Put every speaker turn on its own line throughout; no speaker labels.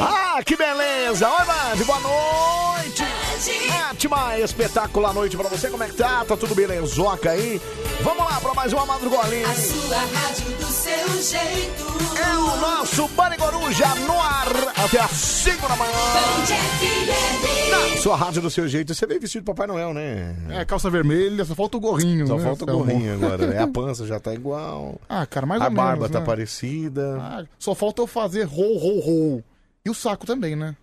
Ah, que beleza! Oi, Band, boa noite! Ótima, espetacular noite pra você. Como é que tá? Tá tudo belezoca aí? Vamos lá pra mais uma madrugolinha.
A sua rádio do seu jeito.
É o nosso Bane Coruja no ar até as 5 da manhã.
Band FM.
Sua rádio do seu jeito. Você veio vestido de Papai Noel, né?
É, calça vermelha, só falta o gorrinho.
Só
né?
falta o
Tá bom.
gorrinho agora, né? A pança já tá igual.
Ah, cara, mais
a
ou menos.
barba tá
né?
parecida.
Ah, só falta eu fazer rou, rou, rou. E o saco também, né?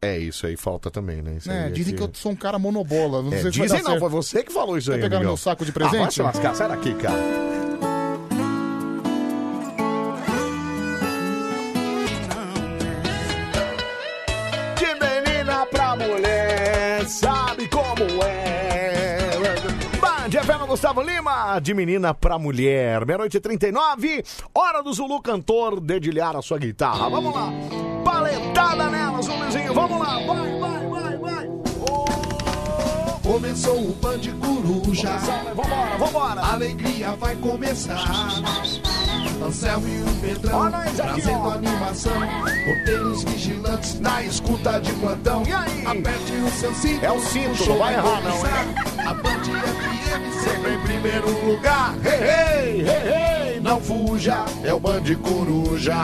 É, isso aí falta também, né? Isso
É,
aí
dizem que eu sou um cara monobola. Não
É,
sei se vai
dizem
dar
não,
certo.
foi você que falou isso
Quer
aí.
pegar
amigão.
Tá meu saco de
Ah, vai
presente?
se lascar, sai daqui, cara. De menina pra mulher, sabe como é. Band é FM Gustavo Lima, de menina pra mulher. Meia-noite e 39, hora do Zulu cantor dedilhar a sua
Ah,
guitarra. Vamos lá, paletada nela, Zuluzinho, vamos lá, vai, vai, vai, vai.
Começou o Band Coruja.
Vambora, vambora.
A alegria vai começar. Anselmo e o Pedrão
Ó nós aqui,
trazendo
ó.
animação. Roteiros vigilantes na escuta de plantão.
E aí?
Aperte o seu cinto.
É o cinto,
show
não vai errar, não,
começar. A Band FM sempre em primeiro lugar.
Hey, hey, hey, hey.
Não fuja, é o Band Coruja.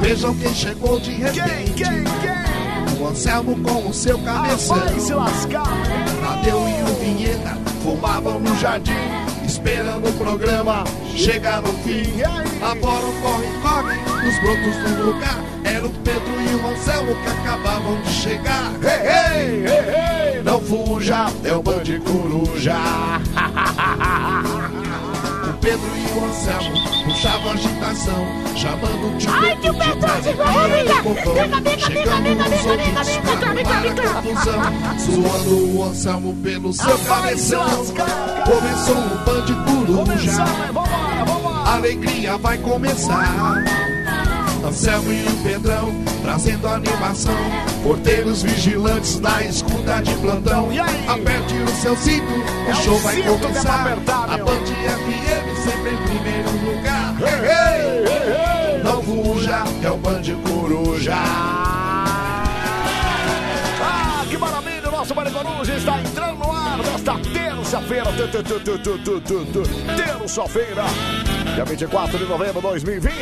Vejam quem chegou de
Quem,
repente.
quem, quem?
O Anselmo com o seu
Ah,
cabeção.
vai se lascar.
Tadeu e o Vinheta fumavam no jardim, esperando o programa chegar no fim.
E aí?
Agora o corre-corre, os brotos do lugar. Era o Pedro e o Anselmo que acabavam de chegar.
Hey, hey, hey, hey.
Não fuja, é o bando de coruja. O Pedro e o Anselmo puxavam agitação, chamando o tio Ai, tio Pedro, de
Ah, é.
coruja! Vem cá, vem cá, vem cá, vem cá, vem cá, vem cá, vem cá, Suando o Anselmo pelo seu cabeção. Começou o bando de coruja.
Começamos, vambora, vambora.
A alegria vai começar. Anselmo e o Pedrão trazendo animação. Porteiros vigilantes na escuta de plantão.
E aí?
Aperte o seu cinto, o
É o
show vai
cinto que é pra
começar.
apertar,
a
meu.
Band FM sempre em primeiro lugar.
Hey, hey, hey, hey.
Não fuja, é o Band Coruja.
Ah, que maravilha, o nosso Mário Coruja está entrando no ar nesta terça-feira. Tu, tu, tu, tu, tu, tu, tu, tu. Terça-feira, dia 24 de novembro de 2020.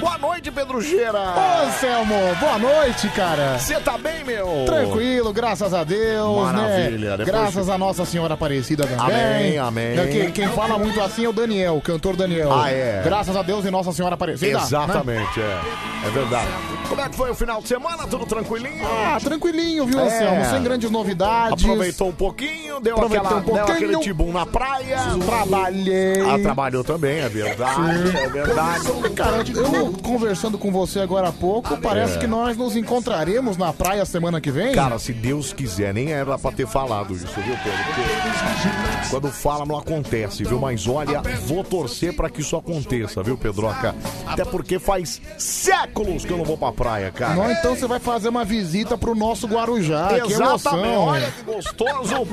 Boa noite, Pedro Gera.
Ô, Anselmo, boa noite, cara.
Você tá bem, meu?
Tranquilo, graças a Deus,
Maravilha,
né?
depois-
Graças a Nossa Senhora Aparecida também.
Amém, amém.
É, Quem, quem fala muito assim é o Daniel, o cantor Daniel.
Ah, é.
Graças a Deus e Nossa Senhora Aparecida. né?
Exatamente, é. É verdade. Como é que foi o final de semana? Tudo tranquilinho?
Ah, tranquilinho, viu,
É.
Anselmo? Sem grandes novidades.
Aproveitou um pouquinho, deu,
Aproveitou
aquela,
um pouquinho.
deu aquele tibum na praia.
Trabalhei.
Ah, trabalhou também, é verdade, é verdade.
Cara, eu conversando com você agora há pouco, parece
É.
que nós nos encontraremos na praia semana que vem.
Cara, se Deus quiser, nem era pra ter falado isso, viu, Pedro? Porque quando fala, não acontece, viu? Mas olha, vou torcer pra que isso aconteça, viu, Pedroca? Até porque faz séculos que eu não vou pra praia, cara.
Não, então você vai fazer uma visita pro nosso Guarujá. Ah, Que é
Exatamente,
emoção.
olha que gostoso.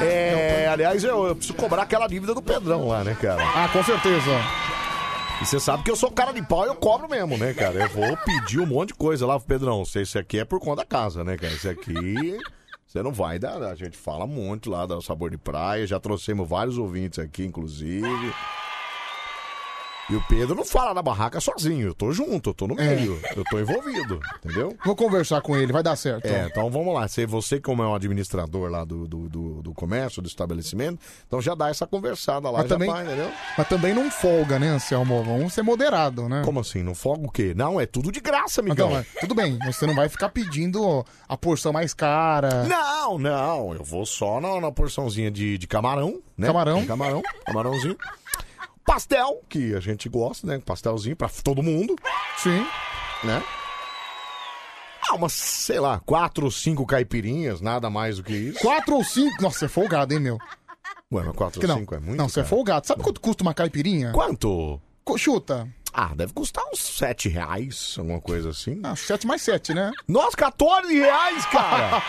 É, aliás, eu, eu preciso cobrar aquela dívida do Pedrão lá, né, cara?
Ah, com certeza.
E você sabe que eu sou cara de pau e eu cobro mesmo, né, cara? Eu vou pedir um monte de coisa lá pro Pedrão. Se Isso aqui é por conta da casa, né, cara? Isso aqui. Você não vai dar. A gente fala muito lá do sabor de praia. Já trouxemos vários ouvintes aqui, inclusive. E o Pedro não fala na barraca sozinho. Eu tô junto, eu tô no meio. Eu tô envolvido, entendeu?
É. Vou conversar com ele, vai dar certo.
É, então vamos lá. Se você, como é um administrador lá do, do, do, do comércio, do estabelecimento, então já dá essa conversada lá,
Mas
já
também-
vai, entendeu?
Mas também não folga, né, Anselmo? Vamos ser moderado, né?
Como assim? Não fogo o quê? Não, é tudo de graça,
Então,
amigão.
mas tudo bem, você não vai ficar pedindo a porção mais cara.
Não, não, eu vou só na, na porçãozinha de, de camarão, né?
Camarão.
De camarão, camarãozinho. Pastel, que a gente gosta, né? Pastelzinho pra todo mundo,
Sim.
né? Ah, umas, sei lá, quatro ou cinco caipirinhas, nada mais do que isso.
Quatro ou cinco. Nossa, você é folgado, hein, meu?
Ué, mas quatro
Que
ou
não.
cinco é muito,
não, você é
cara.
folgado. Sabe quanto custa uma caipirinha?
Quanto?
Co- Chuta.
Ah, deve custar uns sete reais, alguma coisa assim.
Ah, 7 mais 7, né?
Nossa, 14 reais, cara!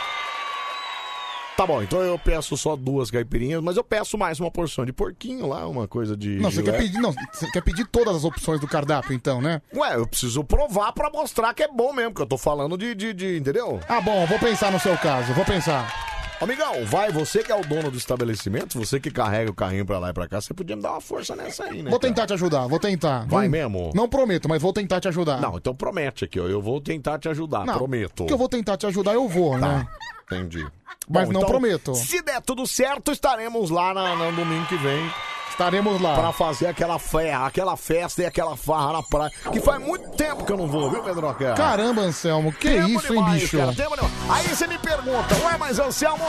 Tá bom, então eu peço só duas caipirinhas, mas eu peço mais uma porção de porquinho lá, uma coisa de.
Não, você quer
gilete.
pedir, não, você quer pedir todas as opções do cardápio, então, né?
Ué, eu preciso provar pra mostrar que é bom mesmo, que eu tô falando de. de, de- entendeu?
Ah, bom, vou pensar no seu caso, vou pensar.
Amigão, vai, você que é o dono do estabelecimento, você que carrega o carrinho pra lá e pra cá, você podia me dar uma força nessa aí, né?
Vou
cara?
tentar te ajudar, vou tentar.
Vai
Não-
mesmo?
Não prometo, mas vou tentar te ajudar.
Não, então promete aqui, ó. Eu vou tentar te ajudar,
Não,
Ah, prometo.
Que eu vou tentar te ajudar, eu vou, né?
Entendi.
Mas
Bom,
não
então,
prometo.
Se der tudo certo, estaremos lá na, na- no domingo que vem.
Estaremos lá.
Pra fazer aquela fé, aquela festa e aquela farra na praia. Que faz muito tempo que eu não vou, viu, Pedroca?
Caramba, Anselmo, que
Tempo
isso, hein,
demais,
bicho?
cara, tempo demais. Aí você me pergunta, ué, mas Anselmo,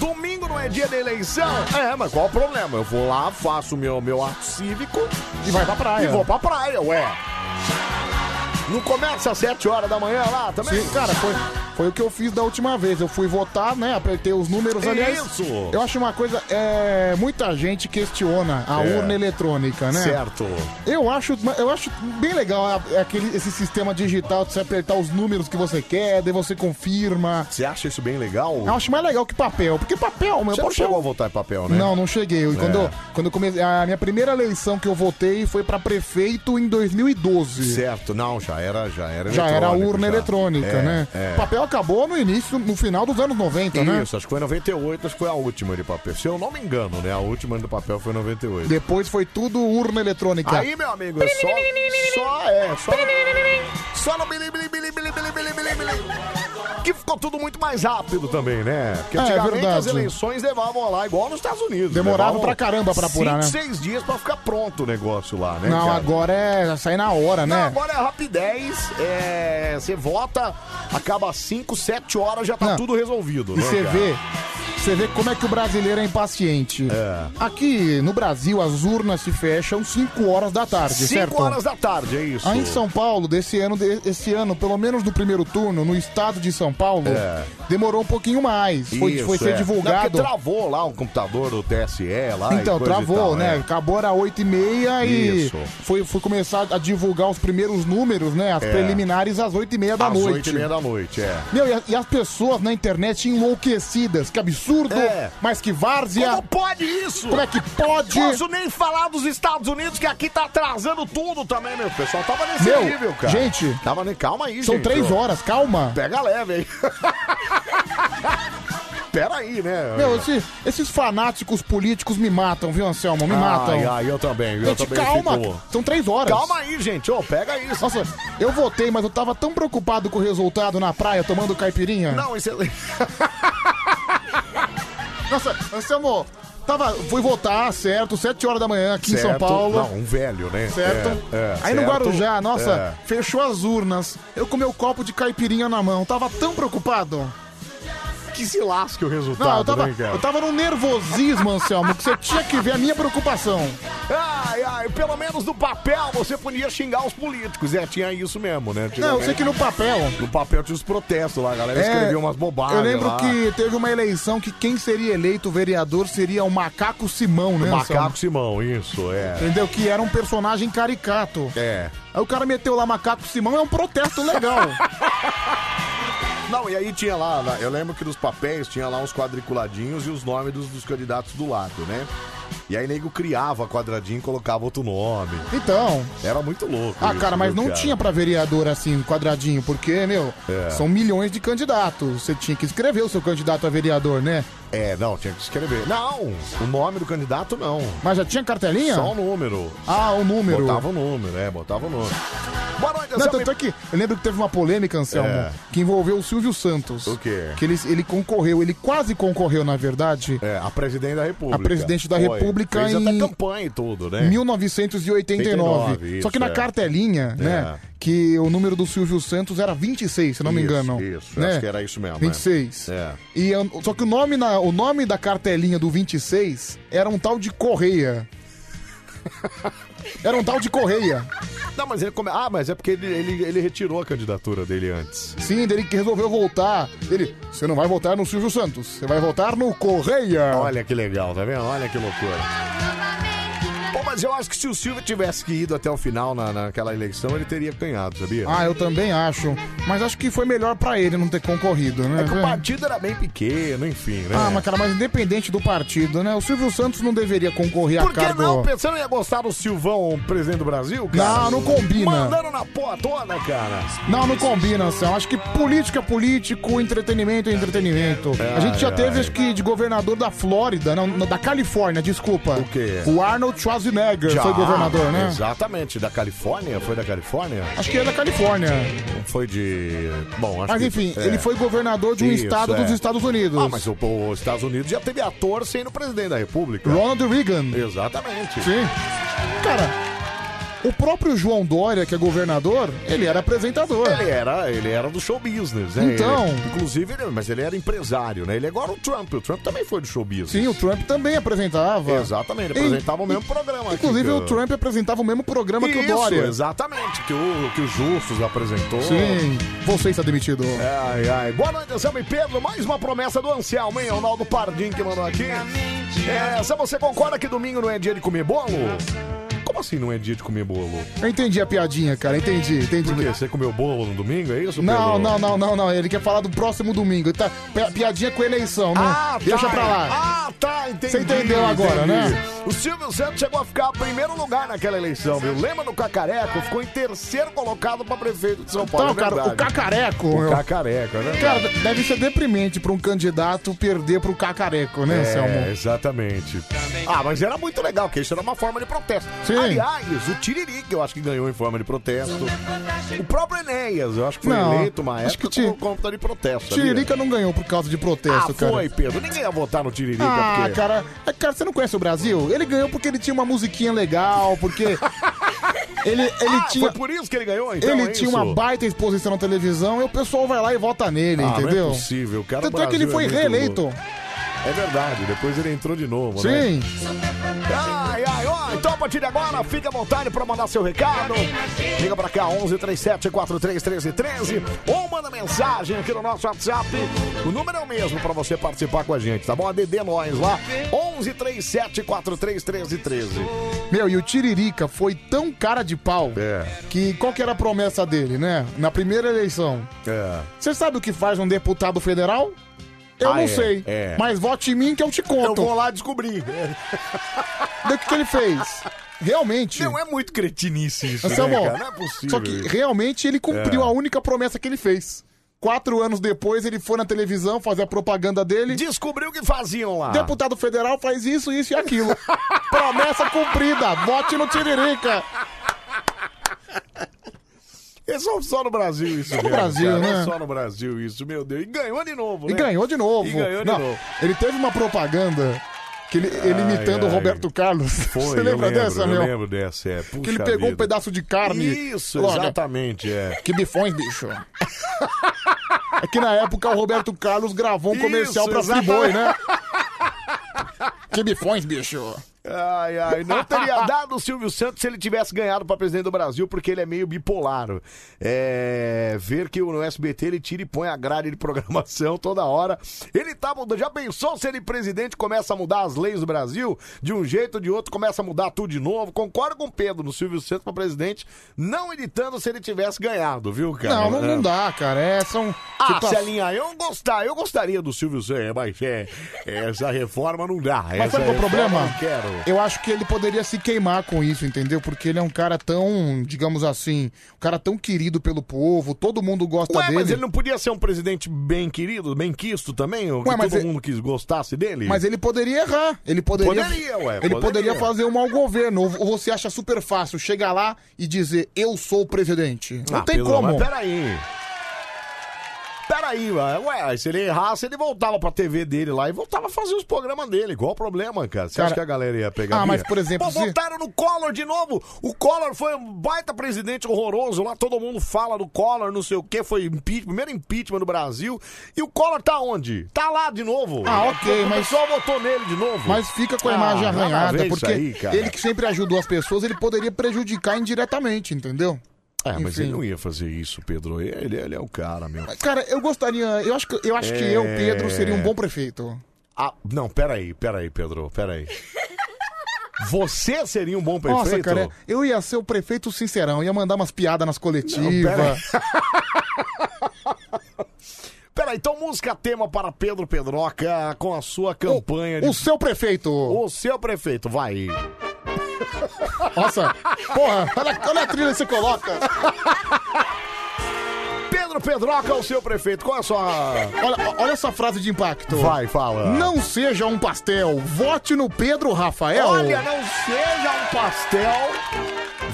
domingo não é dia da eleição? É, mas qual o problema? Eu vou lá, faço meu, meu ato cívico
E vai pra praia.
e vou pra praia, ué. Não começa às 7 horas da manhã lá também?
Sim, cara, foi, foi o que eu fiz da última vez. Eu fui votar, né? Apertei os números, aliás.
Isso.
Eu acho uma coisa, é, muita gente questiona a
É.
urna eletrônica, né?
Certo.
Eu acho, eu acho bem legal a- aquele, esse sistema digital de você apertar os números que você quer, daí você confirma.
Você acha isso bem legal?
Eu acho mais legal que papel, porque papel, meu,
Você não
papel...
chegou a votar em papel, né?
Não, não cheguei. Eu-
É.
Quando, eu- quando eu comecei. A minha primeira eleição que eu votei foi pra prefeito em 2012.
Certo, não, já era, já era
Já era a
eletrônico,
urna
já.
eletrônica,
É,
né?
É.
Papel acabou no início, no final dos anos 90, né?
Isso, acho que foi em 98, acho que foi a última de papel. Se eu não me engano, né? A última de papel foi em 98.
Depois foi tudo urna eletrônica.
Aí, meu amigo, é só. Só é, só. Só no bili, bili, bili, bili, bili, bili, bili, bili. Que ficou tudo muito mais rápido também, né? Porque
É, é
antigamente
verdade.
as eleições levavam lá, igual nos Estados Unidos.
Demorava
levavam
pra caramba pra apurar,
cinco,
né?
seis dias pra ficar pronto o negócio lá, né?
Não,
cara?
agora é sair na hora,
Não,
né?
agora é rapidez, é, você vota, acaba às 5, 7 horas, já tá
Não.
tudo resolvido.
Ah. E
né,
você
cara?
vê, você vê como é que o brasileiro é impaciente.
É.
Aqui no Brasil, as urnas se fecham 5 horas da tarde,
5
certo? Ah, então,
horas da tarde, é isso.
Aí em São Paulo, desse ano, de- esse ano, pelo menos no primeiro turno, no estado de São Paulo,
É.
demorou um pouquinho mais. Foi,
Isso,
foi ser
é. Não,
divulgado.
porque travou lá o computador do TSE lá. e
Então,
coisa e
travou,
tal,
né?
é.
Acabou era 8h30 e,
Isso.
foi, foi começar a divulgar os primeiros números, né? As
É.
preliminares às 8h30 da
Às
noite.
8h30 da noite, é.
Meu, e, a- e as pessoas na internet enlouquecidas. Que absurdo!
É.
Mas que várzea!
Como
Como,
pode isso?
é que pode?
Posso nem falar dos Estados Unidos, que aqui tá atrasando tudo também, meu. O pessoal tava nesse
Meu,
nível, é cara.
gente,
Tava nem... Calma aí,
São
gente.
três
ó.
horas, calma.
Pega leve aí. Pera aí, né?
Meu, esse- esses fanáticos políticos me matam, viu, Anselmo? Me matam.
Ai, ai, eu também, viu? eu
Gente,
também
calma!
fico-
São três horas.
Calma aí, gente. Ô, pega isso.
Nossa, eu votei, mas eu tava tão preocupado com o resultado na praia, tomando caipirinha.
Não, isso é...
Nossa, Anselmo, tava, fui votar, certo, sete horas da manhã aqui em São
Certo.
Paulo.
Não, um velho, né?
Certo?
É, é,
Aí no
certo.
Guarujá,
É.
nossa, fechou as urnas. Eu com meu copo de caipirinha na mão, tava tão preocupado.
Que se lasque o resultado,
Não, eu tava,
né, cara?
eu tava num nervosismo, Anselmo, que você tinha que ver a minha preocupação.
Ai, ai, pelo menos no papel você podia xingar os políticos. É, tinha isso mesmo, né?
Não, eu sei que no papel.
No papel tinha os protestos lá, a galera
é,
escrevia umas bobagens
Eu lembro
lá.
que teve uma eleição que quem seria eleito vereador seria o Macaco Simão, né?
O
Anselmo?
Macaco Simão, isso, é.
Entendeu? Que era um personagem caricato.
É.
Aí o cara meteu lá Macaco Simão, é um protesto legal.
Não, e aí tinha lá, lá- eu lembro que nos papéis tinha lá uns quadriculadinhos e os nomes dos, dos candidatos do lado, né? E aí nego criava quadradinho e colocava outro nome.
então,
Era muito louco.
Ah,
isso,
cara, mas
viu,
não tinha pra vereador assim, quadradinho, porque, meu,
É.
são milhões de candidatos. Você tinha que escrever o seu candidato a vereador, né?
É, não, tinha que escrever. Não, o nome do candidato não.
Mas já tinha cartelinha?
Só o número.
Ah, o número.
Botava o número, é, botava o número. Boa noite,
Não,
Anselmo.
tanto é que eu lembro que teve uma polêmica, Anselmo,
É.
que envolveu o Silvio Santos.
O quê?
Que ele, ele concorreu, ele quase concorreu, na verdade,
É, a presidente da República.
A presidente da
Foi.
República
Fez até
em-
campanha e tudo, né?
em 1989.
89,
Só que na
isso, é.
cartelinha, né? Que o número do Silvio Santos era 26, se não me
Isso,
engano.
isso,
né?
acho que era isso mesmo, é.
26.
É.
E eu- só que o nome, na, o nome da cartelinha do 26 era um tal de Correia. Era um tal de Correia.
Não, mas ele come... Ah, mas é porque ele, ele, ele retirou a candidatura dele antes.
Sim, dele que resolveu voltar. Ele, você não vai votar no Silvio Santos, você vai votar no Correia.
Olha que legal, tá vendo? Olha que loucura. Pô, mas mas eu acho que se o Silvio tivesse que ido até o final na, naquela eleição, ele teria ganhado, sabia?
Ah, eu também acho. Mas acho que foi melhor pra ele não ter concorrido, né?
É que o partido era bem pequeno, enfim, né?
Ah, mas cara, mas independente do partido, né? O Silvio Santos não deveria concorrer
Por
a
que
cargo...
não? Pensando ia gostar do Silvão, presidente do Brasil, cara?
Não, não combina.
Mandando na porra toda, cara.
Não, não combina, Anselmo. Acho que política é político, entretenimento é entretenimento.
Ai,
a gente já
ai.
teve, acho que, de governador da Flórida, não, não, da Califórnia, desculpa. O
quê?
O Arnold Schwarzenegger
Já,
foi governador, né?
Exatamente, da Califórnia? Foi da Califórnia?
Acho que é da Califórnia.
Foi de. Bom, acho
Mas
que-
enfim,
é.
ele foi governador de um
Isso,
estado
é.
dos Estados Unidos.
Ah, mas o- os Estados Unidos já teve ator sendo presidente da República.
Ronald Reagan.
Exatamente.
Sim. Cara, o próprio João Dória, que é governador, ele era apresentador.
Ele era, ele era do show business, né?
Então.
Ele- inclusive, ele- mas ele era empresário, né? Ele é agora o Trump. O Trump também foi do show business.
Sim, o Trump também apresentava.
Exatamente, ele apresentava o mesmo programa.
Inclusive,
aqui,
o Trump apresentava o mesmo programa que o
Isso,
Dória.
Exatamente, que o, que o Justus apresentou.
Sim, você está demitido.
Ai, ai. Boa noite, Anselmo e Pedro. Mais uma promessa do Anselmo, hein? Ronaldo Pardim que mandou aqui. É, se você concorda que domingo não é dia de comer bolo? Como assim não é dia de comer bolo?
Eu entendi a piadinha, cara, entendi, entendi.
Por quê? Você comeu bolo no domingo, é isso?
Não,
Pedro?
não, não, não, não. Ele quer falar do próximo domingo. Ele Tá, pi- piadinha com eleição, né?
Ah, tá.
Deixa pra lá.
Ah, tá, entendi.
Você entendeu agora,
entendi.
né?
O Silvio Santos chegou a ficar em primeiro lugar naquela eleição, viu? Lembra do Cacareco? Ficou em terceiro colocado pra prefeito de São Paulo.
Então,
é
cara,
verdade.
o cacareco.
O
meu.
Cacareco, né?
Cara, deve ser deprimente pra um candidato perder pro cacareco, né,
É,
Anselmo?
exatamente. Ah, mas era muito legal, porque isso era uma forma de protesto.
Sim.
Aliás, o Tiriri, que eu acho que ganhou em forma de protesto. O próprio Enéas, eu acho que foi
Não,
eleito uma
acho que
época
ti-
por conta de protesto. sabia?
Tiririca não ganhou por causa de protesto,
Ah,
cara.
foi, Pedro. Ninguém ia votar no Tiririca,
Ah,
porque...
cara, é, cara, você não conhece o Brasil? Ele ganhou porque ele tinha uma musiquinha legal, porque. ele ele
Ah,
tinha.
Foi por isso que ele ganhou, então?
ele
é
tinha
isso?
uma baita exposição na televisão e o pessoal vai lá e vota nele,
Ah,
entendeu?
Não é possível, cara. o
Tanto é que
Brasil
ele foi
muito
reeleito.
louco. É verdade, depois ele entrou de novo, né?
Sim.
Ai, ai, ó, então a partir de agora, fica à vontade pra mandar seu recado. Liga pra cá, 11 37 43 13 13 ou manda mensagem aqui no nosso WhatsApp. O número é o mesmo pra você participar com a gente, tá bom? ADD nós lá, 11 37 43 13 13.
Meu, e o Tiririca foi tão cara de pau
É,
que qual que era a promessa dele, né? Na primeira eleição.
é.
Você sabe o que faz um deputado federal? Eu
Ah,
não
é,
sei.
é.
Mas vote em mim que eu te
Eu
conto.
vou lá descobrir.
Daí O que, que ele fez? Realmente.
Não é muito cretinice isso, né,
Anselmo,
cara? Não é possível.
Só que realmente ele cumpriu
É.
a única promessa que ele fez. Quatro anos depois, ele foi na televisão fazer a propaganda dele.
Descobriu o que faziam
Ah.
lá.
Deputado federal faz isso, isso e aquilo. Promessa cumprida. Vote no Tiririca.
É só, só no Brasil isso. Só
no Brasil, né?
É só no Brasil isso, meu Deus. E ganhou de novo,
E
né?
ganhou de novo.
E ganhou de
Não,
novo.
Ele teve uma propaganda que ele, ele
Ai,
imitando o
ai.
Roberto Carlos.
Foi,
Você lembra
eu lembro,
dessa,
eu
meu?
lembro dessa, é. Puxa
Que ele pegou um
vida.
pedaço de carne.
Isso,
Olha,
exatamente, é.
Que bifões, bicho. É que na época o Roberto Carlos gravou um comercial
Isso,
pra
exatamente.
Friboi, né? Que bifões, bicho.
Ai, ai, não teria dado o Silvio Santos se ele tivesse ganhado pra presidente do Brasil, porque ele é meio bipolar. É, ver que no SBT ele tira e põe a grade de programação toda hora. Ele tá mudando. Já pensou se ele presidente começa a mudar as leis do Brasil? De um jeito ou de outro, começa a mudar tudo de novo. Concordo com o Pedro no Silvio Santos pra presidente, não editando se ele tivesse ganhado, viu, cara?
Não, não,
É.
não dá, cara. É, são.
Ah,
situa-
Celinha, eu gostar, eu gostaria do Silvio Santos, mas é, essa reforma não dá.
Mas sabe qual é o problema?
Não quero.
Eu acho que ele poderia se queimar com isso, entendeu? Porque ele é um cara tão, digamos assim, um cara tão querido pelo povo, todo mundo gosta
Ué,
dele.
mas ele não podia ser um presidente bem querido, bem quisto também? Ou que
Ué, mas
todo
ele-
mundo quis gostasse dele?
Mas ele poderia errar. Ele poderia.
Poderia, ué,
Ele poderia
poderia.
fazer um mau governo. Ou ou você acha super fácil chegar lá e dizer eu sou o presidente. Não
Ah,
tem
Pedro,
como.
Mas peraí. Peraí, ué, ué, se ele errasse, ele voltava pra TV dele lá e voltava a fazer os programas dele. Qual o problema, cara? Você
Cara-
acha que a galera ia pegar?
Ah, mas,
pilha?
por exemplo,
Pô,
se-
votaram no Collor de novo. O Collor foi um baita presidente horroroso. Lá todo mundo fala do Collor, não sei o que. Foi impeachment, primeiro impeachment no Brasil. E o Collor tá onde? Tá lá de novo.
Ah, ok,
o
mas-
pessoal votou nele de novo.
Mas fica com a
Ah,
imagem
nada a ver
arranhada,
isso
porque
aí, cara.
ele que sempre ajudou as pessoas, ele poderia prejudicar indiretamente, entendeu?
É, mas
Enfim.
ele não ia fazer isso, Pedro. Ele, ele é o cara, meu.
Mas, cara, eu gostaria. Eu acho que eu, acho que
É.
eu Pedro, seria um bom prefeito.
Ah, não, peraí, peraí, Pedro, peraí. Você seria um bom prefeito?
Nossa, cara, eu ia ser o prefeito sincerão, ia mandar umas piadas nas
pera
coletivas.
Peraí, então música tema para Pedro Pedroca com a sua campanha. de-
o seu prefeito.
O seu prefeito, vai.
Nossa, porra, olha, olha a trilha que você coloca.
Pedro Pedroca, o seu prefeito, qual é a sua.
Olha, olha essa frase de impacto.
Vai, fala.
Não seja um pastel, vote no Pedro Rafael.
Olha, não seja um pastel.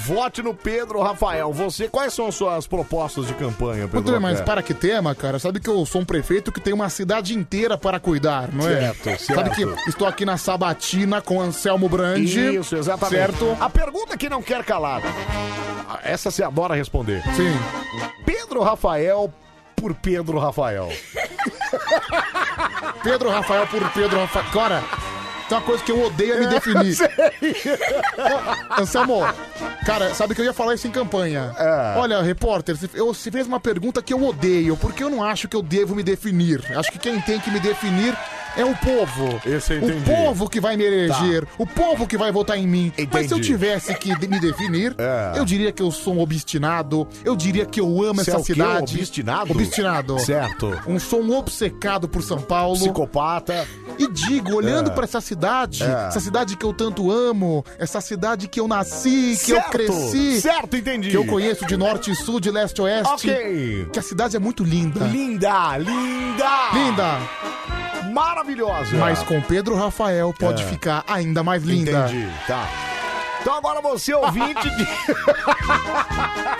Vote no Pedro Rafael. Você, quais são as suas propostas de campanha, Pedro?
Tudo bem, mas para que tema, cara? Sabe que eu sou um prefeito que tem uma cidade inteira para cuidar, não é?
Certo, certo.
Sabe que estou aqui na Sabatina com Anselmo Brandi.
Isso, exatamente.
Certo?
A pergunta que não quer calar. Ah, Essa você adora responder.
Sim.
Pedro Rafael por Pedro Rafael.
Pedro Rafael por Pedro Rafael. Cara, tem uma coisa que eu odeio é me definir. Anselmo, cara, sabe que eu ia falar isso em campanha.
É.
Olha, repórter, você- eu- você fez uma pergunta que eu odeio, porque eu não acho que eu devo me definir. Acho que quem tem que me definir é o povo.
Esse eu
o
entendi. Tá.
povo que vai me eleger, o povo que vai votar em mim. Mas se eu
Entendi. É.
tivesse que de- me definir, eu diria que eu sou um obstinado, eu diria que eu amo
Você é
essa
o quê?
cidade.
Obstinado?
Obstinado.
Certo.
Um som obcecado por São Paulo.
Psicopata.
E digo, olhando
É.
pra essa cidade,
É.
essa cidade que eu tanto amo, essa cidade que eu nasci, que eu
Certo,
cresci.
certo, entendi.
Que eu conheço de norte e sul, de leste e oeste.
Ok.
Que a cidade é muito linda.
Linda, linda.
Linda!
Maravilhosa.
Mas com Pedro Rafael pode
É.
ficar ainda mais linda.
Entendi, tá. Então agora você ouvinte de...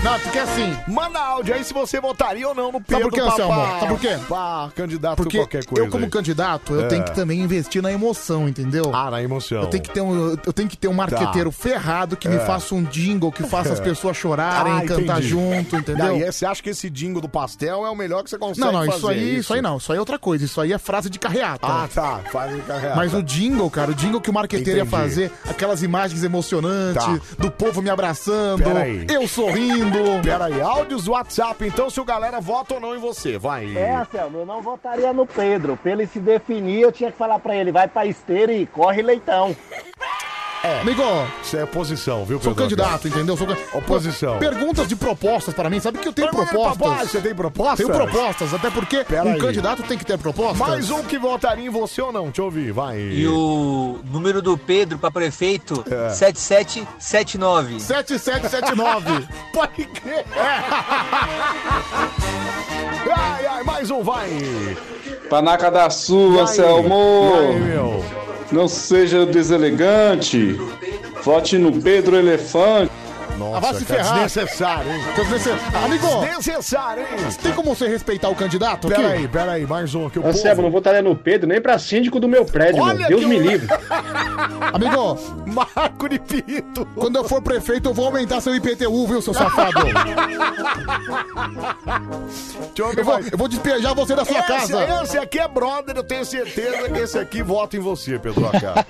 Não, porque assim,
Manda áudio aí se você votaria ou não no Pedro
por quê, Anselmo?
Papá.
Sabe por quê?
Pra candidato
porque
qualquer coisa.
eu como
aí.
candidato, eu
É.
tenho que também investir na emoção, entendeu?
Ah, na emoção.
Eu tenho que ter um, eu tenho que ter um marqueteiro ferrado que me
Tá. É.
faça um jingle, que faça as
É.
pessoas chorarem,
Ah,
cantar
entendi.
junto, entendeu?
Daí, é você acha que esse dingo do pastel é o melhor que você consegue
Não, não,
fazer?
isso aí, isso. aí não, isso aí é outra coisa, isso aí é frase de carreata.
Ah, tá. Faz o carreado.
Mas o jingle, cara, o jingle que o marqueteiro ia
Entendi.
fazer, aquelas imagens emocionantes,
Tá.
do povo me abraçando,
Pera aí.
eu sorrindo.
Pera aí, áudios do WhatsApp, então se o galera vota ou não em você, vai.
É, Anselmo, eu não votaria no Pedro. Pra ele se definir, eu tinha que falar pra ele, vai pra esteira e corre leitão.
Amigo,
Isso é posição, viu,
sou
Pedro?
candidato, entendeu? Sou... can-
Oposição.
Perguntas de propostas para mim, sabe que eu tenho
Pergunta de propostas,
propostas.
Você tem proposta?
Tenho propostas, até porque
Pera
um
aí.
candidato tem que ter propostas.
Mais um que votaria em você ou não, deixa eu ouvir, vai.
E o número do Pedro para prefeito,
É.
7779.
7779.
Pode crer.
É.
Ai, ai, mais um, vai.
Panaca da sua,
E aí,
Anselmo!
meu?
Não seja deselegante! Vote no Pedro Elefante!
Nossa,
vai se
cara,
ferrar.
desnecessário, hein?
Quer dizer, Amigo,
Desnecessário, hein?
tem como você respeitar o candidato aqui?
Pera aí, pera aí, mais um aqui. O
Anselmo, não
povo...
votaria no Pedro nem pra síndico do meu prédio,
Olha
meu. Deus
que
me
eu-
livre!
Amigo,
Marco de Pito.
quando eu for prefeito, eu vou aumentar seu IPTU, viu, seu safado?
Deixa eu ouvir
Eu vou,
mais.
eu vou despejar você da sua
esse,
casa.
Esse aqui é brother, eu tenho certeza que esse aqui vota em você, Pedro Acá.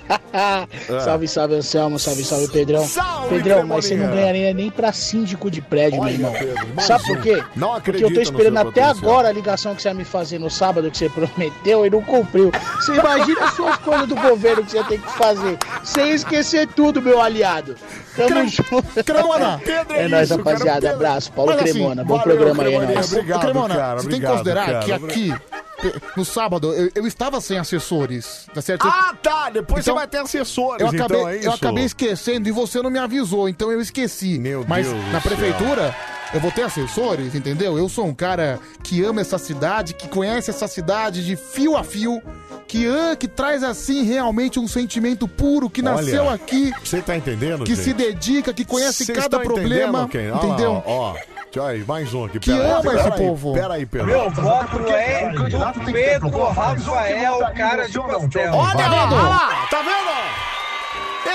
É.
Salve, salve, Anselmo. Salve, salve, Ah, Pedrão.
Salve,
Pedrão, mas você não
Cremolinha.
ganharia nem pra síndico de prédio,
Olha,
meu irmão.
Pedro, mais
Sabe
um.
por quê?
Não
Porque eu
acredito
tô
no
esperando
seu
até
potencial.
agora a ligação que você ia me fazer no sábado, que você prometeu e não cumpriu. Você imagina as suas coisas do governo que você tem que fazer. Sem esquecer tudo, meu aliado. Tamo junto.
Cremona,
Pedro
É nóis,
isso, cara,
rapaziada.
Pedro-
Abraço. Paulo
Mas assim,
Cremona. Bom
valeu,
programa aí, é
Cremolinha.
nóis.
Obrigado,
Cremona,
cara,
você tem que
obrigado,
considerar
cara.
que aqui, eh, no sábado, eu, eu estava sem assessores, tá certo?
Ah, tá. Depois
Então,
você vai ter assessores,
Eu acabei,
então é isso.
eu acabei esquecendo e você não me avisou, então eu esqueci.
Meu
Mas
Deus do
na
céu.
prefeitura eu vou ter assessores, entendeu? Eu sou um cara que ama essa cidade, que conhece essa cidade de fio a fio, que, ah, que traz assim realmente um sentimento puro, que
Olha,
nasceu aqui,
Você tá entendendo,
que
gente?
se dedica, que conhece
Vocês
cada
tão
problema,
entendendo, Ken? Olha lá,
entendeu?
ó, ó. Deixa eu aí, mais um aqui.
Que
pera aí,
ama
pera
esse
aí,
povo.
Pera aí, Pedro.
voto é do Pedro Rafael, cara de pastel.
Olha
Tá
lá,
vendo?
olha lá, tá vendo?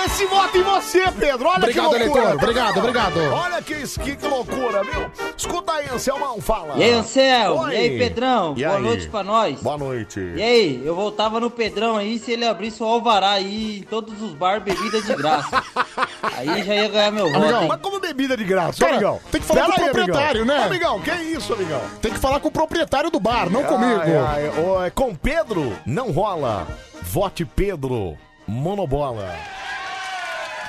Esse vota em você, Pedro. Olha
Obrigado,
que loucura.
eleitor. Obrigado, obrigado.
Olha que, que, que loucura, viu? Escuta aí, Anselmão, fala.
E aí, Anselmo?
Oi.
E aí, Pedrão?
E
Boa
aí?
noite pra nós.
Boa noite.
E aí, eu voltava no Pedrão aí se ele abrisse o alvará aí em todos os bar bebida de graça. aí já ia ganhar meu voto,
Amigão,
hein?
mas como bebida de graça,
Cara,
amigão?
tem que falar
Pera
com o
aí, amigão.
proprietário, né?
Amigão, que isso, amigão?
Tem que falar com o proprietário do bar, não comigo.
Ai, ai, ô, é com Pedro, não rola. Vote Pedro, monobola.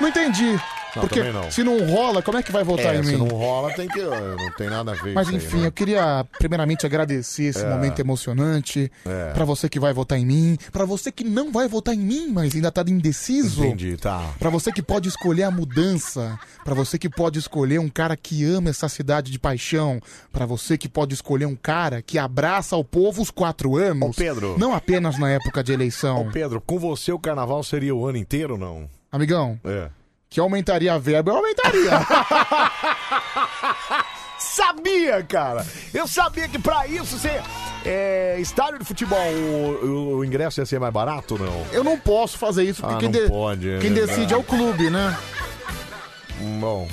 Não entendi.
Não,
Porque
também não.
se não rola, como é que vai votar
É,
em mim?
se não rola, tem que. Não tem nada a ver.
Mas
isso aí,
enfim,
né?
eu queria primeiramente agradecer esse
É.
momento emocionante
É.
Pra você que vai votar em mim, pra você que não vai votar em mim, mas ainda tá indeciso.
Entendi, tá.
Pra você que pode escolher a mudança, pra você que pode escolher um cara que ama essa cidade de paixão, pra você que pode escolher um cara que abraça ao povo os quatro anos.
Pedro.
Não apenas na época de eleição.
Ô, Pedro, com você o carnaval seria o ano inteiro ou não?
Amigão,
É.
que aumentaria a verba, eu aumentaria.
Sabia, cara! Eu sabia que pra isso você. É, estádio de futebol, o, o ingresso ia ser mais barato ou não?
eu não posso fazer isso, porque
Ah,
quem,
não
de-
pode, é
quem decide
verdade.
é o clube, né?
Bom.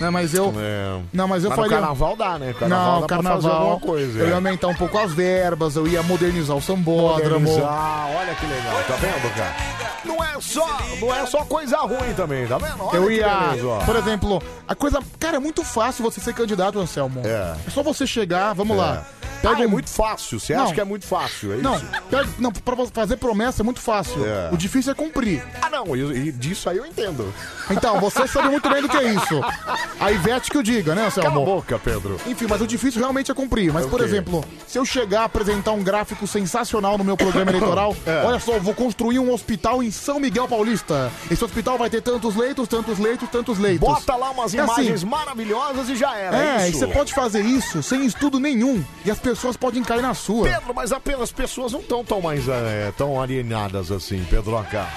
Não, mas eu.
É.
Não, mas eu
no
falei-
carnaval dá, né? Carnaval
Não,
dá
carnaval.
pra fazer alguma coisa.
eu
é.
ia aumentar um pouco as verbas, eu ia modernizar o sambódromo.
Organizar, ah, olha que legal, tá vendo, cara? Não é só, não é só coisa ruim também, tá vendo? Olha
Eu
que
ia.
beleza, ó.
Por exemplo, a coisa. Cara, é muito fácil você ser candidato, Anselmo.
É.
É só você chegar, vamos lá.
Ah,
Pega
é
um-
muito fácil, você
Não.
acha que é muito fácil, é
Não,
isso?
pega... não, pra vo- fazer promessa é muito fácil.
É.
O difícil é cumprir.
Ah, não, e, e disso aí eu entendo.
Então, você sabe muito bem do que é isso. A Ivete que eu diga, né,
Cala a
Anselmo?
boca, Pedro.
Enfim, mas o difícil realmente é cumprir. Mas, por
Ok.
exemplo, se eu chegar a apresentar um gráfico sensacional no meu programa eleitoral,
É.
olha só, eu vou construir um hospital em São Miguel Paulista. Esse hospital vai ter tantos leitos, tantos leitos, tantos leitos.
Bota lá umas
É assim.
imagens maravilhosas e já era,
É, e
isso.
você pode fazer isso sem estudo nenhum. E as pessoas podem cair na sua.
Pedro, mas apenas as pessoas não estão tão mais é, tão alienadas assim, Pedro Acá.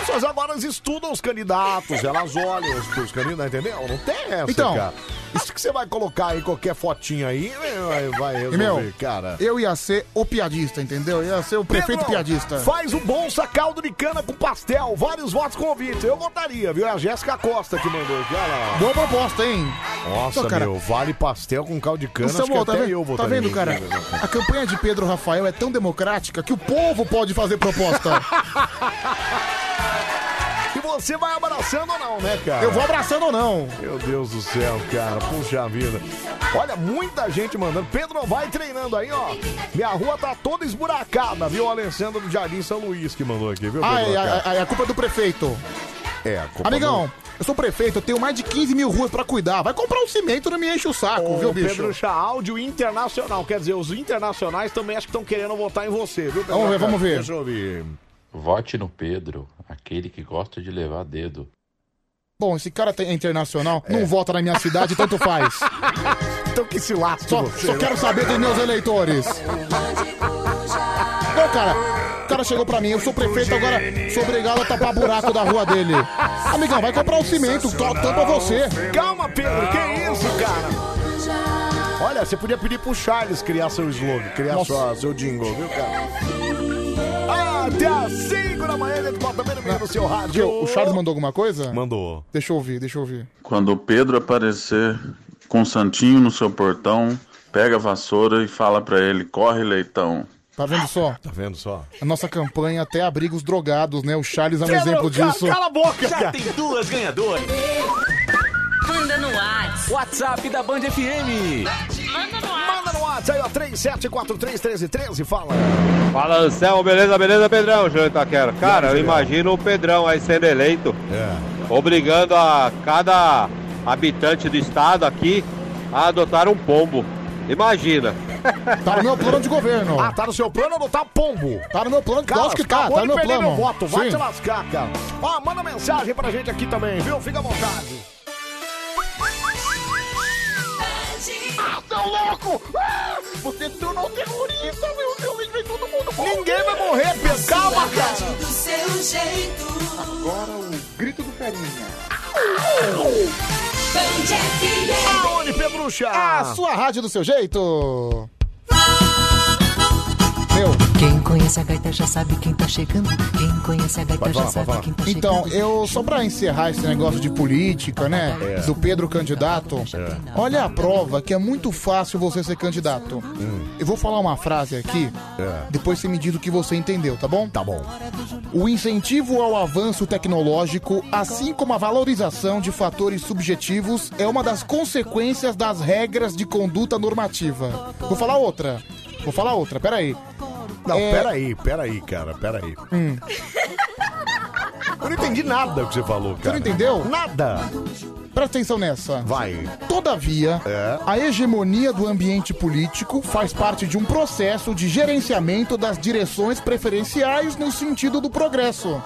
As pessoas agora estudam os candidatos, elas olham os, os candidatos, entendeu? Não tem essa,
Então.
cara. Isso que você vai colocar aí, qualquer fotinha aí, vai- vai
E,
resolver,
meu,
cara.
eu ia ser o piadista, entendeu? Eu ia ser o prefeito
Pedro,
piadista.
Faz o bolsa caldo de cana com pastel, vários votos convite. Eu votaria, viu? É a Jéssica Costa que mandou aqui, olha lá.
Boa proposta, hein?
Nossa,
Então, cara,
meu, vale pastel com caldo de cana, acho
Anselmo,
que
tá,
até
vendo-
eu
tá
votaria.
vendo, cara? A campanha de Pedro Rafael é tão democrática que o povo pode fazer proposta.
E você vai abraçando ou não, né, cara?
Eu vou abraçando ou não?
Meu Deus do céu, cara, puxa vida. Olha, muita gente mandando. Pedro, vai treinando aí, ó. Minha rua tá toda esburacada, viu? O Alessandro do Jardim São Luís que mandou aqui, viu?
Ah,
Pedro?
é, é, é, a culpa é do prefeito.
É, a culpa
Amigão, eu sou prefeito, eu tenho mais de 15 mil ruas pra cuidar. Vai comprar um cimento, não me enche o saco,
do...
viu,
Ô,
bicho?
Pedro Chá, áudio internacional. Quer dizer, os internacionais também acho que estão querendo votar em você, viu, Pedro?
Vamos ver, vamos ver.
Deixa eu ouvir.
Vote no Pedro, aquele que gosta de levar dedo.
Bom, esse cara tem- é internacional, não vota na minha cidade, tanto faz.
Então que se lasque
Só,
você,
só
né?
quero saber dos meus eleitores. Não, cara, o cara chegou pra mim, eu sou prefeito, agora sou obrigado a tapar buraco da rua dele. Amigão, vai comprar um cimento, to- tampa você.
Calma, Pedro,
Ah.
que isso, cara? Olha, você podia pedir pro Charles criar seu slogan, criar
Nossa.
sua, seu jingle, viu, cara? Ah, Até às 5 da manhã, ele bota bem no meio do seu
Que,
rádio.
o Charles mandou alguma coisa?
mandou.
Deixa eu ouvir, deixa eu ouvir.
Quando o Pedro aparecer com o Santinho no seu portão, pega a vassoura e fala pra ele: corre, leitão.
Tá vendo só?
Tá vendo só?
A nossa campanha até abriga os drogados, né? O Charles é um exemplo
Pedro, ca-
disso.
Cala a boca, cara.
tem duas ganhadoras.
Manda no WhatsApp.
WhatsApp da Band FM.
Manda no
Manda no WhatsApp aí, ó, 37431313, fala.
Fala Anselmo, beleza, beleza, Pedrão, Júlio Itaquera. Cara, eu imagino o Pedrão aí sendo eleito,
É.
obrigando a cada habitante do estado aqui a adotar um pombo. Imagina.
Tá no meu plano de governo.
Ah, tá no seu plano ou não tá pombo?
Tá no meu plano, lógico que tá,
acabou
tá
de
no meu
perder
plano.
meu voto, vai
Sim.
te lascar, cara. Ó, manda mensagem pra gente aqui também, viu? Fica à vontade.
Ah, seu louco! Ah, você se tornou terrorista, meu Deus! Vem todo mundo morrer.
Ninguém vai morrer, Pedro. Calma, cara.
Do seu jeito.
Agora o grito do carinha.
Band FM.
Aonde, Pedrucha?
A sua rádio do seu jeito. Meu.
Quem conhece a gaita já sabe quem tá chegando. Quem conhece a gaita
Pode
já
falar, pode
sabe
falar.
quem tá chegando.
Então, eu só pra encerrar esse negócio de política, né?
É.
Do Pedro candidato. Olha a prova que é muito fácil você ser candidato.
Hum.
Eu vou falar uma frase aqui,
É.
depois você me diz o que você entendeu, tá bom? Tá
bom.
O incentivo ao avanço tecnológico, assim como a valorização de fatores subjetivos, é uma das consequências das regras de conduta normativa. Vou falar outra. Vou falar outra, peraí.
Não,
É-
peraí, peraí, cara, peraí.
Hum.
Eu não entendi nada do que você falou,
Você não
cara.
entendeu?
Nada.
Presta atenção nessa.
Vai. É.
Todavia, a hegemonia do ambiente político faz parte de um processo de gerenciamento das direções preferenciais no sentido do progresso.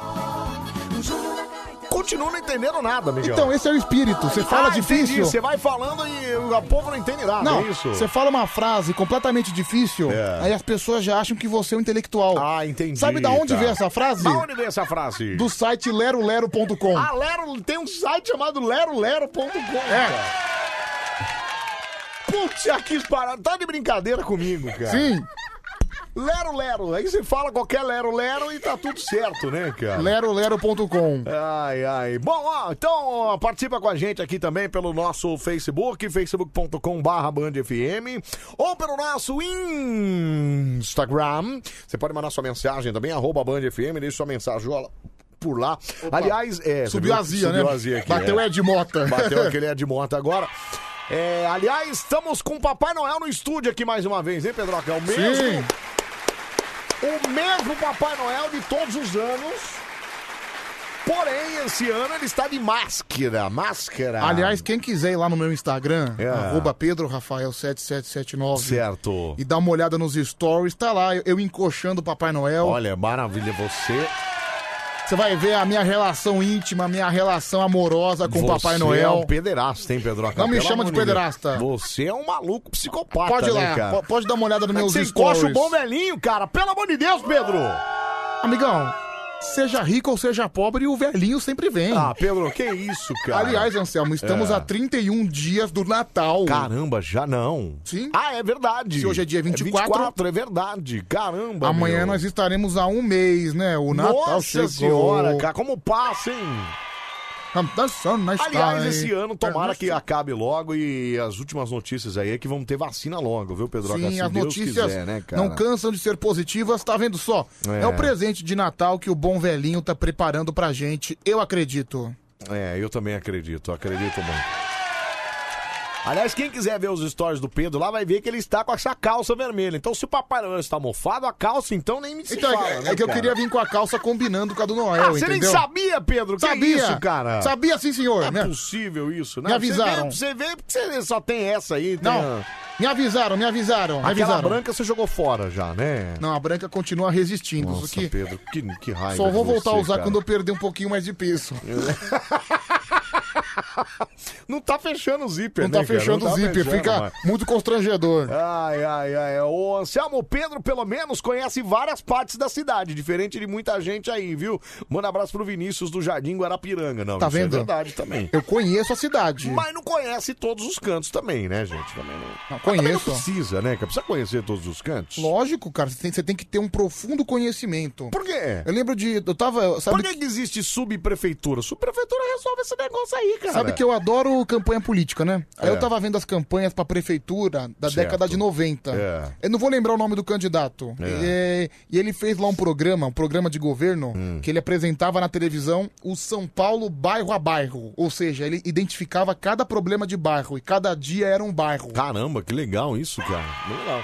Continuo não entendendo nada, Miguel.
Então, esse é o espírito. Você fala
Ah,
difícil.
entendi. Você vai falando e o povo não entende nada.
Não,
é isso. É.
você fala uma frase completamente difícil, aí as pessoas já acham que você é um intelectual. Ah, entendi. Sabe da onde
tá.
veio essa frase?
Da onde veio essa frase?
Do site lerolero.com.
Ah, Lero, tem um site chamado lerolero.com. É. Putz, já quis parar. Tá de brincadeira comigo, cara.
Sim.
Lero Lero. Aí você fala qualquer Lero Lero e tá tudo certo, né, cara?
lerolero.com.
Ah. Ai, ai. Bom, ó, então ó, participa com a gente aqui também pelo nosso Facebook, facebook.com bandfm ou pelo nosso Instagram. Você pode mandar sua mensagem também, arroba bandfm, deixa sua mensajola por lá. Aliás, é... você
Subiu
viu?
a zia,
Subiu
né?
a zia aqui,
Bateu
é.
Ed Mota.
Bateu aquele Ed Mota agora. É, aliás, estamos com o Papai Noel no estúdio aqui mais uma vez, hein, Pedroca? É o mesmo...
Sim.
O mesmo Papai Noel de todos os anos... Porém, esse ano ele está de máscara, máscara.
Aliás, quem quiser ir lá no meu Instagram,
É.
arroba pedrorafael7779.
Certo.
E dar uma olhada nos stories, tá lá, eu, eu encoxando o Papai Noel.
Olha, maravilha você.
Você vai ver a minha relação íntima, a minha relação amorosa com o Papai
Você É um
Noel.
pederasta, hein, Pedroca?
Não me
Pelo
chama
amor
de pederasta.
Deus. Você é um maluco psicopata,
pode ir
né,
lá,
cara?
po- pode dar uma olhada nos
Mas
meus
você
stories.
encosta o bom velhinho, cara, pelo amor de Deus, Pedro!
Amigão, seja rico ou seja pobre, o velhinho sempre vem. Ah,
Pedro, que isso, cara?
Aliás, Anselmo, estamos
É.
a 31 dias do Natal.
Caramba, já não.
Sim.
Ah, é verdade.
Se hoje é dia 24.
É, é verdade. Caramba,
Amanhã
meu.
nós estaremos a um mês, né? O Natal
Nossa
chegou.
senhora, cara, como passa, hein?
Estamos dançando na É,
Aliás, esse ano, tomara que acabe logo e as últimas notícias aí é que vamos ter vacina logo, viu, Pedro?
Sim,
se
as
Deus
notícias
quiser, né, cara?
não cansam de ser positivas, tá vendo só?
É.
É. o presente de Natal que o bom velhinho tá preparando pra gente, eu acredito.
É, eu também acredito, acredito muito. Aliás, quem quiser ver os stories do Pedro lá vai ver que ele está com essa calça vermelha. Então, se o Papai Noel está mofado, a calça então nem me se
Então, é-
fala,
é,
né,
que eu
cara?
queria vir com a calça combinando com a do
Ah,
Noel,
você nem
entendeu?
sabia, Pedro, que
Sabia.
é isso, cara?
Sabia sim, senhor.
Não
Me-
é possível isso, né?
Me avisaram.
Você vê, você vê porque você só tem essa aí. Tem
Não,
a-
me avisaram, me avisaram, me
Aquela
avisaram.
branca você jogou fora já, né?
Não, a branca continua resistindo,
Nossa,
isso que
Pedro, que, que raiva
só
de
vou voltar a
você,
usar
cara.
quando eu perder um pouquinho mais de peso.
Não tá fechando o zíper,
Não tá
né, cara?
fechando
Não
o
tá
zíper,
fechando
fica
mais.
muito constrangedor.
Ai, ai, ai. O Anselmo Pedro, pelo menos, conhece várias partes da cidade, diferente de muita gente aí, viu? Manda um abraço pro Vinícius do Jardim Guarapiranga, não.
Tá
isso
vendo?
É verdade também.
Eu conheço a cidade.
Mas não conhece todos os cantos também, né, gente? Também não, Também não
conheço.
precisa, né? Que precisa conhecer todos os cantos.
Lógico, cara, você tem, você tem que ter um profundo conhecimento.
Por quê?
Eu lembro de. Eu tava. Sabe,
Por que, que existe subprefeitura? Subprefeitura resolve esse negócio aí, cara.
sabe que eu adoro campanha política, né? Aí
É.
eu tava vendo as campanhas pra prefeitura da
Certo.
década de 90.
É.
Eu não vou lembrar o nome do candidato.
É. Hum.
E, e ele fez lá um programa, um programa de governo, que ele apresentava na televisão o São Paulo bairro a bairro. Ou seja, ele identificava cada problema de bairro e cada dia era um bairro.
Caramba, que legal isso, cara. Bem Legal.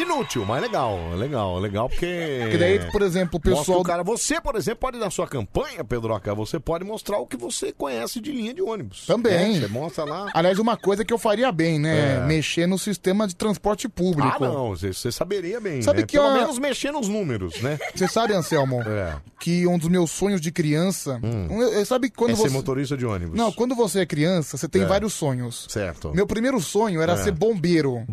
Inútil, mas legal, é legal, é legal porque.
E daí, por exemplo, o
Mostra
pessoal-
cara, você, por exemplo, pode na sua campanha, Pedroca, você pode mostrar o que você conhece de linha de ônibus.
Também.
Né? Você mostra lá.
Aliás, uma coisa que eu faria bem, né?
É.
Mexer no sistema de transporte público.
Ah, não, você, você saberia bem.
Sabe
né?
que
Pelo
a-
menos mexer nos números, né? É.
Você sabe, Anselmo, que um dos meus sonhos de criança. Um- eu- eu- Sabe quando
é
você.
ser motorista de ônibus.
Não, quando você é criança, você tem
É.
vários sonhos.
Certo.
Meu primeiro sonho era
É.
ser bombeiro.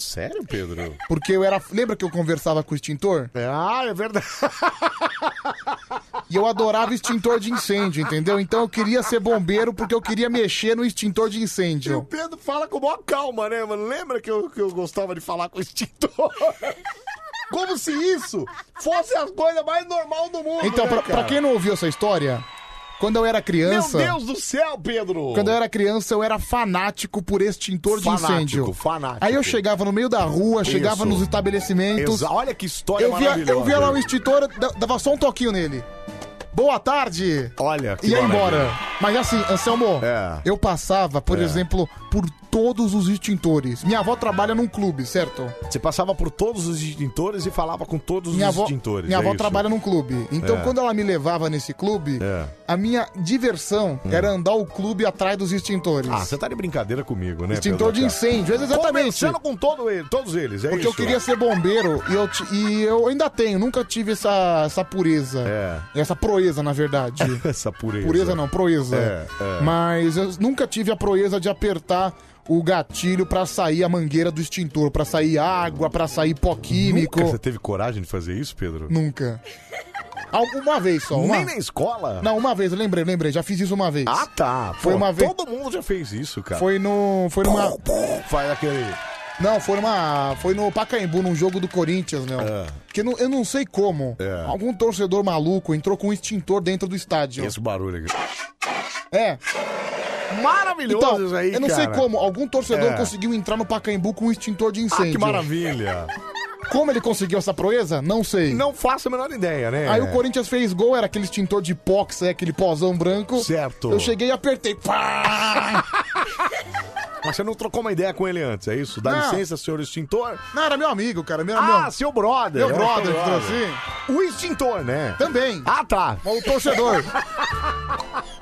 Sério, Pedro?
Porque eu era. Lembra que eu conversava com o extintor?
Ah, é verdade.
E eu adorava extintor de incêndio, entendeu? Então eu queria ser bombeiro porque eu queria mexer no extintor de
E o
incêndio.
Pedro fala com maior calma, né, mano? Lembra que eu, que eu gostava de falar com o extintor? Como se isso fosse a coisa mais normal do mundo.
Então,
né,
pra, pra
cara?
quem não ouviu essa história, quando eu era criança.
Meu Deus do céu, Pedro!
Quando é- eu era criança, eu era fanático por extintor
Fanático,
de incêndio.
fanático.
Aí eu chegava no meio da rua, chegava
Isso.
nos estabelecimentos.
Exa- Olha que história
eu via,
maravilhosa.
eu via lá um extintor, eu da- dava só um toquinho nele. Boa tarde!
Olha, que
E ia
maravilha.
embora. Mas assim, Anselmo, eu passava, por
É.
exemplo, por todos os extintores. Minha avó trabalha num clube, certo?
Você passava por todos os extintores e falava com todos
minha
os
avó,
extintores.
Minha
é
avó
isso?
trabalha num clube. Então,
É.
quando ela me levava nesse clube,
É. Hum.
a minha diversão era andar o clube atrás dos extintores.
Ah, você tá de brincadeira comigo, né?
Extintor de
Pedro?
incêndio, é exatamente.
Começando com todo ele- todos eles, é
Porque
isso?
eu queria ser bombeiro e eu, ti- e eu ainda tenho, nunca tive essa, essa pureza. Essa proeza, na verdade.
É. Essa pureza.
Pureza não, proeza.
É, é.
Mas eu nunca tive a proeza de apertar o gatilho pra sair a mangueira do extintor, pra sair água, pra sair pó químico.
Nunca você teve coragem de fazer isso, Pedro?
Nunca. Ah, Uma vez só. Uma...
Nem na escola?
Não, uma vez, eu lembrei, lembrei, já fiz isso uma vez.
Ah, tá.
Foi
Pô,
uma vez.
Todo mundo já fez isso, cara.
Foi no. Foi numa.
Faz aquele.
Não, foi numa. Foi no Pacaembu, num jogo do Corinthians, meu.
É.
Que não- eu não sei como. Algum torcedor maluco entrou com um extintor dentro do estádio.
Esse barulho aqui.
É.
Maravilhoso
então,
isso aí,
Eu não sei
cara.
como, algum torcedor
É.
conseguiu entrar no Pacaembu com um extintor de incêndio.
Ah, que maravilha.
Como ele conseguiu essa proeza? Não sei.
Não faço a menor ideia, né?
Aí o Corinthians fez gol, era aquele extintor de pox, é aquele pozão branco.
Certo.
Eu cheguei e apertei. Pá!
Mas você não trocou uma ideia com ele antes, é isso? Dá
Não.
licença, senhor extintor?
Não, era meu amigo, cara. Meu,
Ah,
meu-
seu brother.
Meu brother,
Seu
que trouxe.
O extintor, né?
Também.
Ah, tá.
O torcedor.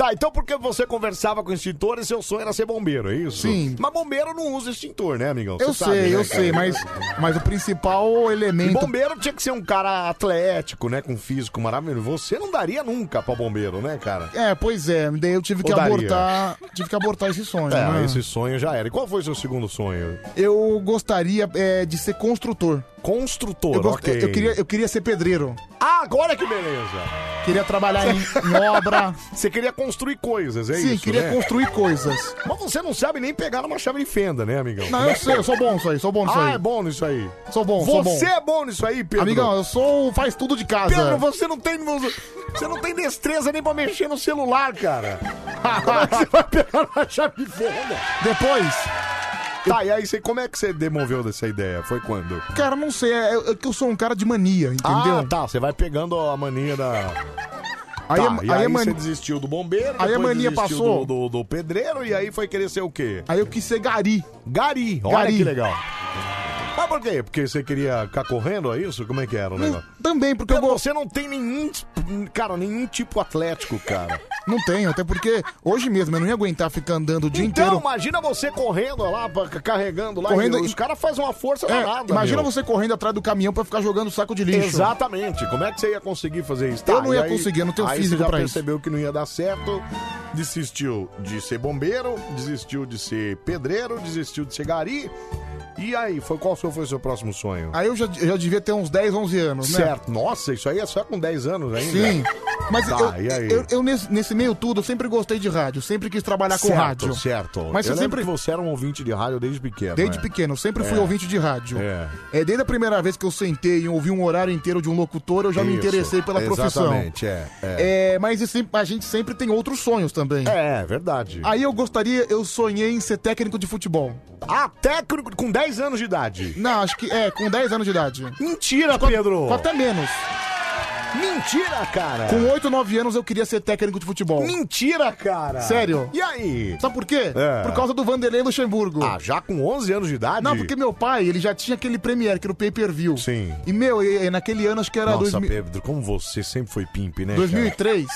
Tá, então porque você conversava com o extintor e seu sonho era ser bombeiro, é isso?
Sim.
Mas bombeiro não usa extintor, né, amigão?
Eu
Você
sei,
sabe, né,
eu
cara?
sei, mas, mas o principal
E
elemento.
bombeiro tinha que ser um cara atlético, né? Com físico maravilhoso. Você não daria nunca pra bombeiro, né, cara?
É, pois é, daí eu tive que
Ou daria?
abortar. Tive que abortar esse sonho.
É,
né?
esse sonho já era. E qual foi o seu segundo sonho?
Eu gostaria é, de ser construtor.
Construtor,
eu
ok.
eu, queria, eu queria ser pedreiro.
Ah, agora que beleza!
Queria trabalhar em, em obra.
Você queria construir coisas, é
Sim,
isso?
queria
né?
construir coisas.
Mas você não sabe nem pegar numa chave de fenda, né, amigão?
Não, eu sei, eu sou bom nisso aí, sou bom nisso
ah,
aí.
é bom nisso aí.
Sou bom,
você
sou bom.
é bom nisso aí, Pedro.
Amigão, eu sou. faz tudo de casa.
Pedro, você não tem. Você não tem destreza nem pra mexer no celular, cara. Como é que você vai pegar uma chave de fenda?
Depois.
Tá, e aí você, como é que você demoveu dessa ideia? Foi quando?
Cara, não sei, é, é que eu sou um cara de mania, entendeu?
Ah, tá. Você vai pegando a mania da.
Aí
Tá,
a- aí
e aí
a mani-
você desistiu do bombeiro,
Aí a
depois
mania
desistiu
passou.
do, do- do pedreiro e aí foi querer ser o quê?
Aí eu quis ser gari.
Gari, olha
Gari.
que legal. Mas por quê? Porque você queria ficar correndo, é isso? Como é que era o negócio?
Também, porque eu
Então Você não tem nenhum, cara, nenhum tipo atlético, cara.
Não tenho, até porque hoje mesmo eu não ia aguentar ficar andando o dia
Então,
inteiro.
imagina você correndo lá, pra- carregando lá.
Correndo
e
e-
os caras fazem uma força
É,
danada.
imagina
meu.
você correndo atrás do caminhão pra ficar jogando saco de lixo.
Exatamente. Como é que você ia conseguir fazer isso? Tá,
Eu não
e
ia conseguir, eu não tenho
aí
físico
você já
pra isso.
percebeu que não ia dar certo, desistiu de ser bombeiro, desistiu de ser pedreiro, desistiu de ser gari. E aí, foi, qual foi o seu próximo sonho?
Aí eu já, eu já devia ter uns 10, 11 anos, né?
Certo. Nossa, isso aí é só com 10 anos ainda.
Sim. Mas
Tá,
eu,
e aí?
eu- eu nesse, nesse meio tudo, eu sempre gostei de rádio, sempre quis trabalhar com
certo,
rádio.
Certo.
Mas
eu
eu
lembro
sempre,
que você era um ouvinte de rádio desde pequeno.
desde
né?
pequeno, eu sempre fui
É.
ouvinte de rádio.
É.
É, desde a primeira vez que eu sentei e ouvi um horário inteiro de um locutor, eu já me
Isso,
interessei pela profissão.
Exatamente, é. É,
É, mas eu sempre- a gente sempre tem outros sonhos também.
É, é verdade.
Aí eu gostaria, eu sonhei em ser técnico de futebol.
Ah, técnico com 10 anos de idade?
Não, acho que é, com 10 anos de idade.
Mentira, Pedro!
Com até menos.
Mentira, cara!
Com 8, 9 anos eu queria ser técnico de futebol.
Mentira, cara!
Sério?
E aí?
Sabe por quê?
É.
Por causa do Vanderlei Luxemburgo.
Ah, já com 11 anos de idade?
Não, porque meu pai, ele já tinha aquele Premiere, que era o pay-per-view.
Sim.
E, meu, e- e naquele ano, acho que era...
Nossa,
2000
Pedro, como você sempre foi pimp, né? cara?
2003.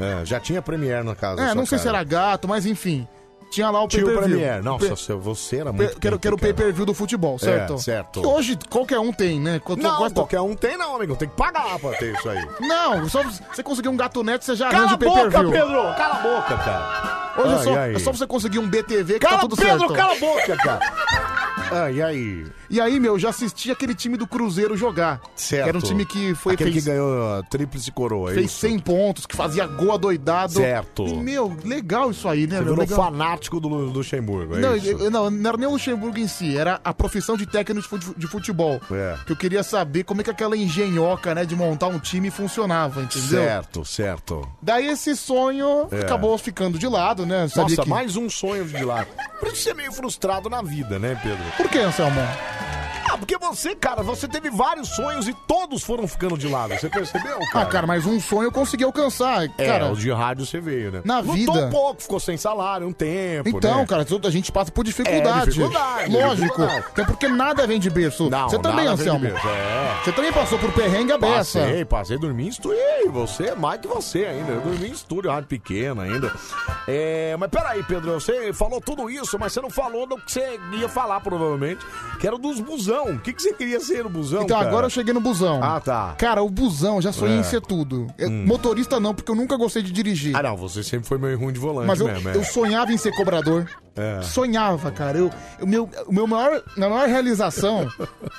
É, já tinha Premiere na casa.
É,
da
não sei
sua
se era
cara.
gato, mas enfim. Tinha lá o
Tinha o
pay-per-view.
Premiere. Nossa,
Pe-
seu- você era
pe-
muito.
que era, que era o pay-per-view do futebol, certo?
É, certo.
Que hoje qualquer um tem, né? Quanto-
Não,
quanto-
qualquer um tem, não, amigo. Tem que pagar pra ter isso aí.
Não, só você conseguir um gato neto, você já
Cala
arranja
a
o pay-per-view.
boca, Pedro! Cala a boca, cara.
Hoje é
Ai,
só,
ai.
é só você conseguir um BTV que
Cala,
tá tudo
Pedro,
certo.
cala a boca, cara. Ah, e aí?
E aí, meu, já assisti aquele time do Cruzeiro jogar.
Certo.
Que era um time que foi
Aquele
fez,
que ganhou a tríplice coroa, é
fez
isso?
100 pontos, que fazia gol adoidado.
Certo.
E, meu, legal isso aí, né,
Você
meu?
virou
Legal.
fanático do Lu- do Luxemburgo, é
Não,
isso?
eu- não, não era nem o Luxemburgo em si, era a profissão de técnico de fute- de futebol.
É.
Que eu queria saber como é que aquela engenhoca, né, de montar um time funcionava, entendeu?
Certo, certo.
Daí esse sonho
É.
acabou ficando de lado, né?
Nossa, mais um sonho de lá. Por isso você é meio frustrado na vida, né, Pedro?
Por que, Anselmo?
Ah, Ah, porque você, cara, você teve vários sonhos e todos foram ficando de lado. Você percebeu,
Ah,
cara?
cara, mas um sonho eu consegui alcançar.
É,
Cara,
os de rádio você veio, né?
na
Lutou
vida-
um pouco, ficou sem salário um tempo,
Então,
né?
cara, a gente passa por dificuldade.
É, dificuldade,
Lógico.
dificuldade.
Até porque nada vem de berço.
Não,
Você também,
nada vem de
Anselmo.
berço, é.
Você também passou por perrengue a beça.
Passei, passei, dormi em estúdio. Ei, você é mais que você ainda. Eu dormi em estúdio, rádio pequena ainda. É, mas peraí, Pedro, você falou tudo isso, mas você não falou do que você ia falar, provavelmente, que era dos busão. O que, que você queria ser no busão,
Então
cara?
agora eu cheguei no busão.
Ah, tá.
Cara, o busão, já sonhei
É.
em ser tudo. Eu-
Hum.
Motorista não, porque eu nunca gostei de dirigir.
Ah, não, você sempre foi meio ruim de volante
Mas eu,
mesmo, é.
eu sonhava em ser cobrador.
É.
Sonhava, cara. Eu, o meu, o meu maior, minha maior realização,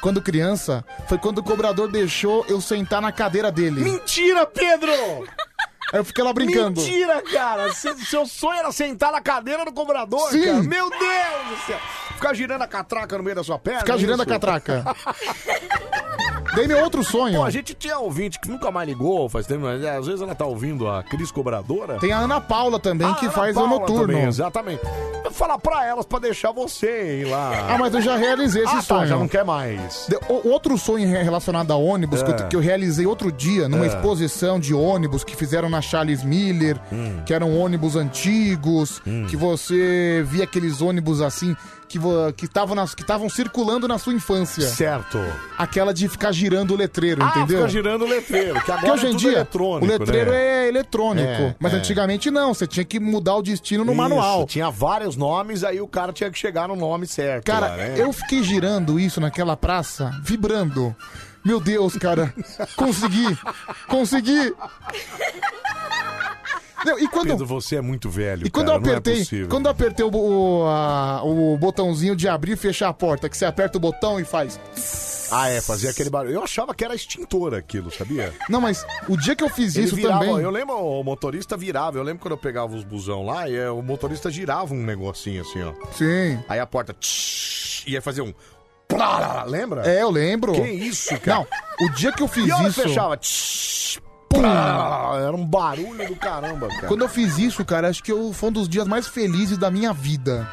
quando criança, foi quando o cobrador deixou eu sentar na cadeira dele.
Mentira, Pedro!
Aí eu fiquei lá Tá brincando.
Mentira, cara! Se- seu sonho era sentar na cadeira do cobrador,
Sim.
cara? Meu Deus do céu! Ficar girando a catraca no meio da sua perna? é
Ficar girando a catraca. Dei meu outro sonho.
Pô, a gente tinha ouvinte que nunca mais ligou faz tempo, mas é, às vezes ela tá ouvindo a Cris Cobradora.
Tem a Ana Paula também, que
Ana
faz
Paula
o noturno.
também, exatamente. Eu falar pra elas pra deixar você ir lá.
Ah, mas eu já realizei esse
Ah, tá,
sonho.
já não quer mais.
De- o- Outro sonho re- relacionado a ônibus que, eu,
É.
que eu realizei outro dia numa
É.
exposição de ônibus que fizeram na Charles Miller,
Hum.
que eram ônibus antigos, que você via aqueles ônibus assim que vo- que estavam nas- que estavam circulando na sua infância.
Certo.
Aquela de ficar girando o letreiro,
Ah,
entendeu?
fica girando o letreiro, que agora
Porque hoje
é
em
tudo
dia
eletrônico,
o letreiro
né?
é eletrônico,
É,
mas
é.
antigamente não, você tinha que mudar o destino no
Isso,
manual.
Tinha vários nomes, aí o cara tinha que chegar no nome certo.
Cara,
lá, né?
eu fiquei girando isso naquela praça, vibrando. Meu Deus, cara, consegui! Consegui! Não, e quando,
Pedro, você é muito velho.
e quando
cara,
eu
não é
apertei,
possível.
quando eu apertei o, bo- o, a- o botãozinho de abrir e fechar a porta, que você aperta o botão e faz.
Ah, é, fazia aquele barulho. Eu achava que era extintor aquilo, sabia?
Não, mas o dia que eu fiz
Ele
isso
virava,
também.
Eu lembro, o motorista virava. Eu lembro quando eu pegava os busão lá, e eh, o motorista girava um negocinho assim, ó.
Sim.
Aí a porta tsh, ia fazer um. plará, Lembra?
É, eu lembro.
Que isso, cara?
Não, o dia que eu fiz
E a hora
isso.
fechava. tsh,
Pum.
plará, Era um barulho do caramba, cara.
Quando eu fiz isso, cara, acho que eu, foi um dos dias mais felizes da minha vida.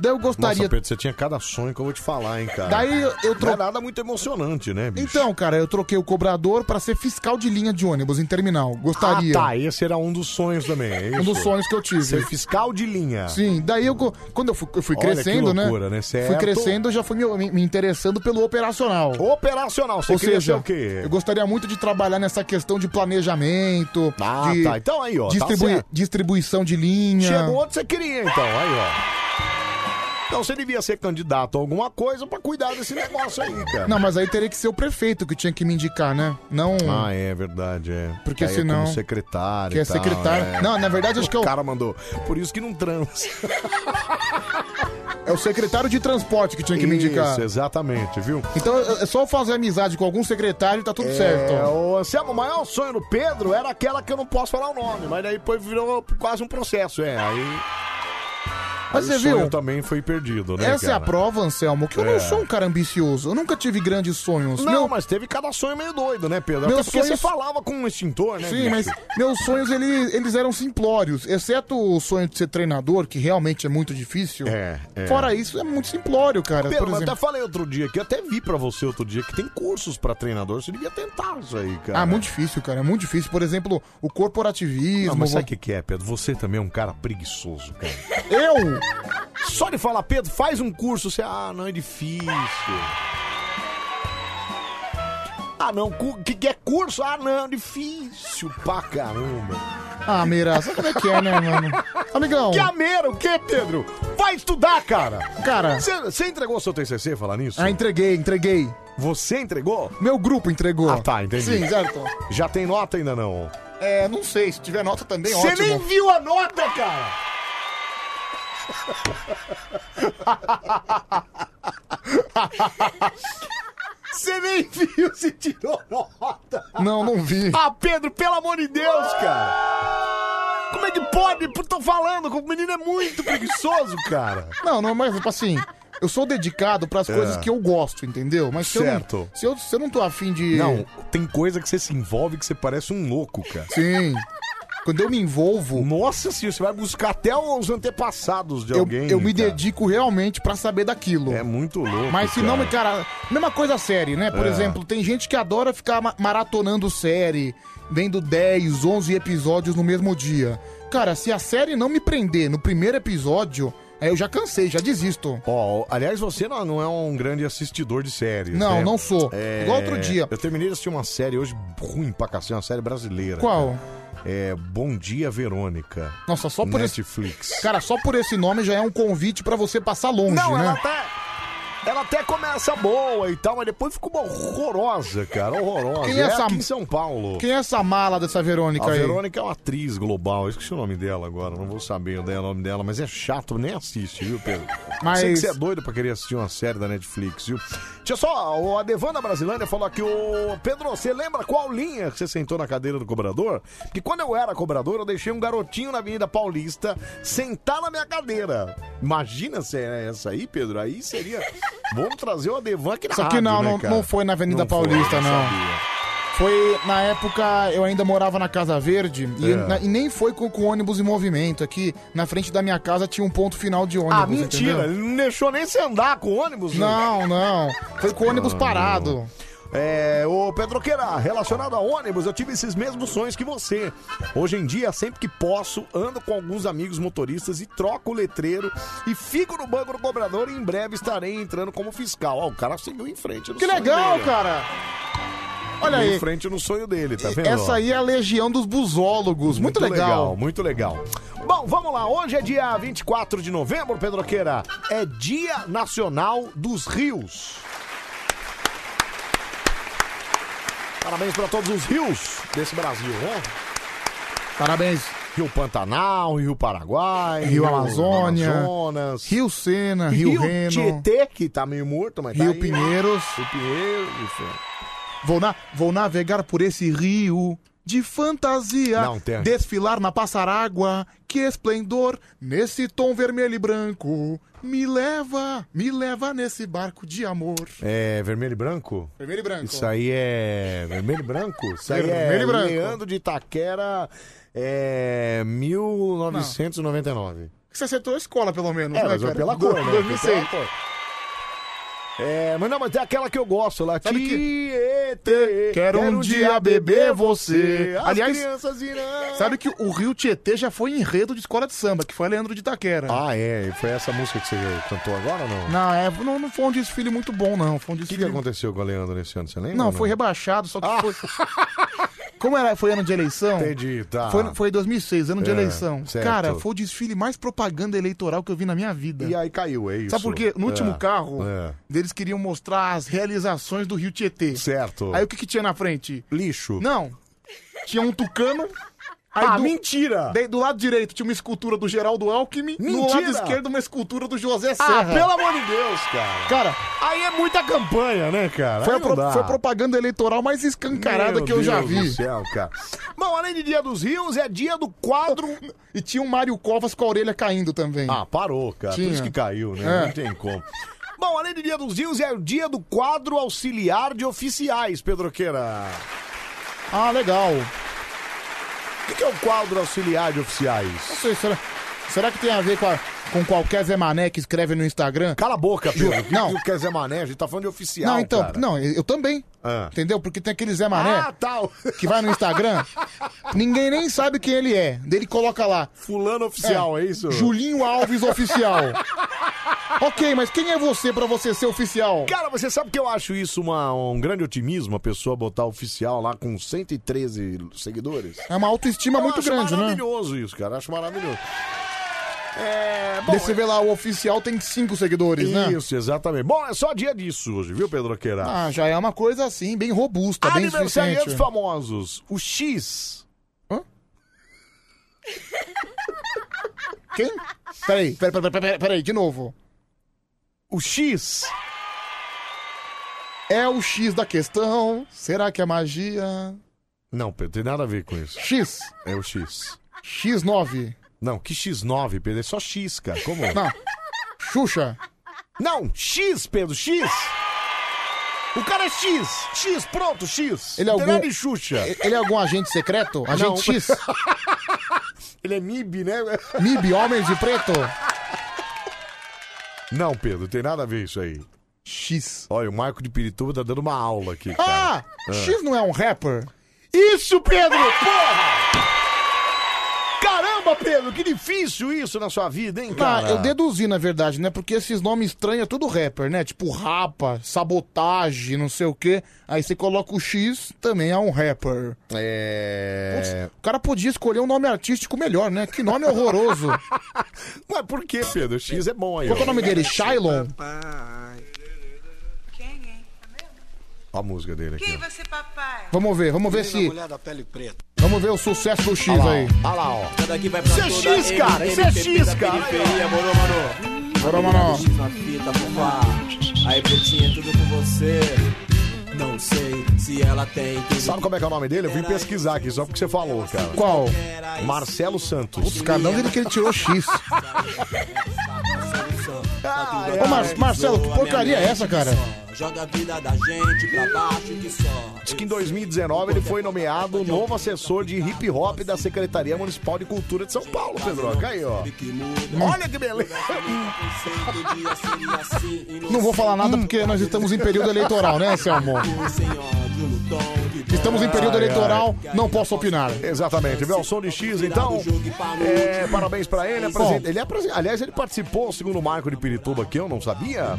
Daí eu gostaria.
Nossa, Pedro, você tinha cada sonho que eu vou te falar, hein, cara.
Daí eu- eu
Não é
tro-
nada muito emocionante, né, bicho?
Então, cara, eu troquei o cobrador pra ser fiscal de linha de ônibus em terminal. Gostaria.
Ah, tá. Esse era um dos sonhos também. é
Um
isso?
dos sonhos que eu tive.
Ser fiscal de linha.
Sim, daí eu, go- quando eu fui, eu fui
Olha que
crescendo,
loucura, né?
Fui
Certo.
crescendo, eu já fui me, me- me interessando pelo operacional.
Operacional, você
Ou
queria
seja,
ser o quê?
eu gostaria muito de trabalhar nessa questão de planejamento,
Ah,
de
tá. Então aí, ó, tá
distribui-
certo.
distribuição de linha.
Chegou onde você queria, então. Aí, ó. Então você devia ser candidato a alguma coisa pra cuidar desse negócio aí, cara.
Não, mas aí teria que ser o prefeito que tinha que me indicar, né? Não.
Ah, é verdade, é.
Porque
Aí é
senão-
como secretário.
Que
e
é
tal,
secretário.
é.
Não, na verdade, acho que é
o
o-
cara mandou. Por isso que não transa.
É o secretário de transporte que tinha que me indicar.
Isso, exatamente, viu?
Então é é só eu fazer amizade com algum secretário e tá tudo
É,
certo.
O Anselmo, o maior sonho do Pedro era aquela que eu não posso falar o nome, mas daí depois virou quase um processo, é. Aí.
Mas
aí
você
o sonho
viu?
também foi perdido, né?
Essa é a
cara?
prova, Anselmo, que eu
É.
não sou um cara ambicioso. Eu nunca tive grandes sonhos.
Não,
Meu-
mas teve cada sonho meio doido, né, Pedro?
Meus
Até porque
sonhos-
você falava com um extintor, né?
Sim, mas
bicho?
meus sonhos ele, eles eram simplórios, exceto o sonho de ser treinador, que realmente é muito difícil.
É, é.
Fora isso, é muito simplório, cara.
Pedro,
Por
mas eu
exemplo,
até falei outro dia que eu até vi pra você outro dia que tem cursos pra treinador, você devia tentar isso aí, cara.
Ah, muito difícil, cara. É muito difícil. Por exemplo, o corporativismo.
Não, mas sabe
vo-
o que, que é, Pedro? Você também é um cara preguiçoso, cara.
Eu?
Só de falar, Pedro, faz um curso, você. Ah, não, é difícil. Ah, não, o que, que é curso? Ah, não, difícil pra caramba.
Ah, Meira, sabe como é que é, né, mano? Amigão.
Que ameira, o quê, Pedro? Vai estudar, cara!
Cara.
Você entregou seu TCC falar nisso?
Ah, entreguei, entreguei.
Você entregou?
Meu grupo entregou.
Ah, tá, entendi.
Sim, certo.
Já tem nota ainda não?
É, não sei, se tiver nota também,
Você
ótimo.
nem é viu a nota, cara! Você nem viu se tirou nota!
Não, não vi.
Ah, Pedro, pelo amor de Deus, cara! Como é que pode? Tô falando, o menino é muito preguiçoso, cara!
Não, não, mas tipo assim, eu sou dedicado pras
É.
coisas que eu gosto, entendeu? Mas se eu
Certo.
não, se eu, se eu não tô afim de
Não, tem coisa que você se envolve que você parece um louco, cara.
Sim. Quando eu me envolvo.
Nossa senhora, você vai buscar até os antepassados de
eu,
alguém,
Eu me
cara.
dedico realmente pra saber daquilo. É
muito louco.
Mas se não, cara, mesma coisa série, né? Por
É.
exemplo, tem gente que adora ficar ma- maratonando série, vendo 10, 11 episódios no mesmo dia. Cara, se a série não me prender no primeiro episódio, aí É, eu já cansei, já desisto.
Ó, aliás, você não, não é um grande assistidor de séries.
Não,
né?
não sou.
É,
Igual outro dia.
Eu terminei de assistir uma série hoje ruim pra cacete, uma série brasileira.
Qual?
cara. É Bom Dia Verônica.
Nossa, só por esse.
Netflix.
Cara, só por esse nome já é um convite pra você passar longe,
Não,
né?
ela até. Ela até começa boa e tal, mas depois ficou uma horrorosa, cara. Horrorosa.
Quem
Quem
é
é
essa-
aqui em São Paulo.
Quem é essa mala dessa Verônica
A
aí?
Verônica é uma atriz global, eu esqueci o nome dela agora, não vou saber o nome dela, mas é chato, nem assiste, viu, Pedro?
Mas-
Sei que você é doido pra querer assistir uma série da Netflix, viu? Tinha só, o Adevanda Brasilândia falou aqui, ô Pedro, você lembra qual linha que você sentou na cadeira do cobrador? Porque quando eu era cobrador, eu deixei um garotinho na Avenida Paulista sentar na minha cadeira. Imagina se era essa aí, Pedro, aí seria... Vamos trazer o Adevan aqui na
Isso aqui
rádio,
não,
né,
não,
cara?
não foi na Avenida
Não foi,
Paulista, não.
sabia.
Foi na época, eu ainda morava na Casa Verde e,
É.
na- e nem foi com, com ônibus em movimento. Aqui na frente da minha casa tinha um ponto final de ônibus.
Ah, mentira,
entendeu?
ele não deixou nem você andar com o ônibus? né?
Não, não. Foi com o ônibus parado.
É, ô Pedroqueira, relacionado a ônibus, eu tive esses mesmos sonhos que você. Hoje em dia, sempre que posso, ando com alguns amigos motoristas e troco o letreiro e fico no banco do cobrador e em breve estarei entrando como fiscal. Ó, o cara seguiu em frente no
Que
sonho
legal,
dele, ó.
cara! Olha
Seguiu
aí.
Em frente no sonho dele, tá vendo?
Essa
ó?
aí é a legião dos busólogos. Muito, legal.
Muito legal. Bom, vamos lá. Hoje é dia 24 de novembro, Pedroqueira. É Dia Nacional dos Rios. Parabéns para todos os rios desse Brasil, né?
Parabéns.
Rio Pantanal, Rio Paraguai,
Rio Amazônia,
Amazonas,
Rio Sena, Rio, Reno.
Tietê, que tá meio morto, mas tá
Rio
aí.
Pinheiros.
Rio Pinheiros, isso.
Vou, na- vou navegar por esse rio de fantasia.
Não, tem.
Desfilar na passarágua. Que esplendor nesse tom vermelho e branco. Me leva, me leva nesse barco de amor.
É vermelho e branco?
Vermelho e branco.
Isso aí é vermelho e branco? Isso aí
Vermelho
é
e branco.
Leandro de Itaquera, é 1999.
Você acertou a escola, pelo menos.
É,
né,
mas é
cara?
pela cor, né?
2006.
Pela cor. É, mas não, mas tem aquela que eu gosto lá.
Sabe que-
Tietê,
Quero um dia beber você.
As
Aliás,
crianças irão.
Sabe que o Rio Tietê já foi enredo de escola de samba, que foi Leandro de Itaquera.
Ah, é. E foi essa música que você cantou agora ou não?
Não, é, não, não foi um desfile muito bom, não. Foi um
O que,
desfile.
que aconteceu com o Leandro nesse ano? Você lembra?
Não,
ou
foi rebaixado, só que
Ah,
foi. Como era, foi ano de eleição?
Entendi, tá.
Foi, foi 2006, ano de
É,
eleição.
certo.
Cara, foi o desfile mais propaganda eleitoral que eu vi na minha vida.
E aí caiu, é isso.
Sabe por quê? No último
É,
carro,
é.
eles queriam mostrar as realizações do Rio Tietê.
Certo.
Aí o que, que tinha na frente?
Lixo.
Não. Tinha um tucano.
Ah, mentira!
Daí do lado direito tinha uma escultura do Geraldo Alckmin. No lado
Mentira!
esquerdo uma escultura do José
Ah,
Serra.
pelo amor de Deus, cara.
Cara,
Aí é muita campanha, né, cara?
foi,
Aí
a
não
pro-
dá.
foi a propaganda eleitoral mais escancarada
Meu
que eu já
Deus
vi.
do céu, cara. Bom, além de Dia dos Rios, é dia do quadro.
E tinha um Mário Covas com a orelha caindo também.
Ah, parou, cara.
Tinha.
Por isso que caiu, né?
É.
Não tem como. Bom, além de Dia dos Rios, é o dia do quadro auxiliar de oficiais, Pedroqueira.
Ah, legal.
O que que é o quadro auxiliar de oficiais?
Não sei, será, será que tem a ver com, a- com qualquer Zé Mané que escreve no Instagram?
Cala a boca, Pedro. O que-
Não,
O que é Zé Mané? A gente tá falando de oficial.
não, então,
cara.
não, eu também.
Ah.
Entendeu? Porque tem aquele Zé Mané
Ah, tal.
que vai no Instagram, ninguém nem sabe quem ele é. Daí Ele coloca lá.
Fulano oficial, é isso?
Julinho Alves oficial. ok, mas quem é você pra você ser oficial?
Cara, você sabe que eu acho isso uma- um grande otimismo, a pessoa botar oficial lá com 113 seguidores?
É uma autoestima
Eu
muito
acho
grande, né?
maravilhoso isso, cara. Acho maravilhoso. É, bom,
Daí você vê lá, o oficial tem cinco seguidores, né?
Isso, exatamente. Bom, é só dia disso hoje, viu, Pedro Queira?
Ah, já é uma coisa assim, bem
Ah,
robusta, bem
Aniversariantes
suficiente.
famosos. O X.
Quem? Peraí, peraí, peraí, peraí, peraí, de novo.
O X.
É o X da questão. Será que é magia?
Não, Pedro, tem nada a ver com isso.
X.
É o X.
X9.
Não, que X9, Pedro? É só X, cara. Como? é?
Não. Xuxa.
Não, X, Pedro, X. O cara é X. X, pronto, X.
Ele é
Não tem nada
algum-
de Xuxa.
Ele é algum agente secreto? Agente
Não.
X?
Ele é MIB, né?
MIB, Homens de Preto.
Não, Pedro, tem nada a ver isso aí.
X.
Olha, o Marco de Pirituba tá dando uma aula aqui.
Ah!
Cara.
X não é um rapper?
Isso, Pedro! Porra! Caramba, Pedro, que difícil isso na sua vida, hein, cara?
Ah, eu deduzi, na verdade, né? Porque esses nomes estranhos é tudo rapper, né? Tipo rapa, sabotagem, não sei o quê. Aí você coloca o X, também é um rapper.
É.
Putz, o cara podia escolher um nome artístico melhor, né? Que nome horroroso.
Mas por que, Pedro? X é bom aí.
Qual que é o nome dele? Shylon?
Ó a música dele aqui. ó.
Vamos ver, vamos ver
Menina,
se.
mulher
Vamos ver o sucesso do X
Olha lá,
aí.
Olha lá, ó.
Essa daqui vai
Isso é X, cara, isso é X, cara.
Morou, mano.
Morou, mano.
X na fita, fumar. Aí, pretinha, tudo com você. Não sei se ela tem tudo.
Sabe como é que é o nome dele? Eu vim pesquisar aqui, só porque você falou, cara.
Qual?
Marcelo Santos.
Putz, cara, não que ele tirou X.
Ai,
Ô, Mar- Marcelo, que porcaria é essa, cara?
Joga a vida da gente pra baixo que só.
Diz que em 2019 ele foi nomeado novo assessor de hip hop da Secretaria Municipal de Cultura de São Paulo, Pedro. Aí, ó. Olha que beleza.
Não vou falar nada porque nós estamos em período eleitoral, né, Selmo? Estamos em período
Ai, ai.
eleitoral, não posso opinar.
Exatamente, viu? O som de X, então. É, parabéns pra ele. Apresen-
Bom.
ele apresen- Aliás, ele participou, segundo o Marco de Pirituba, que eu não sabia,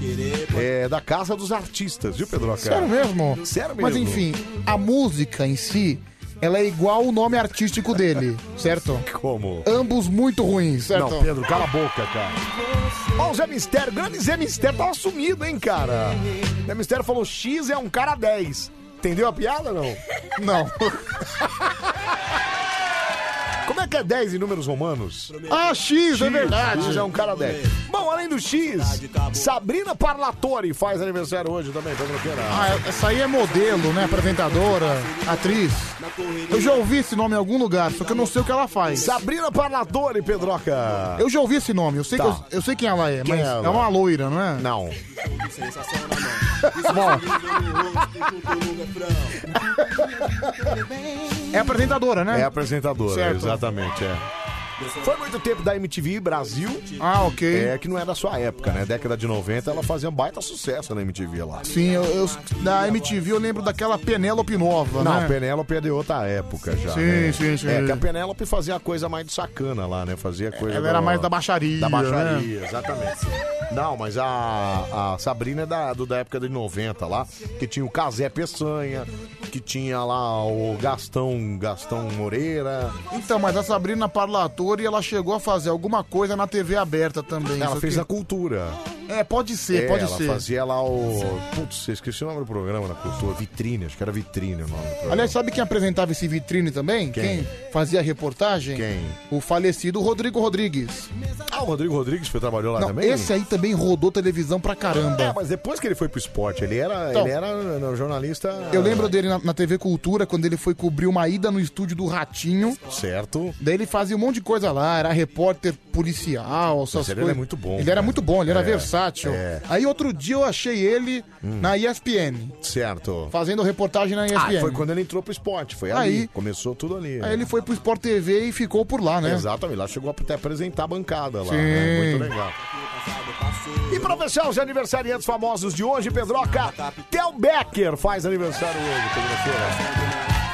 é, da Casa dos Artistas, viu, Pedro?
Sério mesmo?
Sério mesmo.
Mas enfim, a música em si, ela é igual o nome artístico dele, certo?
Como?
Ambos muito ruins, certo?
Não, Pedro, cala a boca, cara. Ó, o Zé Mistério, grande Zé Mistério, tava tá sumido, hein, cara. Zé É. Mistério falou: X é um cara 10. Entendeu a piada não?
Não.
Como é que é 10 em números romanos?
Ah, X, é verdade.
X é um cara 10. Bom, além do X, Sabrina Parlatore faz aniversário hoje também, Pedro Queira.
Ah, essa aí é modelo, né? Apresentadora, atriz. Eu já ouvi esse nome em algum lugar, só que eu não sei o que ela faz.
Sabrina Parlatore, Pedroca.
Eu já ouvi esse nome, eu sei,
Tá.
que eu, eu sei quem ela é,
Quem
mas
é ela?
é uma loira, não é?
Não.
É apresentadora, né?
É apresentadora,
Certo.
exatamente, é. Foi muito tempo da MTV Brasil.
Ah, ok.
É, que não é da sua época, né? Década de 90, ela fazia um baita sucesso na MTV lá.
Sim, eu, eu- da MTV eu lembro daquela Penélope Nova,
Não,
né?
Penélope é de outra época já.
Sim,
né?
sim, sim.
É que a Penélope fazia a coisa mais de sacana lá, né? Fazia coisa.
Ela era
do-
mais da baixaria.
Da
né?
baixaria, exatamente. Não, mas a, a Sabrina é da, do- da época de 90 lá, que tinha o Casé Peçanha, que tinha lá o Gastão, Gastão Moreira.
Então, mas a Sabrina Parlatore, ela chegou a fazer alguma coisa na TV aberta também.
Ela
só
fez
que-
a cultura.
É, pode ser,
É,
pode
ela
ser.
fazia lá o. Putz, eu esqueci o nome do programa na cultura. Vitrine, acho que era vitrine o nome do programa.
Aliás, sabe quem apresentava esse vitrine também?
Quem?
fazia a reportagem?
Quem?
O falecido Rodrigo Rodrigues.
Ah, o Rodrigo Rodrigues foi, trabalhou lá
Não,
também?
esse aí também rodou televisão pra caramba.
É, mas depois que ele foi pro esporte, ele era,
Então,
ele era um jornalista.
Eu lembro dele na, na TV Cultura, quando ele foi cobrir uma ida no estúdio do Ratinho.
Certo.
Daí ele fazia um monte de coisa lá, era repórter policial, essas
Mas ele
coisas.
era muito bom,
Ele
cara.
era muito bom, ele era
É,
versátil.
é. Hum.
Aí outro dia eu achei ele na ESPN,
Certo.
fazendo reportagem na ESPN.
Ah, foi quando ele entrou pro esporte, foi
Aí-
ali. Começou tudo ali.
Aí ele foi pro Sport TV e ficou por lá, né?
Exatamente, lá chegou até a apresentar a bancada lá.
Sim.
né? Muito legal. E pra fechar os aniversariantes famosos de hoje, Pedroca, Tel Becker faz aniversário hoje,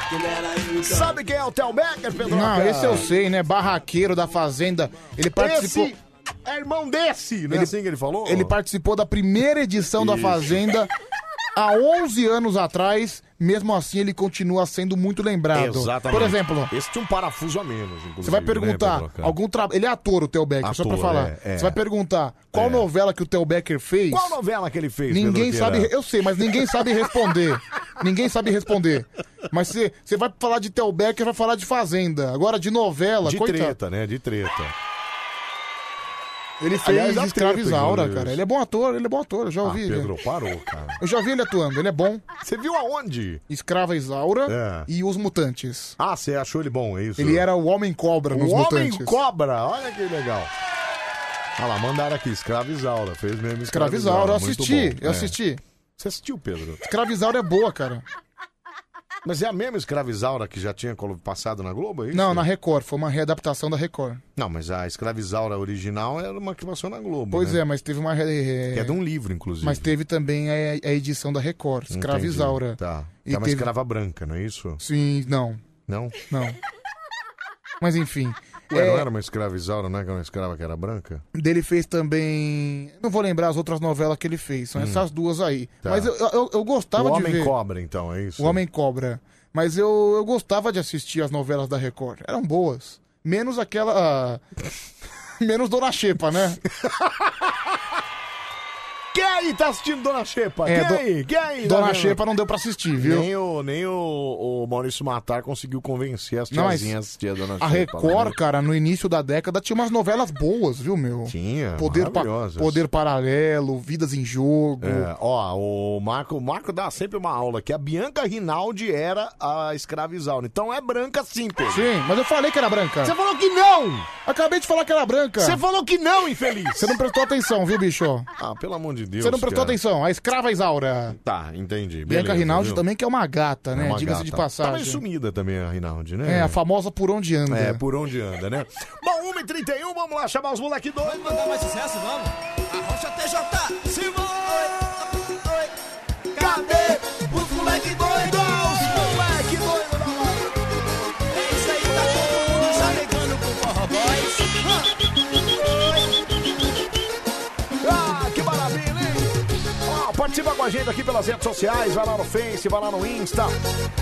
segunda-feira. Sabe quem é o Tel Becker, Pedroca?
Não, esse eu sei, né? Barraqueiro da Fazenda. Ele participou.
Esse é irmão desse, não é assim que ele falou?
Ele participou da primeira edição da
Isso.
Fazenda há 11 anos atrás. Mesmo assim, ele continua sendo muito lembrado.
Exatamente.
Por exemplo,
Esse tinha um parafuso a menos, inclusive.
você vai
né,
perguntar
Pedroca?
algum trabalho. Ele é ator, o Theo Becker, só pra
Ator,
falar.
é, é.
Você vai perguntar qual novela que o Theo Becker fez.
Qual novela que ele fez,
Ninguém
Pedroqueira?
sabe. Eu sei, mas ninguém sabe responder. ninguém sabe responder. Mas você você vai falar de Theo Becker, vai falar de Fazenda. Agora, de novela,
De
coitado. Tá
treta, né? De treta.
Ele fez
Aliás, dá treta,
Escravizaura,
inclusive.
cara. Ele é bom ator, ele é bom ator, eu já
Ah,
ouvi. ele.
Pedro, parou, cara.
Eu já vi ele atuando, ele é bom.
Você viu aonde?
Escrava Isaura
É.
e Os Mutantes.
Ah, você achou ele bom, é isso?
Ele era o Homem Cobra
o
nos
Homem
Mutantes.
Cobra, olha que legal. Olha lá, mandaram aqui, Escravizaura, fez mesmo
Escravizaura, eu
muito
assisti,
bom.
eu
É.
assisti.
Você assistiu, Pedro?
Escravizaura é boa, cara.
Mas é a mesma escravizaura que já tinha colo- passado na Globo, é isso?
Não, na Record. Foi uma readaptação da Record.
Não, mas a escravizaura original era uma que passou na Globo.
Pois
né?
é, mas teve uma. re-
Que é de um livro, inclusive.
Mas teve também a, a edição da Record,
Entendi.
Escravizaura.
Tá.
E
tá uma
teve-
escrava branca, não é isso?
Sim, não.
Não?
Não. Mas enfim.
Ué, não
É,
era uma escravizaura, não era uma escrava que era branca?
Dele fez também. Não vou lembrar as outras novelas que ele fez, são
Hum.
essas duas aí.
Tá.
Mas eu, eu, eu gostava
o
de
Homem
ver.
Cobra, então, é isso?
O Homem Cobra. Mas eu, eu gostava de assistir as novelas da Record. Eram boas. Menos aquela. ah, Menos Dona Xepa, né?
Quem aí tá assistindo Dona Xepa?
É,
Quem
do-
aí? Quem aí?
Dona
Tá vendo?
Xepa não deu pra assistir, viu?
Nem o, nem o, o Maurício Matar conseguiu convencer as
Não, mas
tiazinhas a assistir a Dona Xepa.
A
lá,
Record,
né?
cara, no início da década tinha umas novelas boas, viu, meu?
Tinha,
Poder, Pa-
maravilhosas.
Poder Paralelo, Vidas em Jogo.
É, ó, o Marco, o Marco dá sempre uma aula que a Bianca Rinaldi era a escravizaura. Então é branca sim, Pedro.
Sim, mas eu falei que era branca.
Você falou que não!
Acabei de falar que era branca.
Você falou que não, infeliz!
Você não prestou atenção, viu, bicho?
Ah, pelo amor de Deus.
Você não prestou
cara.
atenção. A escrava Isaura.
Tá, entendi.
Bianca
Beleza,
Rinaldi
viu?
também, que é uma gata,
É
né?
uma
Diga-se
gata.
de
Tá meio
passagem.
sumida também a Rinaldi, né?
É, a famosa Por Onde Anda.
É, por onde anda, né? Bom, 1h31, vamos lá chamar os moleque doido. Vamos mandar mais sucesso, vamos.
Arrocha TJ, se vai. Oi, oi. Cadê os moleque doido? Os moleque doido da hora. É isso aí, tá todo mundo já negando com o Forró Boys. Hã? Oi.
Ah, que maravilha, hein? Ó, participa com a gente aqui pelas redes sociais, vai lá no Face, vai lá no Insta,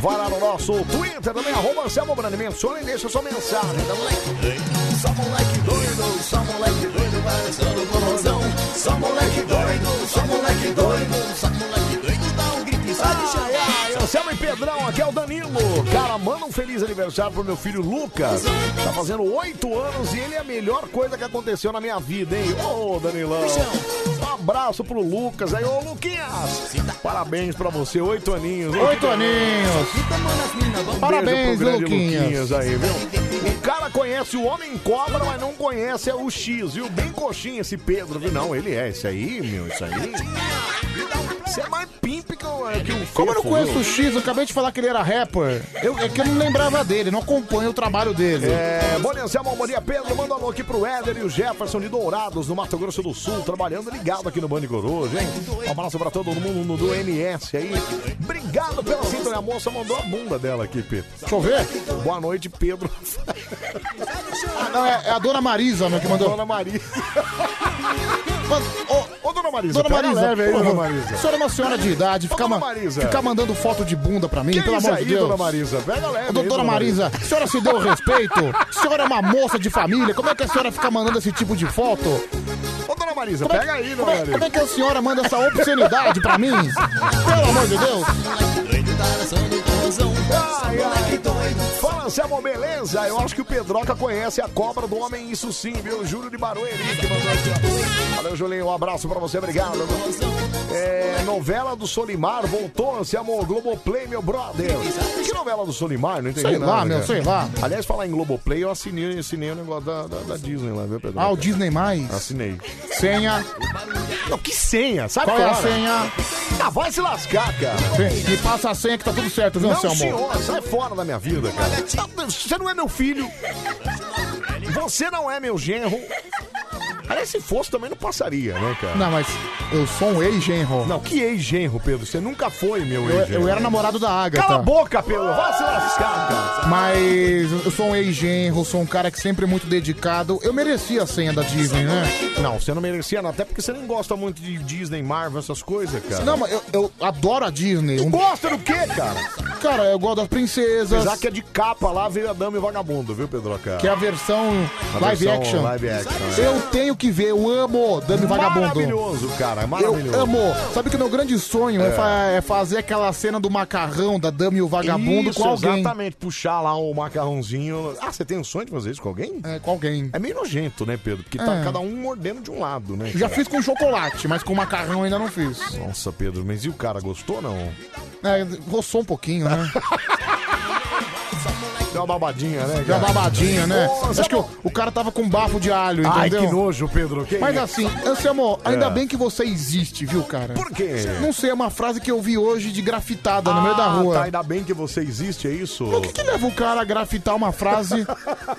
vai lá no nosso Twitter também, arroba Anselmo Brandi, menciona e deixa sua mensagem, tá moleque?
Só moleque doido, só moleque doido, balançando com mãozão. Só moleque doido, só moleque doido, só moleque doido, dá um grito e sai de chaiar.
Ai, tá. Ah, Anselmo e Pedrão, aqui é o Danilo. Cara, manda um feliz aniversário pro meu filho Lucas. Tá fazendo oito anos e ele é a melhor coisa que aconteceu na minha vida, hein? Ô, Danilão. Um abraço pro Lucas aí. Ô, Luquinhas. Parabéns pra você, oito aninhos. hein?
Oito aninhos.
Um
Parabéns,
beijo pro grande
Luquinhas.
Luquinhas aí, viu? O cara conhece o Homem Cobra, mas não conhece é o X, viu? Bem coxinha esse Pedro, viu? Não, ele é. Esse aí, meu, isso aí... Você é mais pimpe que o... Que o
Como eu não
fofo,
conheço
viu?
o X, eu acabei de falar que ele era rapper. Eu, é que eu não lembrava dele, não acompanho o trabalho dele.
É, Bom dia, Anselmo, bom dia, Pedro. Manda um alô aqui pro Éder e o Jefferson de Dourados, no Mato Grosso do Sul, trabalhando ligado aqui no Bande Coruja, hein? Um abraço pra todo mundo no- do MS aí. Obrigado pela sintonia. A moça mandou a bunda dela aqui, Pedro.
Deixa eu ver.
Boa noite, Pedro.
Ah, não, é, é a dona Marisa, meu, que mandou.
Dona Marisa. Ô, dona Marisa,
Dona
pega
Marisa,
leve aí,
porra,
dona Marisa.
A senhora é uma senhora de idade,
Ô,
fica,
dona
ma-
Marisa.
fica mandando foto de bunda pra mim,
Que
pelo
isso
amor
aí,
de Deus.
dona Marisa? Pega leve
Ô,
aí,
dona
dona
Marisa,
Marisa.
a senhora se deu respeito? A senhora é uma moça de família, como é que a senhora fica mandando esse tipo de foto?
Ô, dona Marisa,
Como é-
pega aí,
como
dona
é,
Marisa.
Como é que a senhora manda essa obscenidade pra mim? Pelo amor de Deus.
Ai, ai. Fala, Anselmo, beleza? Eu acho que o Pedroca conhece a cobra do homem, isso sim, viu? Júlio de Barueri. que mandou aqui, ó. Valeu, Julinho. Um abraço pra você, obrigado. É, novela do Solimar voltou, Anselmo. Globoplay, meu brother. Que novela do Solimar? Não entendi
Sei
nada,
lá, meu,
cara.
sei lá.
Aliás, falar em Globoplay, eu assinei, assinei o negócio da, da, da Disney lá, viu, Pedro?
Ah, o Disney+.
Assinei.
Senha.
Não, que senha? Sabe
Qual é a
fora.
senha?
Ah, vai se lascar, cara.
Me passa a senha que tá tudo certo, viu,
Não,
Anselmo?
senhor, sai fora da minha vida, cara. Tá- Você não é meu filho. Você não é meu genro. Aliás, se fosse também não passaria, né, cara?
Não, mas eu sou um ex-genro.
Não, que ex-genro, Pedro? Você nunca foi meu
Eu,
ex-genro.
eu era namorado da Agatha.
Cala a boca, Pedro. Vai se lascar, cara.
Mas eu sou um ex-genro, sou um cara que sempre é muito dedicado. Eu merecia a senha da Disney, né?
Não, você não merecia, não. Até porque você nem gosta muito de Disney, Marvel, essas coisas, cara.
Não, mas eu, eu adoro a Disney. Um-
Gosta do quê, cara?
Cara, eu gosto das princesas.
Apesar que é de capa lá, veio a Dama e o Vagabundo, viu, Pedro? Cara?
que é a versão
A
live
versão
action.
live action, é.
Eu tenho que ver, eu amo Dami Vagabundo.
Maravilhoso, cara, maravilhoso.
Eu amo. Sabe que o meu grande sonho é,
É.
fa- é fazer aquela cena do macarrão da Dami e o Vagabundo
Isso,
com alguém.
Exatamente, puxar lá o macarrãozinho. Ah, você tem o sonho de fazer isso com alguém?
É, com alguém.
É meio nojento, né, Pedro? Porque tá
É.
cada um mordendo de um lado, né?
Já
cara?
fiz com chocolate, mas com macarrão ainda não fiz.
Nossa, Pedro, mas e o cara gostou ou não?
É, roçou um pouquinho, né?
Deu uma babadinha, né?
Deu uma babadinha, né?
Nossa,
Acho que o, o cara tava com bafo de alho, entendeu?
Ai, que nojo, Pedro. Que
Mas
isso?
assim, Anselmo, ainda
É.
bem que você existe, viu, cara? Por
quê?
Não sei, é uma frase que eu vi hoje de grafitada no meio da
Ah,
rua.
Tá, ainda bem que você existe, é isso?
O que, que leva o cara a grafitar uma frase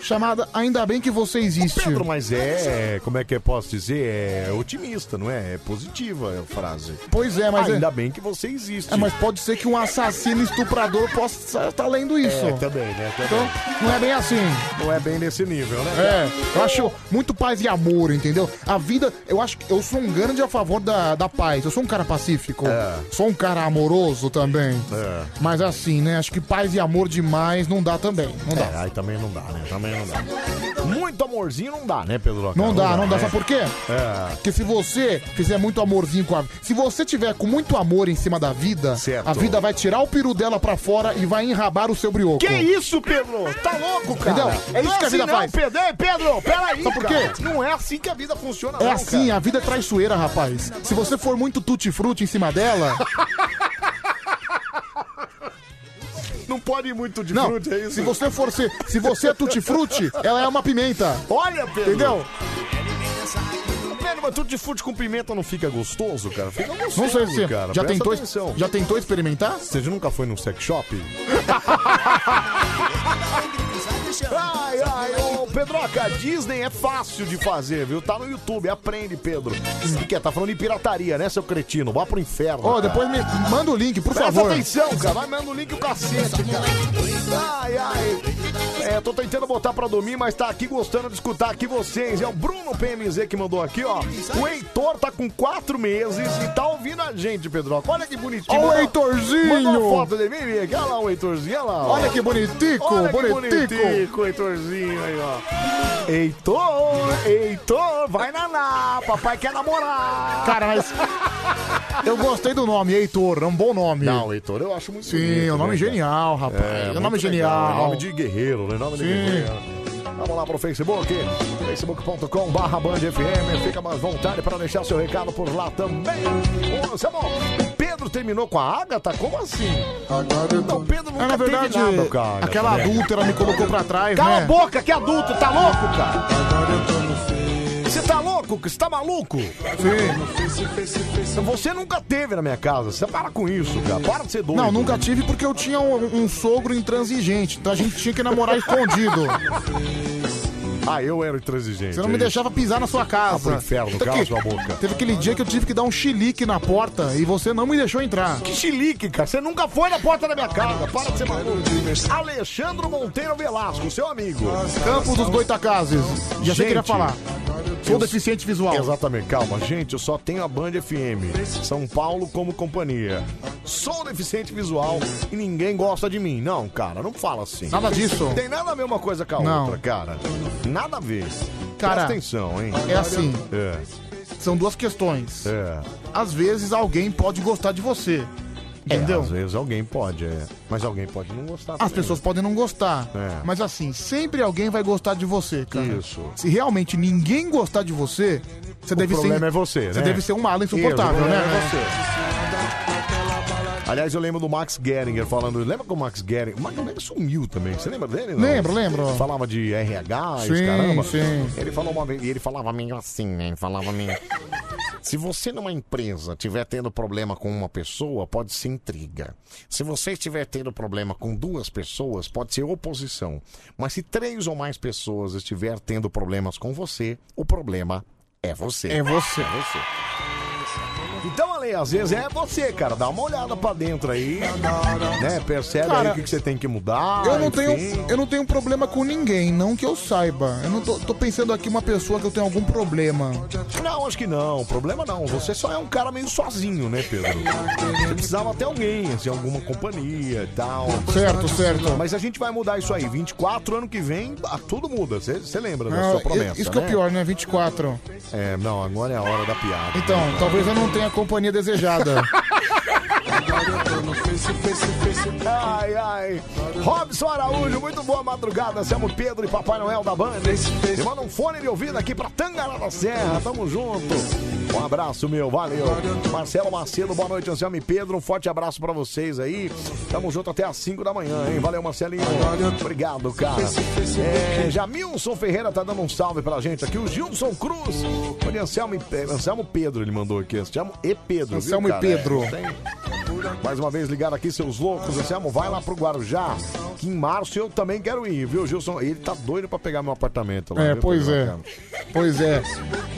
chamada Ainda bem que você existe?
Pedro, mas é, como é que eu posso dizer? É otimista, não é? É positiva a frase. Ah,
Pois é, mas.
Ainda
é-
bem que você existe.
É, mas pode ser que um assassino estuprador possa estar lendo isso.
É, também, né? Também.
Então, não é bem assim.
Não é bem nesse nível, né?
É, eu acho muito paz e amor, entendeu? A vida, eu acho que eu sou um grande a favor da, da paz. Eu sou um cara pacífico. Sou um cara amoroso também.
É.
Mas assim, né? Acho que paz e amor demais não dá também. Não dá.
É, aí também não dá, né? Também não dá. Muito amorzinho não dá, né, Pedro?
Não dá, não dá. Sabe por quê?
É.
Porque se você fizer muito amorzinho com a Se você tiver com muito amor em cima da vida, a vida vai tirar o peru dela pra fora e vai enrabar o seu brioco.
Que isso, Pedro? Tá louco, cara?
Entendeu? É
Não
isso que a
assim
vida
não,
faz. Então,
Pedro, Ei, Pedro, peraí,
Sabe por
cara.
quê?
Não é assim que a vida funciona,
É
não,
assim, a vida é traiçoeira, rapaz. Se você for muito tutti-frutti em cima dela.
cara. Não pode ir muito de
não,
frute, é isso?
se você for ser. Se você é tutti-frutti, ela é uma pimenta.
Olha, Pedro.
Entendeu?
Pedro, mas tudo de fute com pimenta não fica gostoso, cara? Fica gostoso,
Não sei se
cara.
já
Presta
tentou,
atenção.
já tentou experimentar?
Você nunca foi num sex shop? Ai, ai, ô, Pedroca, Disney é fácil de fazer, viu? Tá no YouTube, aprende, Pedro. O que, que é? Tá falando de pirataria, né, seu cretino? Vá pro inferno.
Ó,
cara.
depois me manda o link, por
Presta
favor.
atenção, cara. Vai mandando o link o cacete, cara. Ai, ai. É, tô tentando botar pra dormir, mas tá aqui gostando de escutar aqui vocês. É o Bruno PMZ que mandou aqui, ó. O Heitor tá com quatro meses e tá ouvindo a gente, Pedro. Olha que bonitinho.
Ó o
Mandou-
Heitorzinho.
Mandou foto dele. Vem, vem aqui. Olha lá o Heitorzinho, olha lá. ó.
Olha que bonitico,
Olha que
bonitico.
bonitico, Heitorzinho aí, ó. Heitor, Heitor, vai naná. Papai quer namorar.
Cara, mas. Eu gostei do nome, Heitor. É um bom nome.
Não, Heitor, eu acho muito
Sim,
bonito,
é um nome
né, cara?
genial, rapaz. É, um
muito
nome
legal,
genial.
é nome de guerreiro, né? Nome de
Sim.
guerreiro. Vamos lá pro Facebook, facebook.com barra bandfm, fica mais vontade para deixar seu recado por lá também. Ô, Samu, Pedro terminou com a Agatha? Como assim? Não, Pedro nunca
É, na verdade,
teve nada com a Agatha,
aquela
né?
adúltera me colocou pra trás,
Cala
né?
a boca, que adulto, tá louco, cara? Você tá louco? Você tá maluco? Sim. Então, Você nunca teve na minha casa, você para com isso, cara, para de ser doido.
Não, nunca tive porque eu tinha um, um sogro intransigente, então a gente tinha que namorar escondido.
Ah, eu era intransigente.
Você não me
é isso.
deixava pisar na sua casa.
Ah, pro inferno,
Tanto
cala
que
sua boca.
Teve aquele dia que eu tive que dar um chilique na porta e você não me deixou entrar.
Que chilique, cara? Você nunca foi na porta da minha casa. Para de ser maluco. Alexandro Monteiro Velasco, seu amigo.
Campo dos Goitacazes. Já sei o que eu ia falar. Sou deficiente visual.
Exatamente, calma. Gente, eu só tenho a Band FM. São Paulo como companhia. Sou deficiente visual e ninguém gosta de mim. Não, cara, não fala assim.
Nada disso.
Tem nada a ver uma coisa com a
Não.
outra, cara. Nada a ver.
Cara,
Presta atenção, hein?
é assim.
É.
São duas questões.
É.
Às vezes alguém pode gostar de você.
É,
Entendeu? Ah,
às vezes alguém pode, é. Mas alguém pode não gostar.
As
também.
pessoas podem não gostar.
É.
Mas assim, sempre alguém vai gostar de você, cara.
Isso.
Se realmente ninguém gostar de você, você
O
deve ser.
problema é você, né?
deve ser um mala
Isso,
insuportável,
o
né?
problema é você. Aliás, eu lembro do Max Geringer falando. Lembra que o Max Geringer. O Max Geringer sumiu também. Você lembra dele? não?
Lembro, lembro.
Falava de RH e os
Sim,
caramba.
sim.
Ele falou uma vez. E ele falava meio assim, né? Ele falava meio. Se você numa empresa tiver tendo problema com uma pessoa, pode ser intriga. Se você estiver tendo problema com duas pessoas, pode ser oposição. Mas se três ou mais pessoas estiver tendo problemas com você, o problema é você.
É você.
É você. Então, Ale, às vezes é você, cara. Dá uma olhada pra dentro aí. Né? Percebe
Cara,
aí o que que você tem que mudar.
Eu não,
enfim.
tenho, eu não tenho problema com ninguém, não que eu saiba. Eu não tô, tô pensando aqui uma pessoa que eu tenho algum problema.
Não, acho que não. Problema não. Você só é um cara meio sozinho, né, Pedro? Você precisava ter alguém, assim, alguma companhia e tal.
Certo, certo.
Mas a gente vai mudar isso aí. 24 ano que vem, ah, tudo muda. Você você lembra da
Ah,
sua promessa?
isso que é
né?
o pior, né? 24.
É, não, agora é a hora da piada.
Então, talvez eu não tenha a companhia desejada.
Ai, ai. Robson Araújo, muito boa madrugada. Chamo Pedro e Papai Noel da Banda. E manda um fone de ouvido aqui pra Tangará da Serra. Tamo junto. Um Um abraço, meu. Valeu. Marcelo Macedo, boa noite, Anselmo e Pedro. Um forte abraço pra vocês aí. Tamo junto até às 5 da manhã, hein? Valeu, Marcelinho. Obrigado, cara. É, Jamilson Ferreira tá dando um salve pra gente aqui. O Gilson Cruz. Olha, Anselmo e Pe- é, Anselmo Pedro, ele mandou aqui. Anselmo e Pedro.
Anselmo e
viu, cara?
Pedro.
É, tem- mais uma vez ligado aqui, seus loucos. Anselmo, vai lá pro Guarujá, que em março eu também quero ir, viu, Gilson? Ele tá doido pra pegar meu apartamento lá.
É,
viu,
pois
Pedro?
é. Pois é.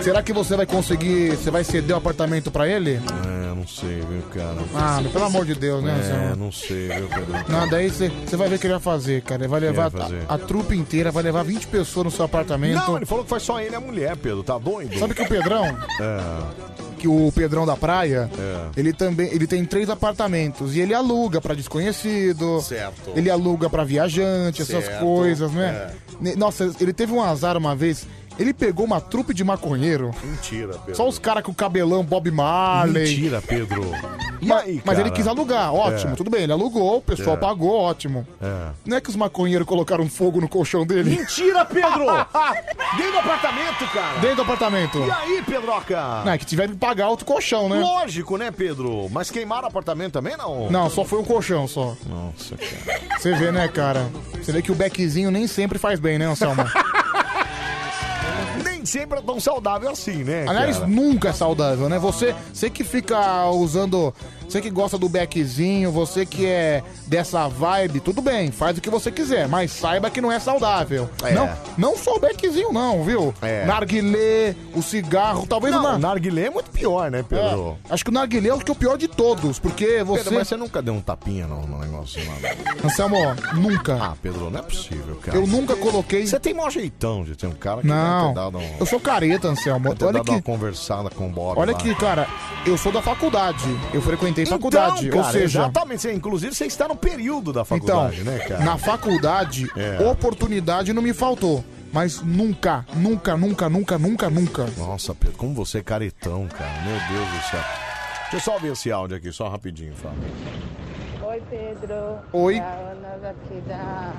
Será que você vai conseguir. Você vai ceder o apartamento pra ele?
É, não sei, viu, cara.
Ah, pelo amor de Deus, né,
É,
Anselmo?
não sei, viu, Pedro?
Não, daí você vai ver o que ele vai fazer, cara. Ele vai
Ele
levar
vai fazer.
a, a trupe inteira, vai levar 20 pessoas no seu apartamento.
Não, ele falou que foi só ele e a mulher, Pedro. Tá doido?
Sabe que o Pedrão,
É.
que o Pedrão da praia,
É.
ele também ele tem três apartamentos e ele aluga pra desconhecido.
Certo.
Ele aluga pra viajante, essas
Certo. É.
coisas, né? Ne- Nossa, ele teve um azar uma vez. Ele pegou uma trupe de maconheiro.
Mentira, Pedro.
Só os caras com cabelão Bob Marley.
Mentira, Pedro. E
Ma-
aí,
mas
cara?
ele quis alugar, ótimo,
É.
tudo bem, ele alugou, o pessoal
É.
pagou, ótimo.
É.
Não é que os maconheiros colocaram fogo no colchão dele?
Mentira, Pedro! Dentro do apartamento, cara!
Dentro do apartamento.
E aí, Pedroca?
Não, é que tiveram que pagar outro colchão, né?
Lógico, né, Pedro? Mas queimaram o apartamento também, não?
Não, só foi um colchão só.
Nossa, cara.
Você vê, né, cara? Você vê que o beckzinho nem sempre faz bem, né, Anselmo?
Nem sempre é tão saudável assim, né?
Aliás,
cara?
nunca é saudável, né? Você, você que fica usando. Você que gosta do beckzinho, você que é dessa vibe, tudo bem, faz o que você quiser, mas saiba que não é saudável.
É.
Não, não só o beckzinho, não, viu?
É.
Narguilé, o cigarro, talvez
Não,
o nar-
narguilé é muito pior, né, Pedro?
É. Acho que o narguilé é o que é o pior de todos, porque é você.
Pedro, mas você nunca deu um tapinha no, no negócio lá? não?
Anselmo, nunca.
Ah, Pedro, não é possível, cara.
Eu nunca coloquei.
Você tem mau jeitão, gente. Tem um cara que deve
Não.
ter dado, um,
Eu sou careta, Anselmo.
ter
Olha
dado uma
que.
conversada com o Bob.
Olha
lá.
que, cara, eu sou da faculdade. Eu frequentei
Então,
faculdade.
cara,
ou seja.
Exatamente. Você- Inclusive, você está no período da
Então,
faculdade, né, cara?
na faculdade,
É.
oportunidade não me faltou. Mas nunca, nunca, nunca, nunca, nunca, nunca.
Nossa, Pedro, como você é caretão, cara. Meu Deus do céu. Deixa eu só ouvir esse áudio aqui, só rapidinho, Fábio.
Oi, Pedro.
Oi.
É a Ana daqui da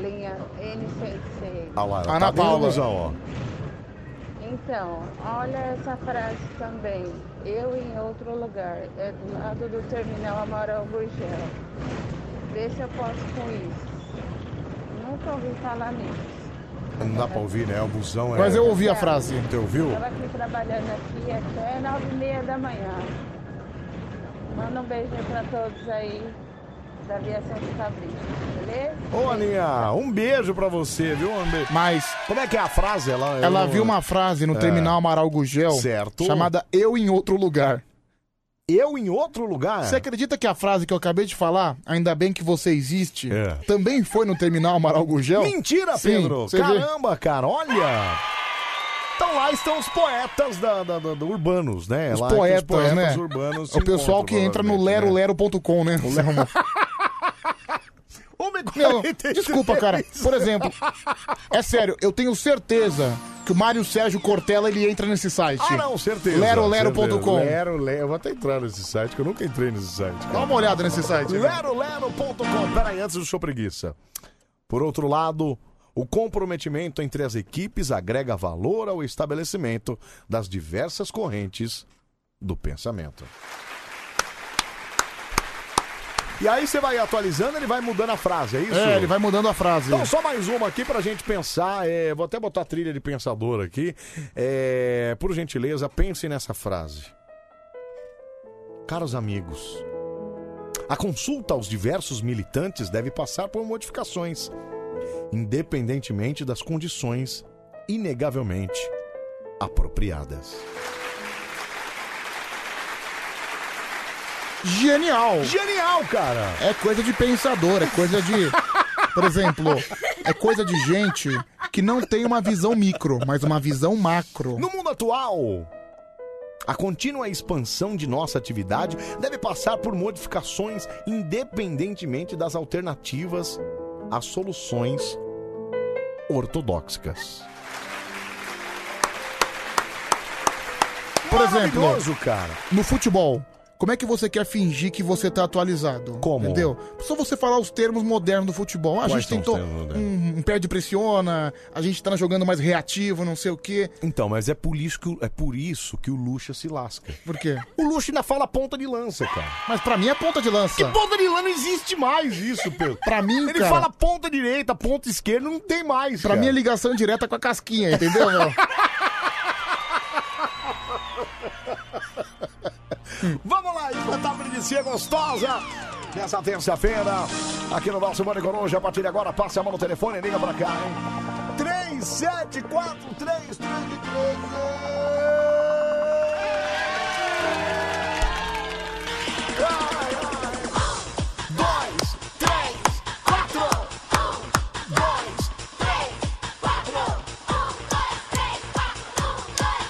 linha N66.
Ah lá, ela
Ana
tá bem
Paula.
ilusão, ó.
Então, olha essa frase também. Eu em outro lugar. É do lado do terminal Amaral Gurgel. Vê se eu posso com isso. Nunca ouvi falar nisso.
Não dá pra ouvir, né? O busão é...
Mas eu ouvi a frase.
Você ouviu?
Estava aqui trabalhando aqui até nove e meia da manhã. Manda um beijinho pra todos aí da aviação de Fabrício, beleza?
Ô, Aninha, um beijo pra você, viu, Ambe?
Mas...
Como é que é a frase? Ela, eu
Ela
não-
viu uma frase no
É.
terminal Amaral Gugel
Certo.
chamada Eu em Outro Lugar.
Eu em outro lugar?
Você acredita que a frase que eu acabei de falar, ainda bem que você existe,
É.
também foi no terminal Amaral Gugel?
Mentira,
Sim,
Pedro!
você vê.
Caramba, cara, olha! Então lá estão os poetas da, da- da- do urbanos, né?
É Os
Lá que
poetas, né?
urbanos se
o pessoal
encontram,
que entra no
provavelmente, né?
lerolero.com, né? Anselmo? Meu, desculpa, cara. Por exemplo, é sério, eu tenho certeza que o Mário Sérgio Cortella ele entra nesse site.
Ah, não, certeza.
Lerolero.com.
certeza. Lero, lero. Eu vou até entrar nesse site, que eu nunca entrei nesse site. cara.
Dá uma olhada nesse site. né?
Lerolero.com. Peraí, antes do show preguiça. Por outro lado, o comprometimento entre as equipes agrega valor ao estabelecimento das diversas correntes do pensamento. E aí você vai atualizando, ele vai mudando a frase, é isso?
É, ele vai mudando a frase.
Então, só mais uma aqui pra gente pensar. é, vou até botar a trilha de pensador aqui. É, por gentileza, pensem nessa frase. Caros amigos, a consulta aos diversos militantes deve passar por modificações, independentemente das condições inegavelmente apropriadas.
Genial!
Genial, cara!
É coisa de pensador, é coisa de. Por exemplo, é coisa de gente que não tem uma visão micro, mas uma visão macro.
No mundo atual, a contínua expansão de nossa atividade deve passar por modificações independentemente das alternativas às soluções ortodoxas.
Por exemplo,
Maravilhoso, cara.
no futebol. Como é que você quer fingir que você tá atualizado? Como? Entendeu? Só você falar os termos modernos do futebol. Ah, a
Quais
gente
são os
tentou
termos
um, um perde pressiona, a gente tá jogando mais reativo, não sei o quê.
Então, mas é por isso que, o- é por isso que o Lucha se lasca.
Por quê?
O Luxo ainda fala ponta de lança, cara.
Mas pra mim é ponta de lança.
Que ponta de lança não existe mais isso, Pedro.
Pra mim,
Ele
cara-
fala ponta direita, ponta esquerda, não tem mais,
Pra mim é ligação direta com a casquinha, entendeu? meu?
Vamos lá, espetáculo preguiça gostosa. Nessa terça-feira, aqui no nosso Mano Coruja, a partir de agora, passe a mão no telefone e liga pra cá, hein? 3, 7, 4, 3, 3,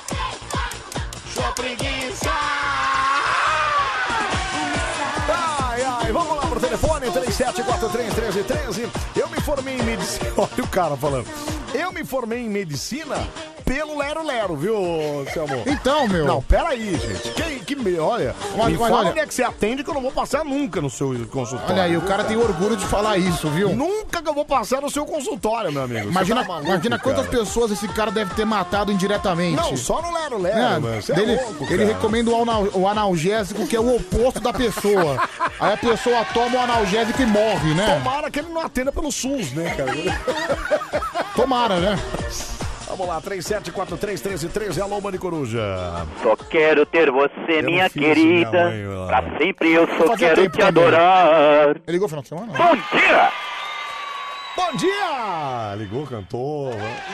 3. Sua preguiça! Ai, ai, vamos lá pro telefone, 37431313. Eu me formei em medicina. Olha o cara falando. Eu me formei em medicina pelo Lero Lero, viu, seu amor?
Então, meu.
Não, peraí, gente. Que, que me- olha.
Olha,
me
olha,
fala
olha.
onde é que você atende que eu não vou passar nunca no seu consultório.
Olha aí, o cara tem orgulho de falar isso, viu?
Nunca que eu vou passar no seu consultório, meu amigo. Você
Imagina,
tá maluco,
imagina quantas
cara.
pessoas esse cara deve ter matado indiretamente.
Não, só no Lero Lero,
Né?
mano, você é
Ele,
louco,
ele
cara.
recomenda o, anal- o analgésico, que é o oposto da pessoa. Aí a pessoa toma o analgésico e morre, né?
Tomara que ele não atenda pelo SUS, né, cara?
Tomara, né?
Vamos lá, 37431313. Alô, Mani Coruja.
Só quero ter você,
Eu não
minha
fiz isso, minha
querida.
mãe, olha lá.
pra sempre eu só
Fazia
quero
tempo
te
também.
adorar.
Ele ligou final de semana?
Bom dia,
Bom dia! Ligou, cantou.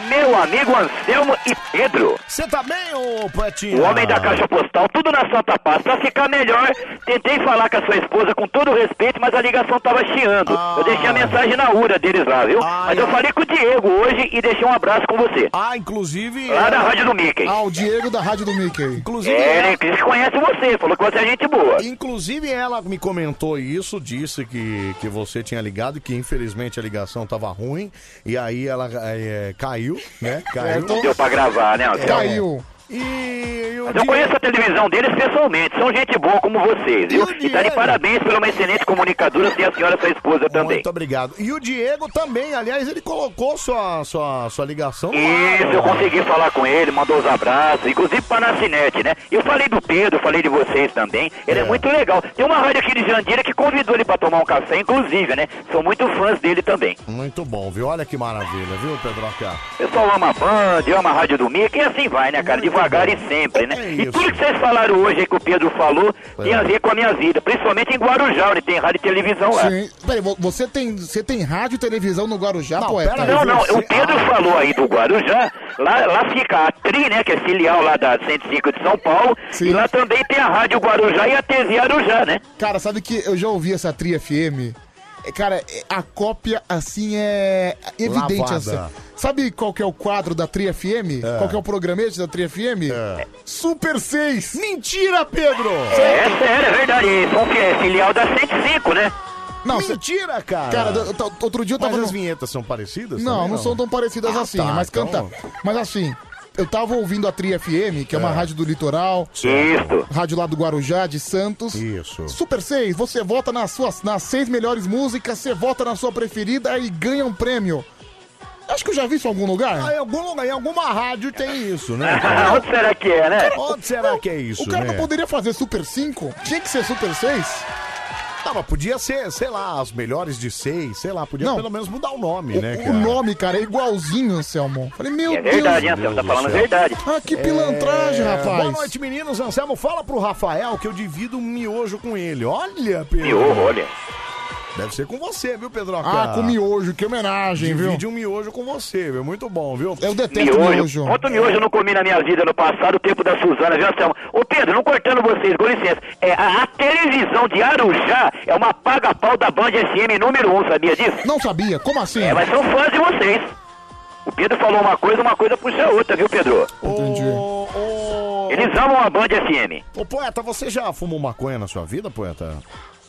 meu amigo Anselmo e Pedro.
Você tá bem, ô Patinho?
O homem da caixa postal, tudo na Santa Paz. Pra ficar melhor, tentei falar com a sua esposa com todo o respeito, mas a ligação tava chiando. Eu
Ah.
deixei a mensagem na URA deles lá, viu? mas eu falei com o Diego hoje e deixei um abraço com você.
é. Ah, inclusive.
Lá na Rádio do Mickey.
Ah, o Diego da Rádio do Mickey.
Inclusive,
É, ele disse que conhece você, falou que você é gente boa.
Inclusive, ela me comentou isso, disse que, que você tinha ligado, que infelizmente a ligação tava ruim, e aí ela eh, caiu, né? Caiu.
Não deu pra gravar, né, Anselmo? Caiu. Mas eu conheço a televisão deles pessoalmente, são gente boa como vocês, viu? E tá de parabéns pela uma excelente comunicadora, sem a senhora sua esposa também.
Muito obrigado. E o Diego também, aliás, ele colocou sua, sua, sua ligação. no ar,
Isso, eu consegui falar com ele, mandou os abraços, inclusive pra Nascinete, né? Eu falei do Pedro, falei de vocês também, ele é, muito legal. Tem uma rádio aqui de Jandira que convidou ele pra tomar um café, inclusive, né? Sou muito fãs dele também.
Muito bom, viu? Olha que maravilha, viu, Pedroca?
O pessoal ama a Band, ama a Rádio do Mickey e assim vai, né, cara? Devagar e sempre, né? e tudo que vocês falaram hoje aí que o Pedro falou tem a ver com a minha vida, principalmente em Guarujá, onde tem rádio e televisão é. lá.
Sim. Peraí, vo- você tem, você tem rádio e televisão no Guarujá, É, tá poeta?
Não, não, o Pedro falou aí do Guarujá, lá, lá fica a TRI, né, que é filial lá da 105 de São Paulo, e lá também tem a Rádio Guarujá e a TV Guarujá, né?
Cara, sabe que eu já ouvi essa Tri FM? É, Cara, é- a cópia, assim, é evidente.
Lavada.
Assim. Sabe qual que é o quadro da Tri FM? Qual que é o programete da Tri FM?
É.
Super 6!
Mentira, Pedro!
É sério, é verdade, eles são fi- é filial da 105, né?
Não,
Mentira, cara!
Cara, eu t- outro dia eu tava
Mas
no-
as vinhetas são parecidas?
Não,
também,
não, são tão parecidas
Ah,
assim,
tá,
mas
então-
canta. Mas assim, eu tava ouvindo a Tri FM, que é, uma
É.
rádio do litoral.
Certo.
Rádio lá do Guarujá, de Santos.
Isso.
Super 6, você vota nas suas nas seis melhores músicas, você vota na sua preferida e ganha um prêmio. Acho que eu já vi isso em algum lugar.
Ah, em algum lugar, em alguma rádio tem isso, né?
Onde será que é, né?
Onde será que é isso,
O cara
né?
não poderia fazer Super 5? Tinha que ser Super 6?
Ah, mas podia ser, sei lá, as melhores de seis, sei lá, podia
Não.
pelo menos mudar o nome,
O,
né,
o
cara?
nome, cara, é igualzinho, Anselmo. Falei, meu
É
Deus.
verdade, hein, Anselmo, tá falando
do céu.
verdade.
Ah, que pilantragem,
É,
rapaz.
Boa noite, meninos. Anselmo, fala pro Rafael que eu divido um miojo com ele. Olha, Pedro.
Miojo, olha.
Deve ser com você, viu, Pedro?
Ah, com miojo, que homenagem, viu?
Divide um miojo com você, viu? Muito bom, viu?
Eu
Miojo. Quanto miojo eu não comi na minha vida no passado, o tempo da Suzana, viu, Anselmo? Ô, Pedro, não cortando vocês, com licença. É, a, a televisão de Arujá é uma paga-pau da Band FM número 1, um, sabia disso?
Não sabia, como assim?
É, mas são fãs de vocês. O Pedro falou uma coisa, uma coisa puxa a outra, viu, Pedro? Entendi. Eles amam a Band FM.
Ô, poeta, você já fumou maconha na sua vida, poeta?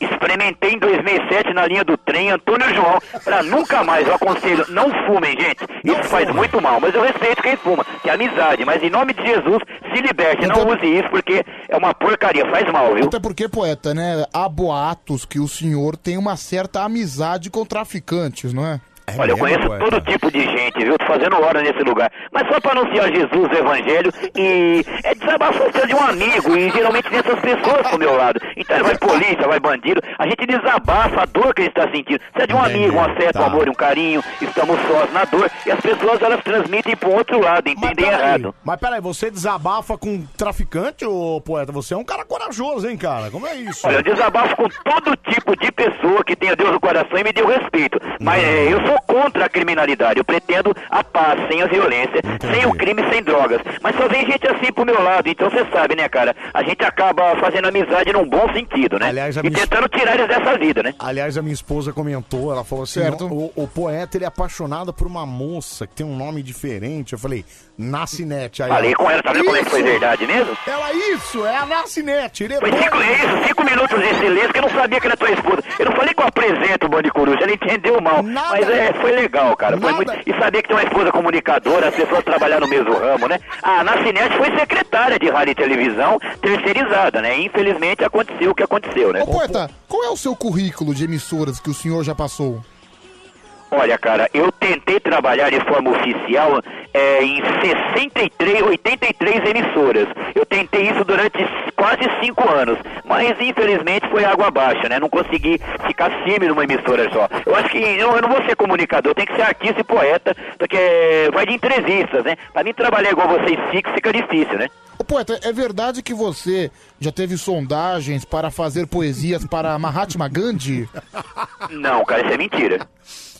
Experimentei em 2007 na linha do trem Antônio João. Pra nunca mais, eu aconselho, não fumem, gente. isso faz muito mal, mas eu respeito quem fuma, que é amizade. Mas em nome de Jesus, se liberte, não use isso, porque é uma porcaria, faz mal, viu?
Até porque, poeta, né? Há boatos que o senhor tem uma certa amizade com traficantes, não é?
Olha, eu conheço todo tipo de gente, viu? Tô fazendo hora nesse lugar. Mas só pra anunciar Jesus, o Evangelho, e é desabafar de um amigo, e geralmente tem essas pessoas pro meu lado. Então vai polícia, vai bandido, a gente desabafa a dor que a gente tá sentindo. Precisa de um amigo, um afeto, um amor, e um carinho, estamos sós na dor, e as pessoas elas transmitem pro outro lado, entendem errado.
Mas tá peraí, você desabafa com traficante, ô poeta? Você é um cara corajoso, hein, cara? Como é isso?
Olha, eu desabafo com todo tipo de pessoa que tenha Deus no coração e me deu respeito. Mas é, eu sou contra a criminalidade. Eu pretendo a paz, sem a violência, sem o crime, sem drogas. Mas só vem gente assim pro meu lado. Então você sabe, né, cara? A gente acaba fazendo amizade num bom sentido, né?
Aliás, a
e
minha-
tentando tirar eles dessa vida, né?
Aliás, a minha esposa comentou, ela falou assim:
Certo.
O, o poeta ele é apaixonado por uma moça que tem um nome diferente. Eu falei, Nascinete. Aí
Falei com ela, tá vendo como é que foi
"Isso!"
verdade mesmo?
Ela, isso, é a Nascinete. Ele é
Foi
doido.
cinco, é isso, cinco minutos de silêncio que eu não sabia que era tua esposa. Eu não falei que eu apresento o Bande Coruja, ela entendeu mal. Mas é, foi legal, cara. Foi muito... E saber que tem uma esposa comunicadora, as pessoas trabalhar no mesmo ramo, né? A Nascinete foi secretária de rádio e televisão terceirizada, né? Infelizmente aconteceu o que aconteceu, né?
Ô, poeta, qual é o seu currículo de emissoras que o senhor já passou?
Olha, cara, eu tentei trabalhar de forma oficial é, em 63, 83 emissoras. Eu tentei isso durante quase cinco anos, mas infelizmente foi água abaixo, né? Não consegui ficar firme numa emissora só. Eu acho que eu, eu não vou ser comunicador, eu tenho que ser artista e poeta, porque vai de entrevistas, né? Pra mim trabalhar igual vocês fica, fica difícil, né?
Ô, poeta, é verdade que você já teve sondagens para fazer poesias para Mahatma Gandhi?
Não, cara, isso é mentira.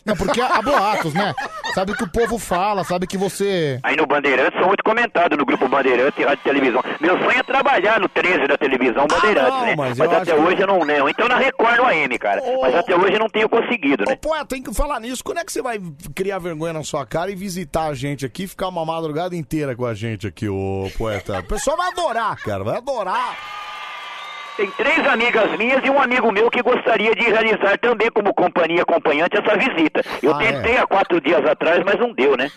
Não, porque há boatos, né? Sabe que o povo fala, sabe que você.
Aí no Bandeirantes sou muito comentado no grupo Bandeirantes e Rádio e Televisão. Meu sonho é trabalhar no 13 da televisão Bandeirantes, né?
Ah, mas
Mas,
eu
até
acho que-
hoje eu não lembro. Então na Record no AM, cara. Mas até hoje eu não tenho conseguido, né?
Pô, tem que falar nisso. Quando é que você vai criar vergonha na sua cara e visitar a gente aqui, ficar uma madrugada inteira com a gente aqui, ô poeta? O pessoal vai adorar, cara, vai adorar.
Tem três amigas minhas e um amigo meu que gostaria de realizar também como companhia acompanhante essa visita. Eu
Ah, é?
tentei há quatro dias atrás, mas não deu, né?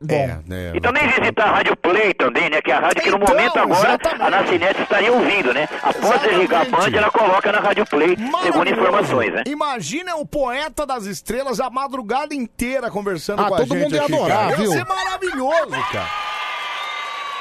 Bom. É, né?
E também visitar a Rádio Play também, né? Que é a rádio que no
Então,
momento agora a Nascinete estaria ouvindo, né? Após desligar a Band, ela coloca na Rádio Play, segundo informações, né?
Imagina o poeta das estrelas a madrugada inteira conversando
Ah,
com a gente.
todo mundo ia
aqui,
adorar,
cara.
viu?
Ia ser maravilhoso, cara.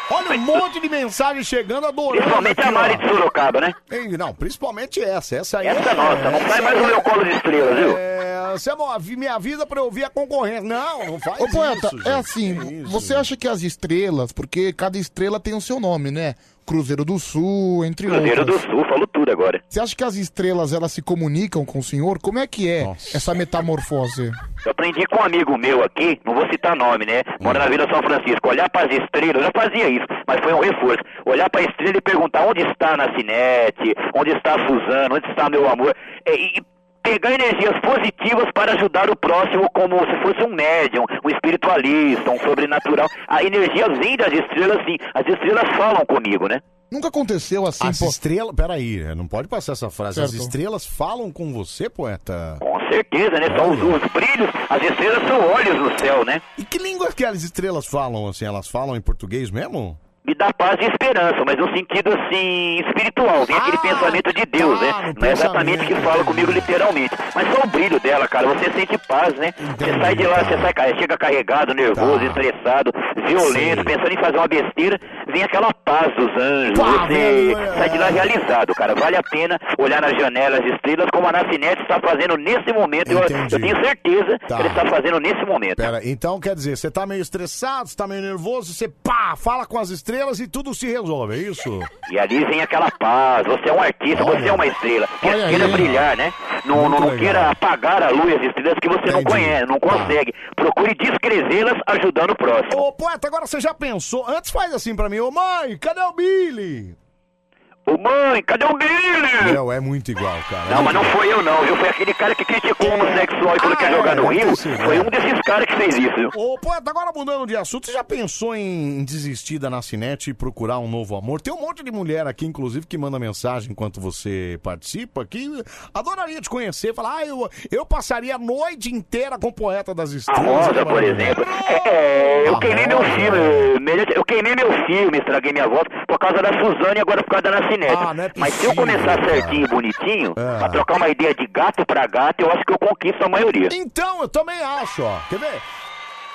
Olha um monte de mensagem chegando, adorando.
Principalmente
aqui,
a Mari
ó.
de Sorocaba, né?
Ei, Não, principalmente essa. Essa aí
Essa é nossa, não sai mais no meu colo de estrela, viu?
É, você não avi- me avisa pra eu ouvir a concorrência. Não, não faz
Ô, poeta,
isso, gente.
é assim, você acha que as estrelas, porque cada estrela tem o seu nome, né? Cruzeiro do Sul, entre
Cruzeiro do
outras.
Sul, falou tudo agora.
Você acha que as estrelas elas se comunicam com o senhor? Como é que é essa metamorfose?
Eu aprendi com um amigo meu aqui, não vou citar nome, né? Mora na Vila São Francisco. Olhar para as estrelas, eu já fazia isso, mas foi um reforço. Olhar para a estrela e perguntar onde está a Nascinete, onde está a Suzana, onde está meu amor. É, E, e pegar energias positivas para ajudar o próximo como se fosse um médium, um espiritualista, um sobrenatural. A energia vem das estrelas, sim. As estrelas falam comigo, né?
Nunca aconteceu assim,
As estrelas. Peraí, não pode passar essa frase. As
Certo.
estrelas falam com você, poeta?
Com certeza, né? São os, os brilhos, as estrelas são olhos no céu, né?
E que língua é que as estrelas falam, assim? Elas falam em português mesmo?
me dá paz e esperança, mas no sentido assim espiritual, vem aquele pensamento de Deus, né? Não é exatamente que fala comigo literalmente, mas só o brilho dela, cara, você sente paz, né? você sai de lá, você sai, ca- chega carregado, nervoso, estressado, violento, pensando em fazer uma besteira, vem aquela paz dos anjos, você sai de lá realizado, cara. Vale a pena olhar nas janelas, as estrelas, como a Nascinete está fazendo nesse momento, eu, eu tenho certeza que ela está fazendo nesse momento.
Pera, então quer dizer, você tá meio estressado, você tá meio nervoso, você pá, fala com as estrelas e tudo se resolve, é isso?
E ali vem aquela paz, você é um artista, você é uma estrela. Que
Olha
queira
aí.
brilhar, né? Não, não, não queira apagar a luz das estrelas que você não conhece,
Tá.
não consegue. Procure descrevê-las ajudando o próximo.
Ô, poeta, agora você já pensou? Antes faz assim pra mim, ô mãe, cadê o Billy?
Ô mãe, cadê o Billy?
Meu, é muito igual, cara.
Não, Ah, mas não foi eu não, viu? Foi aquele cara que criticou o homossexual e falou
Ah,
que ia jogar
é,
no Rio. Foi um desses caras que fez isso, viu?
Ô, poeta, agora mudando de assunto, você já pensou em desistir da Nascinete e procurar um novo amor? Tem um monte de mulher aqui, inclusive, que manda mensagem enquanto você participa, que adoraria te conhecer, falar, ah, eu, eu passaria a noite inteira com o poeta das
A
estrelas.
Rosa, por exemplo. É,
Tá
eu queimei meu filme, melhor- eu queimei meu filme, estraguei minha voz por causa da Suzane e agora por causa da Nascimento.
Ah, é
Mas se eu começar certinho e bonitinho, pra trocar uma ideia de gato pra gato, eu acho que eu conquisto a maioria.
Então, eu também acho, ó. Quer ver?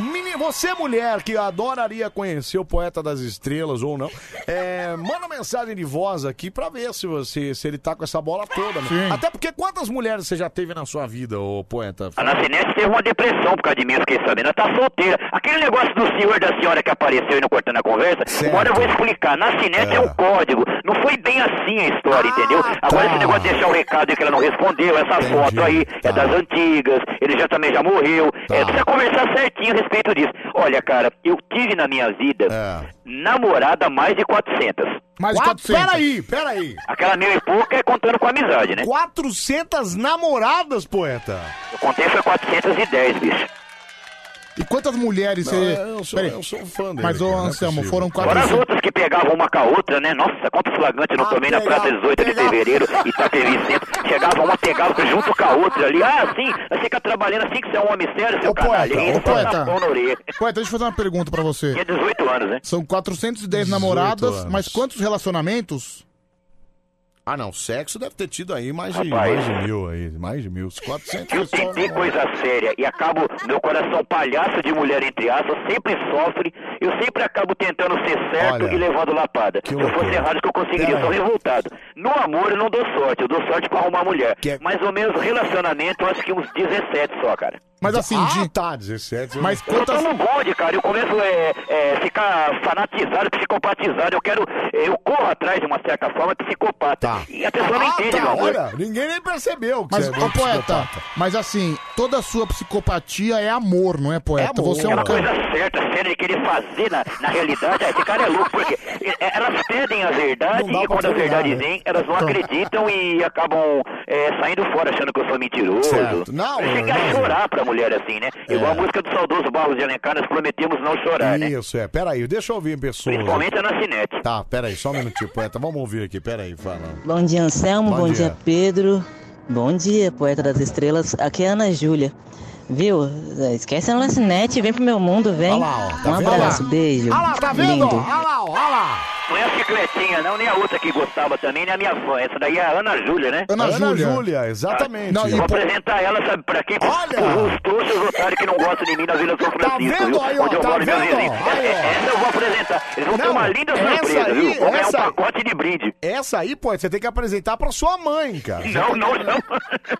Meni- Você, mulher, que adoraria conhecer o Poeta das Estrelas ou não, é, manda mensagem de voz aqui pra ver se você se ele tá com essa bola toda. né? Até porque quantas mulheres você já teve na sua vida, ô poeta?
A Nascimento teve uma depressão por causa de mim, eu fiquei sabendo. Ela tá solteira. Aquele negócio do senhor e da senhora que apareceu e não cortando a conversa, agora eu vou explicar. Nascimento é. um código. Não foi bem assim a história, entendeu? Agora esse negócio de deixar o recado e que ela não respondeu, essa foto aí é das antigas, ele já também já morreu. É, precisa conversar certinho a respeito disso. Olha, cara, eu tive na minha vida namorada mais de 400.
Mais Quatro, 400. Peraí, peraí.
Aquela mil e pouca é contando com amizade, né?
400 namoradas, poeta.
Eu contei foi 410, bicho.
E quantas mulheres você.
eu sou-
Peraí.
eu sou fã dele,
Mas, ô
cara, não é
Anselmo,
possível.
foram
Fora as
400.
outras que pegavam uma com a outra, né? Nossa, quantos flagantes eu não tomei na Praça 18 de Fevereiro e Itapevi Centro. Chegava uma, pegava junto com a outra ali. Ah, sim, você fica trabalhando assim que você é um homem sério, seu canalha.
Poeta, ô,
Isso,
poeta.
tapão na orelha.
Poeta, deixa eu fazer uma pergunta pra você.
Tinha 18 anos, né?
São 410 namoradas,
anos.
mas quantos relacionamentos?
Ah, não, sexo deve ter tido aí mais de,
Rapaz.
mais de mil aí, mais de mil, 400
Eu
pessoas.
tentei coisa séria e acabo, meu coração palhaço de mulher entre aspas, sempre sofre. Eu sempre acabo tentando ser certo
Olha,
e levando lapada. Se eu fosse errado, o que eu conseguiria? Eu sou revoltado. No amor, eu não dou sorte. Eu dou sorte pra arrumar mulher.
é-
Mais ou menos relacionamento, eu acho que uns 17 só, cara.
Mas assim,
ah, tá, 17.
Mas
Eu tô no bonde, cara. Eu começo é, é, ficar fanatizado, psicopatizado. Eu quero. Eu corro atrás de uma certa forma é psicopata.
Tá.
E a pessoa
Ah,
não entende, meu amor.
Olha, ninguém nem percebeu que
Mas,
você é
ô
muito
poeta,
psicopata.
mas assim, toda a sua psicopatia é amor, não é, poeta? Você é um
uma
cara.
coisa certa, séria, de querer fazer na, na realidade. Esse cara é louco, porque e- elas pedem a verdade e quando a
né?
verdade vem, elas
Tá.
não acreditam e acabam é, saindo fora achando que eu sou mentiroso.
Certo. Não,
Você
não,
quer chorar pra mulher assim, né? Igual a
É.
música do saudoso Barros de Alencar, nós prometemos não chorar, né?
Isso, é. Peraí, deixa eu ouvir pessoas.
Principalmente a Nascinete.
Tá, peraí, só um minutinho, poeta. Vamos ouvir aqui, peraí, fala.
Bom dia, Anselmo.
Bom
Bom, dia.
dia.
Pedro. Bom dia, Poeta das Estrelas. Aqui é a Ana Júlia. Viu? Eh, Esquece a lancinete, vem pro meu mundo, vem.
tá
um
vendo?
abraço, beijo.
Ah lá, tá vendo?
Lindo.
Ah lá, ó, ah lá.
Não é a chicletinha, não, nem a outra que gostava também, nem a minha fã. Essa daí é a Ana Júlia, né?
Ana Júlia. exatamente.
Tá. Eu vou apresentar ela, sabe pra quem? Olha! Os trouxas otários que não gostam de mim na Vila São Francisco, viu? Onde eu moro, meus vizinhos. Essa- Essa eu vou apresentar. Eles vão ter uma linda surpresa,
essa aí,
viu? Vou ganhar um
essa aí.
pacote de brinde.
Essa aí, poeta, você tem que apresentar pra sua mãe, cara.
Não, não, não.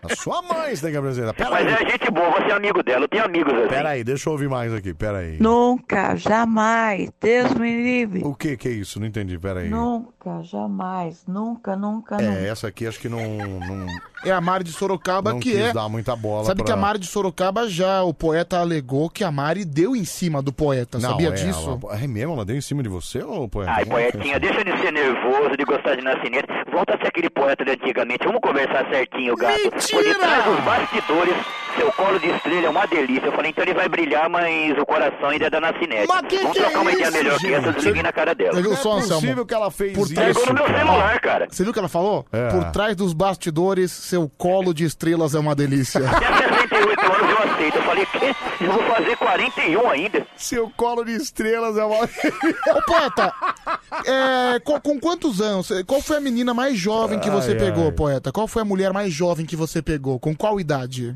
A sua mãe você tem que apresentar.
Mas
Peraí,
é gente boa, você é amigo dela, eu tenho amigos assim.
peraí, deixa eu ouvir mais aqui, peraí.
Nunca, jamais, Deus me livre.
O que que é isso? Não entendi, peraí.
Nunca,
assim.
jamais, nunca, nunca,
Ah,
nunca.
É, essa aqui acho que não. não
É a Mari de Sorocaba
não
que
quis
é.
dar muita bola.
Sabe que
pra-
a Mari de Sorocaba já, o poeta alegou que a Mari deu em cima do poeta,
Não,
Tá sabia
é,
disso?
ela- é mesmo? Ela deu em cima de você ou poeta?
Ai, poetinha, deixa de ser nervoso, de gostar de nascimento. Volta a ser aquele poeta de antigamente. Vamos conversar certinho, gato. Por detrás dos bastidores, seu colo de estrela é uma delícia. Eu falei, então ele vai brilhar, mas o coração ainda é da Nascinete. Vamos trocar uma ideia melhor que essa, eu desliguei na cara dela.
Você viu só, Anselmo?
que ela fez
Por
isso.
trás...
Pegou no meu celular, é, cara.
Você viu o que ela falou? Por trás dos bastidores, seu colo de estrelas é uma delícia.
Eu aceito. Eu falei, que? Eu vou fazer 41 ainda.
Seu colo de estrelas é uma.
Ô, poeta, é, co- com, quantos anos? Qual foi a menina mais jovem que você
Ai,
pegou,
ai.
poeta? Qual foi a mulher mais jovem que você pegou? Com qual idade?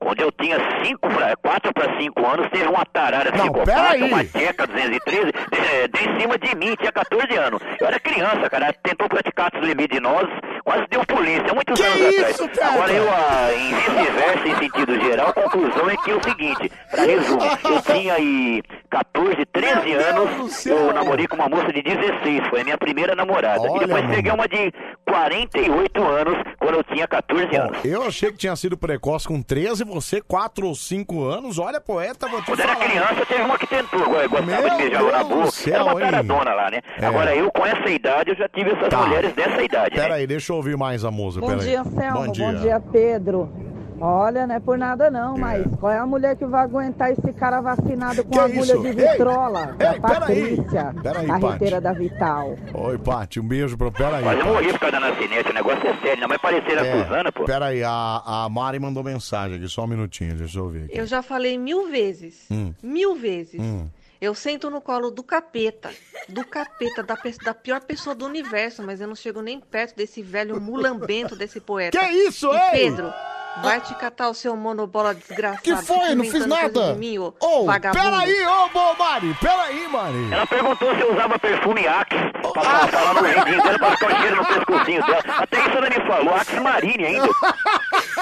Quando eu tinha 5 pra, 4 para 5 anos, teve uma tarada psicopata,
peraí.
uma tcheca 213, eh, de, em cima de mim, tinha 14 anos. Eu era criança, cara, ela tentou praticar atos libidinosos, quase deu polícia, muitos anos atrás. Agora eu, ah, em vice-versa, em sentido geral, a conclusão é que é o seguinte, pra resumo, eu tinha aí 14, 13 anos, eu namorei com uma moça de 16, foi a minha primeira namorada. e depois peguei uma de 48 anos, quando eu tinha 14 anos.
Eu achei que tinha sido precoce com 13, você 4 ou 5 anos. Olha, poeta, vou te
Quando era
falar.
criança, teve uma que tentou, eu gostava
Meu
de beijar ela na
Deus
boca.
do céu,
era uma
hein?
taradona lá, né?
É. Tá.
Agora, eu com essa idade, eu já tive essas mulheres dessa idade, né?
Pera aí, deixa eu ouvir mais a música.
Bom
pera aí.
dia, Anselmo.
Bom dia.
Pedro. Olha, não é por nada não, mas qual é a mulher que vai aguentar esse cara vacinado com
Que
agulha
isso?
de
Ei!
vitrola? da
Ei, peraí.
Patrícia,
Peraí,
carreteira da Vital.
Oi, Paty, um beijo pra... Pera aí,
Mas eu
Paty.
morri por causa da nascimento, o negócio é sério, não vai parecer
É,
acusando, pô.
Pera aí, a, a Mari mandou mensagem aqui, só um minutinho, deixa eu ver aqui.
Eu já falei mil vezes,
Hum.
mil vezes.
Hum.
Eu sento no colo do capeta, do capeta, da, pe- da pior pessoa do universo, mas eu não chego nem perto desse velho mulambento desse poeta.
Que isso,
E,
ei?
Pedro,
Ah.
vai te catar o seu monobola desgraçado.
Que foi? Não
fica
fiz
inventando coisa
nada.
de Mim, ô,
Ô,
vagabundo.
peraí,
Oh, ô, bom, Mari, peraí, Mari.
Ela perguntou se eu usava perfume Axe pra passar lá no rendinho dela, pra ficar o cheiro no pescocinho dela. Até isso ela me falou, Axe Marine ainda.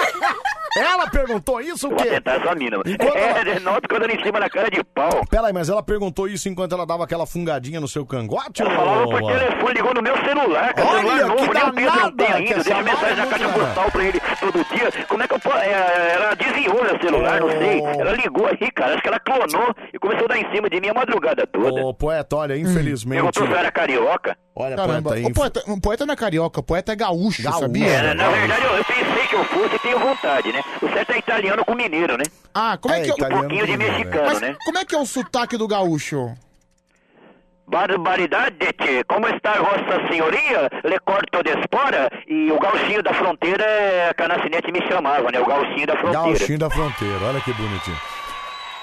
Ela perguntou isso o
Vou tentar essa mina. mano. É, é, nota que eu dando em cima na cara de pau.
Pera aí, mas ela perguntou isso enquanto ela dava aquela fungadinha no seu cangote?
Ela falava um por
ô, Mari?
telefone, é, ligou no meu celular, cara.
Olha,
celular
que
novo, nem o Pedro não
danada
tem
que
ainda.
essa
Deixa mensagem
Mari é
na caixa
muito
postal pra ele todo dia. Como é que eu posso. É, ela desenhou meu celular, não sei. Ela ligou aí, cara. Acho que ela clonou e começou a dar em cima de mim a madrugada toda.
Ô, poeta, olha, infelizmente...
Perguntou se eu era carioca.
Olha,
Caramba,
poeta,
o poeta, o poeta não é carioca, o poeta é gaúcho, sabia?
É, na verdade, eu, eu pensei que eu fosse e tenho vontade, né? O certo é italiano com mineiro, né?
Ah, como é, que
E um pouquinho de mexicano,
Mas
né?
como é que é o sotaque do gaúcho?
Barbaridade, tchê. como está Vossa Senhoria? Le corto de espora. E o gauchinho da fronteira, é que a Nascinete me chamava, né? O gauchinho da fronteira.
Gauchinho da fronteira, olha que bonitinho.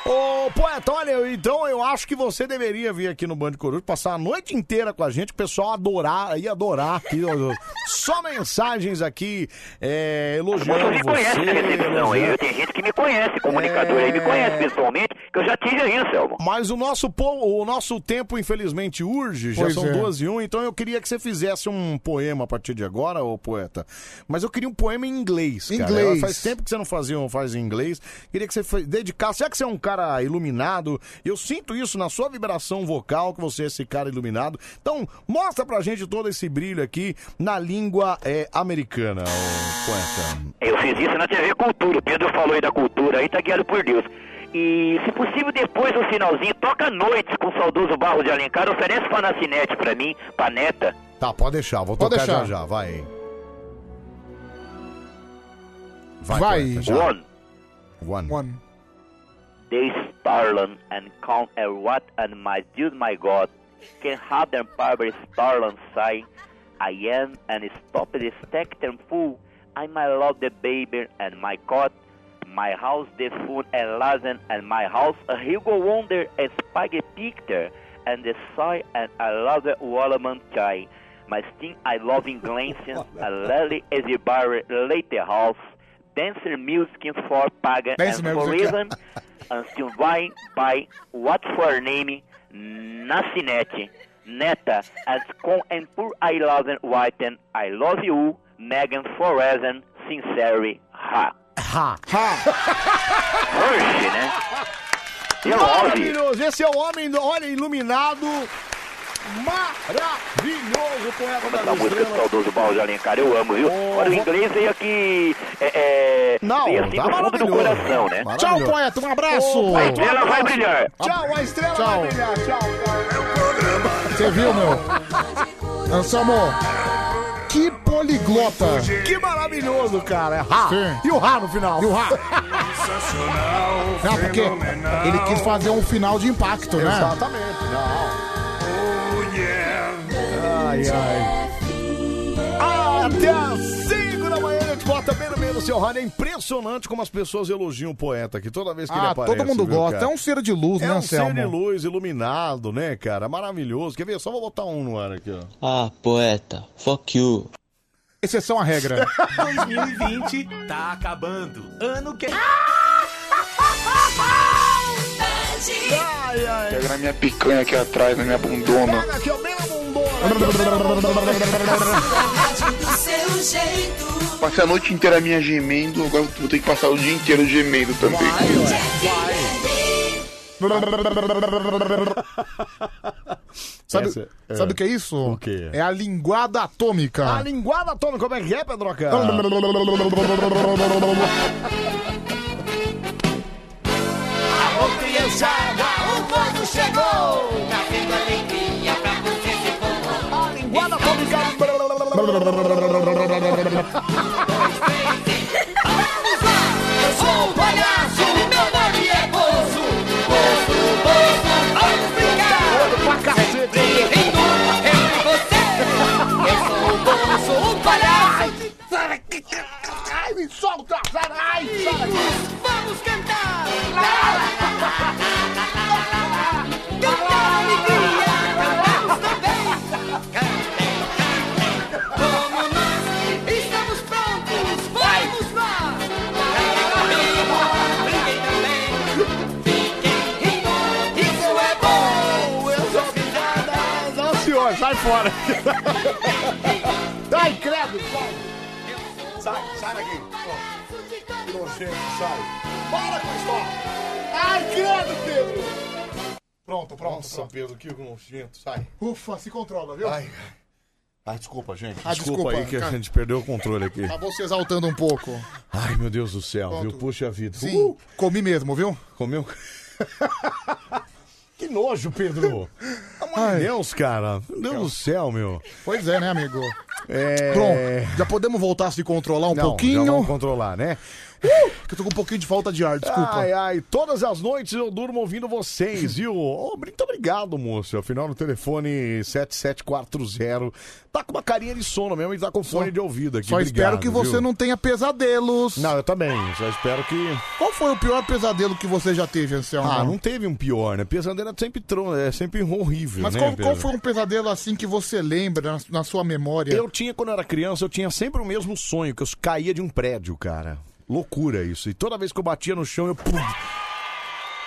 Ô, poeta, olha, eu- então eu acho que você deveria vir aqui no Band Coruja, passar a noite inteira com a gente, o pessoal adorar, ia adorar aqui. ó, ó. Só mensagens aqui é,
Você
elogiando
me conhece
você.
na recepção aí. Eu
elogiando-
tenho gente que me conhece, comunicador aí, me conhece pessoalmente, que eu já tive aí, né, Anselmo.
Mas o nosso, po- o nosso tempo, infelizmente, urge, já
Pois
são
é.
duas e um, então eu queria que você fizesse um poema a partir de agora, ô poeta. Mas eu queria um poema em inglês, cara.
Inglês.
Faz tempo que você não fazia um faz em inglês. Queria que você fe- dedicasse. Já que você é um cara iluminado, eu sinto isso na sua vibração vocal, que você é esse cara iluminado. Então, mostra pra gente todo esse brilho aqui na língua eh, americana, ô poeta.
Eu fiz isso na TV Cultura. O Pedro falou aí da cultura, aí tá guiado por Deus. E, se possível, depois no finalzinho, toca noites com o saudoso Barros de Alencar, oferece Panacinete pra mim, pra neta.
Tá, pode deixar, vou
Pode
tocar
deixar.
já já, vai.
Vai.
poeta, já.
One.
One.
They starlan and count a what and my dude my god can have them barber starlan sign I am and stop the stack them fool I my love the baby and my cot my house the food and lazen and my house a Hugo Wonder a spaghetti picture and the soy and I love the Wallaman chai my skin I love in Glacian a lily is a barber later house dancer music for pagan
Dance
and for
music.
reason until why by what for name Nascinete Neta as con and poor I love and white and I love you Megan Forezen Sincere Ha
Ha.
Hershey, né? Eu love
Maravilhoso, esse é o homem, olha, iluminado. Maravilhoso poeta da
essa música do Tá saudoso Barro de Alencar, eu amo, viu? Olha, o inglês veio aqui, é, é,
Não,
veio assim
tá
do fundo do
maravilhoso.
coração, né?
Tchau, poeta, um abraço.
Ô, poeta, ela vai brilhar.
Oh. Tchau, a estrela
Tchau.
vai brilhar. Tchau.
Você viu, meu? Anselmo, que poliglota.
Que maravilhoso, cara. É Ha.
Sim.
E o Ha no final.
E o Ha. Não, porque ele quis fazer um final de impacto, né?
Exatamente. Ai, ai. Até às 5 da manhã a gente bota bem no meio do seu rádio. É impressionante como as pessoas elogiam o poeta aqui toda vez que ele
é
Ah,
aparece.
todo mundo
viu,
gosta.
cara?
É um ser de luz,
É
né,
um ser
Anselmo?
de luz, iluminado, né, cara? Maravilhoso. Quer ver? Só vou botar um no ar aqui, ó.
Ah, poeta, fuck you.
Exceção à regra.
2020 tá acabando. Ano que.
Ai, ai.
Pega na minha picanha aqui atrás, na minha bundona.
Aqui, ó, bem na
do seu jeito.
Passei a noite inteira minha gemendo, agora vou ter que passar o dia inteiro gemendo também.
Vai.
Sabe,
Essa- é.
sabe o que é isso?
O quê?
É a linguada atômica.
A linguada atômica, como é que é, Pedroca?
Alô, criançada, o gordo chegou. Trazendo alegria pra você se for. A linguada tá Eu sou o palhaço, meu nome é Bozo. Bozo, Bozo, vamos brincar. Todo pra cacete. rindo, eu e você. Eu sou o Bozo, o palhaço. Ai, me solta, ai, Vamos cantar. Cantar alegria, cantamos também. Como nós estamos prontos, vamos lá! Briguem também, fiquem rindo, isso é bom! Eu sou pisadas,
ó senhor, sai fora!
Ai, credo, sai! Sai, sai daqui! Ó, Que nojento, sai! Para com isso! ó. Ai, credo, Pedro!
Pronto, pronto.
Nossa, Pedro, que nojento, sai.
Ufa, se controla, viu?
Ai, Ah, desculpa, gente.
Ah,
desculpa,
desculpa,
aí que a
cara.
gente perdeu o controle aqui.
Acabou se exaltando um pouco.
Ai, meu Deus do céu, viu? Puxa vida. Uh!
Sim, comi mesmo, viu?
Comeu? que nojo, Pedro. Pelo amor de Deus, cara. Meu Deus do céu, meu.
Pois é, né, amigo?
É...
Pronto, já podemos voltar a se controlar um
Não, já
pouquinho?
vamos controlar, né?
Uh, que eu tô com um pouquinho de falta de ar, desculpa.
Ai, ai, todas as noites eu durmo ouvindo vocês, viu? Ô, muito obrigado, moço. Afinal, no telefone 7740. Tá com uma carinha de sono mesmo e tá com fone de ouvido aqui.
Só espero
Obrigado,
que você
viu?
não tenha pesadelos.
Não, eu também. Só espero que.
Qual foi o pior pesadelo que você já teve, Anselmo?
Ah, não teve um pior, né? Pesadelo é sempre, tro... é sempre horrível,
Mas
né?
qual, qual
Pedro?
foi um pesadelo assim que você lembra na, na sua memória?
Eu tinha, quando eu era criança, eu tinha sempre o mesmo sonho, que eu caía de um prédio, cara. Loucura isso. E toda vez que eu batia no chão, eu... pum,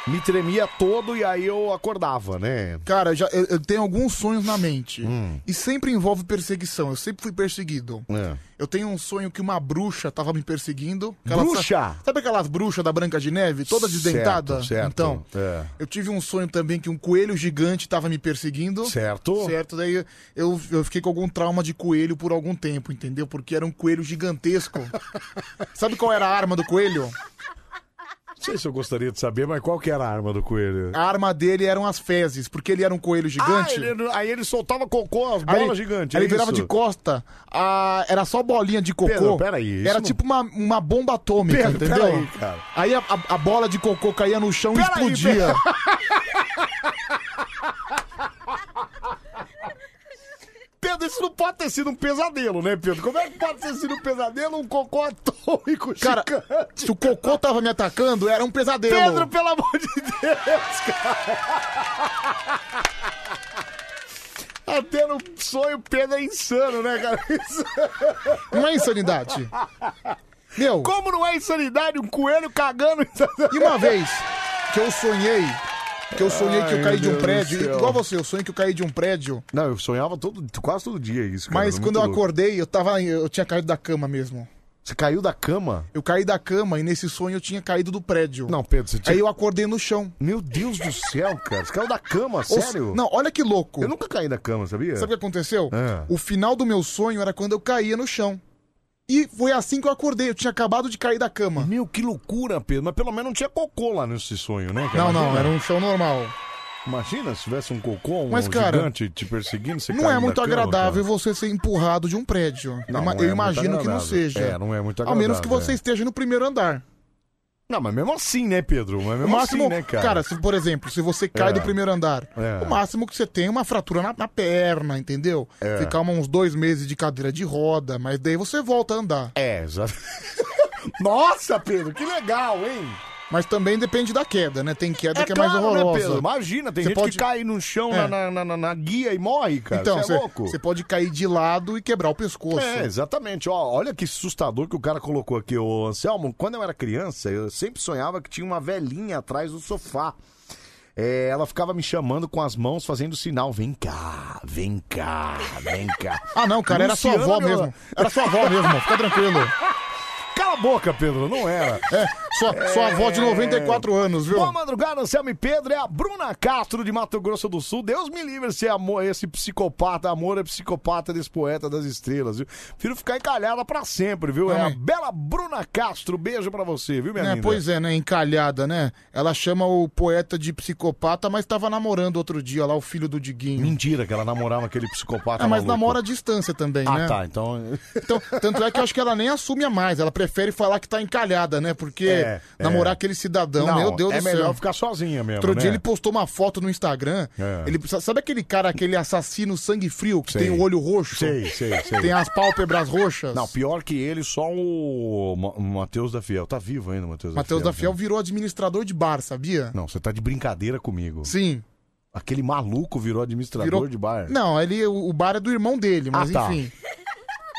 me tremia todo e aí eu acordava, né? Hum,
Cara, já, eu, eu tenho alguns sonhos na mente. E sempre envolve perseguição. Eu sempre fui perseguido.
É.
Eu tenho um sonho que uma bruxa tava me perseguindo.
Bruxa?
Sabe aquelas bruxas da Branca de Neve, toda desdentada?
Certo, certo.
Então,
É.
eu tive um sonho também que um coelho gigante tava me perseguindo.
Certo.
Certo, daí eu, eu fiquei com algum trauma de coelho por algum tempo, entendeu? Porque era um coelho gigantesco. Sabe qual era a arma do coelho?
Não sei se eu gostaria de saber, mas qual que era a arma do coelho?
A arma dele eram as fezes, porque ele era um coelho gigante.
Ah, ele- aí ele soltava cocô, as
Aí
bolas gigantes.
aí
é
ele virava
isso?
de costa, a- era só bolinha de cocô.
Pedro, peraí, isso
era
não-
tipo uma, uma bomba atômica,
Pedro,
entendeu?
peraí, cara.
Aí a, a- a bola de cocô caía no chão
Peraí,
e explodia.
Pedro.
Pedro, isso não pode ter sido um pesadelo, né, Pedro? Como é que pode ter sido um pesadelo um cocô atômico
Cara,
gigante?
se o cocô tava me atacando, era um pesadelo.
Pedro, pelo amor de Deus, cara. Até no sonho, Pedro é insano, né, cara?
Não é insanidade. Meu.
Como não é insanidade um coelho cagando?
E uma vez que eu sonhei, que eu sonhei que eu
Ai,
caí de um
meu Deus do
prédio,
céu.
igual você, eu sonhei que eu caí de um prédio.
Não, eu sonhava todo, quase todo dia isso. cara,
Mas
era
quando eu
muito louco.
acordei, eu tava. Eu tinha caído da cama mesmo.
Você caiu da cama?
Eu caí da cama e nesse sonho eu tinha caído do prédio.
Não, Pedro, você tinha-
Aí eu acordei no chão.
Meu Deus do céu, cara. Você caiu da cama,
Ou-
sério?
Não, olha que louco.
Eu nunca caí da cama, sabia?
Sabe o que aconteceu?
Ah.
O final do meu sonho era quando eu caía no chão. E foi assim que eu acordei, eu tinha acabado de cair da cama.
Meu, que loucura, Pedro. Mas pelo menos não tinha cocô lá nesse sonho, né?
Não, não,
Imagina.
era um chão normal.
Imagina se tivesse um cocô, um
Mas, cara,
gigante te perseguindo, você
Não
caindo
é muito
da cama,
agradável você ser empurrado de um prédio.
Não,
Eu
não
ma-
é
eu
muito
imagino que não
agradável.
seja.
É, não é muito
A menos que
agradável,
você
é.
esteja no primeiro andar.
Não, mas mesmo assim, né, Pedro? Mas
O
mesmo
máximo,
assim, né, cara?
se, por exemplo, se você cai
É.
do primeiro andar,
É.
o máximo que você tem é uma fratura na, na perna, entendeu?
É.
Ficar uma- uns dois meses de cadeira de roda, mas daí você volta a andar.
É, exato. Nossa, Pedro, que legal, hein?
Mas também depende da queda, né? Tem queda
É
que é mais
claro, né,
horrorosa.
Pedro? Imagina, tem
Você
gente que cai no chão
É.
na, na- na- na guia e morre, cara.
Então,
Você
você
é louco?
você pode cair de lado e quebrar o pescoço.
É, exatamente. Ó, olha que assustador que o cara colocou aqui, o Anselmo. Quando eu era criança, eu sempre sonhava que tinha uma velhinha atrás do sofá. É, ela ficava me chamando com as mãos, fazendo sinal: vem cá, vem cá, vem cá.
Ah, não, cara, era sua avó mesmo. Era sua avó mesmo, fica tranquilo.
Cala a boca, Pedro, não era.
É, Sua, sua avó de 94 anos, viu?
Boa madrugada, Anselmo e Pedro. É a Bruna Castro de Mato Grosso do Sul. Deus me livre se amor, esse psicopata, amor é psicopata desse poeta das estrelas, viu? Prefiro ficar encalhada pra sempre, viu? É a
Amém.
bela Bruna Castro. Beijo pra você, viu, minha
Né,
linda?
pois é, né? Encalhada, né? Ela chama o poeta de psicopata, mas tava namorando outro dia lá, o filho do Diguinho.
Mentira que ela namorava aquele psicopata.
Ah, mas
Hum, tá maluco.
namora à distância também,
Ah,
né?
tá. Então.
Então, tanto é que eu acho que ela nem assume a mais. Ela prefere falar que tá encalhada, né? Porque
É,
namorar
é.
aquele cidadão,
Não,
meu Deus
é
do céu.
melhor ficar sozinha mesmo,
Outro dia
né?
ele postou uma foto no Instagram.
É.
Ele, sabe aquele cara, aquele assassino sangue frio, que
Sei.
tem o olho roxo?
Sei, sei, sei.
Tem as pálpebras roxas?
Não, pior que ele, só o Ma- o Matheus da Fiel. Tá vivo ainda, o Matheus da
Matheus
Fiel. né?
da Fiel virou administrador de bar, sabia?
Não, você tá de brincadeira comigo.
Sim.
Aquele maluco virou administrador de bar.
Não, ele, o o bar é do irmão dele, mas
Ah, tá.
enfim.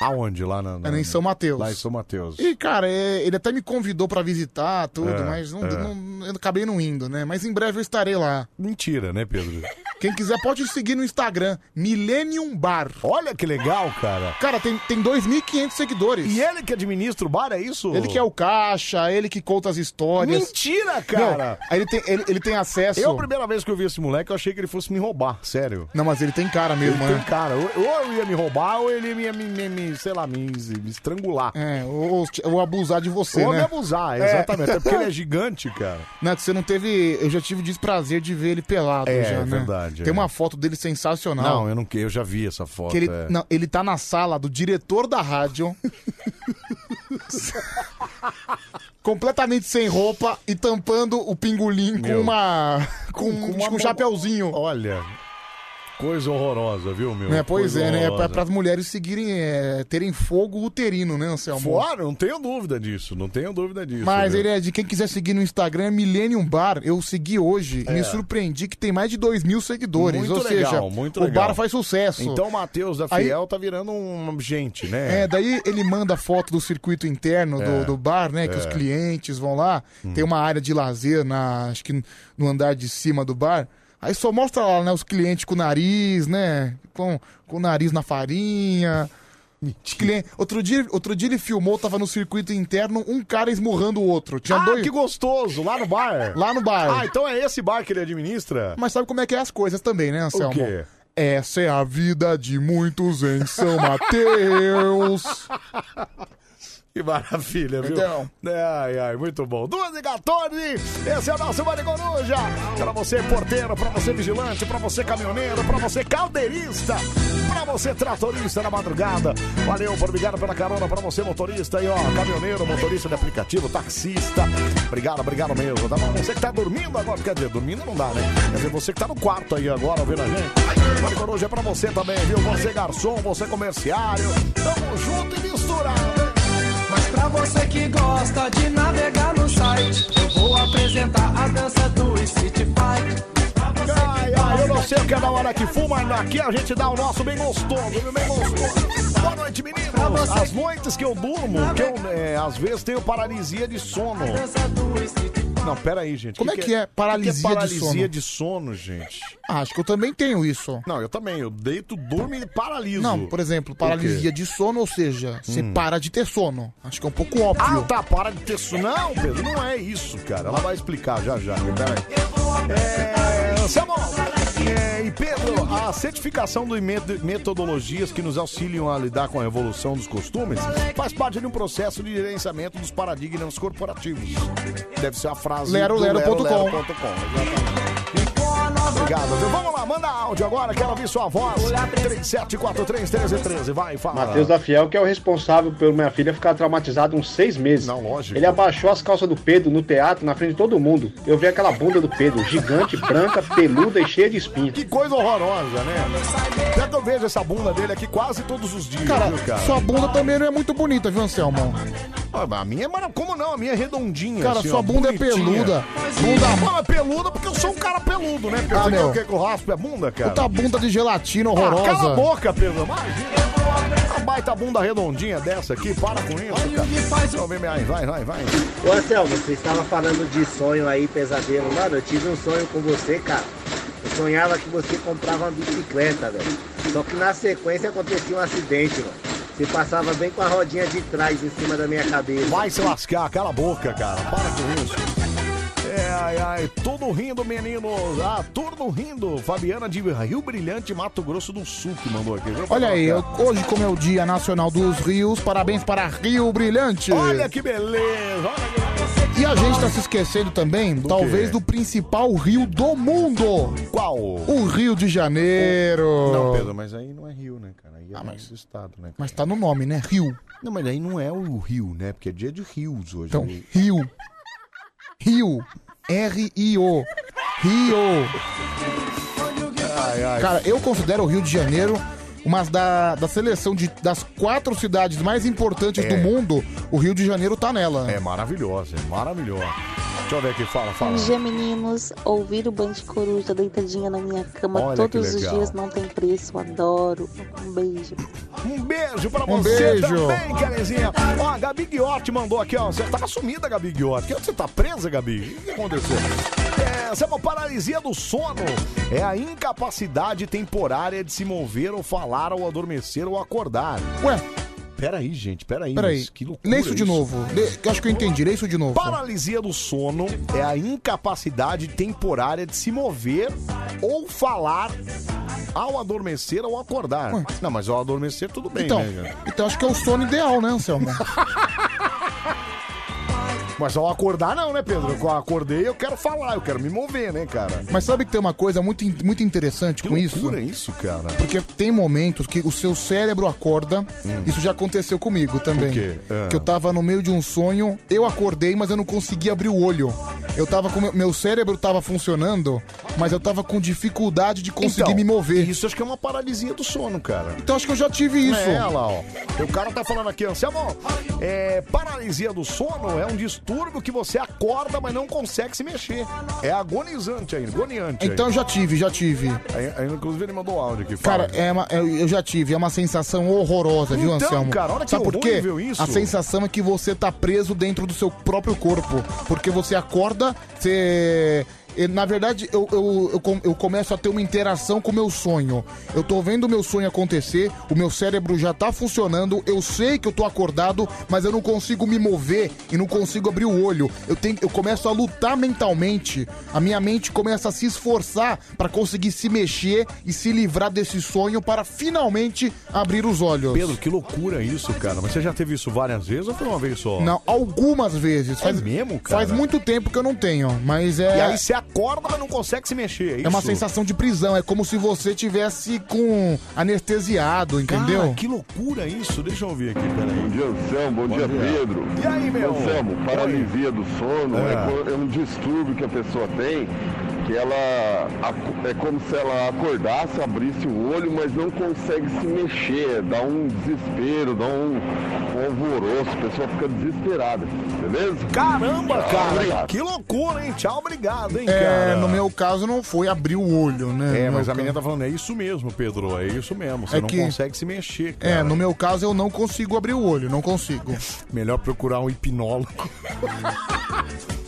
Aonde? Lá na, na-
É em São Mateus.
Lá em São Mateus.
E, cara, é, ele até me convidou pra visitar tudo,
É,
mas não,
é.
não- eu acabei não indo, né? Mas em breve eu estarei lá.
Mentira, né, Pedro?
Quem quiser pode seguir no Instagram, Millennium Bar.
Olha que legal, cara.
Cara, tem, tem 2.500 seguidores.
E ele que administra o bar, é isso?
Ele que é o caixa, ele que conta as histórias.
Mentira, cara!
Não, aí ele, tem, ele, ele tem acesso...
Eu, a primeira vez que eu vi esse moleque, eu achei que ele fosse me roubar, sério.
Não, mas ele tem cara mesmo, né?
ele tem cara. Ou ou eu ia me roubar, ou ele ia me, me- me- sei lá, me, me estrangular.
É, ou, ou- ou abusar de você,
ou
né?
me abusar,
É.
exatamente. Até porque ele é gigante, cara.
Não, é você não teve... Eu já tive o desprazer de ver ele pelado
É,
já,
é
né?
verdade,
Tem
é.
uma foto dele sensacional.
Não, eu, não, eu já vi essa foto.
Que ele,
é.
não, ele tá na sala do diretor da rádio. completamente sem roupa e tampando o pingolim com
Meu.
uma. com,
Com
um-
uma
com um chapeuzinho.
Olha. Coisa horrorosa, viu, meu?
Né, pois
Coisa
é, né? É pra,
horrorosa.
pras mulheres seguirem, é, terem fogo uterino, né, Anselmo?
Fora, né? não tenho dúvida disso, não tenho dúvida disso.
Mas
viu?
ele é de quem quiser seguir no Instagram, é Millennium Bar. Eu segui hoje e
É.
me surpreendi que tem mais de 2 mil seguidores.
muito
Ou
legal,
seja,
muito
o
legal.
bar faz sucesso.
Então o Matheus da
Aí-
Fiel tá virando um gente, né?
É, daí ele manda foto do circuito interno
É.
do, do bar, né? Que
É. Hum.
os clientes vão lá. Tem uma área de lazer, na, acho que no andar de cima do bar. Aí só mostra lá, né? Os clientes com o nariz, né? Com, com o nariz na farinha. Os clien- Outro, dia, outro dia ele filmou, tava no circuito interno, um cara esmurrando o outro. Tinha
ah,
dois...
que gostoso, lá no bar.
Lá no bar.
Ah, então é esse bar que ele administra?
Mas sabe como é que é as coisas também, né, Anselmo?
quê?
Essa é a vida de muitos em São Mateus.
Que maravilha, viu?
Então.
Ai, ai, muito bom. 12 e 14, esse é o nosso Vale Coruja. Pra você porteiro, pra você vigilante, pra você caminhoneiro, pra você caldeirista, pra você tratorista na madrugada. Valeu, obrigado pela carona, pra você motorista aí, ó, caminhoneiro, motorista de aplicativo, taxista. Obrigado, obrigado mesmo. Tá bom? Você que tá dormindo agora, quer dizer, dormindo não dá, né? Quer dizer, você que tá no quarto aí agora ouvindo a gente. Vale Coruja é pra você também, viu? Você garçom, você comerciário. Tamo junto e misturado.
Mas pra você que gosta de navegar no site, eu vou apresentar a dança do Street Fight.
Ai, ai, eu não sei o que é da hora que fuma, mas aqui a gente dá o nosso bem gostoso, viu? bem gostoso. Boa noite, meninos. As noites que eu durmo, que eu, é, às vezes tenho paralisia de sono. Não, pera aí, gente.
Como é que é
que
paralisia
que
de
é paralisia
sono?
de sono, gente?
Ah, acho que eu também tenho isso.
Não, eu também. Eu deito, durmo e paraliso.
Não, por exemplo, paralisia de sono, ou seja, você
Hum.
para de ter sono. Acho que é um pouco óbvio.
Ah, tá, para de ter sono. Não, Pedro, não é isso, cara. Ela vai explicar já já. Pera aí. É, Anselmo, é, e Pedro, a certificação de met- metodologias que nos auxiliam a lidar com a evolução dos costumes faz parte de um processo de gerenciamento dos paradigmas corporativos. Deve ser a frase do
Lerolero.com.
exatamente. Obrigado, viu? Vamos lá, manda áudio agora, quero ouvir sua voz. 37431313, vai, fala.
Matheus da Fiel, que é o responsável pela minha filha ficar traumatizada uns seis meses.
Não, lógico.
Ele é abaixou as calças do Pedro no teatro, na frente de todo mundo. Eu vi aquela bunda do Pedro, gigante, branca, peluda e cheia de espinhos.
Que coisa horrorosa, né? Até que eu vejo essa bunda dele aqui quase todos os dias,
Cara,
viu, cara?
sua bunda também não é muito bonita, viu, Anselmo?
Ah, mas A minha é mara... Como não? A minha é redondinha.
Cara,
assim,
sua
ó,
bunda é
bonitinha.
peluda.
Bunda Não, é peluda porque eu sou um cara peludo, né? Pedro?
Ah,
Você quer
meu.
o quê? que eu raspo? É bunda, cara?
Puta bunda de gelatina
Ah,
horrorosa.
cala a boca, Pedro. Imagina. Uma baita bunda redondinha dessa aqui. Para com isso, cara. Deixa eu ver minha- Vai, vai, vai.
Ô Anselmo, você estava falando de sonho aí, pesadelo. Mano, eu tive um sonho com você, cara. Eu sonhava que você comprava uma bicicleta, velho. Só que na sequência acontecia um acidente, mano. Se passava bem com a rodinha de trás em cima da minha cabeça.
Vai se lascar, cala a boca, cara. Para com isso. É, ai, ai, tudo rindo, meninos. Ah, tudo rindo. Fabiana de Rio Brilhante, Mato Grosso do Sul que mandou aqui. viu?
Olha aí, eu- hoje como é o Dia Nacional dos Rios, parabéns para Rio Brilhante.
Olha que beleza. Olha que...
E a gente tá se esquecendo também, talvez, do principal rio do mundo.
Qual?
O Rio de Janeiro.
Não, Pedro, mas aí não é Rio, né, cara? Aí é ah, do estado, né?
Mas tá no nome, né? Rio.
Não, mas aí não é o Rio, né? Porque é dia de rios hoje.
Então, Rio. Rio. R-I-O. Rio. Cara, eu considero o Rio de Janeiro uma da, da seleção de, das quatro cidades mais importantes do mundo. O Rio de Janeiro tá nela.
É maravilhosa, é maravilhosa. Deixa eu ver aqui, fala,
Bom
fala.
dia, meninos. Ouvir o Band Coruja tá deitadinha na minha cama
Olha que
todos os
legal.
dias não tem preço. Adoro. Um beijo.
Um beijo pra
Um
você
beijo.
também, Karenzinha. Ó, a Gabi Guiotti mandou aqui, ó. Você tava sumida, Gabi Guiotti. Que Você tá presa, Gabi? O que aconteceu? É, Essa é uma paralisia do sono. É a incapacidade temporária de se mover ou falar ou adormecer ou acordar.
Ué?
Peraí, gente, peraí.
Peraí.
mas que loucura
Lê isso de novo. Lê- que eu acho que eu entendi. Lê isso de novo.
Paralisia do sono é a incapacidade temporária de se mover ou falar ao adormecer ou acordar. Não, mas ao adormecer tudo bem,
Então,
né? cara?
então acho que é o sono ideal, né, Anselmo?
Mas ao acordar não, né, Pedro? Eu acordei, eu quero falar, eu quero me mover, né, cara?
Mas sabe que tem uma coisa muito, in- muito interessante com isso?
loucura isso, cara.
Porque tem momentos que o seu cérebro acorda. Isso já aconteceu comigo também.
Por Hum. quê? Ah.
Que eu tava no meio de um sonho, eu acordei, mas eu não conseguia abrir o olho. Eu tava com. meu- Meu cérebro tava funcionando, mas eu tava com dificuldade de conseguir
Então,
me mover.
Isso acho que é uma paralisia do sono, cara.
Então acho que eu já tive isso.
É, olha lá, ó. O cara tá falando aqui, Anselmo, é, paralisia do sono é um distúrbio que você acorda, mas não consegue se mexer. É agonizante ainda, agoniante.
Então eu já tive, já tive.
Aí, aí, inclusive, ele mandou um áudio aqui. fala.
Cara, é uma- eu eu já tive, é uma sensação horrorosa, viu,
Então,
Anselmo?
cara, olha que
Sabe por quê?
horrível isso.
A sensação é que você tá preso dentro do seu próprio corpo. Porque você acorda, você. e, Na verdade, eu, eu, eu, com- eu começo a ter uma interação com o meu sonho. Eu tô vendo o meu sonho acontecer, o meu cérebro já tá funcionando, eu sei que eu tô acordado, mas eu não consigo me mover e não consigo abrir o olho. Eu, tenho, eu começo a lutar mentalmente. A minha mente começa a se esforçar pra conseguir se mexer e se livrar desse sonho para finalmente abrir os olhos.
Pedro, que loucura isso, cara. Mas você já teve isso várias vezes ou foi uma vez só?
Não, algumas vezes. Faz,
É mesmo, cara?
Faz muito tempo que eu não tenho, mas é.
E aí você acorda, mas não consegue se mexer.
É uma sensação de prisão, é como se você tivesse com anestesiado, entendeu?
Cara, que loucura isso. Deixa eu ouvir aqui, peraí.
Bom dia, Anselmo. Bom, dia, Pedro.
E aí, meu?
Anselmo, paralisia do sono
É.
é. co- é um distúrbio que a pessoa tem, que ela ac- é como se ela acordasse, abrisse o olho, mas não consegue se mexer. Dá um desespero, dá um, um alvoroço, a pessoa fica desesperada, beleza?
Caramba,
Tchau,
cara.
obrigado.
Que loucura, hein? Tchau, obrigado, hein,
É,
cara.
no meu caso não foi abrir o olho, né?
É,
No
mas
meu
a menina
caso-
tá falando, é isso mesmo, Pedro, é isso mesmo. Você
É
não
que-
consegue se mexer, cara.
É, no meu caso eu não consigo abrir o olho, não consigo.
Melhor procurar um hipnólogo.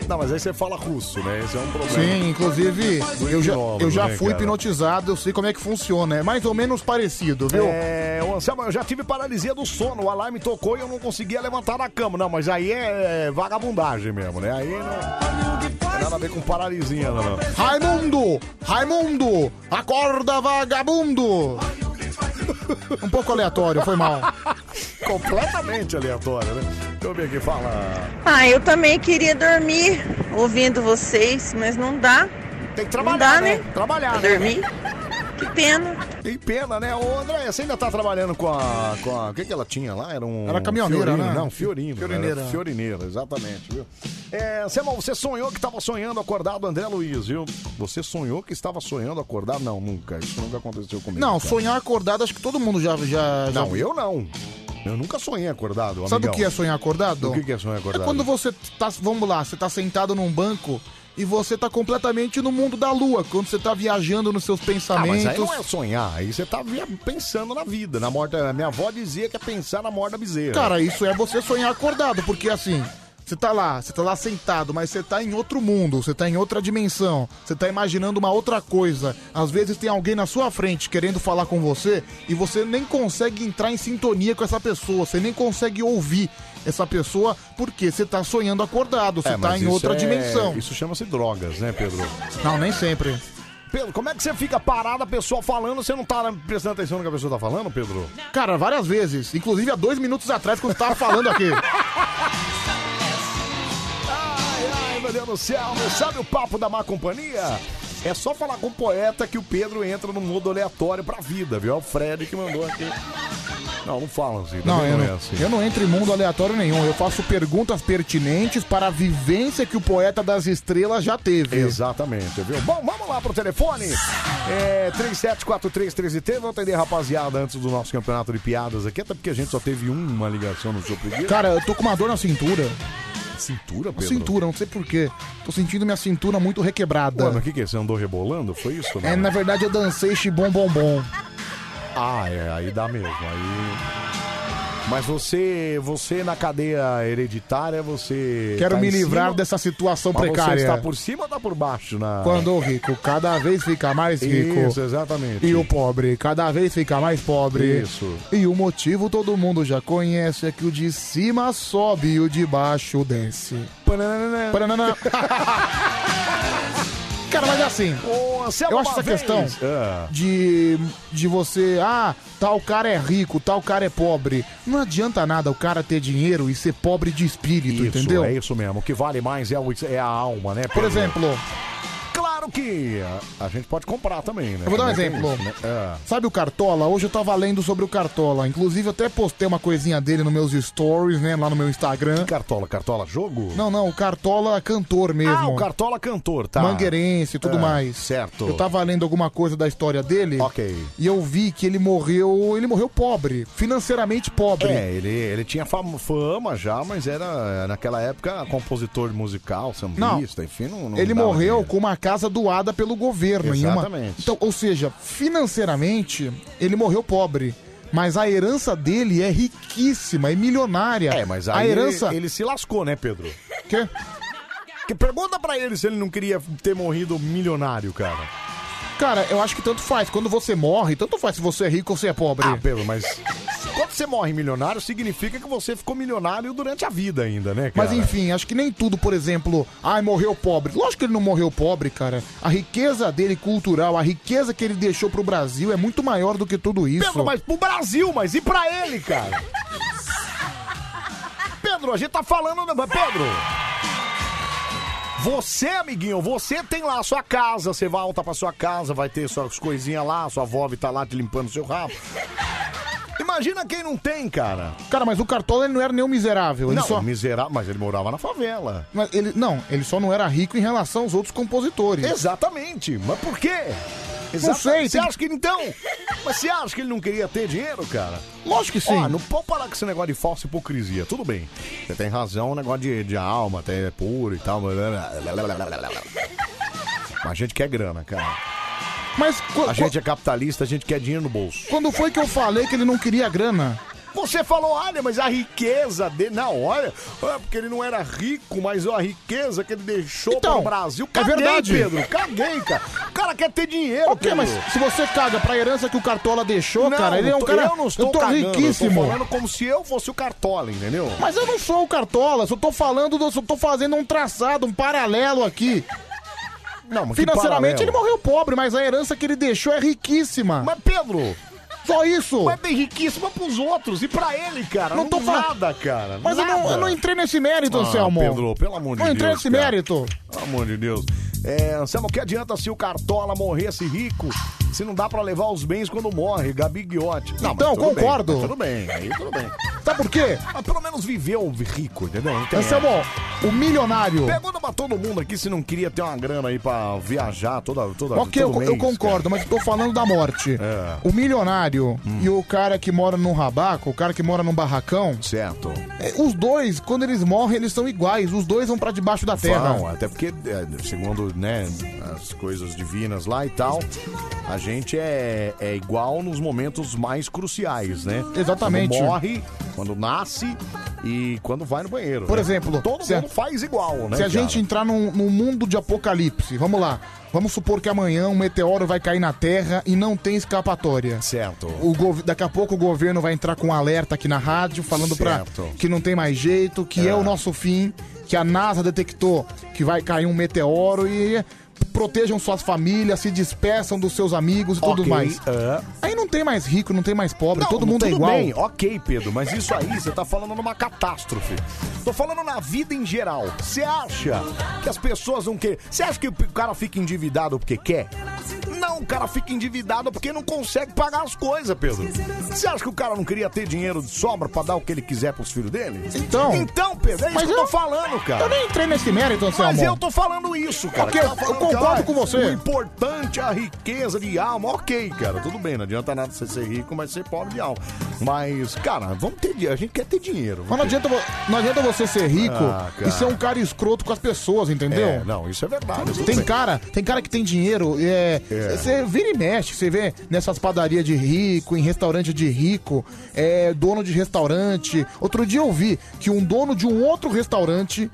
Não, mas aí você fala russo, né? Esse é um problema.
Sim, inclusive,
Do
eu já,
hipnólogo,
eu já
né,
fui
cara?
hipnotizado, eu sei como é que funciona. É mais ou menos parecido, viu?
É, ô, Anselmo, eu já tive paralisia do sono, o alarme tocou e eu não conseguia levantar da cama. Não, mas aí é vagabundagem mesmo, né? Aí não não tem nada a ver com paralisia, não. não.
Raimundo! Raimundo! Acorda, vagabundo! Um pouco aleatório, foi mal.
Completamente aleatório, né? Deixa eu ver aqui, fala.
Ah, eu também queria dormir ouvindo vocês, mas não dá.
Tem que
não
trabalhar,
dá, né?
né? Trabalhar,
Pra
né?
dormir. Que pena.
Que pena, né? Ô, André, você ainda tá trabalhando com a. Com a o que, que ela tinha lá? Era um.
Era caminhoneira,
Fiorino,
né?
Não, Fiorino.
Fiorineira.
Fiorineira. Fiorineira, exatamente, viu? É, Selma, você sonhou que tava sonhando acordado, André Luiz, viu? Você sonhou que estava sonhando acordado? Não, nunca. Isso nunca aconteceu comigo.
Não,
cara.
sonhar acordado, acho que todo mundo já. já, já-
Não, eu não. Eu nunca sonhei acordado.
Sabe o
amigão.
que é sonhar acordado?
O que que é sonhar acordado?
É quando você tá, vamos lá, você tá sentado num banco e você tá completamente no mundo da lua, quando você tá viajando nos seus
Ah,
pensamentos.
mas aí não é sonhar, aí você tá via- pensando na vida, na morte. da- Minha avó dizia que é pensar na morte da bezerra.
Cara, isso é você sonhar acordado, porque assim, Você tá lá, você tá lá sentado, mas você tá em outro mundo, você tá em outra dimensão, você tá imaginando uma outra coisa. Às vezes tem alguém na sua frente querendo falar com você e você nem consegue entrar em sintonia com essa pessoa, você nem consegue ouvir essa pessoa porque você tá sonhando acordado, você
É,
tá
mas
em
isso
outra
é-
dimensão.
Isso chama-se drogas, né, Pedro?
Não, nem sempre.
Pedro, como é que você fica parado, a pessoa falando, você não tá prestando atenção no que a pessoa tá falando, Pedro?
Cara, várias vezes. Inclusive há dois minutos atrás, quando você tava falando aqui.
Ai, meu Deus do céu, não sabe o papo da má companhia? É só falar com o poeta que o Pedro entra no mundo aleatório pra vida, viu? É o Fred que mandou aqui. Não, não fala assim,
Não,
também
eu
não, é
não,
assim.
eu não entro em mundo aleatório nenhum. Eu faço perguntas pertinentes para a vivência que o poeta das estrelas já teve.
Exatamente, viu? Bom, vamos lá pro telefone. É 374333. Vou atender a rapaziada antes do nosso campeonato de piadas aqui, até porque a gente só teve uma ligação no seu primeiro.
Cara, eu tô com uma dor na cintura.
Cintura,
Uma
Pedro?
cintura, não sei porquê. Tô sentindo minha cintura muito requebrada.
Mano, o que que é? Você andou rebolando? Foi isso? né?
É,
mano?
na verdade eu dancei Xibom Bom Bom.
Ah, é, aí dá mesmo. Aí. Mas você, você na cadeia hereditária, você.
Quero
tá
me
em
livrar
cima?
dessa situação
Mas
precária.
Você está por cima ou está por baixo na
Quando o rico cada vez fica mais rico.
Isso, exatamente.
E o pobre cada vez fica mais pobre.
Isso.
E o motivo todo mundo já conhece é que o de cima sobe e o de baixo desce.
Pananana.
Pananana. Cara, mas é assim.
Ô, Anselmo,
eu acho essa
uma vez-
questão
Ah.
de, de você, ah, tal cara é rico, tal cara é pobre. Não adianta nada o cara ter dinheiro e ser pobre de espírito,
Isso,
entendeu?
é isso mesmo. O que vale mais é, o- é a alma, né?
Por exemplo,
Claro que a, a gente pode comprar também, né?
Eu vou dar um
Também tem
exemplo.
isso, né? É.
Sabe o Cartola? Hoje eu tava lendo sobre o Cartola. Inclusive, eu até postei uma coisinha dele nos meus stories, né? Lá no meu Instagram.
Cartola, Cartola jogo?
Não, não, o Cartola cantor mesmo.
Ah, o Cartola cantor, tá?
Mangueirense e tudo
Ah,
mais.
Certo.
Eu tava lendo alguma coisa da história dele.
Ok.
E eu vi que ele morreu. Ele morreu pobre. Financeiramente pobre.
É, ele, ele tinha fama, fama já, mas era naquela época compositor musical, sambista, enfim. Não, não
ele
dava
morreu com uma casa doada pelo governo. em uma-
Exatamente.
Então, ou seja, financeiramente, ele morreu pobre. Mas a herança dele é riquíssima, é milionária. É, mas a
Aí
herança.
Ele, ele se lascou, né, Pedro?
Quê?
Que pergunta pra ele se ele não queria ter morrido milionário, cara.
Cara, eu acho que tanto faz. Quando você morre, tanto faz se você é rico ou se é pobre.
Ah, Pedro, mas. Quando você morre milionário, significa que você ficou milionário durante a vida ainda, né, cara?
Mas enfim, acho que nem tudo, por exemplo, ai, morreu pobre. Lógico que ele não morreu pobre, cara. A riqueza dele cultural, a riqueza que ele deixou pro Brasil é muito maior do que tudo isso.
Pedro, mas pro Brasil, mas e pra ele, cara? Pedro, a gente tá falando. né, mas Pedro! Você, amiguinho, você tem lá a sua casa, você volta pra sua casa, vai ter suas coisinhas lá, sua avó tá lá te limpando seu rabo. Imagina quem não tem, cara.
Cara, mas o Cartola ele não era nenhum miserável. Ele
não,
só...
miserável, mas ele morava na favela.
Mas ele, não, ele só não era rico em relação aos outros compositores.
Exatamente. Mas por quê?
Não sei.
Você
Tem...
acha que então? Mas você acha que ele não queria ter dinheiro, cara?
Lógico que sim.
Ó, não pode parar com esse negócio de falsa hipocrisia. Tudo bem. Você tem razão, o negócio de, de alma, até é puro e tal. Mas a gente quer grana, cara.
Mas
a gente é capitalista, a gente quer dinheiro no bolso.
Quando foi que eu falei que ele não queria grana?
Você falou, olha, mas a riqueza dele. Não, olha, é porque ele não era rico, mas ó, a riqueza que ele deixou
Então,
pro Brasil.
é
Caguei,
verdade.
Pedro. Caguei, cara. O cara quer ter dinheiro,
Ok,
Pedro.
mas se você caga pra herança que o Cartola deixou, cara, ele é um
tô-
cara.
Eu não estou
tô
cagando,
riquíssimo.
Eu tô falando como se eu fosse o Cartola, entendeu?
Mas eu não sou o Cartola, só tô falando, do- só tô fazendo um traçado, um paralelo aqui.
Não, mas que
Financeiramente
paralelo?
ele morreu pobre, mas a herança que ele deixou é riquíssima.
Mas Pedro,
só isso.
Mas é bem riquíssima pros outros e pra ele, cara. um
Não
Não,
tô
tô
fa-
nada, cara.
Mas eu não,
nada.
eu não entrei nesse mérito,
Ah,
Anselmo.
Pedro, pelo amor de
Não entrei
Deus,
nesse
cara.
mérito.
Pelo amor de Deus. É, Anselmo, que adianta se o Cartola morresse rico se não dá pra levar os bens quando morre, Gabi Guiotti? Não, mas
Então,
tudo bem,
concordo.
mas tudo bem, aí tudo bem.
Sabe por quê?
Mas pelo menos viveu rico, entendeu? Não tem
Anselmo, o milionário.
Pergunta pra todo mundo aqui se não queria ter uma grana aí pra viajar toda, toda
Ok, eu,
todo
eu
mês,
concordo, mas eu tô falando da morte.
É.
O milionário
Hum.
e o cara que mora num rabaco, o cara que mora num barracão. é,
Certo.
Os dois, quando eles morrem, eles são iguais. Os dois vão pra debaixo da terra.
Vão, até porque, é, segundo né, as coisas divinas lá e tal, a gente é, é igual nos momentos mais cruciais, né?
Exatamente.
Quando morre, quando nasce E quando vai no banheiro.
Por
né?
exemplo,
todo
se a-
mundo faz igual, né?
Se a
cara?
gente entrar num, num mundo de apocalipse, vamos lá. Vamos supor que amanhã um meteoro vai cair na Terra e não tem escapatória.
Certo.
O gov- daqui a pouco o governo vai entrar com um alerta aqui na rádio, falando pra
Certo.
que não tem mais jeito, que é. o nosso fim, que a NASA detectou que vai cair um meteoro e protejam suas famílias, se despeçam dos seus amigos e tudo
Ok,
mais.
é.
Aí não tem mais rico, não tem mais pobre, todo mundo é
tudo
igual.
bem, ok, Pedro, mas isso aí você tá falando numa catástrofe. Tô falando na vida em geral. Você acha que as pessoas vão querer. Você acha que o cara fica endividado porque quer? Não, o cara fica endividado porque não consegue pagar as coisas, Pedro. Você acha que o cara não queria ter dinheiro de sobra pra dar o que ele quiser pros filhos dele?
Então.
Então, Pedro, é isso
Mas
que eu tô falando, cara.
Eu nem entrei nesse mérito, Anselmo.
Mas eu tô falando isso, cara.
Ok, eu-
Tá falando
eu concordo
que,
com
ó,
você.
O importante é a riqueza de alma. Ok, cara, tudo bem. Não adianta nada você ser rico, mas ser pobre de alma. Mas, cara, vamos ter dinheiro. A gente quer ter dinheiro.
Mas não adianta, vo- não adianta você ser rico
Ah, cara.
e ser um cara escroto com as pessoas, entendeu?
É, não, isso é verdade. tudo
Tem
bem.
cara, tem cara que tem dinheiro, é, você vira e mexe, você vê nessas padarias de rico, em restaurante de rico, é, dono de restaurante. Outro dia eu vi que um dono de um outro restaurante,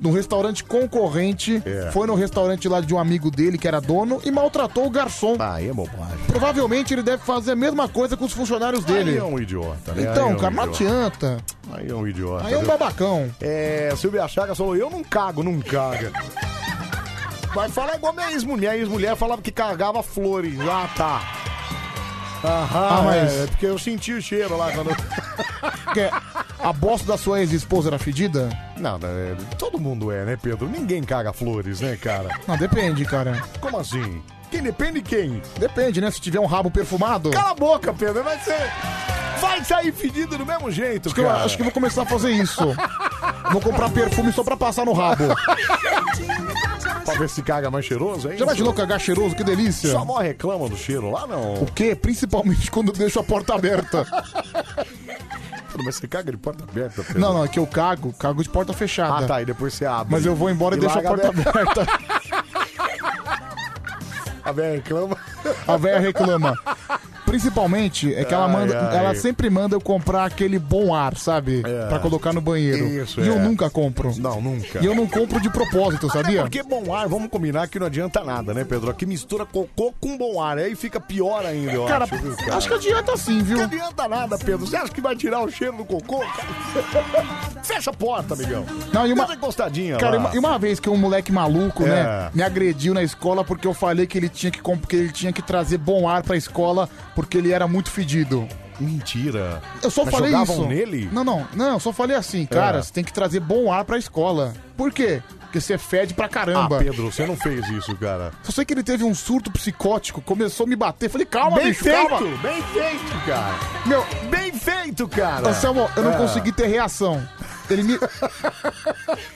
num restaurante concorrente,
É.
foi no restaurante lá de um amigo dele que era dono e maltratou o garçom.
Aí é bobagem.
Provavelmente ele deve fazer a mesma coisa com os funcionários dele.
Aí é um idiota, né? Aí
Então,
é um
cara, não
idiota.
adianta.
Aí é um idiota.
Aí é um
viu?
babacão.
É, Silvia Chagas falou, eu não cago, não caga. Vai falar igual minha ex-mulher. Minha ex-mulher falava que cagava flores. Ah, tá. Aham,
Ah, mas-
é, é porque eu senti o cheiro lá quando...
Porque a bosta da sua ex-esposa era fedida?
Não, é, todo mundo é, né, Pedro? Ninguém caga flores, né, cara?
Não, depende, cara.
Como assim? Quem depende quem?
Depende, né? Se tiver um rabo perfumado.
Cala a boca, Pedro, vai ser... Vai sair fedido do mesmo jeito,
Acho que, eu,
cara.
acho que eu vou começar a fazer isso. Vou comprar perfume só pra passar no rabo.
Pra ver se caga mais cheiroso, é hein?
Já imaginou cagar cheiroso? Que delícia.
Sua avó reclama do cheiro lá, não?
O quê? Principalmente quando eu deixo a porta aberta.
Pedro, Mas você caga de porta aberta, Pedro.
Não, não, é que eu cago, cago de porta fechada.
Ah, tá, e depois você abre.
Mas eu vou embora e, deixo a
larga
porta
aberta.
aberta.
A velha reclama.
A véia reclama. Principalmente é que ela
Ai,
manda,
ai.
ela sempre manda eu comprar aquele bom ar, sabe?
É.
Pra colocar no banheiro.
Isso,
e eu
é.
nunca compro.
Não, nunca.
E eu não compro de propósito, sabia?
Até Ah, porque é bom ar, vamos combinar que não adianta nada, né, Pedro? Aqui mistura cocô com bom ar, aí fica pior ainda, eu
Cara,
acho. viu,
acho que adianta sim, viu?
Não adianta nada, Pedro. Você acha que vai tirar o cheiro do cocô? cara? Fecha a porta, amigão.
Não, e uma-
Dá encostadinha
Cara, e
lá.
uma, e uma vez que um moleque maluco, né,
É.
me agrediu na escola porque eu falei que ele tinha que, comp- que ele tinha que trazer bom ar pra escola porque ele era muito fedido.
Mentira.
Eu só
Mas
falei
jogavam
isso.
nele?
Não, não, não, eu só falei assim, cara,
É.
você tem que trazer bom ar pra escola. Por quê? Porque você fede pra caramba.
Ah, Pedro, você não fez isso, cara.
Eu sei que ele teve um surto psicótico, começou a me bater. Falei, calma,
bem
bicho,
feito,
calma.
bem feito, cara.
Meu,
Bem feito, cara.
Anselmo, eu não
É.
consegui ter reação. Ele me.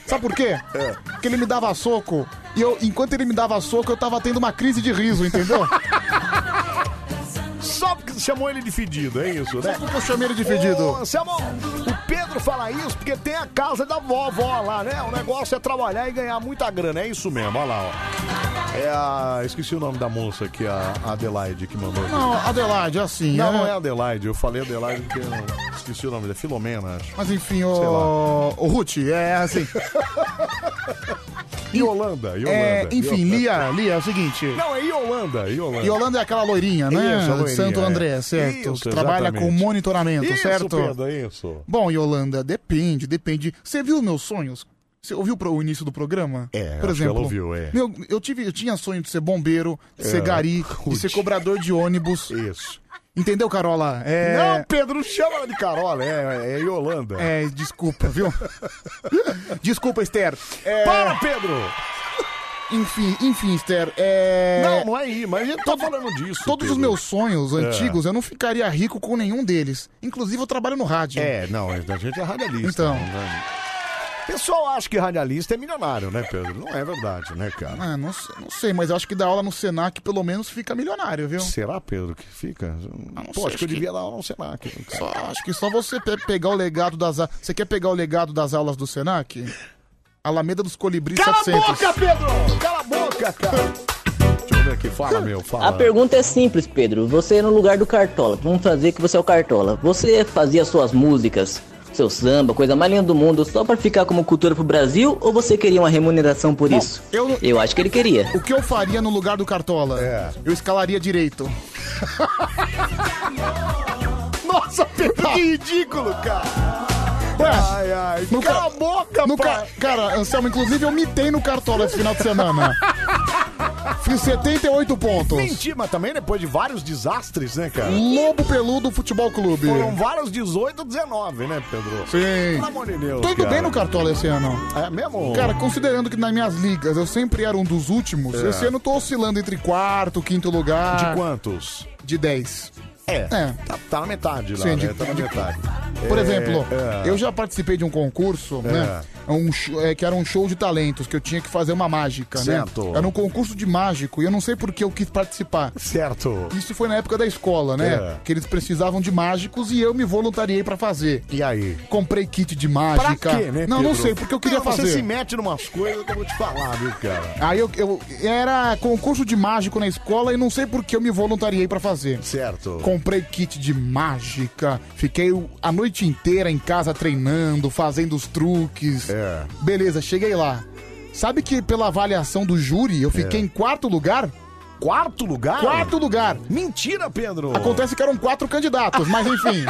Sabe por quê?
É.
Porque ele me dava soco. E eu, enquanto ele me dava soco, eu tava tendo uma crise de riso, entendeu?
Só porque chamou ele de fedido, é isso, né?
Só porque eu chamei ele de fedido.
Ô, é Anselmo, o Pedro fala isso porque tem a casa da vovó lá, né? O negócio é trabalhar e ganhar muita grana, é isso mesmo, olha lá, ó. É a... Esqueci o nome da moça aqui, a Adelaide, que mandou aqui.
Não, Adelaide, assim.
Não,
né?
não é Adelaide, eu falei Adelaide porque eu esqueci o nome, é Filomena, acho.
Mas enfim,
Sei lá.
o. O Ruth, é assim.
Yolanda, Yolanda.
É, enfim,
Yolanda.
Lia, Lia, é o seguinte.
Não, é Yolanda, Yolanda.
Yolanda é aquela loirinha, né?
Isso, a loirinha,
Santo André,
é.
certo?
Isso,
que trabalha com
exatamente.
monitoramento,
isso,
certo?
Pedro, é isso.
Bom, Yolanda, depende, depende. Você viu meus sonhos? Você ouviu pro- o início do programa?
É,
Por
acho que
exemplo,
ela ouviu, é.
meu, eu, tive, eu tinha sonho de ser bombeiro, de
É,
ser gari, de
putz.
ser cobrador de ônibus.
Isso.
Entendeu, Carola?
Não,
É,
Pedro, não chama ela de Carola, é, é Yolanda.
é
Tá
desculpa, viu? desculpa, Esther. É,
Para, Pedro!
Enfim, enfim, Esther. É...
Não, não é aí, mas eu tô falando disso.
Todos os
Pedro.
meus sonhos
É.
antigos, eu não ficaria rico com nenhum deles. Inclusive, eu trabalho no rádio.
É, não, a gente é radialista.
Então.
né? O pessoal acha que radialista é milionário, né, Pedro? Não é verdade, né, cara?
Ah, não, se- não sei, mas eu acho que dar aula no Senac pelo menos fica milionário, viu?
Será, Pedro, que fica?
sei,
Pô, acho que eu
acho
devia dar aula no Senac. cara.
Só- acho que só você pe- pegar o legado das a- Você quer pegar o legado das aulas do Senac? Alameda dos Colibris
Cala
700.
a boca, Pedro! Cala a boca, cara! Deixa eu ver aqui, fala, meu, fala.
A pergunta é simples, é Pedro. Você no lugar do Cartola, vamos fazer que você é o Cartola. Você fazia suas músicas seu samba, coisa mais linda do mundo, só pra ficar como cultura pro Brasil? Ou você queria uma remuneração por isso?
Eu,
acho que ele queria.
O que eu faria no lugar do Cartola?
É.
Eu escalaria direito. Nossa, Pedro, que ridículo, cara. Ué, ai, ai, no cala a boca, no ca- Cara, Anselmo, inclusive eu mitei no Cartola esse final de semana. Fiz 78 pontos.
Mentira, mas também depois de vários desastres, né, cara?
Lobo Peludo Futebol Clube.
Foram vários 18, 19, né, Pedro?
Sim.
Pelo amor de Deus.
Tô indo
cara.
bem no Cartola esse ano.
É mesmo?
Cara, considerando que nas minhas ligas eu sempre era um dos últimos,
É.
esse ano eu tô oscilando entre quarto, quinto lugar.
De quantos?
De 10.
É.
É.
Tá, tá na metade lá,
Sim,
né?
de-
Tá na
de-
metade.
Por
É,
exemplo,
é.
eu já participei de um concurso,
É.
né? Um sh- é, que era um show de talentos, que eu tinha que fazer uma mágica, né?
Certo.
Era um concurso de mágico e eu não sei por que eu quis participar.
Certo.
Isso foi na época da escola, né?
É.
Que eles precisavam de mágicos e eu me voluntariei pra fazer.
E aí?
Comprei kit de mágica.
Pra quê, né,
Não, não
Pedro?
sei, porque eu queria
Não,
fazer.
Você se mete numas coisas que eu vou te falar, viu, cara?
Aí eu, eu- era concurso de mágico na escola e não sei por que eu me voluntariei pra fazer.
Certo.
Comprei kit de mágica, fiquei o- a noite inteira em casa treinando, fazendo os truques.
É.
Beleza, cheguei lá. Sabe que pela avaliação do júri eu fiquei
É.
em quarto lugar?
Quarto lugar?
Quarto lugar.
Mentira, Pedro.
Acontece que eram quatro candidatos, mas enfim.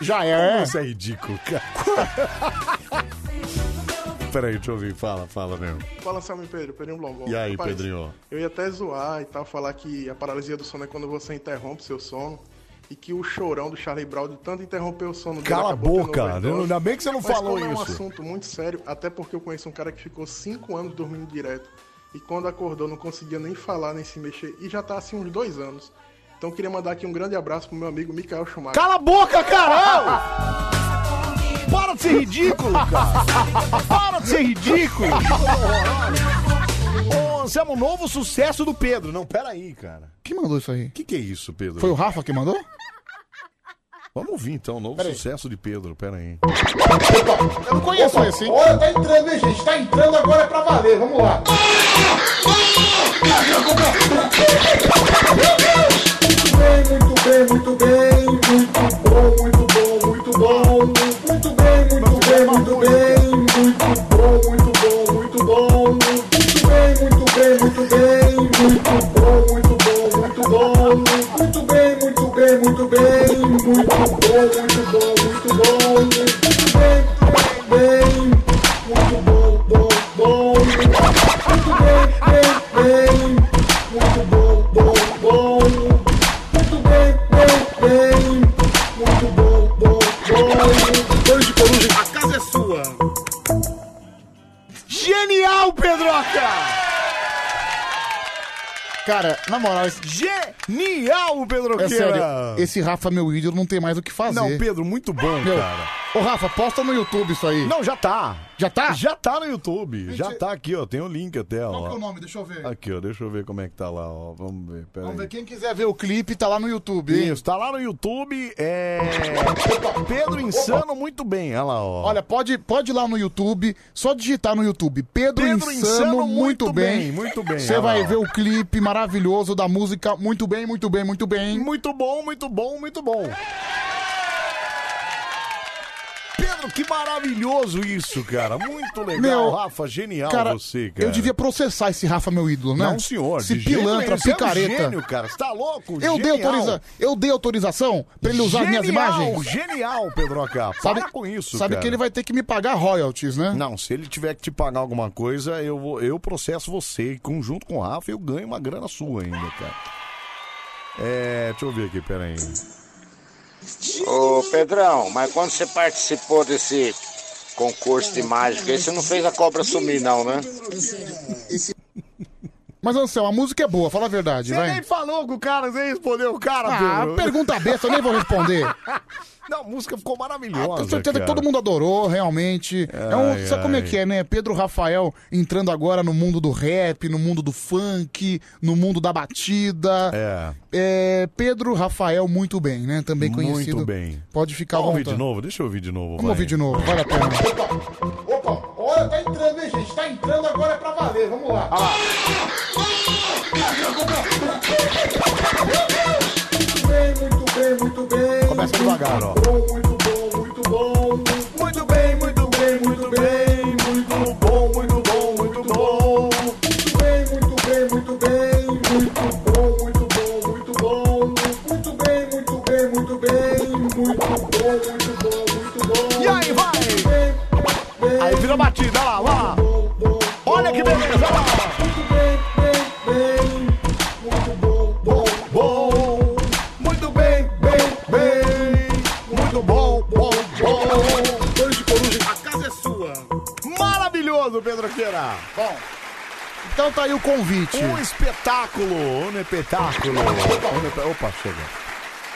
Já
Como
é.
Isso é ridículo, cara. Peraí, deixa eu ouvir. Fala, fala mesmo.
Fala, Salmo e Pedro, Pedrinho Blogol.
E aí, Pedrinho?
Eu ia até zoar e tal, falar que a paralisia do sono é quando você interrompe seu sono. E que o chorão do Charlie Brown, de tanto interromper o sono dele,
Cala a
acabou tendo
boca,
overdose.
ainda bem que você não
Mas
falou
como é um
isso.
assunto muito sério, até porque eu conheço um cara que ficou cinco anos dormindo direto. E quando acordou, não conseguia nem falar, nem se mexer. E já tá assim uns dois anos. Então eu queria mandar aqui um grande abraço pro meu amigo Mikael Schumacher.
Cala a boca, caralho! Para de ser ridículo, cara! Para de ser ridículo! Ô,
é um
Anselmo, novo sucesso é do Pedro. Não, peraí, cara.
Quem mandou isso aí?
O que, que é isso, Pedro?
Foi o Rafa que mandou?
Vamos ouvir então, novo sucesso de Pedro, peraí.
Eu não conheço esse, hein? Olha, tá entrando, hein, gente? Tá entrando agora é pra valer, vamos lá.
Muito bem, muito bem, muito bom, muito bom, muito bom. Muito bem, muito bem, muito bem, muito bom, muito bom, muito bom. Muito bem, muito bem, muito bem, muito bom, muito bom, muito bom. Muito bem, muito bem, muito bem, muito bom, muito bom, muito bom. Muito bem, muito bem, muito bom, bom, bom. Muito bem, bem, bem, muito bom, bom, bom. Muito bem, bem, bem. Muito bom, bom, bom. Dois de coruja, a casa é sua.
Genial, Pedroca!
Cara, na moral, esse...
Genial, Pedro
É sério, esse Rafa, meu ídolo, não tem mais o que fazer.
Não, Pedro, muito bom,
Meu,
cara.
Ô, Rafa, posta no YouTube isso aí.
Não, já tá.
Já tá?
Já tá no YouTube. Já tá aqui, ó. Tem o link até, ó.
Qual que é o nome? Deixa eu ver.
Aqui, ó. Deixa eu ver como é que tá lá, ó. Vamos ver, peraí.
Vamos ver, quem quiser ver o clipe, tá lá no YouTube. hein?
Isso, tá lá no YouTube, é... Pedro Insano, muito bem, olha lá, ó.
Olha, pode, pode ir lá no YouTube, só digitar no YouTube Pedro, Insano,
Pedro Insano,
muito,
muito
bem.
bem, muito bem,
Você
olha
vai
lá.
ver o clipe maravilhoso da música Muito bem, muito bem, muito bem.
Muito bom, muito bom, muito bom. Pedro, que maravilhoso isso, cara. Muito legal,
Meu,
Rafa, genial
cara,
você, cara.
Eu devia processar esse Rafa, meu ídolo, né?
Não, senhor,
Esse
de jeito
pilantra,
nenhum, você é um
picareta.
gênio, cara, você tá louco?
Eu dei,
Genial.
autoriza... eu dei autorização pra ele usar minhas
Genial,
imagens.
Genial, Pedroca. Para
Sabe-
com isso,
sabe
cara.
que ele vai ter que me pagar royalties, né?
Não, se ele tiver que te pagar alguma coisa, eu, vou- eu processo você. E conjunto com o Rafa, eu ganho uma grana sua ainda, cara. É, deixa eu ver aqui, peraí.
Ah,
Ô Pedrão, mas quando você participou desse concurso de mágica, aí você não fez a cobra sumir, não, né?
Mas, Anselmo, a música é boa, fala a verdade,
Você
vai.
nem falou com o cara, você respondeu o cara,
Ah,
Pedro.
pergunta besta, eu nem vou responder.
Não, a música ficou
Eu
maravilhosa.
tenho Ah, certeza que
cara.
todo mundo adorou, realmente. é um,
Ai,
sabe como é
ai.
que é, né? Pedro Rafael entrando agora no mundo do rap, no mundo do funk, no mundo da batida.
É.
Pedro Rafael, muito bem, né? Também
Muito
conhecido.
bem.
Pode ficar à
Vamos ouvir
vontade.
de novo, deixa eu ouvir de novo.
Vamos ouvir de novo, vale a pena.
Olha, tá entrando, hein, gente? Tá entrando agora é pra valer. Vamos lá. Olha lá. Muito bem, muito bem,
bem, muito bem.
Começa devagar, ó.
Muito bom, muito bem, muito bem, muito bem. Muito bom, muito bom, muito bom. Muito bem, muito bem, muito bem. Muito bom, muito bom, muito bom. Muito bem, muito bem, muito bem. Muito bom, muito bom, muito bom.
E aí, vai! Aí vira batida, olha lá, olha lá. Olha que beleza, olha lá.
Bom, muito bem, bem, bem. Muito bom, bom, bom. Dois de coruja, a casa é sua.
Maravilhoso, Pedro Queira. Bom.
Então tá aí o convite.
Um espetáculo, um espetáculo. Opa, chega.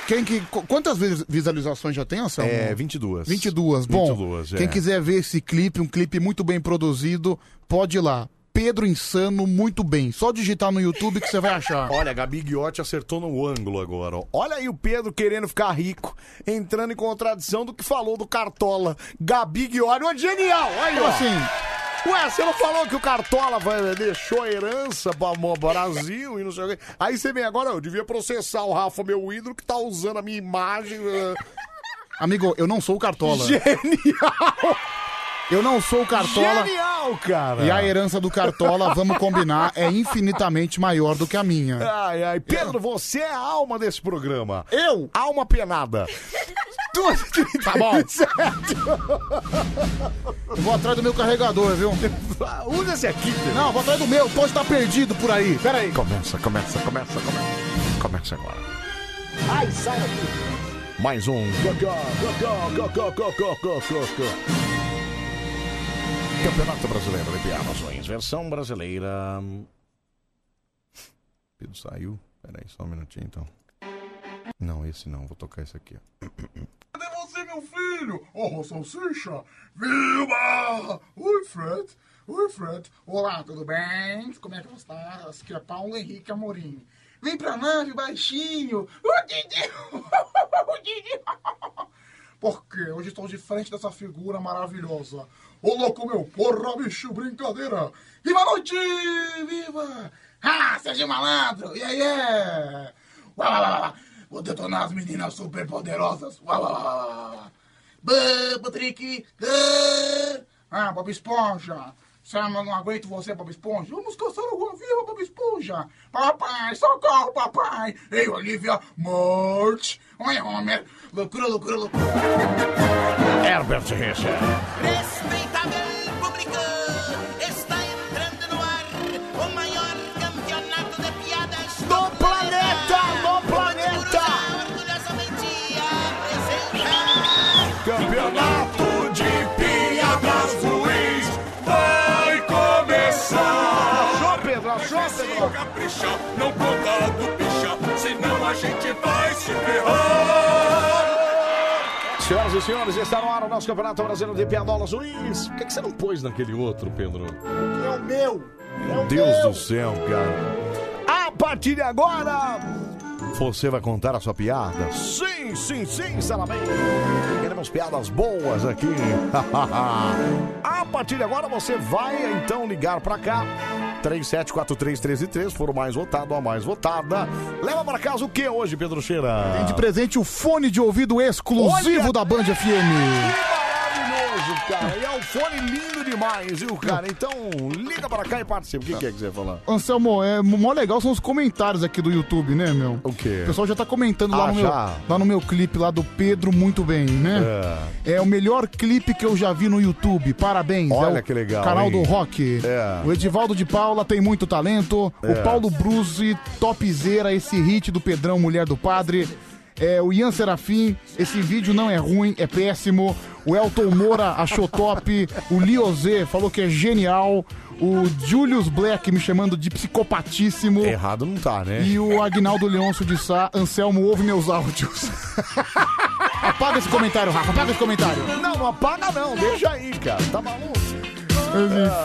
Quem que, qu- quantas vis- visualizações já tem, Anselmo?
É, 22.
22, bom.
22, é.
Quem quiser ver esse clipe, um clipe muito bem produzido, pode ir lá. Pedro Insano, muito bem. Só digitar no YouTube que você vai achar.
Olha, Gabi Guiotti acertou no ângulo agora. ó. Olha aí o Pedro querendo ficar rico, entrando em contradição do que falou do Cartola. Gabi Guiotti, ó, genial! Aí,
Como
ó.
assim?
Ué, você não falou que o Cartola vai- deixou a herança pra mo- Brasil e não sei o quê. Aí você vem agora, eu devia processar o Rafa, meu ídolo, que tá usando a minha imagem. né?
Amigo, eu não sou o Cartola.
Genial!
Eu não sou o Cartola.
Genial, cara!
E a herança do Cartola, vamos combinar, é infinitamente maior do que a minha.
Ai, ai. Pedro, você é a alma desse programa. Eu? Alma penada. Duas
Tá bom.
Eu
Vou atrás do meu carregador, viu?
Usa esse aqui, Pedro.
Não, vou atrás do meu. Pode estar perdido por aí. Pera aí.
Começa, começa, começa, começa. Começa agora.
Ai, sai daqui.
Mais um.
Go, go, go, go, go, go, go, go, go, go.
Campeonato Brasileiro de Pianos, versão brasileira. Pedro saiu. Peraí, só um minutinho então. Não, esse não, vou tocar esse aqui. ó.
Cadê É você, meu filho? Oh, salsicha! Vilma! Oi, Fred! Oi, Fred!
Olá, tudo bem? Como é que você
tá?
está? Aqui é Paulo Henrique Amorim. Vem pra nave baixinho.
Porque hoje estou de frente dessa figura maravilhosa. Ô louco meu, porra, bicho, brincadeira! Viva a noite! Viva! Ah, Sérgio Malandro! E aí, é? Uá, lá, lá, lá, lá. Vou detonar as meninas super poderosas! Uá, lá, lá, lá, lá, lá. Bã, Patrick! Bã.
Ah, Bob Esponja. Sam, eu não aguento você, Bob Esponja. Vamos caçar alguma viva, Bob Esponja. Papai, socorro, papai.
Ei, Olivia! Morte! Olha, Homer! Loucura, loucura, loucura!
Herbert Richard.
Respeitável público, está entrando no ar o maior campeonato de piadas do planeta, do planeta. Orgulhosamente apresenta campeonato de piadas ruins vai começar.
Achou, Pedro? Achou, Pedro?
caprichar, não conta do pichar, senão a gente vai se ferrar.
Senhoras e senhores, está no ar o nosso Campeonato Brasileiro de Piadolas Ruins. Por que, que você não pôs naquele outro, Pedro?
É o meu.
Meu Deus do céu, cara. A partir de agora, você vai contar a sua piada? Sim, sim, sim, Sarabéns. Queremos piadas boas aqui. a partir de agora, você vai então ligar pra cá. 37431313, for o mais votado ou a mais votada. Leva pra casa o que hoje, Pedro Cheira?
Tem de presente o fone de ouvido exclusivo da Band FM.
maravilhoso, Tá cara. E é um fone lindo demais, viu, cara? Então, liga pra cá e participa. O que, que é que você vai falar?
Anselmo, é mó legal são os comentários aqui do YouTube, né, meu?
O quê?
O pessoal já tá comentando lá,
Ah,
no meu,
já?
lá no meu clipe lá do Pedro Muito Bem, né? É. o melhor clipe que eu já vi no YouTube. Parabéns.
Olha
é o
que legal,
Canal
hein?
do Rock.
É.
O Edivaldo de Paula tem muito talento.
É.
O Paulo Bruzi, topzera, esse hit do Pedrão Mulher do Padre. É, o Ian Serafim, esse vídeo não é ruim, é péssimo. O Elton Moura achou top. O Liozê falou que é genial. O Julius Black me chamando de psicopatíssimo.
Errado não tá, né?
E o Agnaldo Leôncio de Sá, Anselmo, ouve meus áudios. apaga esse comentário, Rafa, apaga esse comentário.
Não, não apaga não, deixa aí, cara. Tá maluco?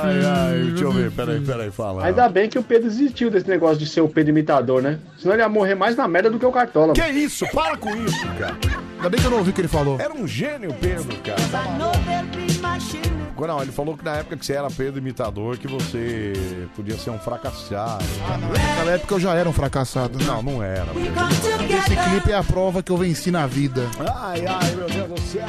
Ai,
ai, deixa eu ver, peraí, peraí, fala.
Ainda bem que o Pedro desistiu desse negócio de ser o Pedro imitador, né? Senão ele ia morrer mais na merda do que o Cartola.
Que isso? Para com isso, cara.
Ainda bem que eu não ouvi o que ele falou.
Era um gênio, Pedro, cara. Tá maluco? Agora, não, ele falou que na época que você era Pedro imitador, que você podia ser um fracassado.
Naquela época eu já era um fracassado.
Não, não era.
Esse clipe é a prova que eu venci na vida.
Ai, ai, meu Deus do céu.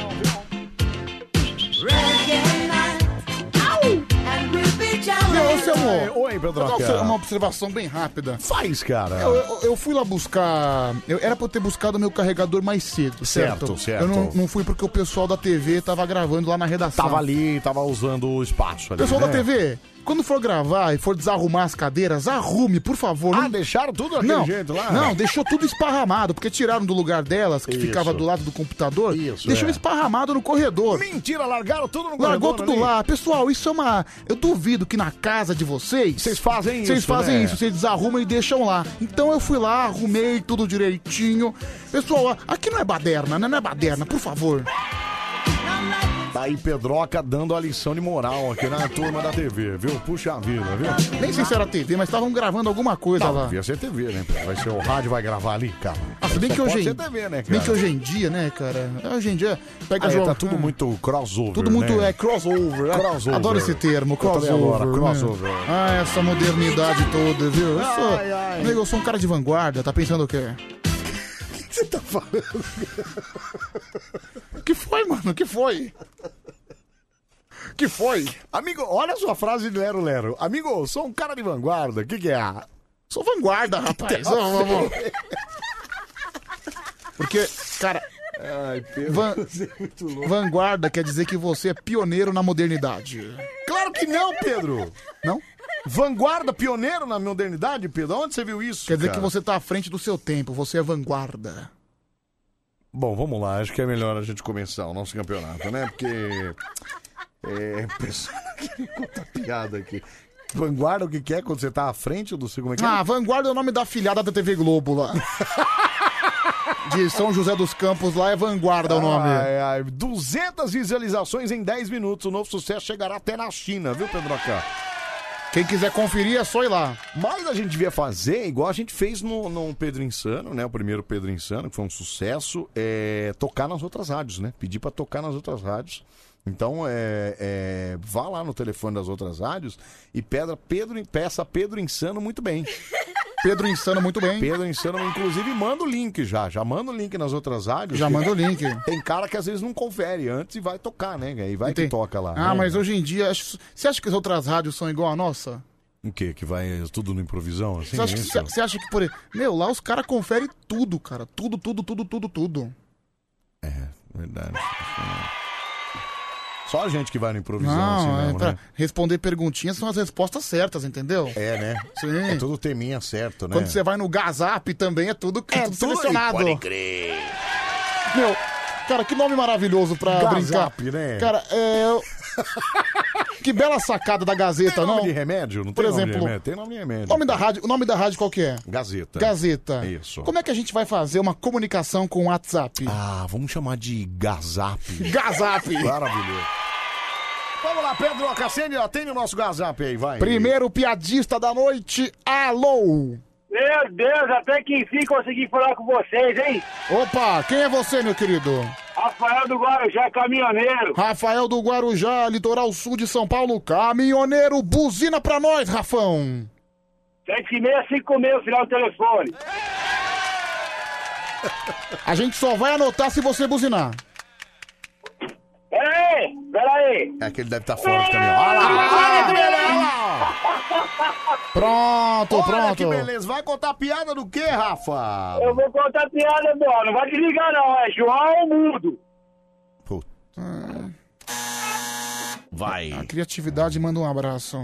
Meu, seu amor.
Oi, Pedroca.
vou dar Uma observação bem rápida.
Faz, cara.
Eu, eu- eu fui lá buscar. Eu era pra eu ter buscado meu carregador mais cedo. Certo,
Certo, certo.
Eu não, não fui porque o pessoal da TV tava gravando lá na redação.
Tava ali, tava usando o espaço ali.
Pessoal
né?
da TV, quando for gravar e for desarrumar as cadeiras, arrume, por favor. Ah,
deixaram tudo daquele
não,
jeito lá?
Não, deixou tudo esparramado, porque tiraram do lugar delas, que
Isso.
ficava do lado do computador,
Isso,
deixou
é.
esparramado no corredor.
Mentira, largaram tudo no
Largou
corredor né?
tudo
ali.
lá. Pessoal, isso é uma... Eu duvido que na casa de vocês... Vocês
fazem
Vocês
isso,
fazem
né?
isso, vocês desarrumam e deixam lá. Então eu fui lá, arrumei tudo direitinho. Pessoal, aqui não é baderna, né? Não é baderna, por favor.
Tá aí Pedroca dando a lição de moral aqui na turma da TV, viu? Puxa vida, viu?
Nem sei se era TV, mas estavam gravando alguma coisa
Não,
lá.
devia ser TV, né? Vai ser o rádio, vai gravar ali, cara.
Ah, se bem
Só
que hoje,
pode
em-
ser TV, né, cara?
bem que hoje em dia, né, cara? Hoje em dia, pega
Ah, é,
jogo.
tá tudo muito crossover,
Tudo muito
né?
é crossover, né?
Crossover.
Adoro esse termo,
Eu também
crossover.
adoro,
né?
crossover.
Ah, essa modernidade toda, viu? Eu sou,
Ai, ai.
Nego, eu sou um cara de vanguarda, tá pensando o quê?
O que você tá falando?
O que foi, mano? O que foi? O que foi?
Amigo, olha a sua frase de Lero Lero. Amigo, eu sou um cara de vanguarda. O que, que é? Então,
Sou vanguarda, rapaz.
Tá
Vamos, vamos. Porque, cara,
Ai, Pedro,
van-
você é muito louco.
vanguarda quer dizer que você é pioneiro na modernidade.
Claro que não, Pedro.
Não?
Vanguarda, pioneiro na modernidade, Pedro? Onde você viu isso?
Quer dizer
cara?
que você tá à frente do seu tempo, você é vanguarda.
Bom, vamos lá. Acho que é melhor a gente começar o nosso campeonato, né? Porque. É. o Pessoal, que conta piada aqui. Vanguarda, o que que é quando você tá à frente do seu. Como é que é?
Ah, Vanguarda é o nome da filhada da TV Globo lá. De São José dos Campos lá é Vanguarda o nome.
Ai, ai, 200 visualizações em 10 minutos. O novo sucesso chegará até na China, viu, Pedro
Quem quiser conferir é só ir lá.
Mas a gente devia fazer igual a gente fez no, no Pedro Insano, né? O primeiro Pedro Insano, que foi um sucesso, é tocar nas outras rádios, né? Pedir pra tocar nas outras rádios. Então, é, é, vá lá no telefone das outras rádios e pedra Pedro, peça Pedro Insano muito bem.
Pedro Insano muito bem.
Pedro Insano, inclusive, manda o link já. Já manda o link nas outras rádios.
Já manda o link.
Tem cara que às vezes não confere antes e vai tocar, né? E vai que
Entendi.
toca lá.
Ah,
né?
mas hoje em dia, acho- você acha que as outras rádios são igual a nossa?
O quê? Que vai tudo no improvisão? Assim,
Você acha,
é
que,
isso?
você acha que, por Meu, lá os caras conferem tudo, cara. Tudo, tudo, tudo, tudo, tudo.
é Verdade. Só a gente que vai no improvisão
Não,
assim
é
mesmo,
pra
né?
responder perguntinhas são as respostas certas, entendeu?
É, né?
Sim.
É tudo teminha certo, né?
Quando você vai no Gazap também é tudo, é tudo selecionado.
Pode crer.
Meu, cara, que nome maravilhoso pra
Gazap,
brincar.
né?
Cara, é. eu- que bela sacada da Gazeta, não?
Nome de remédio? Não
Por
tem nome de
exemplo,
remédio? Tem nome de remédio.
nome da rádio, o nome da rádio qual que é?
Gazeta.
Gazeta.
Isso.
Como é que a gente vai fazer uma comunicação com o WhatsApp?
Ah, vamos chamar de Gazap.
Gazap.
Maravilhoso. Vamos lá, Pedro Acacene, atende o nosso Gazap aí, vai.
Primeiro piadista da noite, alô!
Meu Deus, até que enfim consegui falar com vocês, hein?
Opa, quem é você, meu querido?
Rafael do Guarujá, caminhoneiro.
Rafael do Guarujá, litoral sul de São Paulo, caminhoneiro, buzina pra nós, Rafão!
Sete e meia, cinco e meia, o final do telefone.
A gente só vai anotar se você buzinar.
Peraí, peraí.
É que ele deve estar fora do caminhão. Olha lá, olha Ah, que beleza!
Pronto,
olha
pronto.
que beleza. Vai contar piada do quê, Rafa?
Eu vou contar piada, dó. Não vai desligar, não. É João Mudo.
Vai.
Ah. A criatividade manda um abraço.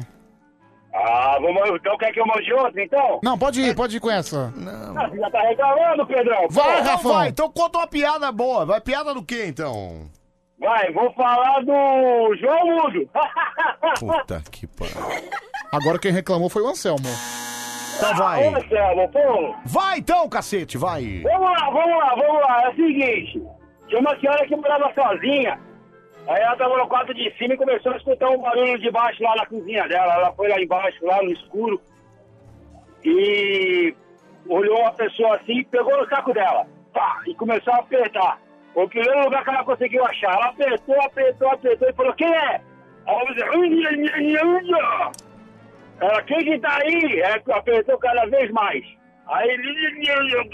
Ah, vamos, então quer que eu mande outra, então?
Não, pode ir, pode ir com essa.
Ah, você já tá reclamando, Pedrão.
Vai,
Pô,
Rafa. Vai, então conta uma piada boa. Vai, piada do quê, então?
Vai, vou falar do João Mudo.
Puta que pariu.
Agora quem reclamou foi o Anselmo.
Então vai.
Ô, Anselmo, Tá pô.
Vai então, cacete, vai.
Vamos lá, vamos lá, vamos lá. É o seguinte: tinha uma senhora que morava sozinha. Aí ela tava no quarto de cima e começou a escutar um barulho de baixo lá na cozinha dela. Ela foi lá embaixo, lá no escuro. E olhou uma pessoa assim, pegou no saco dela. Pá, e começou a apertar.
Foi o primeiro lugar que ela conseguiu achar. Ela apertou, apertou, apertou e falou: Quem é? Ela disse: "Ai, ai, ai, ai, ó." Ela, quem que tá aí? Ela apertou cada vez mais. Aí, ai, ai, ai,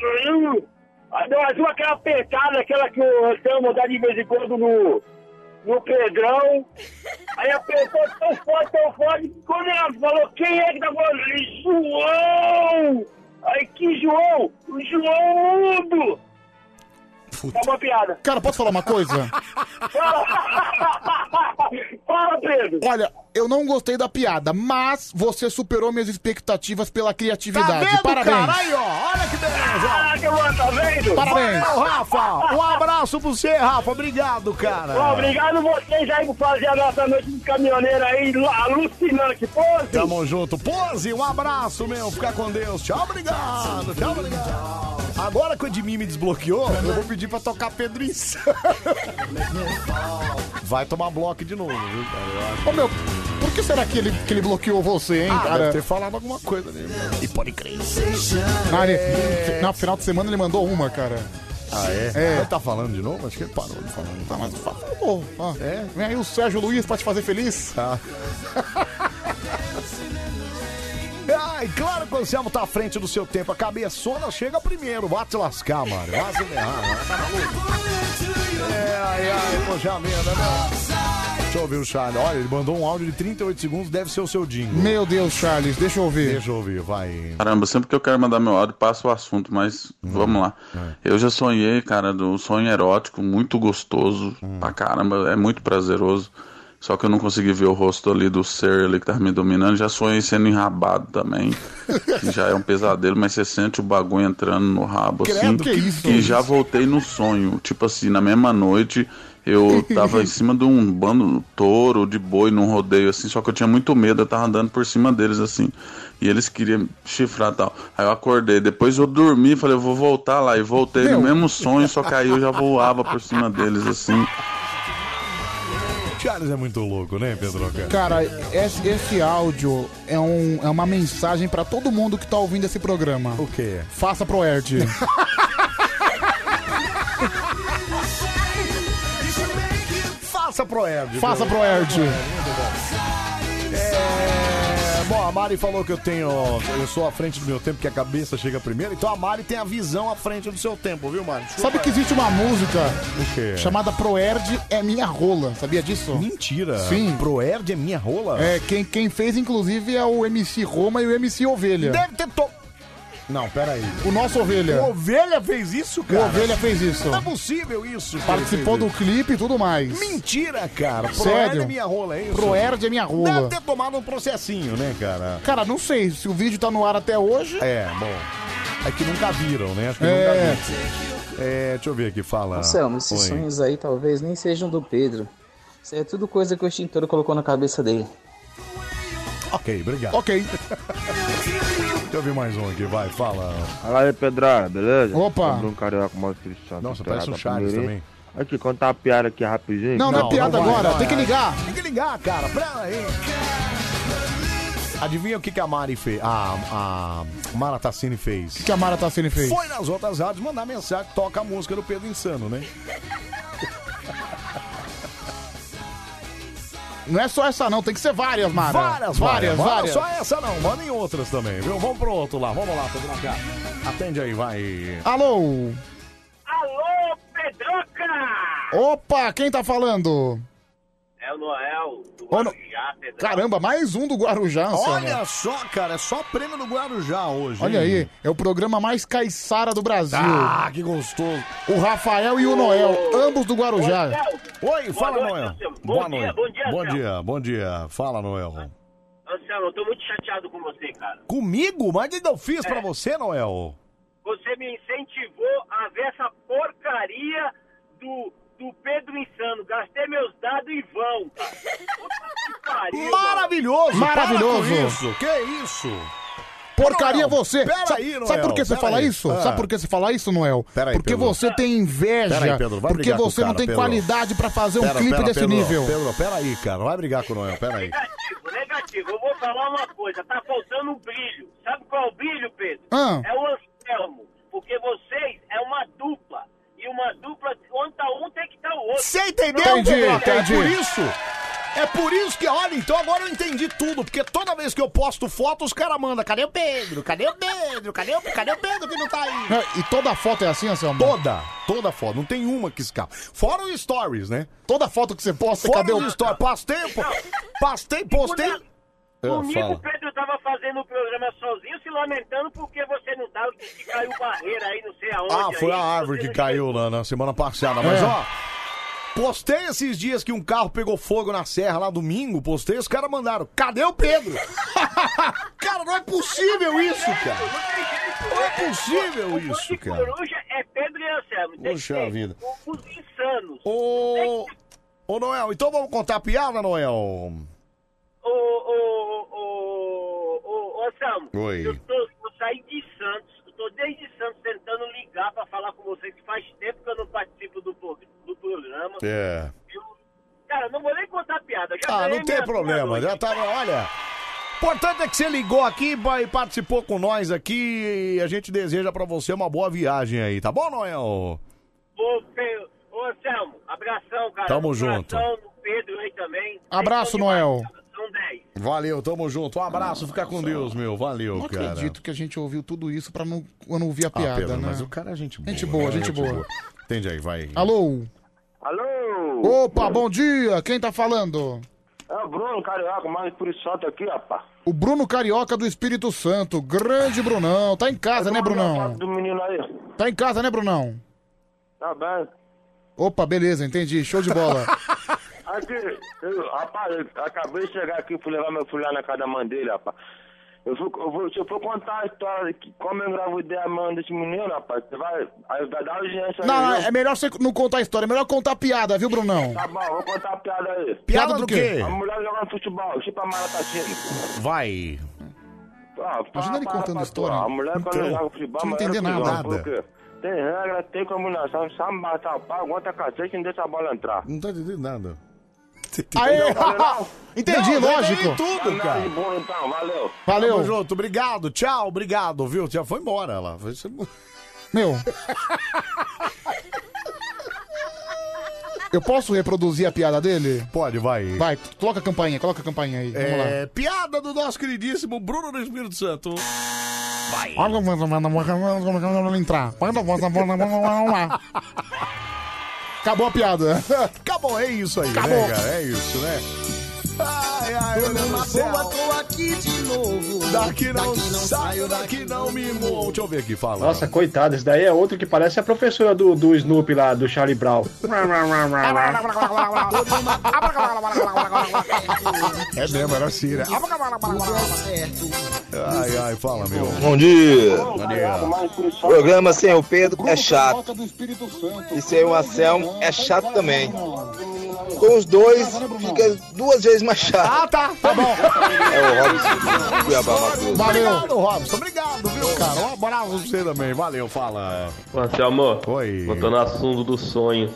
ai, aí deu mais uma aquela apertada, aquela que o Anselmo dá de vez em quando no, no Pedrão. Aí apertou tão forte, tão forte, que quando ela falou: Quem é que tá falando? Eu disse, João! Aí, que João? O João Udo! É uma piada.
Cara, posso falar uma coisa?
Fala, Pedro.
Olha, eu não gostei da piada, mas você superou minhas expectativas pela criatividade.
Tá vendo,
Parabéns.
cara? Aí, ó, olha que beleza.
Ah, que bom, tá vendo?
Parabéns.
Valeu, Rafa. Um abraço pra você, Rafa. Obrigado, cara.
Bom, obrigado vocês aí por fazer a nossa noite de caminhoneiro aí alucinante. Pose!
Tamo junto. Pose, um abraço, meu. Fica com Deus. Tchau, obrigado. Tchau, obrigado. Agora que o Edmir me desbloqueou, eu vou pedir pra tocar Pedro e Sá. Vai tomar bloco de novo, viu, cara? Eu acho.
Ô, meu, por que será que ele, que ele bloqueou você, hein,
Ah,
cara?
deve ter falado alguma coisa ali. E pode crer.
Ah, ele- No final de semana ele mandou uma, cara.
É. Ah, é?
É.
Ele tá falando de novo? Acho que ele parou de falar.
Tá, mas fa- falou. Ah, Vem aí o Sérgio Luiz pra te fazer feliz.
É. Tá. Ai, claro que o Anselmo tá à frente do seu tempo. A cabeçona chega primeiro. Vai te lascar, mano. Vai se ferrar, mano. Tá maluco? É, ai, ai, poxa merda, né? Deixa eu ouvir o Charles. Olha, ele mandou um áudio de 38 segundos. Deve ser o seu Dingo.
Meu Deus, Charles, deixa eu ouvir.
Deixa eu ouvir, vai.
Caramba, sempre que eu quero mandar meu áudio, passa o assunto, mas vamos lá. Eu já sonhei, cara, do um sonho erótico, muito gostoso pra caramba, é muito prazeroso. Só que eu não consegui ver o rosto ali do ser ali que tava me dominando. Já sonhei sendo enrabado também, que já é um pesadelo, mas você sente o bagulho entrando no rabo, assim.
Credo, que isso?
E já voltei no sonho, tipo assim, na mesma noite... Eu tava em cima de um bando de touro, de boi, num rodeio assim, só que eu tinha muito medo, eu tava andando por cima deles assim. E eles queriam chifrar e tal. Aí eu acordei, depois eu dormi, falei, eu vou voltar lá. E voltei no mesmo sonho, só que aí eu já voava por cima deles assim.
Charles é muito louco, né, Pedro?
Cara, esse, esse áudio é, um, é uma mensagem pra todo mundo que tá ouvindo esse programa. O
quê?
Faça pro Erd.
Faça pro Erd.
Faça pro Erd.
É, Bom, a Mari falou que eu tenho. Eu sou à frente do meu tempo, que a cabeça chega primeiro. Então a Mari tem a visão à frente do seu tempo, viu, Mari? Desculpa.
Sabe que existe uma música
O quê?
chamada Proerd é minha rola, sabia disso?
Mentira.
Sim.
Proerd é minha rola?
É, quem, quem fez inclusive é o MC Roma e o MC Ovelha.
Deve ter to... Não, peraí.
O nosso Ovelha.
O Ovelha fez isso, cara?
O Ovelha fez isso.
Não é possível isso. que
Participou
ele
do
fez
clipe e tudo mais.
isso. Mentira, cara. Proerd
Sério?
é minha rola, é isso?
Proerd é minha rola.
Deve ter tomado um processinho, né, cara?
Cara, não sei se o vídeo tá no ar até hoje.
É, bom. É que nunca viram, né? Acho que
É.
nunca viram. É, deixa eu ver aqui, fala.
Anselmo, esses
Oi.
sonhos aí talvez nem sejam do Pedro. Isso aí é tudo coisa que o extintor colocou na cabeça dele.
Ok, obrigado.
Ok.
Deixa eu ver mais um aqui, vai, fala.
Fala aí, Pedrada, beleza?
Opa.
Pedro, um carioca, Mauro Espírito Santo.
Nossa,
Pedrada,
parece um Charles
Palmeirense.
também.
Aqui, contar uma piada aqui rapidinho.
Não, não é piada
vai,
agora,
vai,
tem que
vai.
ligar. Tem que ligar, cara. Pera aí. Adivinha o que, que a Mari fez? A, a Mara Tassini fez.
O que a Mara Tassini fez?
Foi nas outras rádios mandar mensagem, toca a música do Pedro Insano, né?
Não é só essa não, tem que ser várias, Mara.
Várias,
várias, várias.
Só essa não, mandem outras também, viu? Vamos pro outro lá, vamos lá, Pedro Acá. Atende aí, vai.
Ah, Alô?
Alô, Pedroca!
Opa, quem tá falando?
É o Noel, do
Ô, no-
Guarujá, Pedro.
Caramba, mais um do Guarujá, Anselmo.
Olha só, cara, é só prêmio do Guarujá hoje.
Olha
hein?
aí, é o programa mais caiçara do Brasil.
Ah, que gostoso.
O Rafael e o Noel, ambos do Guarujá.
Oi, fala,
noite,
Noel.
Anselmo. Bom
Boa
dia,
noite.
bom dia, É.
Bom
Anselmo.
dia, bom dia. Fala, Noel.
Anselmo, eu tô muito chateado com você, cara.
Comigo? Mas o que que eu fiz
É.
pra você, Noel?
Você me incentivou a ver essa porcaria do, do Pedro Insano. Gastei meus dados em vão, cara. Puta que pariu, mano.
Maravilhoso!
Maravilhoso.
para com Isso, que isso?
Porcaria
Noel,
você!
pera
sabe,
aí, Noel,
sabe por que você
pera
fala
aí.
isso?
Ah.
Sabe por que você fala isso, Noel?
aí,
porque
Pedro.
você tem inveja.
Pera aí, Pedro, vai
porque
brigar com o
você não
cara,
tem
Pedro.
qualidade pra fazer um
Pera,
clipe
pera,
desse
Pedro,
nível.
Pedro, pera aí, cara. Não vai brigar com o Noel, pera aí.
Negativo, negativo. Eu vou falar uma coisa. Tá faltando um brilho. Sabe qual é o brilho, Pedro?
Ah.
É o Anselmo. Porque vocês é uma dupla. E de uma dupla, onde tá um tem que estar o outro.
Você entendeu,
Entendi,
Pedroca?
entendi.
É por isso. É por isso que, olha, então agora eu entendi tudo, porque toda vez que eu posto foto, os caras mandam, cadê o Pedro? Cadê o Pedro? Cadê o, cadê o Pedro que não tá aí?
É, E toda foto é assim, Anselmo?
Toda, toda foto, não tem uma que escapa. Fora os stories, né?
Toda foto que você posta,
Fora
cadê o- Ah.
os stories, pastei, po- pastei, postei... É,
Ah, Comigo
fala.
o Pedro tava fazendo o programa sozinho, se lamentando porque você não tava, que que caiu barreira aí, não sei aonde.
Ah, foi a
aí.
árvore que caiu lá na semana passada.
É.
Mas ó, postei esses dias que um carro pegou fogo na serra lá domingo, postei, os caras mandaram, cadê o Pedro? cara, não é possível isso, cara. Não é possível isso, cara.
Coruja é Pedro e Anselmo. Tem
Poxa
que ser
vida.
Os insanos.
Ô, ô Noel, então vamos contar piada, Noel?
Ô, ô, ô, ô, ô, Anselmo.
Oi.
Eu, tô, eu saí de Santos. Eu tô desde Santos tentando ligar pra falar com vocês, que faz tempo que eu não participo do, pro- do programa.
É.
Cara, eu não vou nem contar piada. Já
Ah,
ganhei
não tem
minha
problema, já tava, olha... O importante é que você ligou aqui ba- e participou com nós aqui e a gente deseja pra você uma boa viagem aí, tá bom, Noel?
Ô, Pe- ô, Anselmo, abração, cara.
Tamo
Abração
junto.
no Pedro aí também.
Abraço, Noel.
São 10.
Valeu, tamo junto. Um abraço, fica com Deus, meu. Valeu,
Não
cara.
acredito que a gente ouviu tudo isso pra não, eu não ouvir a
Ah,
piada,
Pedro,
né?
mas o cara é gente boa.
Gente boa,
né?
gente boa.
Entende aí, vai.
Alô?
Alô?
Opa, bom dia! Quem tá falando?
É o Bruno Carioca, mais por isso aqui, rapaz.
O Bruno Carioca do Espírito Santo. Grande Brunão. Tá em casa, né, Brunão?
Do menino aí.
Tá em casa, né, Brunão?
Tá bem.
Opa, beleza, entendi. Show de bola.
Aqui, eu, rapaz, eu acabei de chegar aqui, fui levar meu filho lá na casa da mãe dele, rapaz. Eu vou, eu vou, se eu for contar a história de que como eu engravidei a mãe desse menino, rapaz, você vai, aí vai dar audiência
Não, não,
aí.
é melhor você não contar a história, é melhor contar a piada, viu, Brunão?
Tá bom, vou contar a piada aí.
Piada do do quê? quê?
A mulher jogando futebol, chupa a maratachina.
Vai.
Ah,
Imagina ele contando história.
A mulher quando
Então,
joga futebol,
você não
a mulher
entende
é
nada.
cuzona, por quê? Tem regra, tem combinação, sabe matar o pau, aguenta cacete e não deixa a bola entrar.
Não tá entendendo nada.
Aê!
Entendi, lógico.
é
Tá
tudo, cara.
Tá De bom, então, valeu.
Valeu.
Tamo junto, obrigado, tchau, obrigado, viu? Já foi embora ela. Foi- você-
Meu. Eu posso reproduzir a piada dele?
Pode, vai.
Vai, coloca a campainha, coloca a campainha aí. Vamos lá.
É, piada do nosso queridíssimo Bruno do Espírito Santo. Vai.
Olha como essa banda- como entrar. Olha como essa banda- vamos lá. Acabou a piada.
Acabou, é isso aí,
Acabou.
né, cara? É isso, né? Ai, ai,
Tô
meu Deus
numa
do céu.
boa, tô aqui de novo.
Daqui não, saio, daqui não me movo. Deixa eu ver aqui, fala.
Nossa, coitado, esse daí é outro que parece a professora do, do Snoopy lá, do Charlie Brown.
É mesmo, era assim, né? Ai, ai, fala, meu.
Bom dia.
Bom dia.
um
Programa sem o Pedro é chato.
do Espírito Santo.
E sem o Anselmo é chato também. Com os dois fica duas vezes mais chato. Ah,
tá. Tá bom.
É o Robson de Cuiabá, Mato Grosso.
Obrigado, Robson. Obrigado, viu, cara? Um abraço pra você também. Valeu, fala. é.
Anselmo, Oi. voltando ao assunto do sonho.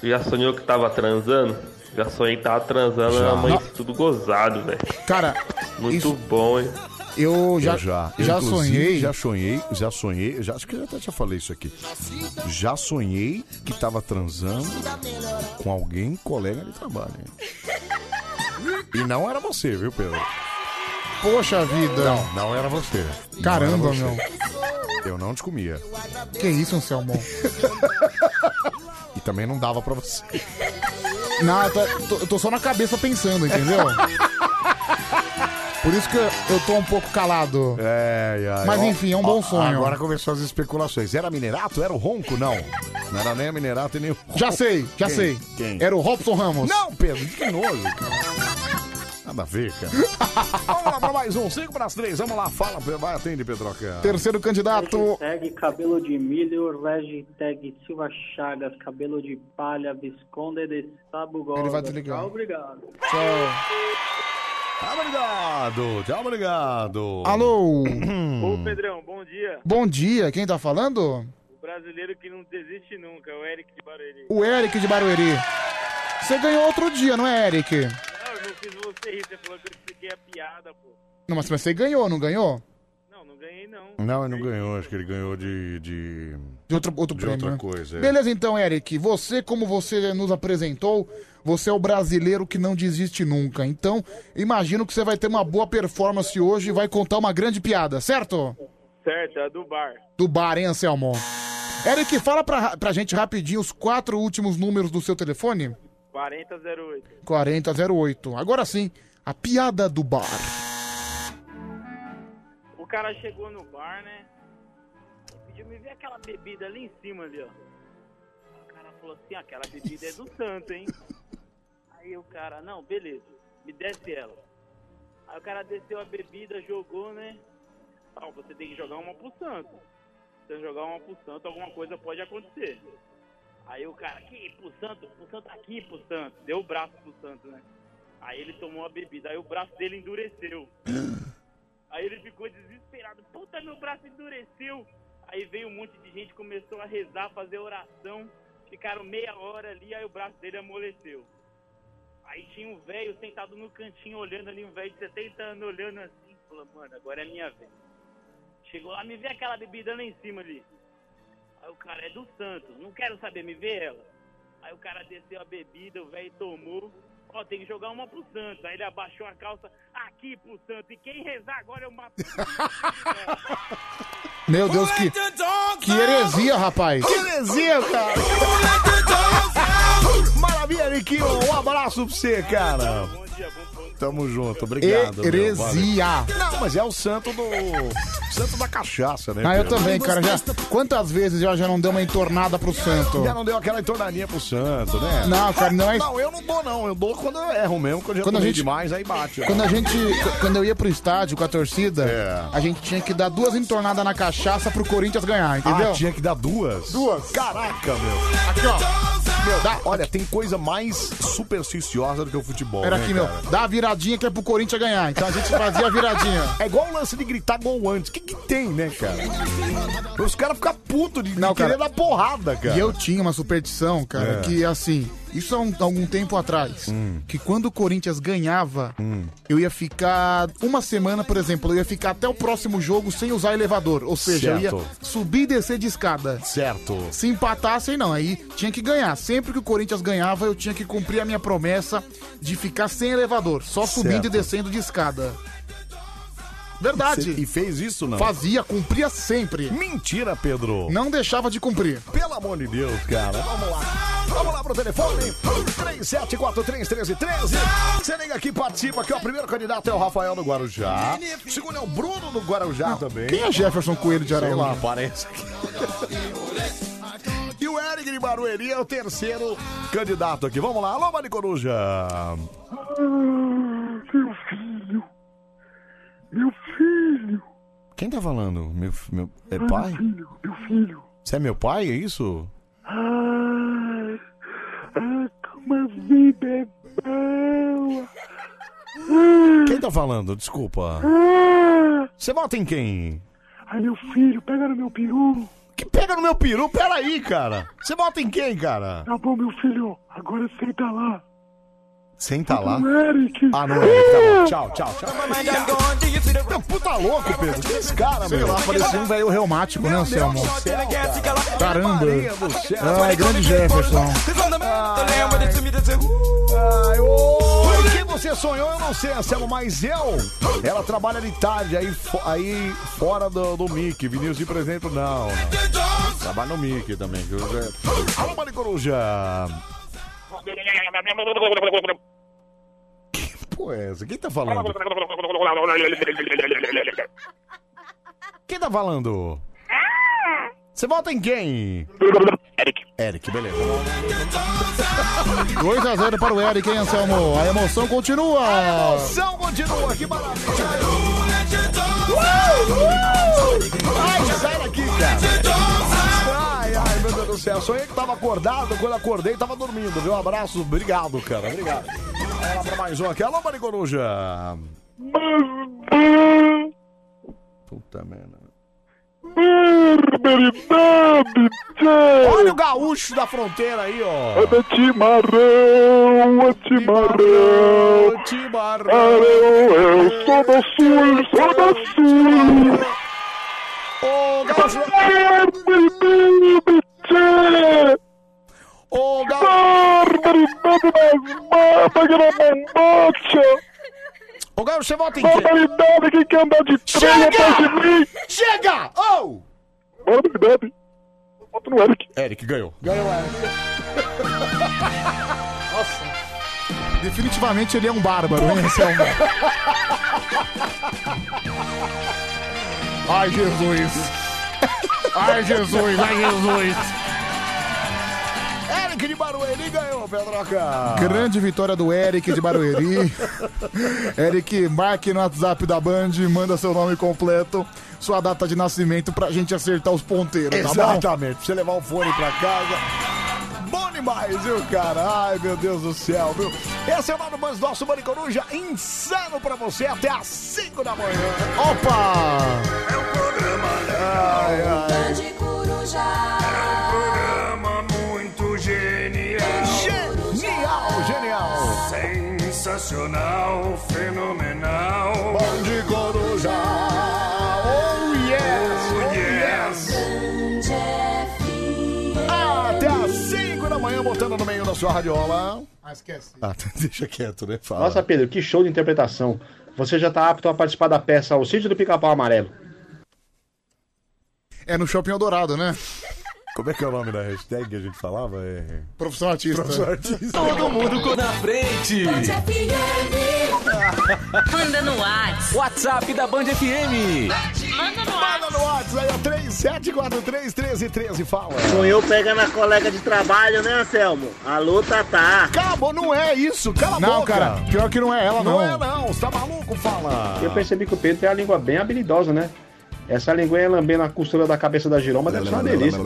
Você já sonhou que tava transando? Já sonhei que tava transando,
Já.
era mãe tudo gozado, velho.
Cara,
Muito bom, hein?
eu já,
Eu já,
já
Inclusive,
sonhei.
Já sonhei, já sonhei. Já, acho que eu até já falei isso aqui. Já sonhei que tava transando com alguém, colega de trabalho. E não era você, viu, Pedro?
Poxa vida.
Não, não era você. Não
Caramba,
era você.
meu.
Eu não te comia.
Que isso, Anselmo?
E também não dava pra você.
Não, eu tá, tô- tô, eu tô só na cabeça pensando, entendeu? Por isso que eu eu tô um pouco calado.
É, é.
Mas
Ó,
enfim, é um
ó,
bom sonho.
Agora começou as especulações. Era minerato? Era o ronco? Não. Não era nem a minerato e nem o ronco.
Já sei, já
Quem?
sei.
Quem?
Era o Robson Ramos.
Não, Pedro, que nojo, cara. Nada a ver, cara. vamos lá pra mais um, 5 para as 3. Vamos lá, fala, Pedro. vai, atende, Pedroca.
Terceiro candidato.
Hashtag cabelo de milho, hashtag Silva Chagas, cabelo de palha, Visconde de Sabugosa.
Ele vai desligar.
Tá, obrigado.
Tchau, obrigado. Tchau, obrigado.
Alô?
Ô Pedrão, bom dia.
Bom dia, quem tá falando?
O brasileiro que não desiste nunca, é o Eric de Barulho.
O Eric de Barueri. Você ganhou outro dia, não é, Eric?
Não, eu não fiz você rir, você falou que eu expliquei a piada, pô.
Não, mas mas você ganhou, não ganhou?
Não, não
ganhei, não.
Não, ele não ganhou, acho que ele ganhou de. De,
de, outro, outro
de
prêmio,
outra
né?
coisa. é.
Beleza então, Eric. Você, como você nos apresentou, você é o brasileiro que não desiste nunca. Então, imagino que você vai ter uma boa performance hoje e vai contar uma grande piada, certo?
Certo, é a do bar.
Do bar, hein, Anselmo? Eric, fala pra, pra gente rapidinho os quatro últimos números do seu telefone.
4008.
4008. Agora sim, a piada do bar.
O cara chegou no bar, né? E pediu me ver aquela bebida ali em cima ali, ó. O cara falou assim, "Ah, aquela bebida é do santo, hein? Aí o cara, não, beleza, me desce ela. Aí o cara desceu a bebida, jogou, né? Não, você tem que jogar uma pro santo. Se você jogar uma pro santo, alguma coisa pode acontecer. Aí o cara, aqui, pro santo, pro santo aqui, pro santo. Deu o braço pro santo, né? Aí ele tomou a bebida, aí o braço dele endureceu. Aí ele ficou desesperado. Puta, meu braço endureceu. Aí veio um monte de gente, começou a rezar, fazer oração. Ficaram meia hora ali, aí o braço dele amoleceu. Aí tinha um velho sentado no cantinho olhando ali, um velho de 70 anos olhando assim. Falou, mano, agora é minha vez. Chegou lá, me vê aquela bebida lá em cima ali. Aí o cara, é do santo, não quero saber, me vê ela. Aí o cara desceu a bebida, o velho tomou. Ó, tem que jogar uma pro santo. Aí ele abaixou a calça, aqui pro santo. E quem rezar agora é eu mato.
Meu Deus, que, que heresia, rapaz.
Que heresia, cara.
então.
Maravilha, Eriquinho. Um abraço pra você, cara. Tamo junto, obrigado. meu,
Heresia.
valeu. Não, mas é o santo do. Santo da cachaça, né?
Ah, eu
Pedro?
também, cara. Já, quantas vezes eu já não dei uma entornada pro santo?
Já não deu aquela entornadinha pro santo, né?
Não, cara, não é-
Não, eu não dou, não. Eu dou quando eu erro mesmo, quando eu já
Quando a
tomei
gente-
demais, aí bate.
Quando a gente. Quando eu ia pro estádio com a torcida,
É.
a gente tinha que dar duas entornadas na cachaça pro Corinthians ganhar, entendeu?
Ah, tinha que dar duas?
Duas.
Caraca, meu.
Aqui, ó. Meu, dá.
Olha, tem coisa mais supersticiosa do que o futebol.
Pera
né,
aqui, meu.
cara?
Dá a viradinha que é pro Corinthians ganhar. Então a gente fazia a viradinha.
É igual o lance de gritar gol antes. O que, é? que tem, né, cara? Os caras ficam putos de, de
Não,
querer
cara.
dar porrada, cara.
E eu tinha uma superstição, cara,
É. Hum.
que assim, isso há um- algum tempo atrás, que quando o Corinthians ganhava, eu ia ficar uma semana, por exemplo, eu ia ficar até o próximo jogo sem usar elevador, ou seja, eu ia
Certo.
subir e descer de escada.
Certo.
Se empatassem, não, aí tinha que ganhar. Sempre que o Corinthians ganhava, eu tinha que cumprir a minha promessa de ficar sem elevador, só subindo
Certo.
e descendo de escada. Verdade.
E fez isso, não?
Fazia, cumpria sempre.
Mentira, Pedro.
Não deixava de cumprir.
Pelo amor de Deus, cara. Vamos lá. Vamos lá pro telefone. 37431313. Você liga aqui, participa aqui. ó. O primeiro candidato é o Rafael do Guarujá. O segundo é o Bruno do Guarujá também.
Quem é Jefferson Coelho de Araújo?
Sei lá, parece. E o Eric de Barueri é o terceiro candidato aqui. Vamos lá. Alô, Mari Coruja.
Meu filho. Meu filho.
Quem tá falando? Meu, meu, é
Ah,
pai?
Meu filho. Meu filho.
Você é meu pai, é isso?
Ai, ai, como a vida é bela.
Quem tá falando? Desculpa.
Ah,
Você vota em quem?
ai, meu filho, pega no meu peru.
Que pega no meu peru? Peraí, cara. Você vota em quem, cara?
Tá bom, meu filho, agora senta lá.
Senta lá.
O Eric.
Ah, não é. Tá bom. Tchau, tchau, tchau. Meu puta louco, Pedro. Que esse cara,
Sei
meu.
lá, parecia um velho reumático, né, Anselmo? Caramba. Ai, grande Jefferson.
Ah. Ai, ô, o que você sonhou, eu não sei, Anselmo, mas eu. Ela trabalha de tarde, aí, fo- aí fora do, do Mickey. Vinícius de presente, não. não. Trabalha no Mickey também. Que eu já... Alô, Mari Coruja. Pô, é essa? Quem tá falando? Quem tá falando? Você vota em quem? Eric. Eric, beleza.
2x0 para o Eric, hein, Anselmo? A emoção continua.
São continua, que maravilha! Uau, uau. Ai, sai daqui, cara! Ai, ai, meu Deus do céu, sonhei que tava acordado, quando acordei tava dormindo, viu? Um abraço, obrigado, cara, obrigado. Vai lá pra mais um aqui, alô, Maricoruja! Puta merda. Olha o gaúcho da fronteira aí, ó!
É timarão, é timarão,
timarão.
Eu sou do sul, sou do sul.
Ô, Gaúcho!
Ô, Gaúcho!
Ô, Gaúcho, você volta
em quê? Barbaridade, quem quer andar de trem atrás de mim?
Chega! Oh!
Barbaridade. Volta no Eric.
Eric ganhou.
Ganhou ela. Nossa. Definitivamente ele é um bárbaro, hein, Anselmo? Ai, Jesus. Ai, Jesus. Ai, Jesus.
Eric de Barueri ganhou, Pedroca.
Grande vitória do Eric de Barueri. Eric, marque no WhatsApp da Band, manda seu nome completo, sua data de nascimento pra gente acertar os ponteiros, tá bom?
Exatamente. Pra você levar o fone pra casa. Bom demais, viu, cara? Ai, meu Deus do céu, viu? Esse é o Mano Bans, nosso Mano Coruja, insano pra você até às 5 da manhã. Opa!
Ai, ai. É um programa muito genial. Genial, genial. Sensacional, fenomenal. Bom de coruja. Oh yes, oh yes.
Oh, Até às 5 da manhã, botando no meio da sua radiola.
Ah, esquece.
Ah, deixa quieto, né? Fala.
Nossa, Pedro, que show de interpretação. Você já tá apto a participar da peça O Sítio do Pica-Pau Amarelo.
É no Shopping Eldorado, né?
Como é que é o nome da hashtag que a gente falava? É...
Profissão artista.
Profissão artista.
Todo mundo com na é frente.
Manda no WhatsApp. WhatsApp da Band FM. Manda no
Manda no é WhatsApp aí, ó, 37431313, fala.
Sonhou pega na colega de trabalho, né, Anselmo? Alô, Tatá.
Acabou, não é isso, cala a
Não,
boca.
cara, pior que não é ela, não.
Não é não, você tá maluco? Fala.
Eu percebi que o Pedro tem a língua bem habilidosa, né? Essa linguinha lambendo a costura da cabeça da giromba deve ser uma delícia.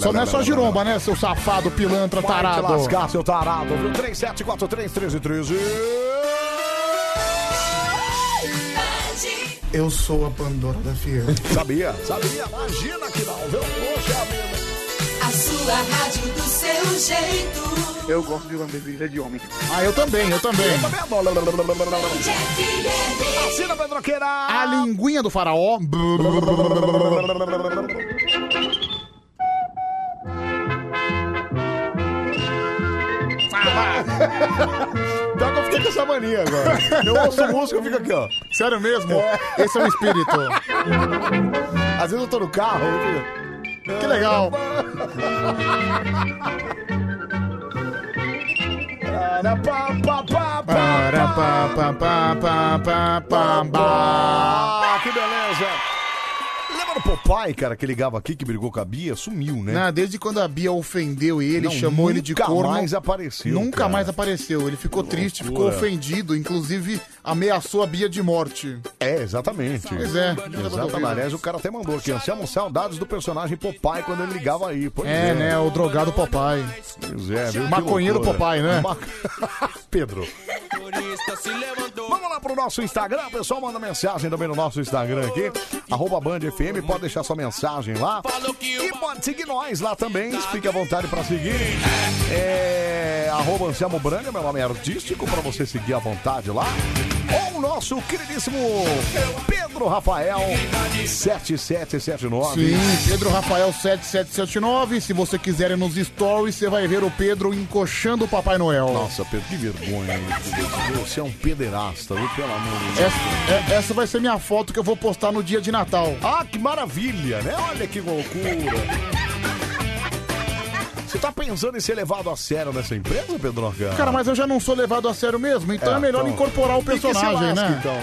Só não é só giromba, né, seu safado, pilantra, tarado.
Vai te lascar, seu tarado. viu? 37431313.
Eu sou a Pandora da Fiel.
Sabia, sabia. Imagina que não, viu? Poxa vida.
A sua rádio do seu jeito.
Eu gosto de lambedinha de homem.
Ah, eu também, eu também.
Assina, Pedroqueira.
A linguinha do faraó.
Pior que eu fiquei com essa mania agora. Eu ouço música, eu fico aqui, ó.
Sério mesmo? Esse é um espírito.
Às vezes eu tô no carro.
Que legal. Para, pa, pa, pa, pa, pa, pa, pa.
Ah, que beleza. Lembra do Popeye, cara, que ligava aqui, que brigou com a Bia? Sumiu, né?
Ah, desde quando a Bia ofendeu ele,
Não,
chamou ele de
nunca
corno.
mais apareceu,
Nunca
cara.
mais apareceu. Ele ficou triste, ficou
loucura.
ofendido, inclusive ameaçou a Bia de morte.
É, exatamente.
Pois é.
Exatamente. Aliás, o cara até mandou aqui, Anselmo, saudades do personagem Popeye quando ele ligava aí. Pois
É, né? O drogado Popeye.
Pois é, viu? Que
Maconheiro
loucura.
Popeye, né?
Ma- Pedro. Vamos lá pro nosso Instagram, pessoal. Manda mensagem também no nosso Instagram aqui. Arroba Band FM, pode deixar sua mensagem lá. E pode seguir nós lá também. Fique à vontade pra seguir. É, arroba Anselmo Branga, meu nome é artístico, pra você seguir à vontade lá. Ou o nosso queridíssimo Pedro Rafael 7779.
Sim, Pedro Rafael 7779. Se você quiser ir nos stories, você vai ver o Pedro encoxando o Papai Noel.
Nossa, Pedro, que vergonha. Você é um pederasta, viu? Pelo amor de Deus.
Essa, é- essa vai ser minha foto que eu vou postar no dia de Natal.
Ah, que maravilha, né? Olha que loucura.
É.
Você tá pensando em ser levado a sério nessa empresa, Pedroca?
Cara, mas eu já não sou levado a sério mesmo, então é,
É,
melhor
então.
incorporar o
Tem que se
personagem,
lasque,
né?
então,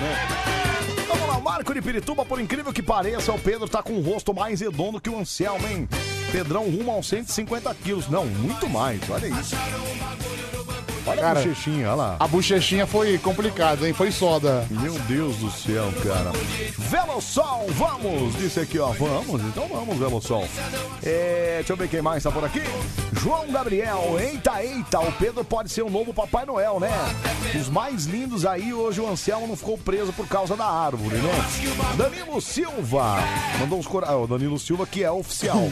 Vamos lá, é o Marco de Pirituba, por incrível que pareça, o Pedro tá com um rosto mais redondo que o Anselmo, hein? Pedrão rumo aos 150 quilos. Não, muito mais, olha isso. Olha
Cara,
a bochechinha, olha lá.
A bochechinha foi complicada, hein? Foi soda.
Meu Deus do céu, cara. Velosol, vamos! Disse aqui, ó. Vamos, então vamos, Velosol. É, deixa eu ver quem mais tá por aqui. João Gabriel, eita, eita, o Pedro pode ser o novo Papai Noel, né? Os mais lindos aí, hoje o Anselmo não ficou preso por causa da árvore, né? Danilo Silva, mandou uns corações. o Danilo Silva que é oficial.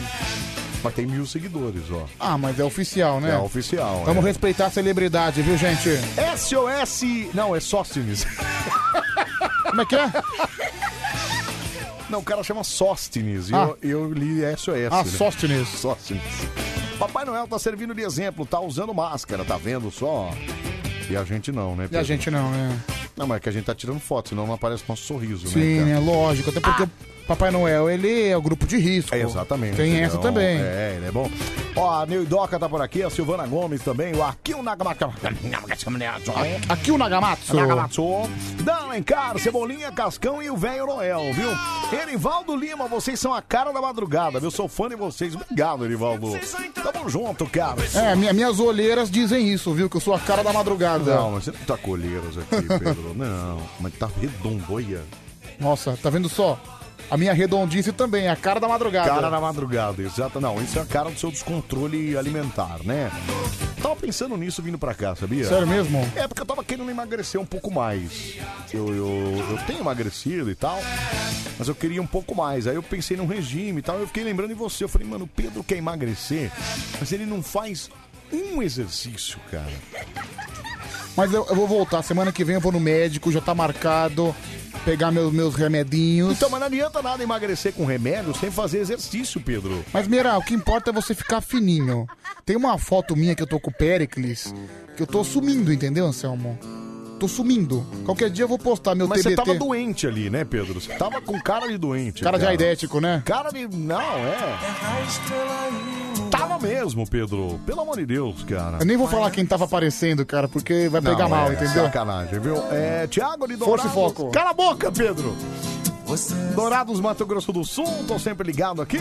Mas tem mil seguidores, ó.
Ah, mas é oficial, né?
É oficial,
Vamos
é.
respeitar a celebridade, viu, gente?
SOS. Não, é Sócines.
Como é que é?
Não, o cara chama Sóstines. E
Ah.
eu, eu li SOS.
Ah,
né?
Sóstines.
Sóstines. Papai Noel tá servindo de exemplo, tá usando máscara, tá vendo só? E a gente não, né?
E a
Pedro?
gente não, né?
Não, mas é que a gente tá tirando foto, senão não aparece nosso sorriso, né?
Sim,
cara?
né? Lógico. Até porque o Papai Noel, ele é o grupo de risco.
É, exatamente.
Tem essa
Então,
também.
É, ele é bom. Ó, a Neidoca tá por aqui, a Silvana Gomes também, o Akio Nagamatsu.
Aqui o Nagamatsu.
Nagamatsu. Dan Alencar, Cebolinha, Cascão e o Velho Noel, viu? Erivaldo Lima, vocês são a cara da madrugada, viu? Sou fã de vocês. Obrigado, Erivaldo. Tamo junto, cara.
É, minha- minhas olheiras dizem isso, viu? Que eu sou a cara da madrugada.
Não, mas você não tá colheiros aqui, Pedro. Não, mas tá redondoia.
Nossa, tá vendo só? A minha redondice também, é a cara da madrugada.
Cara da madrugada, exato. Não, isso é a cara do seu descontrole alimentar, né? Tava pensando nisso vindo pra cá, sabia?
Sério mesmo?
É, porque eu tava querendo emagrecer um pouco mais. Eu, eu, eu tenho emagrecido e tal, mas eu queria um pouco mais. Aí eu pensei num regime e tal, eu fiquei lembrando de você. Eu falei, mano, o Pedro quer emagrecer, mas ele não faz um exercício, cara.
Mas eu, eu vou voltar, semana que vem eu vou no médico, já tá marcado, pegar meus, meus remedinhos.
Então, mas não adianta nada emagrecer com remédio sem fazer exercício, Pedro.
Mas, Mira, o que importa é você ficar fininho. Tem uma foto minha que eu tô com o Pericles, que eu tô sumindo, entendeu, Anselmo? Tô sumindo. Qualquer dia eu vou postar meu
Mas
TBT.
você tava doente ali, né, Pedro? Você tava com cara de doente.
Cara de aidético, né?
Cara de. Não, é. Tava mesmo, Pedro. Pelo amor de Deus, cara.
Eu nem vou falar quem tava aparecendo, cara, porque vai
Não,
pegar mal,
é
entendeu?
Sacanagem, viu? É, Tiago de Dourados.
Força e foco.
Cala a boca, Pedro. Dourados, Mato Grosso do Sul, tô sempre ligado aqui.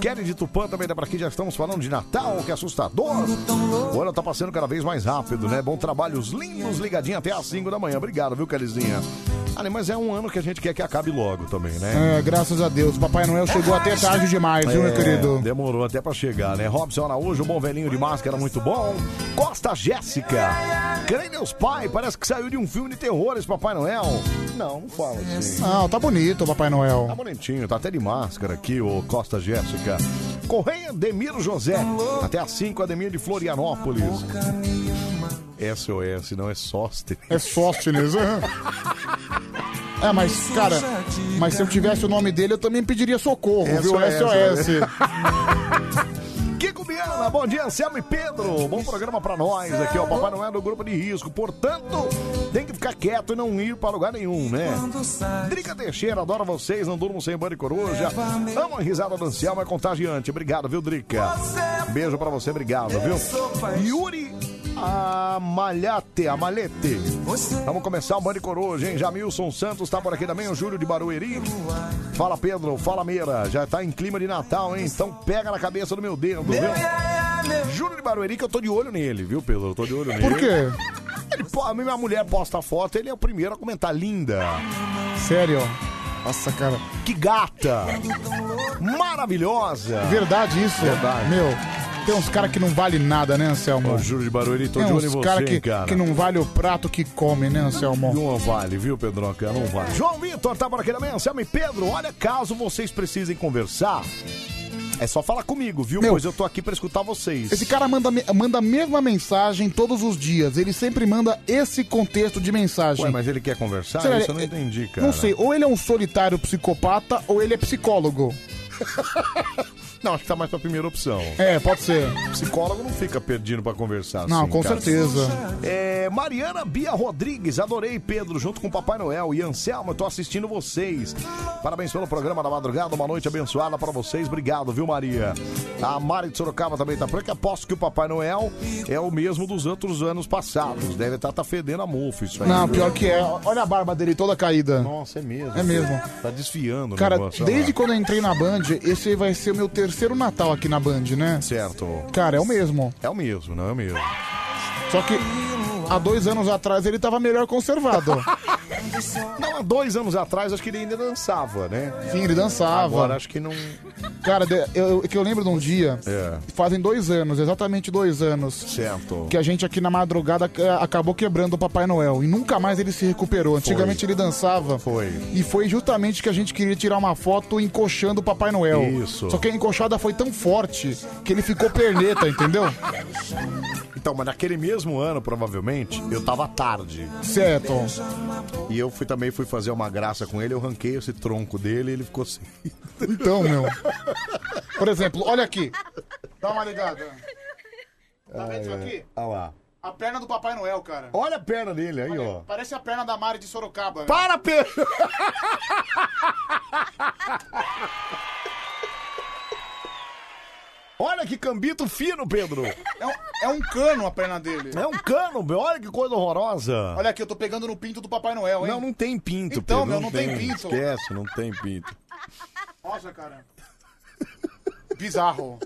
Kelly de Tupã também dá pra aqui, já estamos falando de Natal, que assustador. O ano tá passando cada vez mais rápido, né? Bom trabalho, os lindos ligadinhos até às 5 da manhã. Obrigado, viu, Kellyzinha? Ali, mas é um ano que a gente quer que acabe logo também, né?
É, graças a Deus. Papai Noel chegou até tarde demais, viu, meu
É,
querido?
Demorou até pra chegar, né? Robson Araújo, bom velhinho de máscara, muito bom. Costa Jéssica. Creio meus pai, parece que saiu de um filme de terror esse Papai Noel. Não, não fala assim.
Não, tá bonito o Papai Noel.
Tá bonitinho, tá até de máscara aqui, o Costa Jéssica. Correia Demiro José. Até às 5, Ademir de Florianópolis. SOS, não é Sóstenes.
É Sóstenes, né? É, mas, cara, mas se eu tivesse o nome dele, eu também pediria socorro,
É
viu? É SOS.
né? Kiko Biana, bom dia, Anselmo e Pedro. Bom programa pra nós aqui, ó. Papai Noel é do grupo de risco. Portanto, tem que ficar quieto e não ir pra lugar nenhum, né? Drica Teixeira, adoro vocês. Não durmo sem banho e coruja. Amo a risada do Anselmo, é contagiante. Obrigado, viu, Drica? Beijo pra você, obrigado, viu? Yuri Amalhate, Amalete. Vamos começar o Bande Coruja, hein? Jamilson Santos tá por aqui também, o Júlio de Barueri. Fala, Pedro. Fala, Meira. Já tá em clima de Natal, hein? Então pega na cabeça do meu dedo, viu? Júlio de Barueri que eu tô de olho nele, viu, Pedro? Eu tô de olho nele.
Por quê?
Ele, pô, a minha mulher posta a foto, ele é o primeiro a comentar. Linda.
Sério? Nossa, cara.
Que gata. Maravilhosa.
Verdade isso?
Verdade.
Meu, tem uns caras que não vale nada, né, Anselmo?
Ô, Júlio de Barueri, tô
Tem
de olho em
uns
você,
cara que,
cara.
que não vale o prato que come, né, Anselmo?
Não vale, viu, Pedroca? Não vale. João Vitor, tá por aqui também. Anselmo e Pedro, olha, caso vocês precisem conversar, é só falar comigo, viu?
Meu,
pois eu tô aqui pra escutar vocês.
Esse cara manda, me- manda a mesma mensagem todos os dias. Ele sempre manda esse contexto de mensagem.
Ué, mas ele quer conversar?
Será,
Isso eu não
é-
entendi, cara.
Não sei, ou ele é um solitário psicopata ou ele é psicólogo.
Não, acho que tá mais pra primeira opção.
É, pode ser.
Psicólogo não fica perdido pra conversar
Não,
assim,
com
cara.
certeza.
É, Mariana Bia Rodrigues, adorei, Pedro, junto com Papai Noel e Anselmo, eu tô assistindo vocês. Parabéns pelo programa da madrugada, uma noite abençoada pra vocês, obrigado, viu, Maria? A Mari de Sorocaba também tá por aqui, aposto que o Papai Noel é o mesmo dos outros anos passados, deve estar tá fedendo a mofo isso aí.
Não,
viu?
pior que é. Olha a barba dele toda caída.
Nossa, é mesmo.
É mesmo.
Tá desfiando o
Cara,
negócio. olha
desde
lá.
quando eu entrei na Band, esse vai ser o meu terceiro Natal aqui na Band, né?
Certo.
Cara, é o mesmo.
É o mesmo, não é o mesmo.
Só que há dois anos atrás ele tava melhor conservado.
Não, há dois anos atrás, acho que ele ainda dançava, né?
Sim, ele dançava.
Agora acho que não...
Cara, de- eu, que eu lembro de um dia,
É.
fazem dois anos, exatamente dois anos,
Certo.
que a gente aqui na madrugada eh, acabou quebrando o Papai Noel. E nunca mais ele se recuperou. Antigamente ele dançava.
Foi.
E foi justamente que a gente queria tirar uma foto encoxando o Papai Noel.
Isso.
Só que a encoxada foi tão forte que ele ficou perneta, entendeu?
Então, mas naquele mesmo ano, provavelmente, eu tava tarde.
Certo.
E eu fui também fui fazer uma graça com ele, eu ranquei esse tronco dele e ele ficou assim.
Então, meu. Por exemplo, olha aqui. Dá uma ligada. Tá vendo isso aqui?
Olha lá.
A perna do Papai Noel, cara.
Olha a perna dele aí, ó.
Parece a perna da Mari de Sorocaba.
Para, Pedro! Olha que cambito fino, Pedro!
É um, é um cano a perna dele.
É um cano, meu. Olha que coisa horrorosa.
Olha aqui, eu tô pegando no pinto do Papai Noel, hein?
Não, não tem pinto,
Então,
Pedro.
meu, não tem pinto.
Esquece, não tem pinto.
Nossa, cara. Bizarro.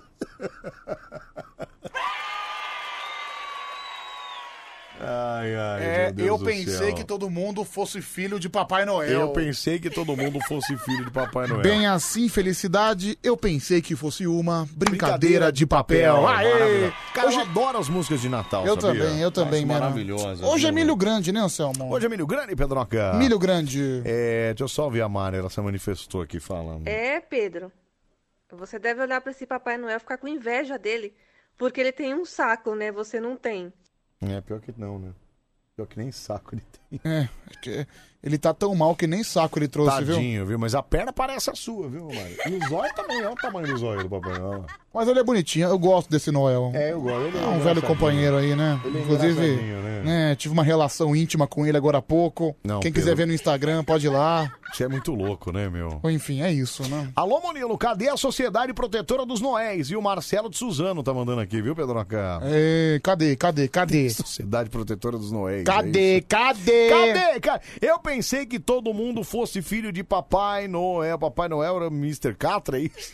Ai, ai,
É,
meu Deus
eu
do
pensei
céu.
que todo mundo fosse filho de Papai Noel.
Eu pensei que todo mundo fosse filho de Papai Noel.
Bem assim, felicidade, eu pensei que fosse uma brincadeira,
Brincadeira
de papel. Aê!
Maravilhoso. Cara, eu adoro as músicas de Natal,
É, Eu
sabia?
também, eu também, mano.
Nossa, Maravilhosa.
Hoje é milho grande, né, Anselmo?
Hoje é milho grande, Pedroca?
Milho grande.
É, deixa eu só ouvir a Mari, ela se manifestou aqui falando.
É, Pedro. Você deve olhar pra esse Papai Noel e ficar com inveja dele, porque ele tem um saco, né? Você não tem.
É, pior que não, né? Pior que nem saco ele tem.
É, que- ele tá tão mal que nem saco ele trouxe, viu?
Tadinho, viu? Mas a perna parece a sua, viu, Mari? E o zóio também, olha o tamanho do zóio do Papai Noel.
Mas ele é bonitinho, eu gosto desse Noel.
É, eu gosto. Ele é
É um velho
engraçadinho.
companheiro aí, né?
Ele é
Inclusive,
engraçadinho, né?
né, tive uma relação íntima com ele agora há pouco.
Não,
Quem
Pedro.
quiser ver no Instagram, pode ir lá.
Você é muito louco, né, meu?
Ou Enfim, é isso, né?
Alô, Monilo, cadê a Sociedade Protetora dos Noéis? E o Marcelo de Suzano tá mandando aqui, viu, Pedroca?
É, cadê, cadê, cadê?
Sociedade Protetora dos Noéis. é
Cadê, cadê?
Cadê, cara? Eu pensei que todo mundo fosse filho de Papai Noel. Papai Noel era o Mr. Catra, é isso?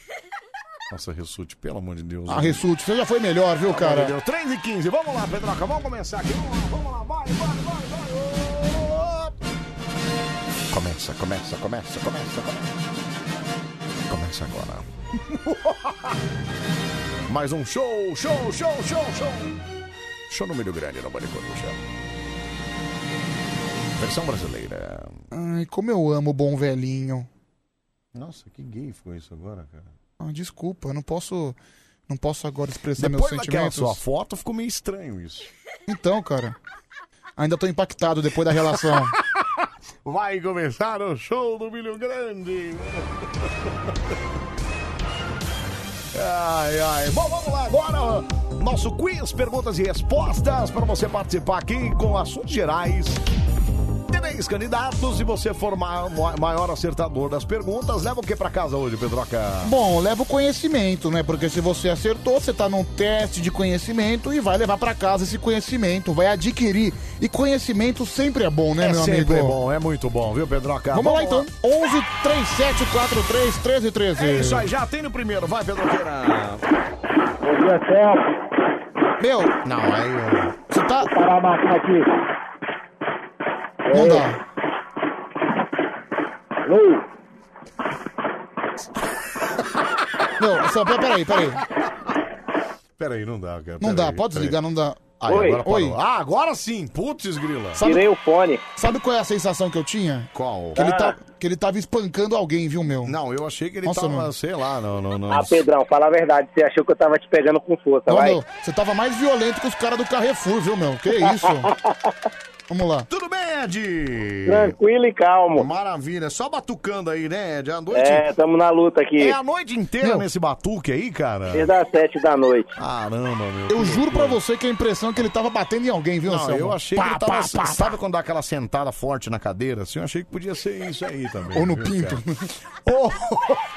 Nossa, Ressute, pelo amor de Deus.
A Ressute, Ah, você já foi melhor,
Tá
viu, cara?
3 e 15, vamos lá, Pedroca, vamos começar aqui. Vamos lá, vamos lá, vai, vai, vai, vai. ô! Começa, começa, começa, começa, começa. Começa agora. Mais um show, show, show, show, show. Show no Milho Grande, no Bande Coruja. Versão brasileira.
Ai, como eu amo o bom velhinho.
Nossa, que gay ficou isso agora, cara.
Ah, desculpa, eu não posso. Não posso agora expressar
Depois
meus
daquela
sentimentos.
sua foto, ficou meio estranho isso.
Então, cara. Ainda tô impactado depois da relação.
Vai começar o show do Milho Grande. Ai, ai. Bom, vamos lá agora. Nosso quiz, perguntas e respostas para você participar aqui com assuntos gerais. Três candidatos, se você for ma- ma- maior acertador das perguntas, leva o que para casa hoje, Pedroca?
Bom, leva o conhecimento, né? Porque se você acertou, você tá num teste de conhecimento e vai levar pra casa esse conhecimento, vai adquirir. E conhecimento sempre é bom, né,
é
meu amigo?
sempre bom, é muito bom, viu, Pedroca?
Vamos, lá então. 11 37 43 13 13.
É isso aí, já tem no primeiro, vai, Pedroqueira.
Meu,
Não, aí. ó.
você tá.
Parar a máquina aqui.
Não dá.
Alô?
Meu, só, peraí, peraí.
Peraí, não dá, cara.
Não
peraí,
dá, pode
peraí.
desligar, não dá.
Aí,
Oi.
agora parou.
Oi.
Ah, agora sim. Putz, grila.
o fone. Sabe qual é a sensação que eu tinha?
Qual?
Que, ele, tá, que ele tava espancando alguém, viu, meu?
Não, eu achei que ele
Nossa,
tava,
meu.
sei lá, não, não, não.
Ah, Pedrão, fala a verdade. Você achou que eu tava te pegando com força,
Ô,
vai?
meu, você tava mais violento que os caras do Carrefour, viu, meu? Que isso? Vamos lá.
Tudo bem, Ed?
Tranquilo e calmo.
Maravilha, só batucando aí, né, Ed? A noite...
É, tamo na luta aqui.
É a noite inteira nesse batuque aí, cara?
Desde as sete da noite.
Caramba, meu.
Eu juro pra você que a impressão é que ele tava batendo em alguém, viu,
Não,
Anselmo?
eu achei que
Pá,
ele tava... assim,
pá, pá,
sabe quando dá aquela sentada forte na cadeira, assim? Eu achei que podia ser isso aí também.
Ou no
viu,
pinto. Oh.
cara?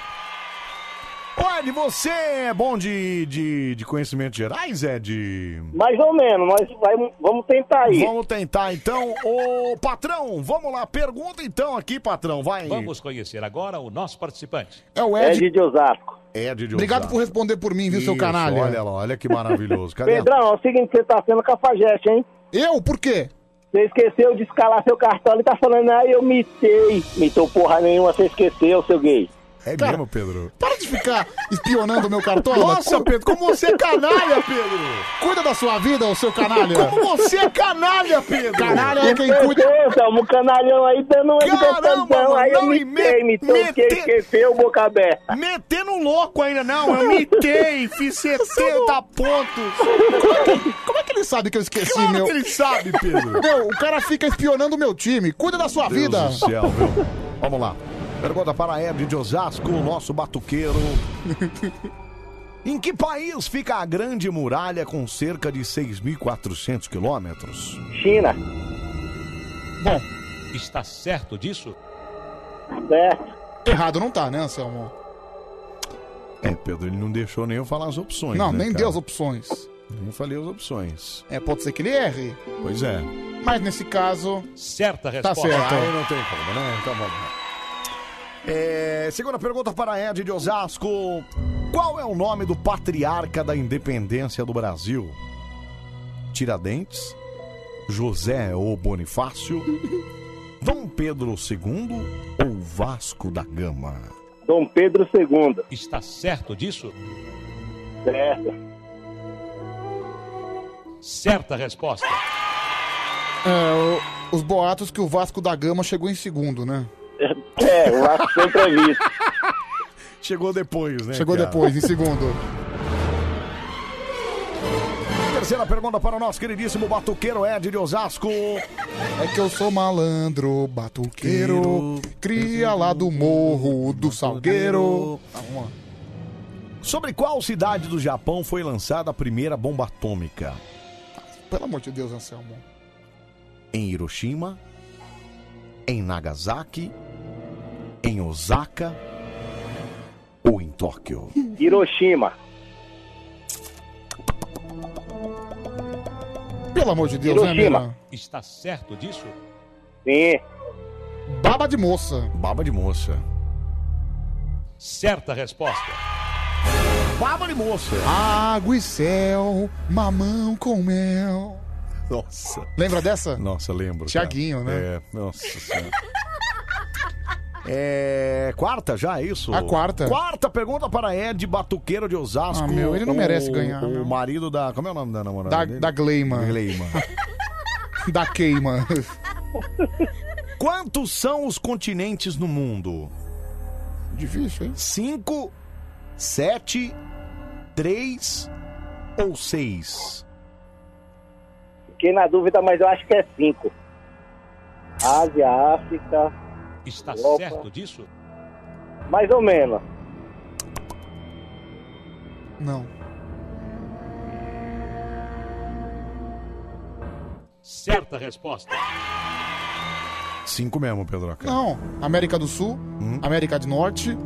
Ô, Ed, você é bom de, de, de conhecimentos gerais, é, Ed?
Mais ou menos, mas vai, vamos tentar aí.
Vamos tentar então. Ô, patrão, vamos lá. Pergunta então aqui, patrão. Vai.
Vamos conhecer agora o nosso participante.
É o Ed.
de Osasco.
É Ed de
Obrigado
Osasco.
por responder por mim, viu, seu
Isso,
canalha?
Olha lá, olha que maravilhoso. Cadê? a-
Pedrão, é o seguinte, você tá sendo cafajeste, hein?
Eu? Por quê?
Você esqueceu de escalar seu cartola e tá falando, ah, eu mitei. Mitou porra nenhuma, você esqueceu, seu gay.
É
Cara,
mesmo, Pedro?
Para de ficar espionando o meu cartola.
Nossa, Pedro, como você é canalha, Pedro.
Cuida da sua vida, ô seu canalha.
Como você é canalha, Pedro?
Canalha é quem cuida.
um
Selmo, canalhão aí dando uma educação. Aí eu mitei, mitei, fiquei, fiquei o boca aberta.
Metendo um louco ainda, não. Eu mitei, fiz
é
70 pontos. Como é que,
como é que ele sabe que eu esqueci,
Claro
meu?
que ele sabe, Pedro.
Meu, o cara fica espionando o meu time. Cuida da sua
Deus
vida.
do céu, viu? Vamos lá. Pergunta para a Hebe de Osasco, o nosso batuqueiro. em que país fica a Grande Muralha com cerca de 6.400 quilômetros?
China.
Bom,
Está certo disso?
certo. Errado não tá, né, Anselmo?
É, Pedro, ele não deixou nem eu falar as opções.
Não,
né,
nem
cara?
deu as opções.
Nem falei as opções.
É, pode ser que ele erre.
Pois é.
Mas nesse caso.
Certa
Tá certo.
Aí não tem como, né? Então vamos lá. É, segunda pergunta para a Ed de Osasco. Qual é o nome do patriarca da independência do Brasil? Tiradentes? José ou Bonifácio? Dom Pedro II ou Vasco da Gama?
Dom Pedro II. Está certo disso? Certo. Certa resposta.
É, o- os boatos que o Vasco da Gama chegou em segundo, né?
É, eu acho sempre é visto.
Chegou depois, né?
Chegou
cara?
depois, em segundo.
Terceira pergunta para o nosso queridíssimo batuqueiro Ed de Osasco.
É que eu sou malandro, batuqueiro, cria lá do morro, do salgueiro.
Sobre qual cidade do Japão foi lançada a primeira bomba atômica?
Pelo amor de Deus, Anselmo.
Em Hiroshima? Em Nagasaki? Em Osaka? Ou em Tóquio?
Hiroshima.
Pelo amor de Deus, né, Mira?
Está certo disso?
Sim. Baba de moça.
Baba de moça.
Certa resposta.
Baba de moça.
Água e céu, mamão com mel.
Nossa.
Lembra dessa?
Nossa, lembro. cara.
Tiaguinho, né?
É, nossa senhora. É. Quarta já, é isso?
A quarta.
Quarta pergunta para Ed Batuqueiro de Osasco.
Ah, meu, ele não
O-
merece ganhar,
O
meu.
marido da. Como é o nome da namorada?
Da,
dele?
da Gleima.
Gleima.
da queima.
Quantos são os continentes no mundo?
Difícil, hein?
Cinco, sete, três ou seis?
Fiquei na dúvida, mas eu acho que é cinco. Ásia, África. Está certo disso? Mais ou menos.
Não.
Certa resposta.
Cinco mesmo, Pedro. Hum?
Não. América do Sul, América do Norte,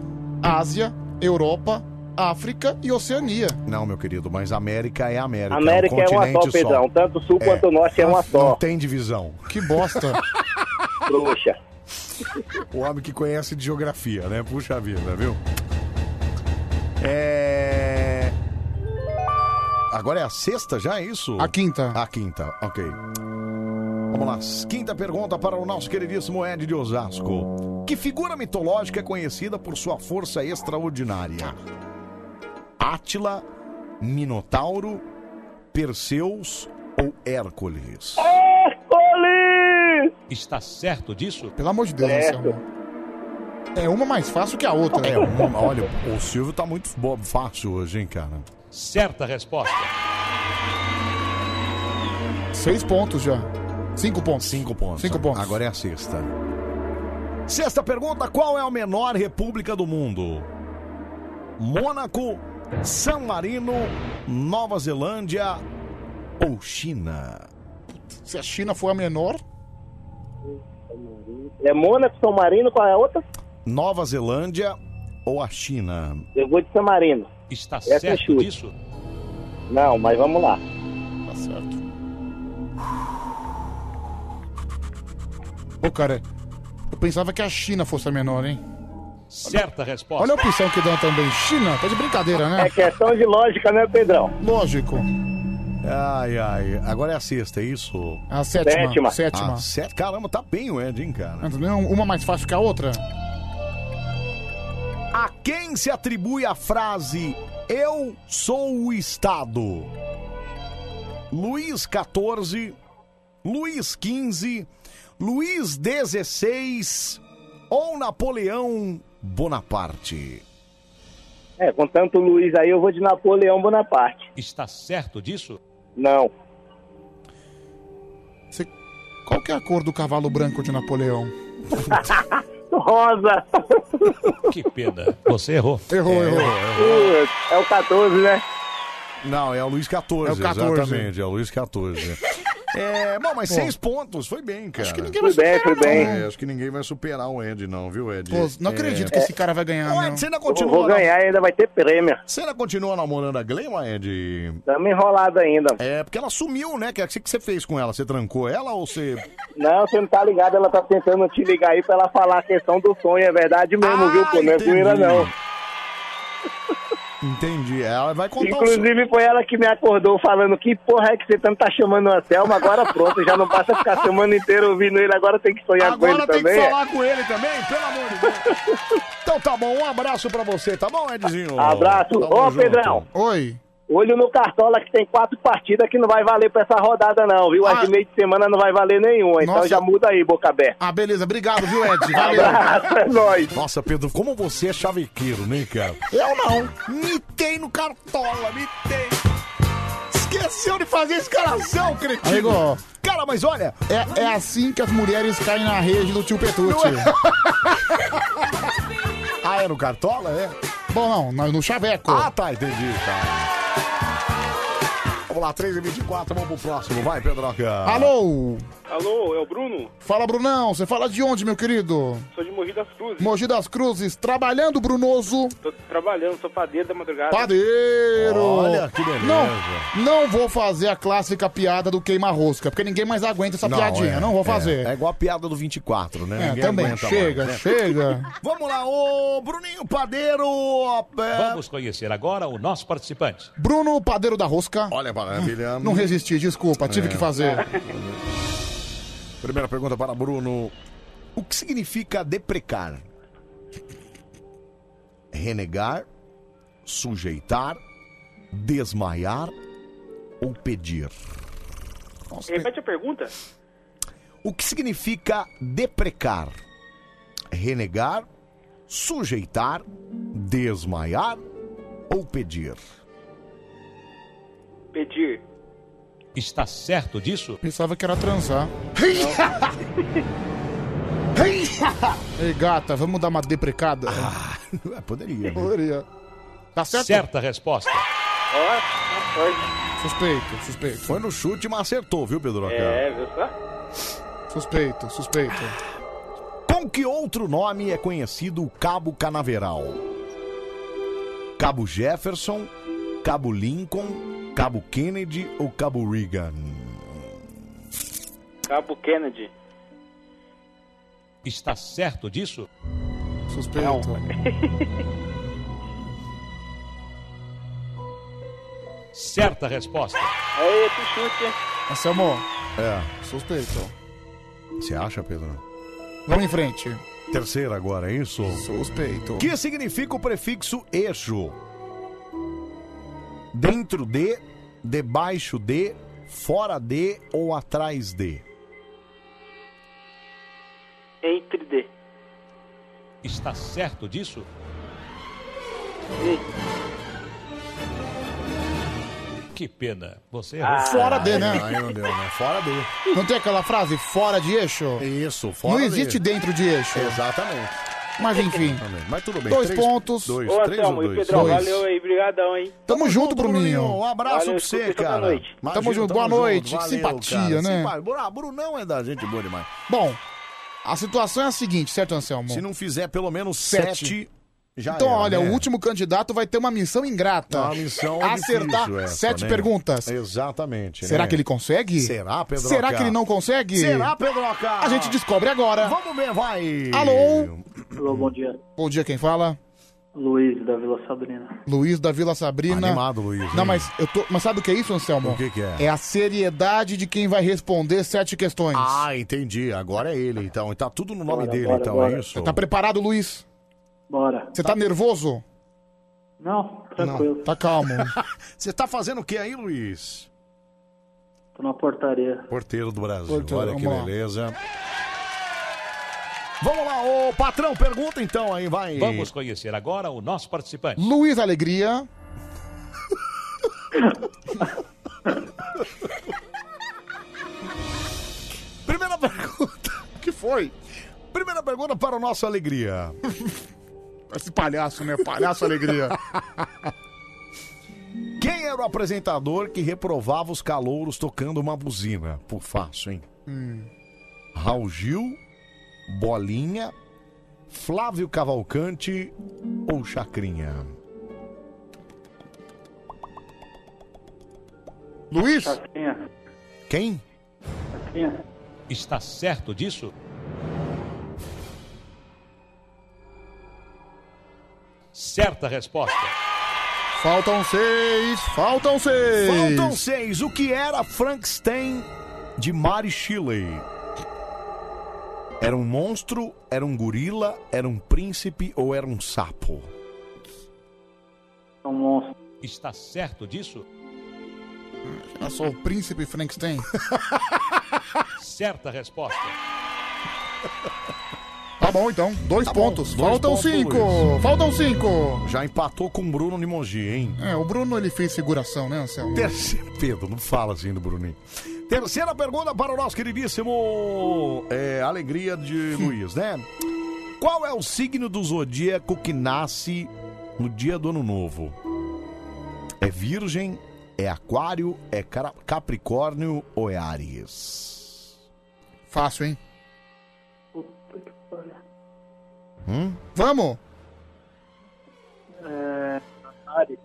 Ásia, Europa, África e Oceania.
Não, meu querido, mas América é América.
América é uma
continente
só, Pedrão. Tanto sul quanto norte é uma
Não
só.
tem divisão.
Que bosta.
Trouxa.
O homem que conhece de geografia, né? Puxa vida, viu? É. Agora é a sexta já, é isso? A
quinta.
A quinta, ok. Vamos lá. Quinta pergunta para o nosso queridíssimo Ed de Osasco. Que figura mitológica é conhecida por sua força extraordinária? Átila, Minotauro, Perseus ou Hércules?
Hércules! Está certo disso?
Pelo amor de Deus, né,
Certo.
Anselmo. É uma mais fácil que a outra. né?
É, uma- olha, o Silvio tá muito bo- fácil hoje, hein, cara?
Certa resposta.
Seis pontos já. Cinco pontos.
Cinco pontos.
Cinco pontos.
Agora é a sexta. Sexta pergunta: qual é a menor república do mundo? Mônaco, San Marino, Nova Zelândia ou China?
Se a China for a menor,
É Mônaco, São Marino, qual é a outra?
Nova Zelândia ou a China?
Eu vou de São Marino. Está
é
certo
Tá disso? Não, mas vamos lá.
tá certo. Ô, cara, eu pensava que a China fosse a menor, hein?
Certa resposta.
Olha a opção que dão também. China, tá de brincadeira, né?
É questão de lógica, né, Pedrão?
Lógico.
Ai, ai. Agora é a sexta, é isso? Ah,
A sétima, Sétima. sétima.
A sé-
é
Caramba, tá bem o Ed, hein, cara?
Entendeu? Uma mais fácil que a outra?
A quem se atribui a frase Eu sou o Estado? Luís XIV, Luís XV, Luís XVI ou Napoleão Bonaparte?
É, com tanto Luiz aí, eu vou de Napoleão Bonaparte.
Está certo disso?
Não.
Qual que é a cor do cavalo branco de Napoleão?
Rosa!
Que pena. Você errou.
Errou,
É.
errou.
Putz, É o 14, né?
Não, é o Luiz XIV.
É o 14.
Exatamente, é o Luiz XIV. É, bom, mas seis pontos, foi bem, cara. Acho que ninguém
vai Foi bem, superar, foi bem. não.
É, acho que ninguém vai superar o Ed, não, viu, Ed? É.
Pô, não acredito que esse cara vai ganhar,
Ô,
não.
Ed, você ainda
Eu
continua.
vou
na-
ganhar e ainda vai ter prêmio.
Você ainda continua namorando a Gleima, Ed?
Estamos enrolados ainda.
É, porque ela sumiu, né? cara? O que que você fez com ela? Você trancou ela ou você.
Não, você não tá ligado, ela tá tentando te ligar aí pra ela falar a questão do sonho, é verdade mesmo, viu? Pô, não é zoeira não.
Entendi. Ela vai contar um o seu.
Inclusive foi ela que me acordou falando que porra é que você tanto tá chamando o Anselmo, agora pronto, já não basta ficar a semana inteira ouvindo ele, agora tem que sonhar com ele
Agora tem
também.
que
é?
falar com ele também, pelo amor de Deus. Então tá bom, um abraço pra você, tá bom, Edzinho? Então,
Abraço.
Tamo
Ô,
junto.
Pedrão.
Oi.
Olho no Cartola que tem quatro partidas que não vai valer pra essa rodada não, viu?
Ah.
As de meio de semana não vai valer nenhuma, então
Nossa.
já muda aí, Boca Aberta.
Ah, beleza. Obrigado, viu, Ed? Valeu.
Abraço, é nóis.
Nossa, Pedro, como você é chavequeiro, né, cara?
Eu não. Mitei no cartola, mitei. Esqueceu de fazer escalação, cretino.
Amigo, ó,
Cara, mas olha,
é, é assim que as mulheres caem na rede do tio Petrucci.
é? Ah, era o Cartola, é?
Bom, não, no- no Chaveco.
Ah, tá, entendi, tá. Vamos lá, 3 e 24 vamos pro próximo. Vai, Pedroca.
Alô?
Alô, é o Bruno?
Fala, Brunão. Você fala de onde, meu querido?
Sou de Mogi das Cruzes.
Mogi das Cruzes, trabalhando, Brunoso.
Tô trabalhando, sou padeiro da madrugada.
Padeiro!
Olha, que beleza.
Não, não vou fazer a clássica piada do queima-rosca, porque ninguém mais aguenta essa piadinha.
é,
não vou
é.
fazer.
É, igual a piada do 24, né?
É,
Ninguém
também.
aguenta
Chega,
mais, né?
chega.
Vamos lá, ô Bruninho Padeiro. é.
Vamos conhecer agora o nosso participante.
Bruno, padeiro da rosca.
Olha, maravilha.
Não resisti, desculpa, tive
É.
que fazer.
Primeira pergunta para Bruno. O que significa deprecar? Renegar, sujeitar, desmaiar ou pedir?
Repete a pergunta.
O que significa deprecar? Renegar, sujeitar, desmaiar ou pedir?
Pedir.
Está certo disso?
Pensava que era transar. Ei, gata, vamos dar uma deprecada?
Ah, poderia. né?
Poderia. Tá certo?
Certa resposta.
Suspeito, suspeito.
Foi no chute, mas acertou, viu, Pedro?
É, viu só?
Suspeito, suspeito.
Com que outro nome é conhecido o Cabo Canaveral? Cabo Jefferson, Cabo Lincoln, Cabo Kennedy ou Cabo Reagan?
Cabo Kennedy.
Está certo disso?
Suspeito.
Certa resposta.
Aí, que chute, hein?
Anselmo,
É.
suspeito.
Você acha, Pedro?
Vamos em frente.
Terceira agora, é isso?
Suspeito.
Que significa o prefixo eixo? Dentro de, debaixo de, fora de ou atrás de?
É
Entre D.
Está certo disso? Que pena. Você
Ah.
errou.
Fora de, né?
Aí não deu, né? Fora de.
Não tem aquela frase fora de eixo?
Isso, fora
Não
de.
existe dentro de eixo.
Exatamente.
Mas enfim.
Exatamente. Mas tudo bem.
Dois
três-
pontos.
Dois,
Ô,
três ou
Anselmo e
dois?
Pedrão,
Dois.
valeu aí, brigadão, hein?
Tamo junto, Bruninho.
Bruninho, um abraço
Valeu,
pra você,
escuta, boa
cara.
noite.
Tamo junto, boa noite, que simpatia, né?
Simpa- Bru- ah, Brunão é da gente boa demais.
Bom, a situação é a seguinte, certo, Anselmo?
Se não fizer pelo menos
Sete.
sete, já
então,
era,
olha,
né?
o último candidato vai ter uma missão ingrata.
Uma missão
Tá.
é
Acertar
difícil essa,
sete
né?
perguntas.
Exatamente.
Será
né?
que ele consegue?
Será, Pedroca?
Será que ele não consegue?
Será, Pedroca?
A gente descobre agora.
Vamos ver, vai.
Alô?
Alô, bom dia.
Bom dia, quem fala?
Luiz da Vila Sabrina.
Luiz da Vila Sabrina.
Animado, Luiz.
Não,
hein?
mas eu tô. Mas sabe o que é isso, Anselmo?
O que que é?
É a seriedade de quem vai responder sete questões.
Ah, entendi. Agora é ele, então. Tá tudo no nome dele, então, é isso?
Tá preparado, Luiz?
Bora.
Você tá nervoso?
Não,
Não, tá calmo.
Você tá fazendo o que aí, Luiz?
Tô na portaria.
Porteiro do Brasil.
Porteiro,
Olha que
vamos lá.
beleza. Vamos lá, ô patrão, pergunta então aí, vai.
Vamos conhecer agora o nosso
É.
participante.
Luiz Alegria.
Primeira pergunta. O que foi? Primeira pergunta para o nosso Alegria.
Esse palhaço, né? Palhaço Alegria.
Quem era o apresentador que reprovava os calouros tocando uma buzina? Por fácil, hein?
Hum.
Raul Gil, Bolinha, Flávio Cavalcante ou Chacrinha?
Luiz?
Chacrinha.
Quem?
Chacrinha.
Está certo disso? Certa resposta.
Faltam seis, faltam seis.
Faltam seis. O que era Frankenstein de Mary Shelley? Era um monstro, era um gorila, era um príncipe ou era um sapo?
É um monstro.
Está certo disso?
Eu sou o príncipe Frankenstein.
Certa resposta.
Tá bom então, dois
Tá bom,
pontos.
dois
Faltam
pontos,
cinco,
Luiz.
faltam cinco.
Já empatou com o Bruno de Mogi, hein?
É, o Bruno ele fez figuração, né, Anselmo?
Terceiro, Pedro, não fala assim do Bruninho. Terceira pergunta para o nosso queridíssimo é, Alegria de Luiz, né? Qual é o signo do zodíaco que nasce no dia do ano novo? É virgem, é aquário, é cara- capricórnio ou é Áries?
Fácil, hein?
Hum?
Vamos!
É... Ari.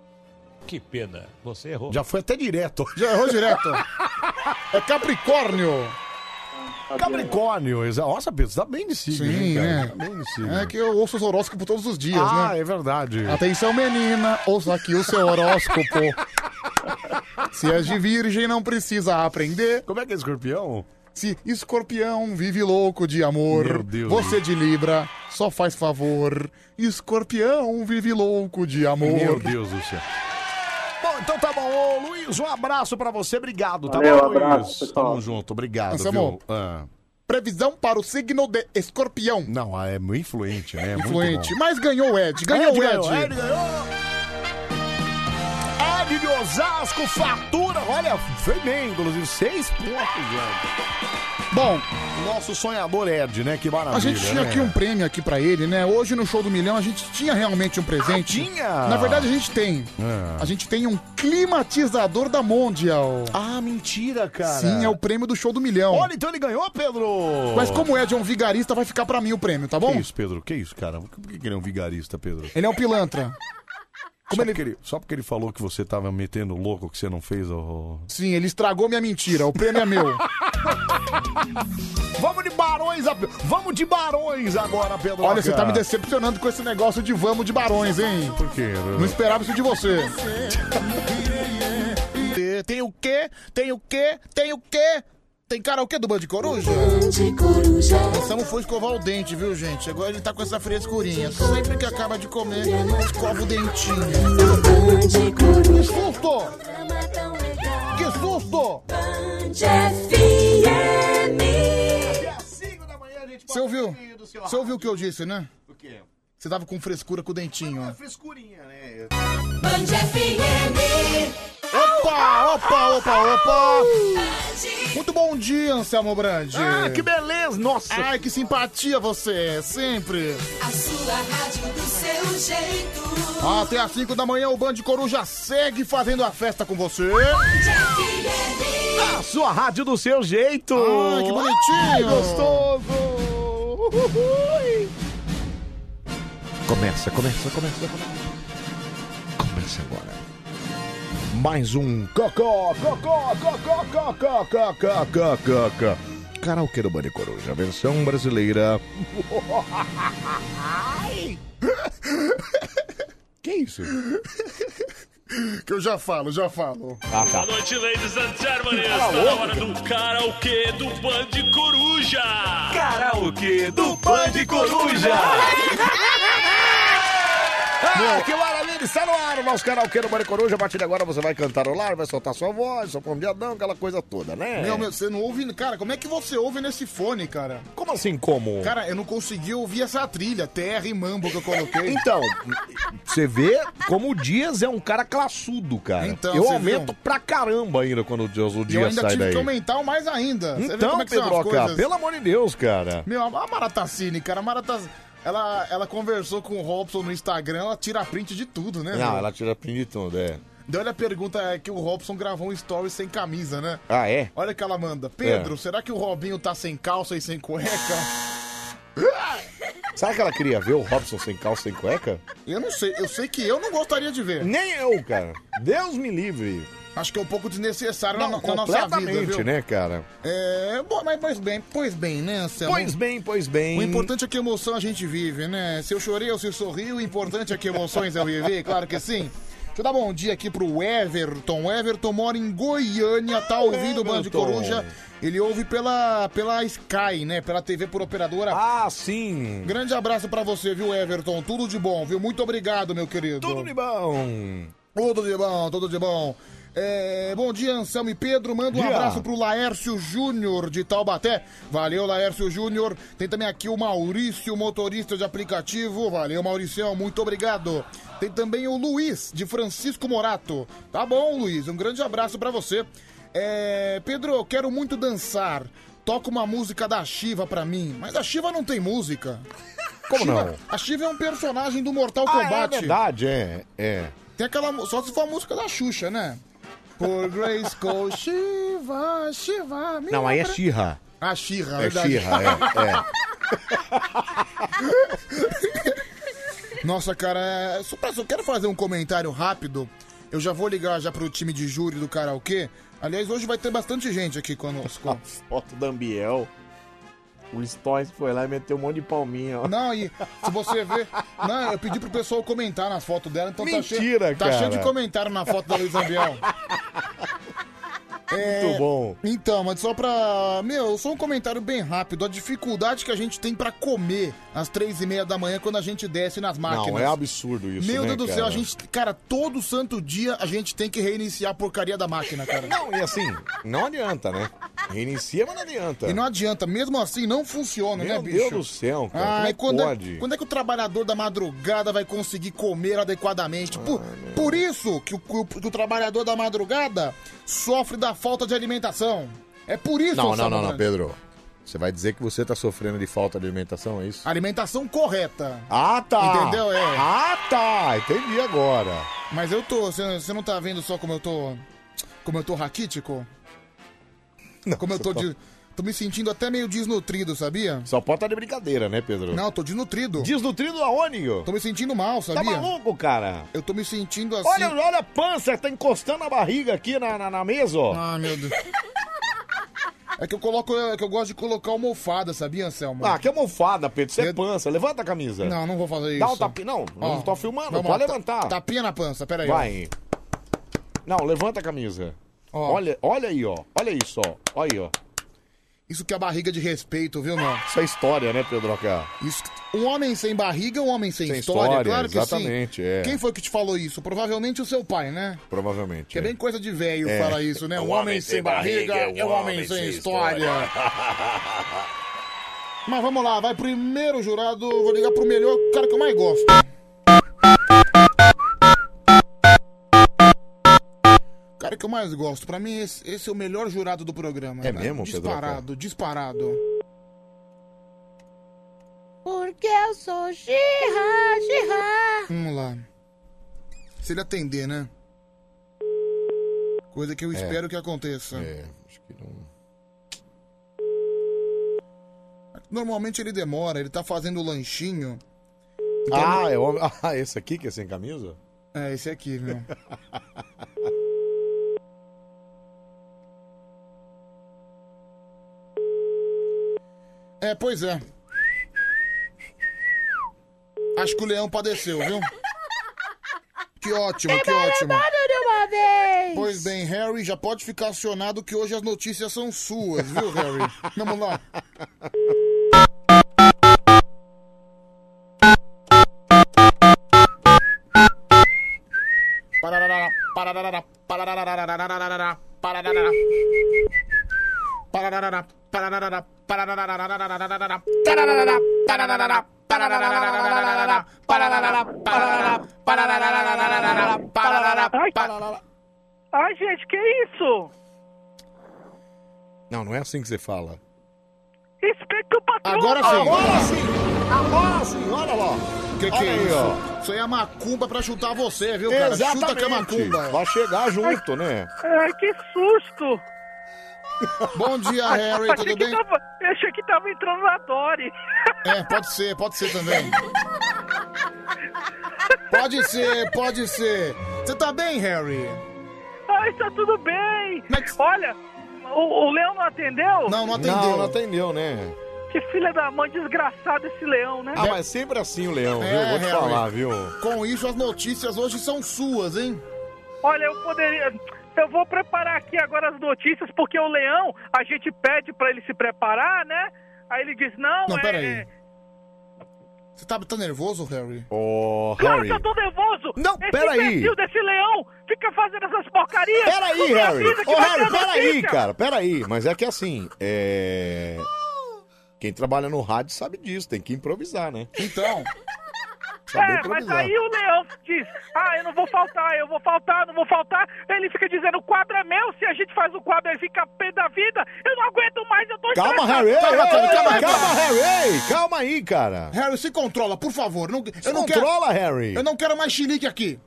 Que pena, você errou.
Já foi até direto.
Já errou direto. É Capricórnio.
Capricórnio, exa- nossa, Pedro, você tá bem de signo.
Sim,
hein, cara?
né?
Tá bem de signo.
É que eu ouço os horóscopos todos os dias,
ah,
né?
é verdade.
Atenção, menina, ouça aqui o seu horóscopo. Se é de virgem, não precisa aprender.
Como é que é escorpião?
Se escorpião vive louco de amor,
Meu Deus.
você de Libra só faz favor. Escorpião vive louco de amor.
Meu Deus do céu. Tá Bom, então tá bom. Ô, Luiz, um abraço pra você. Obrigado, tá
Valeu,
bom, Luiz?
abraço, pessoal.
Tamo junto, obrigado,
Anselmo.
viu? Ah,
Previsão para o signo de escorpião.
Não, ah, é muito influente, né? É muito
Influente,
bom.
mas ganhou o Ed, ganhou
Ed
o Ed.
ganhou, Ed ganhou. Ed de Osasco, fatura. Olha, foi bem, inclusive. Seis pontos, velho.
Bom,
nosso sonhador Ed, né? Que maravilha.
A gente tinha
né?
aqui um prêmio aqui pra ele, né? Hoje no show do Milhão a gente tinha realmente um presente.
Ah, tinha?
Na verdade a gente tem.
Ah.
A gente tem um climatizador da Mondial.
Ah, mentira, cara.
Sim, é o prêmio do show do Milhão.
Olha, então ele ganhou, Pedro!
Mas como o Ed é um vigarista, vai ficar pra mim o prêmio, tá bom?
Que isso, Pedro? Que isso, cara? Por que que ele é um vigarista, Pedro?
Ele é um pilantra.
Como só, ele... Porque ele, só porque ele falou que você tava metendo louco que você não fez, ô.
Sim, ele estragou minha mentira. O prêmio é meu.
Vamos de barões, a- vamos de barões agora, Pedro.
Olha, você tá me decepcionando com esse negócio de vamos de barões, hein?
Por quê?
Não esperava isso de você. Tem o quê? Tem o quê? Tem o quê? Tem karaokê do Band Coruja? Band Coruja. Samu foi escovar o dente, viu, gente? Agora ele tá com essa frescurinha. Sempre que acaba de comer, escova o dentinho. Que susto! Que susto!
Assim
Você ouviu? Você ouviu o que eu disse, né?
O quê?
Você tava com frescura com o dentinho. ó.
Frescurinha, né?
Band Opa, opa, opa, opa! Muito bom dia, Anselmo Brandi.
Ah, que
beleza, nossa!
Ai, que simpatia você é, sempre!
A sua rádio do seu jeito.
Até às 5 da manhã o Band Coruja segue fazendo a festa com você.
A sua rádio do seu jeito!
Ai, que bonitinho!
Ai, gostoso! Começa, começa, começa, começa. Começa agora. Mais um cocó, cocó, cocó, cocó, cocó, cocó, cocó. Karaokê do Bande Coruja, versão brasileira. Que isso?
que eu já falo, já falo.
Ah, tá.
Boa noite, ladies and gentlemen.
Tá
Está na
louco,
hora
cara.
do karaokê do Band Coruja.
Karaokê do
Band Coruja.
Ah, que maravilha! Está no ar o nosso canal Queiro Bande Coruja. A partir de agora você vai cantarolar, vai soltar sua voz, seu pão de Adão, aquela coisa toda, né?
Meu, meu, você não ouve. Cara, como é que você ouve nesse fone, cara?
Como assim, como?
Cara, eu não consegui ouvir essa trilha, terra e mambo que eu coloquei.
Então, você vê como o Dias é um cara classudo, cara.
Então,
eu
você
aumento pra caramba ainda quando o Dias, o
E eu
Dias
ainda
sai
tive
daí.
que aumentar o mais ainda. Você vê como
Então,
é que são as
Pedroca,
coisas?
pelo amor de Deus, cara.
Meu, a Maratacine, cara, a Maratacine. Ela, ela conversou com o Robson no Instagram, ela tira print de tudo, né?
Não,
meu?
Ah, ela tira print de tudo, é.
Daí olha a pergunta é que o Robson gravou um story sem camisa, né?
Ah, é?
Olha o que ela manda. Pedro, será que o Robinho tá sem calça e sem cueca?
Sabe que ela queria ver o Robson sem calça, sem cueca?
Eu não sei, eu sei que eu não gostaria de ver.
Nem eu, cara. Deus me livre.
Acho que é um pouco desnecessário na, no- na nossa vida,
Completamente,
viu?
né, cara?
É, bom, mas pois bem, pois bem, né, Anselmo?
Pois bem, pois bem.
O importante é que emoção a gente vive, né? Se eu chorei ou se eu sorri, o importante é que emoções eu vivi, claro que sim. Deixa eu dar bom dia aqui pro Everton. O Everton mora em Goiânia, tá ouvindo o Band de
Everton.
Coruja. Ele ouve pela, pela Sky, né? Pela TV por operadora.
Ah, sim.
Grande abraço pra você, viu, Everton? Tudo de bom, viu? Muito obrigado, meu querido. Tudo
de bom.
Tudo de bom, tudo de bom. É, bom dia, Anselmo e Pedro. Manda um
Dia.
abraço pro Laércio Júnior de Taubaté. Valeu, Laércio Júnior. Tem também aqui o Maurício, motorista de aplicativo. Valeu, Mauricião. Muito obrigado. Tem também o Luiz, de Francisco Morato. Tá bom, Luiz. Um grande abraço pra você. É, Pedro, eu quero muito dançar. Toca uma música da Shiva pra mim. Mas a Shiva não tem música.
Como
Shiva-
não?
A Shiva é um personagem do Mortal
Ah,
Kombat.
é verdade, é. É.
Tem aquela. mu- Só se for a música da Xuxa, né? Por Grace Cole, Shiva, Shiva. minha
Não, aí é
pra-
Xirra.
Ah, Xirra,
É
verdade.
Xirra, é,
Nossa, cara, é... só, pra- só quero fazer um comentário rápido. Eu já vou ligar já pro time de júri do karaokê. Aliás, hoje vai ter bastante gente aqui conosco.
Foto da Ambiel. O Stones foi lá e meteu um monte de palminha, ó.
Não, e se você ver. Não, eu pedi pro pessoal comentar nas fotos dela, então
Mentira,
tá cheio. Tá
cara.
cheio de comentário na foto da Luiz Ambiel. É,
Muito bom.
Então, mas só pra. Meu, só um comentário bem rápido. A dificuldade que a gente tem pra comer às três e meia da manhã quando a gente desce nas máquinas.
Não, é absurdo isso,
Meu
né,
Deus do céu,
cara?
a gente. Cara, todo santo dia a gente tem que reiniciar a porcaria da máquina, cara.
Não, e assim, não adianta, né? Reinicia, mas não adianta.
E não adianta, mesmo assim não funciona,
Meu
né, bicho?
Deus do céu, cara, como é que
quando
pode?
É, quando é que o trabalhador da madrugada vai conseguir comer adequadamente?
Ah,
Por, por isso que o, que o- que o trabalhador da madrugada sofre da falta de alimentação. É por isso,
Não, não,
Anselmo
não, não,
Grande.
Pedro. Você vai dizer que você tá sofrendo de falta de alimentação, é isso?
Alimentação correta.
Ah, tá.
Entendeu? É.
Ah, tá. Entendi agora.
Mas eu tô. Você você não tá vendo só como eu tô. Como eu tô raquítico? como eu tô de. Tô me sentindo até meio desnutrido, sabia?
Só pode estar de brincadeira, né, Pedro?
Não, eu tô desnutrido.
Desnutrido aonde? ô?
Tô me sentindo mal,
Tá
sabia?
maluco, cara?
Eu tô me sentindo assim.
Olha, olha a pança, tá encostando a barriga aqui na, na, na mesa, ó.
Ah, meu Deus. É que eu coloco, é que eu gosto de colocar almofada, sabia, Anselmo?
Ah, que almofada, Pedro. Você é pança. Levanta a camisa.
Não, não vou fazer isso.
Dá um tapinha. Não, não tô filmando.
vamos
pode
lá, ta-
levantar.
Tapinha na pança, peraí. ó.
Vai. Não, levanta a camisa.
Ó.
Olha, olha aí, ó. Olha isso, ó. Olha aí, ó.
Isso que é barriga de respeito, viu, meu?
Isso é história, né, Pedroca?
Isso, um homem sem barriga é um homem sem,
Sem
história,
história,
claro que
exatamente,
sim.
é.
Quem foi que te falou isso? Provavelmente o seu pai, né?
Provavelmente.
Que é bem coisa de velho
É.
falar isso, né?
É
Um, homem, sem barriga, é um homem, sem história. Mas vamos lá, vai primeiro jurado, vou ligar pro melhor cara que eu mais gosto. Cara que eu mais gosto, pra mim esse, esse é o melhor jurado do programa.
É
cara.
mesmo, Pedroca?
Disparado, disparado.
Porque eu sou Xirra, Xirra.
Vamos lá. Se ele atender, né? Coisa que eu espero que aconteça.
É, acho que não.
Normalmente ele demora, ele tá fazendo lanchinho.
Ah, é homem. Ah, esse aqui que é sem camisa?
É, esse aqui, meu. é, pois é. Acho que o leão padeceu, viu? Que ótimo, que ótimo.
de uma vez.
Pois bem, Harry, já pode ficar acionado que hoje as notícias são suas, viu, Harry? Vamos lá.
parará, parará, parará,
Ai, gente, que isso?
Não, não é assim que você fala.
Respeito que o patrão.
Agora sim.
Agora sim! Agora sim, olha lá.
O que, que
Olha
é
aí,
isso?
ó. Isso aí é macumba pra chutar você, viu, cara? Chuta que é macumba.
Vai chegar junto, né?
Ai, que susto!
Bom um dia, Harry,
Achei
tudo
que
bem?
tava- eu achei que tava entrando na Dory.
É, pode ser, pode ser também. Pode ser, pode ser. Você tá bem, Harry?
Ah, está tudo bem. Olha, o, o leão não atendeu?
Não, não
Não, não atendeu, né?
Que filha da mãe, desgraçado esse leão, né?
Ah, mas sempre assim o leão, viu?
É,
Vou te
Harry.
falar, viu?
Com isso, as notícias hoje são suas, hein?
Olha, eu poderia. Eu vou preparar aqui agora as notícias, porque o leão, a gente pede pra ele se preparar, né? Aí ele diz: não,
Não,
é.
peraí. Você tá, tá nervoso, Harry?
Ô,
Claro que eu tô nervoso! Não, Esse
peraí.
imbecil desse leão fica fazendo essas porcarias! Não
Peraí,
me
Harry!
avisa que
Ô,
vai ter
Harry,
notícia.
peraí, cara, peraí. Mas é que assim, é. Quem trabalha no rádio sabe disso, tem que improvisar, né?
Então.
Saber
é, mas
improvisar.
aí o leão diz: ah, eu não vou faltar, eu vou faltar, não vou faltar. Ele fica dizendo: o quadro é meu, se a gente faz o quadro, ele fica pé da vida. Eu não aguento mais, eu tô
Calma,
estressado.
Harry!
Calma,
ei,
calma,
ei,
calma.
Calma, Harry! Calma aí, cara!
Harry, se controla, por favor. Não, eu não
controla,
quero,
Harry.
Eu não quero mais chilique aqui.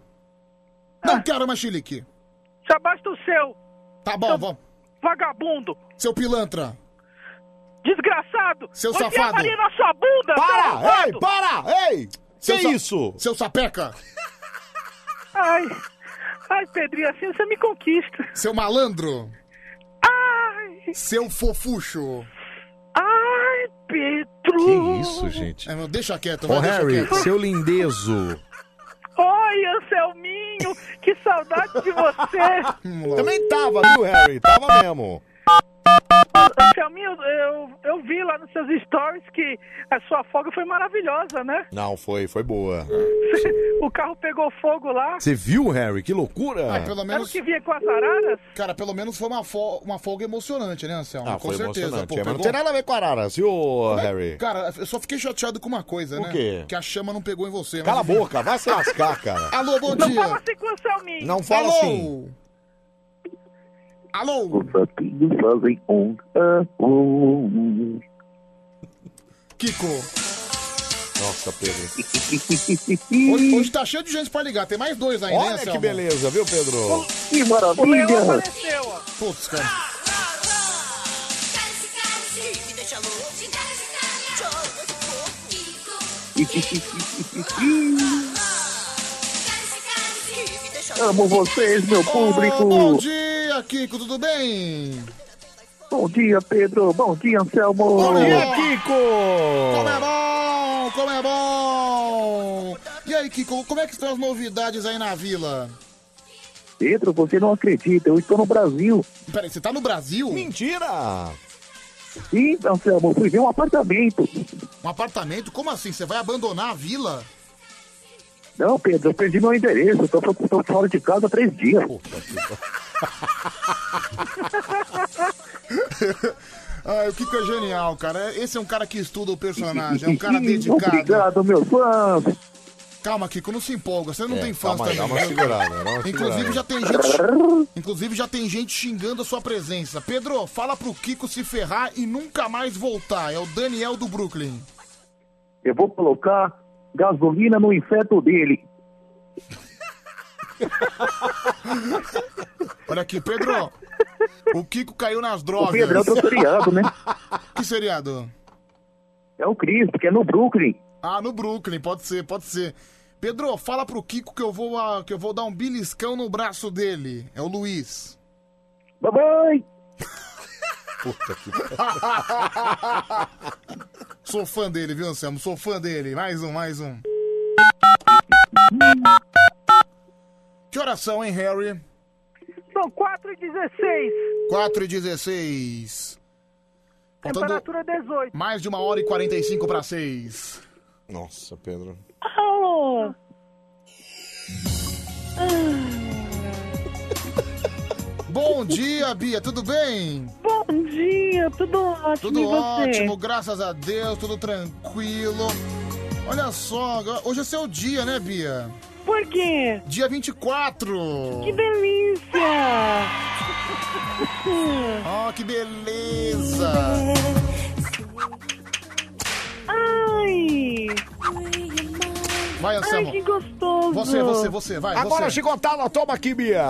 Não quero mais chilique.
Ah. Se abaixa do seu.
Tá bom, vamos.
Vagabundo.
Seu pilantra.
Desgraçado.
Seu
Você
safado.
avalia na sua bunda, seu
Para!
arrombado.
Ei, para! Ei! Que
sa-
isso?
Seu sapeca.
Ai, ai, Pedrinho, assim você me conquista.
Seu malandro.
Ai.
Seu fofucho.
Ai, Pedro.
Que isso, gente?
É, não, deixa quieto,
Ô,
vai, deixa
Harry,
quieto.
seu lindezo.
Oi, Anselminho. Que saudade de você.
Também
tá-
tava, viu, Harry? Tava mesmo.
Anselminho, eu, eu vi lá nos seus stories que a sua folga foi maravilhosa, né?
Não, foi, foi boa.
O carro pegou fogo lá.
Você viu, Harry? Que loucura!
Ah, pelo
Era o
menos...
que vinha com as araras?
Cara, pelo menos foi uma, fo- uma folga emocionante, né, Anselmo?
Ah,
com
foi
certeza.
emocionante.
Pô,
é, mas não
pegou-
tem nada a ver com Araras, viu, Harry?
Cara, eu só fiquei chateado com uma coisa,
O
né?
quê?
Que a chama não pegou em você. mas
Cala a
enfim.
boca, vai se lascar, cara.
Alô, bom
Não
dia.
fala assim com o Anselminho.
Não fala
Alô?
assim.
Alô?
Os sapinhos fazem um a um.
Kiko.
Nossa, Pedro.
Hoje, hoje tá cheio de gente pra ligar. Tem mais dois ainda, né,
Olha que
Anselmo?
beleza, viu, Pedro?
Que
O leão
maravilha!
apareceu, ó.
Putz, cara.
Amo vocês, meu público!
Ô, bom dia, Kiko, tudo bem?
Bom dia, Pedro! Bom dia, Anselmo!
Como é
Kiko!
bom, como é bom! E aí, Kiko, como é que estão as novidades aí na vila?
Pedro, você não acredita, eu estou no Brasil!
Peraí, você tá no Brasil?
Mentira!
Sim, Anselmo, eu fui ver um apartamento!
Um apartamento? Como assim? Você vai abandonar a vila?
Não, Pedro, eu perdi meu endereço, estou fora de casa há três dias!
Ah, o Kiko é genial, cara. Esse é um cara que estuda o personagem, é um cara dedicado.
Obrigado, meus fãs!
Calma, Kiko, não se empolga, você não
É,
tem fãs
calma aí,
também.
dá uma
viu?
segurada, dá uma
inclusive,
segurada.
já tem gente, inclusive já tem gente xingando a sua presença. Pedro, fala pro Kiko se ferrar e nunca mais voltar. É o Daniel do Brooklyn.
Eu vou colocar gasolina no inseto dele!
Olha aqui, Pedro. O Kiko caiu nas drogas.
O Pedro é outro seriado, né?
Que seriado?
É o Cris, que é no Brooklyn!
Ah, no Brooklyn, pode ser, pode ser. Pedro, fala pro Kiko que eu vou ah, que eu vou dar um beliscão no braço dele. É o Luiz.
Mamãe!
Puta que
Sou fã dele, viu, Anselmo? Sou fã dele. Mais um, mais um. Que horas são, hein, Harry?
São 4 e 16.
4 e 16. Faltando
Temperatura 18.
mais de uma hora e 45 para 6.
Nossa, Pedro.
Alô?
Bom Bom dia, Bia, tudo bem?
Bom dia, tudo ótimo.
Tudo
e você?
ótimo, graças a Deus, tudo tranquilo. Olha só, agora- hoje é seu dia, né, Bia?
Por quê?
Dia 24!
Que delícia!
Oh, que beleza!
Ai!
Vai,
Ai,
Anselmo.
que gostoso!
Você, você, você, vai.
Agora,
você.
Chicotada, toma aqui, Bia.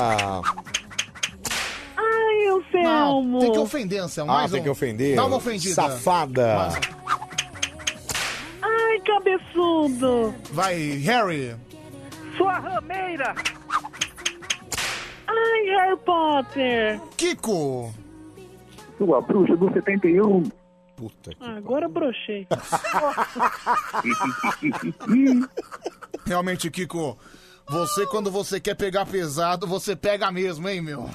Ai, Anselmo!
Não, tem que ofender, Anselmo.
Ah,
mais
tem
um.
que ofender.
Dá uma ofendida.
Safada.
Ai, cabeçudo!
Vai, Harry.
Sua rameira! Ai, Harry Potter!
Kiko!
Sua bruxa do 71.
Ah, Agora brochei.
Realmente, Kiko, você quando você quer pegar pesado, você pega mesmo, hein, meu?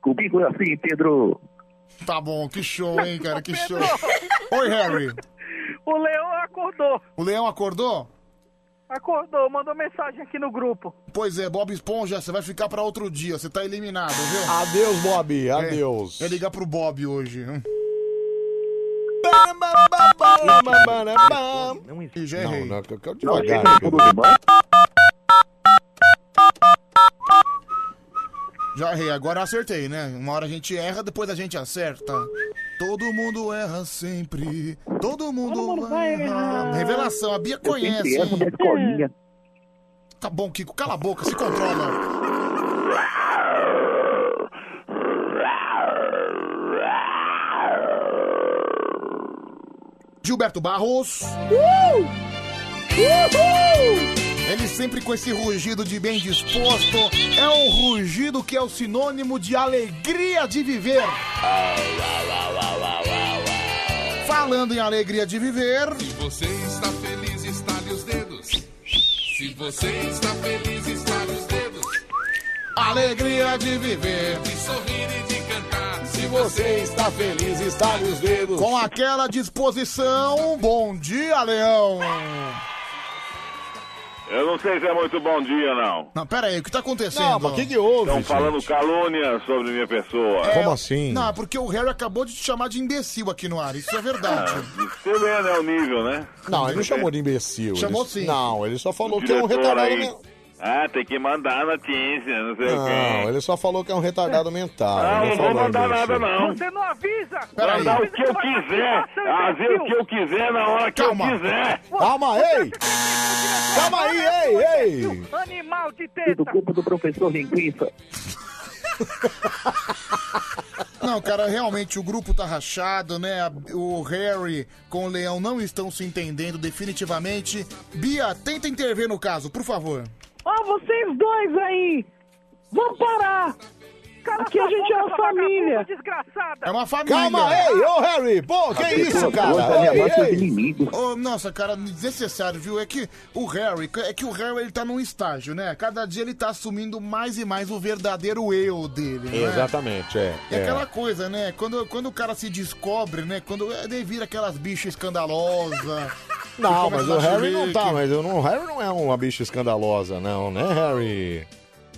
Comigo
né?
é assim, Pedro.
Tá bom, que show, hein, cara, que show. Oi, Harry.
O leão acordou.
O leão acordou?
Acordou, mandou mensagem aqui no grupo.
Pois é, Bob Esponja, você vai ficar pra outro dia, você tá eliminado, viu?
Adeus, Bob,
É,
adeus.
Eu ia ligar pro Bob hoje. hum. Ih, já errei.
Não, não, eu quero
Não, gente,
devagar. Pedro.
Já errei, agora eu acertei, né? Uma hora a gente erra, depois a gente acerta. Todo mundo erra sempre. Todo mundo, vai errar. Revelação, a Bia
Eu sempre
conhece.
erro né, na escolinha.
Tá bom, Kiko, cala a boca, se controla. Gilberto Barros. Ele sempre com esse rugido de bem disposto. É um rugido que é o sinônimo de alegria de viver. Falando em alegria de viver.
Se você está feliz, estale os dedos. Se você está feliz, estale os dedos.
Alegria de viver.
De sorrir e de cantar.
Se você está feliz, estale os dedos.
Com aquela disposição, bom dia, Leão!
Eu não sei se é muito bom dia, não.
Não, pera aí, o que tá acontecendo?
Não,
mas o que que houve?
Estão falando calúnia sobre minha pessoa.
Como assim?
Não, é porque o Harry acabou de te chamar de imbecil aqui no ar, isso é verdade.
Ah.
Você vê, né, o nível, né?
Não, ele não chamou de imbecil.
Chamou
ele...
sim.
Não, ele só falou
O
que é um
diretor
retardado
aí.
mental.
Ah, tem que mandar notícia,
É.
não sei o
Não,
quê.
ele só falou que é um retardado mental.
Não,
ele
não vou
falou
mandar
imbecil.
nada, não.
Você não avisa!
Mandar o que eu quiser, fazer o que eu quiser na hora que eu quiser.
Calma, ei! Calma aí, ei, ei!
Animal de
Tudo culpa do professor Linguiça.
Não, cara, realmente o grupo tá rachado, né? O Harry com o Leão não estão se entendendo definitivamente. Bia, tenta intervir no caso, por favor.
Ó, vocês dois aí! Ah, Vamos parar! Aqui a gente é uma família!
É uma família.
Calma, ei, ô, Harry, pô, que isso, cara? Ei, ei.
Ô, nossa, cara, desnecessário, viu? É que o Harry, é que o Harry ele tá num estágio, né? Cada dia ele tá assumindo mais e mais o verdadeiro eu dele, né?
Exatamente, é.
É aquela coisa, né? Quando, quando o cara se descobre, né? Quando ele vira aquelas bichas escandalosas.
Não, mas o Harry não tá, mas eu não, o Harry não é uma bicha escandalosa, não, né, Harry?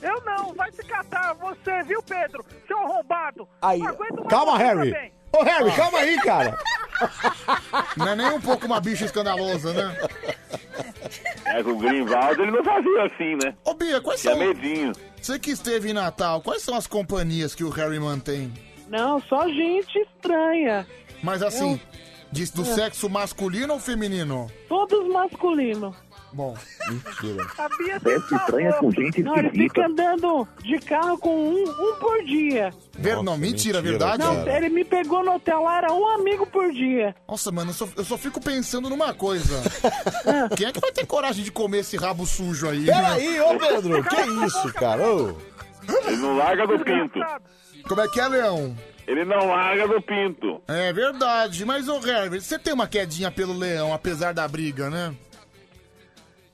Eu não, vai se catar você, viu, Pedro? Seu arrombado!
Aí, calma,
Tá
Harry! Ô, Harry,
Ah.
Ah.
calma aí, cara!
Não é nem um pouco uma bicha escandalosa, né?
É que o Grinvaldo, ele não fazia assim, né?
Ô, Bia, quais
Tinha
são-
medinho.
Você que esteve em Natal, quais são as companhias que o Harry mantém?
Não, só gente estranha.
Mas assim, diz do
É.
sexo masculino ou feminino?
Todos masculinos.
Bom.
Mentira.
Sabia
Sexo estranho é com gente
Não, ele
esquisita.
fica andando de carro com um, um por dia.
Ver, não, mentira, é verdade?
Não, ele me pegou no hotel lá, era um amigo por dia.
Nossa, mano, eu só, eu só fico pensando numa coisa. Quem é que vai ter coragem de comer esse rabo sujo aí? né?
Peraí, ô Pedro, que é isso, cara? Ô,
Ele não larga do pinto.
Como é que é, Leão?
Ele não larga do pinto.
É verdade, mas ô Herbert, você tem uma quedinha pelo Leão, apesar da briga, né?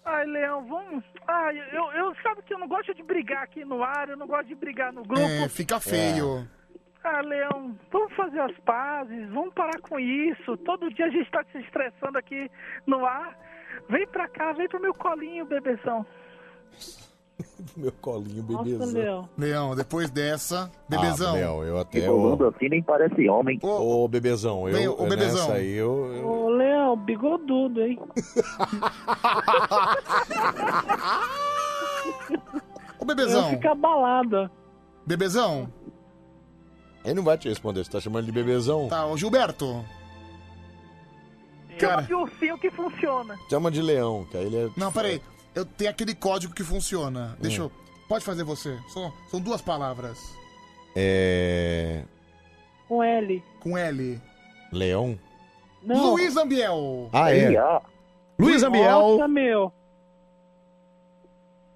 Ai, Leão, vamos. Ai, eu, eu sabe que eu não gosto de brigar aqui no ar, eu não gosto de brigar no grupo.
É, fica feio.
Ah, Leão, vamos fazer as pazes, vamos parar com isso. Todo dia a gente tá se estressando aqui no ar. Vem pra cá, vem pro meu colinho, bebeção.
Meu colinho,
Nossa,
bebezão.
Leão.
Leão, depois dessa, bebezão.
Ah, Leão, eu até.
Que boludo
assim nem parece homem. Ô, bebezão, eu. é
Bem, ô, bebezão.
Nessa aí eu. eu-
Ô, Leão, bigodudo, hein?
Ô, bebezão.
Eu fico abalada.
Bebezão.
Ele não vai te responder, você tá chamando ele de bebezão?
Tá, ô Gilberto.
Chama de ursinho que funciona.
Chama de leão, que aí ele é.
Não, peraí. Eu tenho aquele código que funciona.
Hum.
Deixa eu. Pode fazer você. São, são duas palavras.
É.
Com L.
Com L.
Leão?
Luiz Ambiel.
Ah, é. Luiz Ambiel.
Nossa, é meu.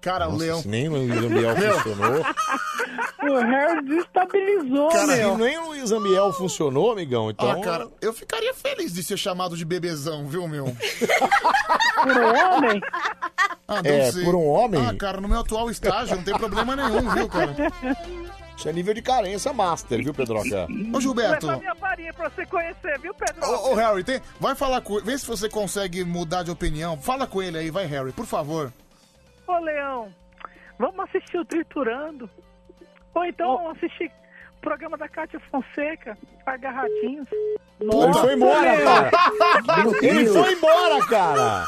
Cara, É
Nossa,
o Leão.
se Nem o Luiz Ambiel
Meu.
funcionou.
O Harry desestabilizou,
Cara,
é meu.
se nem o Luiz Ambiel funcionou, amigão, então.
Ah, cara, eu ficaria feliz de ser chamado de bebezão, viu, meu?
Por um homem?
Ah, não
É,
sei.
por um homem?
Ah, cara, no meu atual estágio não tem problema nenhum, viu, cara?
Isso é nível de carência master, viu, Pedroca?
Ô, Gilberto.
Essa é a minha varinha pra você conhecer, viu, Pedro?
Ô, ô, Harry, tem... vai falar com ele. Vê se você consegue mudar de opinião. Fala com ele aí, vai, Harry, por favor.
Ô, Leão, vamos assistir o Triturando. Ou então assistir o programa da Cátia Fonseca, Agarradinhos.
Ele foi embora, cara. Ele foi embora, cara.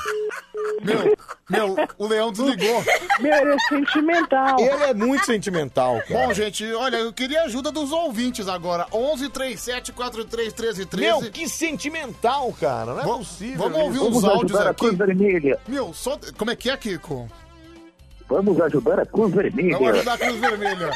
Meu, o Leão desligou.
Meu, ele é sentimental.
Ele é muito sentimental, cara.
Bom, gente, olha, eu queria a ajuda dos ouvintes agora. 11 37 43 13 13.
Meu, que sentimental, cara. Não é possível.
Vamos
isso.
ouvir uns áudios
ajudar a
aqui.
cor vermelha.
Meu, só. Como é que é, Kiko?
Vamos ajudar a Cruz Vermelha.
Vamos ajudar a Cruz Vermelha.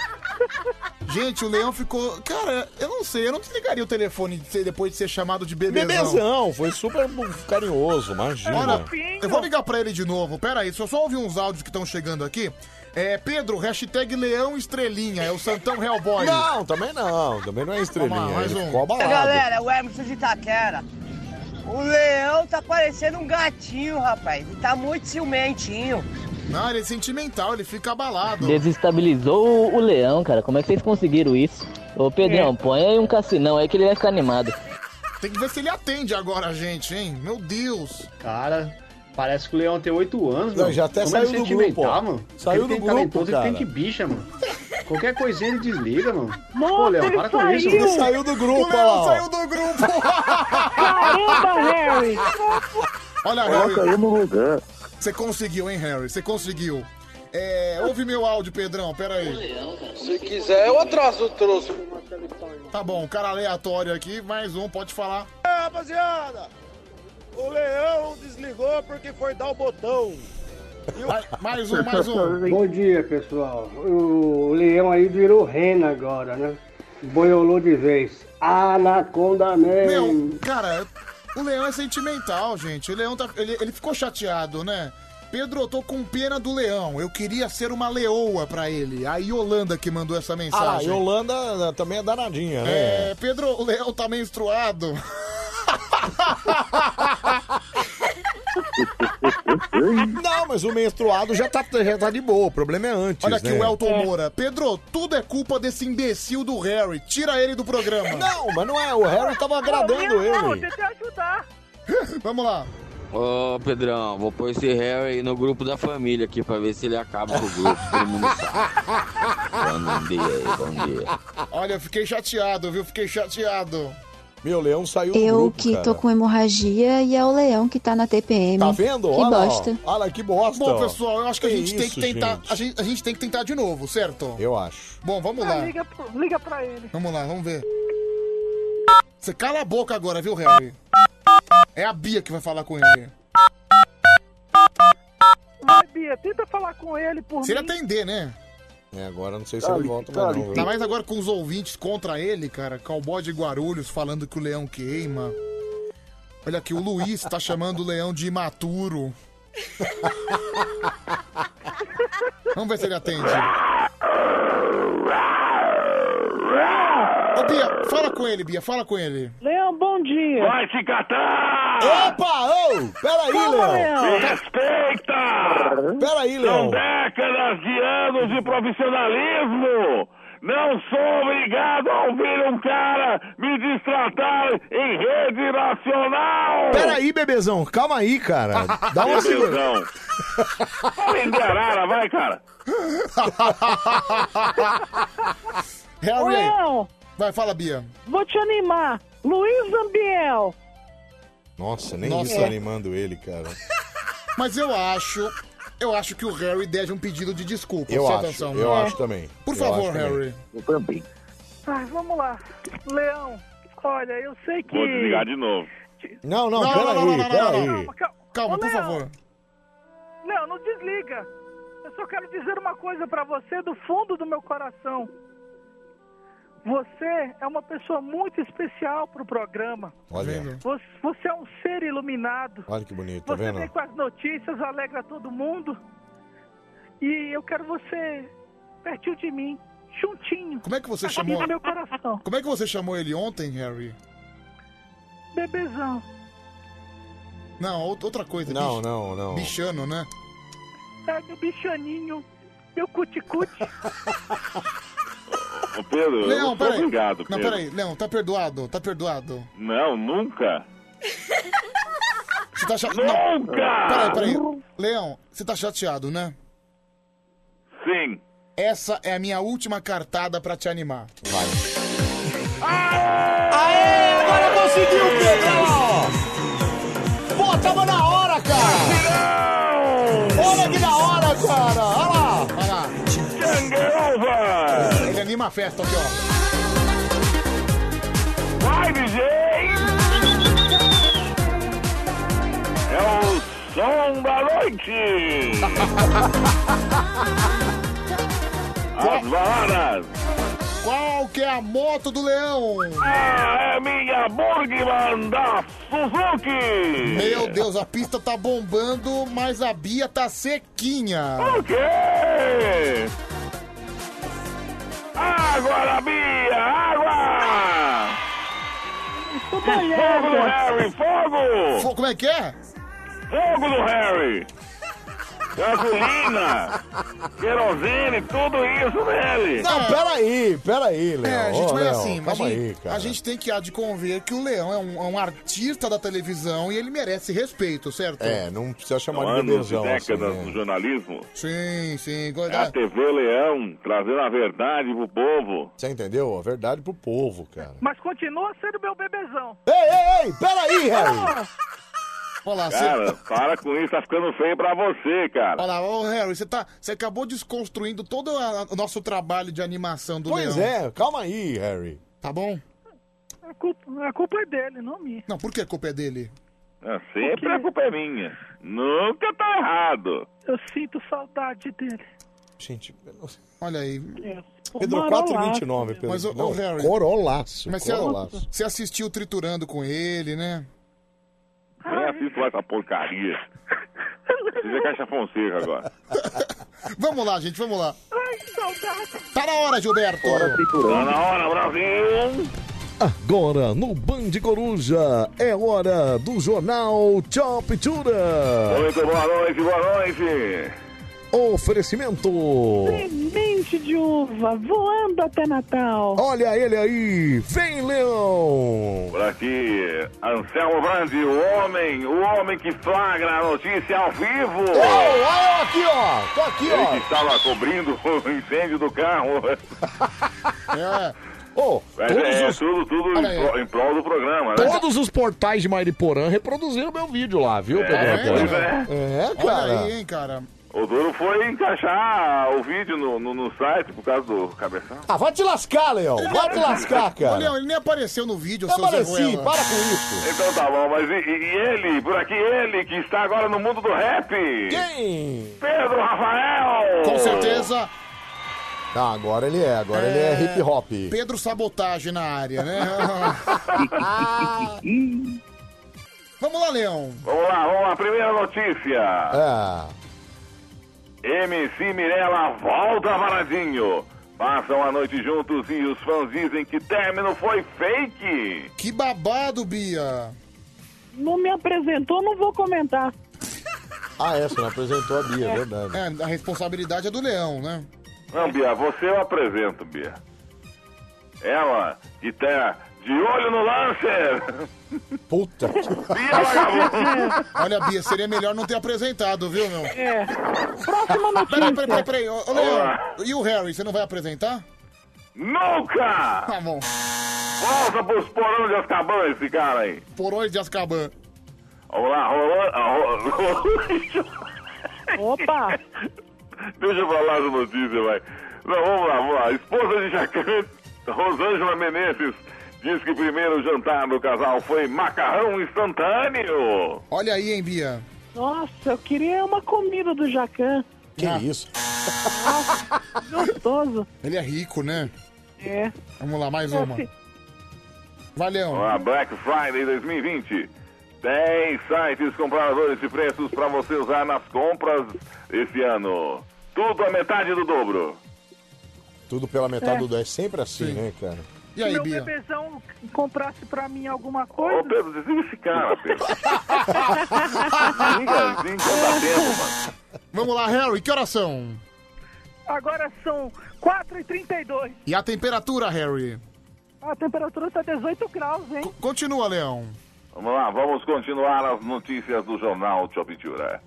Gente, o Leão ficou. Cara, eu não sei, eu não desligaria o telefone de ser- depois de ser chamado de bebezão.
Bebezão, foi super carinhoso, imagina.
Olha, eu vou ligar pra ele de novo. Pera aí, deixa eu só ouvir uns áudios que estão chegando aqui. É, Pedro, hashtag Leão Estrelinha, é o Santão Hellboy.
Não, também não, também não é estrelinha.
Vamos lá, mais
ele
um.
ficou abalado.
Galera, o Emerson de Itaquera. O leão tá parecendo um gatinho, rapaz. E tá muito ciumentinho.
Não, ele é sentimental, ele fica abalado.
Desestabilizou o leão, cara. Como é que vocês conseguiram isso? Ô, Pedrão,
É.
põe aí um cassinão aí que ele vai ficar animado.
Tem que ver se ele atende agora, gente, hein? Meu Deus.
Cara, parece que o leão tem 8 anos,
Não,
mano.
já até
Como ele é
saiu do
sentimental,
grupo, ó.
Mano.
Saiu
ele
do
tem
grupo,
talentoso,
cara.
Ele tem que bicha, mano. Qualquer coisinha ele desliga, mano.
Nossa,
Pô, Leão,
ele
para com isso,
saiu.
mano.
Ele saiu do grupo,
O
olha lá, ó.
do grupo.
Caramba, Harry.
Olha,
Coloca
Harry,
eu no lugar.
você conseguiu, hein, Harry? Você conseguiu. É, ouve meu áudio, Pedrão, pera aí.
Ah,
Se quiser, eu atraso o troço.
Tá bom, cara aleatório aqui, mais um, pode falar.
É, rapaziada, o leão desligou porque foi dar o botão.
Mais um, mais um.
Bom dia, pessoal. O leão aí virou rena agora, né? Boiolou de vez. Anaconda mesmo.
Meu, cara, o Leão é sentimental, gente. O Leão tá, ele, ele ficou chateado, né? Pedro, eu tô com pena do Leão. Eu queria ser uma leoa pra ele. A Yolanda que mandou essa
Ah,
mensagem.
Yolanda né, também é danadinha, né?
É, Pedro, o Leão tá menstruado.
Não, mas o menstruado já tá, já tá de boa, o problema é antes.
Olha aqui
né?
o Elton Moura. Pedro, tudo é culpa desse imbecil do Harry. Tira ele do programa.
Não, mas não é. O Harry tava agradando ele.
Vamos lá.
Ô, Pedrão, vou pôr esse Harry no grupo da família aqui pra ver se ele acaba com o grupo. Todo mundo sabe. Bom dia aí, bom dia.
Olha, eu fiquei chateado, viu? Fiquei chateado.
Meu leão saiu
Eu que tô com hemorragia e é o leão que tá na TPM.
Tá vendo?
Que
Olha lá, ó.
bosta.
Olha que bosta.
Bom,
ó.
pessoal, eu acho que, a gente tem que
isso,
tentar.
gente?
A gente, a gente tem que tentar de novo, certo?
Eu acho.
Bom, vamos
Ah,
lá.
liga, pro- liga pra ele.
Vamos lá, vamos ver. Você cala a boca agora, viu, Harry? É a Bia que vai falar com ele.
Vai, Bia, tenta falar com ele por
Se ele
mim.
atender, né?
É, agora não sei
Tá
se ele volta mais não. viu?
Ainda mais agora com os ouvintes contra ele, cara. Cowboy de Guarulhos falando que o leão queima. Olha aqui, o Luiz tá chamando o leão de imaturo. Vamos ver se ele atende. Ô, Bia, fala com ele, Bia, fala com ele.
Leão, bom dia.
Vai se catar!
Opa, ô! Peraí,
Calma,
Leão!
Me respeita!
Peraí,
São
Leão.
décadas de anos de profissionalismo! Não sou obrigado a ouvir um cara me destratar em rede nacional!
Peraí, bebezão, calma aí, cara. Dá uma segura.
Bebezão. Prender arara, vai, cara.
Harry.
Léo,
Vai, fala, Bia.
vou te animar. Luiz Zambiel.
Nossa, nem
Nossa.
isso tá animando ele, cara.
Mas eu acho. Eu acho que o Harry deve um pedido de desculpa.
Eu
Só
acho,
atenção.
eu
É.
acho também.
Por
Eu
favor,
acho
Harry.
também.
Eu também.
Ai, vamos lá. Leão, olha, eu sei que.
Vou desligar de novo.
Não, não,
Não, não,
peraí,
não, não,
peraí.
Calma, por
Leão.
favor.
Não, não desliga. Eu só quero dizer uma coisa pra você do fundo do meu coração. Você é uma pessoa muito especial pro programa.
Olha,
Você, você é um ser iluminado.
olha que bonito, tá
Você
vendo?
vem com as notícias, alegra todo mundo. E eu quero você pertinho de mim, juntinho.
Como é que você
Aqui
chamou?
no meu coração,
Como é que você chamou ele ontem, Harry?
bebezão.
Não, out- outra coisa.
Não,
bicho-
não, não.
Bichano, né?
Tá, meu bichaninho, meu cuticute.
Ô, Pedro,
Leão,
eu sou
peraí.
obrigado,
não,
Pedro.
peraí. Leão, tá perdoado, tá perdoado.
Não, nunca.
Você tá chateado.
Nunca!
Peraí, peraí. Leão, você tá chateado, né?
Sim.
Essa é a minha última cartada pra te animar.
Vai.
Aê, agora conseguiu, Pedro!
Pô, tava na hora, cara! Olha que da hora, cara! Olha lá! Olha lá! Ele anima a festa aqui, ó.
Vai, DJ! É o som da noite! As baladas!
Qual que é a moto do leão?
É minha Burgman da Suzuki!
Meu Deus, a pista tá bombando, mas a Bia tá sequinha.
O quê? É. Água da Bia! Água! Fogo do Harry! Fogo!
Fo- Como é que é?
Fogo do Harry! Gasolina! Querosene, tudo isso nele!
Não, peraí, peraí, Leão.
É, a gente
Ô,
vai
Leão,
assim, mas
calma
a, gente,
aí, cara.
a gente tem que há de convir que o Leão é um, é um artista da televisão e ele merece respeito, certo?
É, não precisa chamar
São
de
anos e
bebezão. assim,
décadas
né?
do jornalismo.
Sim, sim.
É a TV Leão, trazendo a verdade pro povo.
Você entendeu? A verdade pro povo, cara.
Mas continua sendo meu bebezão.
Ei, ei, ei, peraí, Harry!
Olha lá,
Cara,
você...
para com isso, tá ficando feio pra você,
Ah, Olha
cara.
lá, ô Harry, você, tá, você acabou desconstruindo todo a- o nosso trabalho de animação do
Pois
Leão.
é, calma aí, Harry.
Tá bom?
A culpa, a culpa é dele, não minha.
Não, por que a culpa é dele?
Ah, Sempre a culpa é minha. Nunca tá errado.
Eu sinto saudade dele.
Gente, eu não-
Olha aí.
Pedro, 4,29, Pedro.
Mas, ô,
Não,
ô, Harry.
Corolaço,
Mas você,
corolaço.
você assistiu Triturando com ele, né?
Nem assisto mais essa porcaria. Isso é caixa fonseca agora.
Vamos lá, gente, vamos lá. Tá na hora, Gilberto!
Tá na hora, Brasil!
Agora, no Band Coruja, é hora do Jornal Chop Tura.
Muito boa noite, boa noite!
Oferecimento.
Semente de uva voando até Natal.
Olha ele aí, vem Leão!
Por aqui, Anselmo Brandi, o homem, o homem que flagra a notícia ao vivo!
Ô, olha eu aqui, ó! Tô aqui,
Ele que
ó!
estava cobrindo o incêndio do carro.
É.
Ô,
Mas
todos
é,
os-
tudo, tudo em
Olha aí.
prol, em prol do programa, né?
Todos os portais de Mariporã reproduziram meu vídeo lá, viu,
É,
Pedro?
pois é.
É,
Olha
cara.
aí, hein, cara.
O duro foi encaixar o vídeo no, no, no site por causa do cabeção.
Ah, vai te lascar, Leão. Vai te lascar,
Ô,
cara.
Leão, ele nem apareceu no vídeo,
Eu
seu Zé
apareci,
Ruela.
para com isso.
Então tá bom, mas e, e- e ele, por aqui ele, que está agora no mundo do rap?
Quem?
Pedro Rafael!
Com certeza,
Ah, agora ele é, agora ele é hip hop.
Pedro Sabotagem na área, né? Vamos lá, Leão.
Vamos lá, vamos lá, primeira notícia.
Ah,
MC Mirella volta a Varadinho. Passam a noite juntos e os fãs dizem que término foi fake.
Que babado, Bia.
Não me apresentou, não vou comentar.
ah é, você não apresentou a Bia, é verdade.
É, a responsabilidade é do Leão, né?
Não, Bia, você eu apresento, Bia. Ela, que tá De olho no Lancer!
Puta. Olha, Bia, seria melhor não ter apresentado, viu, meu? É. Próxima notícia. Peraí, peraí, peraí, peraí. Ô, ô, Leão, e o Harry, você não vai apresentar?
Nunca!
Tá bom.
Volta pros porões de Azkaban esse cara aí.
Porões de Azkaban.
Olá, ah,
Opa!
Deixa eu falar essa notícia, vai. Não, vamos lá, vamos lá. Esposa de Jacan, Rosângela Menezes, diz que o primeiro jantar do casal foi macarrão instantâneo.
Olha aí, hein, Bia.
Nossa, eu queria uma comida do Jacan.
Que isso?
Gostoso.
Ele é rico, né?
É.
Vamos lá, mais uma.
Assim.
Valeu.
Olá, Black Friday 2020. 10 sites comparadores de preços para você usar nas compras esse ano. Tudo a metade do dobro.
Tudo pela metade
É.
do 10. Sempre assim, né, cara?
Se meu bebezão comprasse pra mim alguma coisa.
Ô, Pedro, desliga esse cara, Pedro. Liga assim que não dá tempo, mano.
Vamos lá, Harry, que horas são?
Agora são 4h32.
E a temperatura, Harry?
A temperatura está 18 graus, hein?
Continua, Leão.
Vamos lá, vamos continuar as notícias do Jornal Tio Pitura.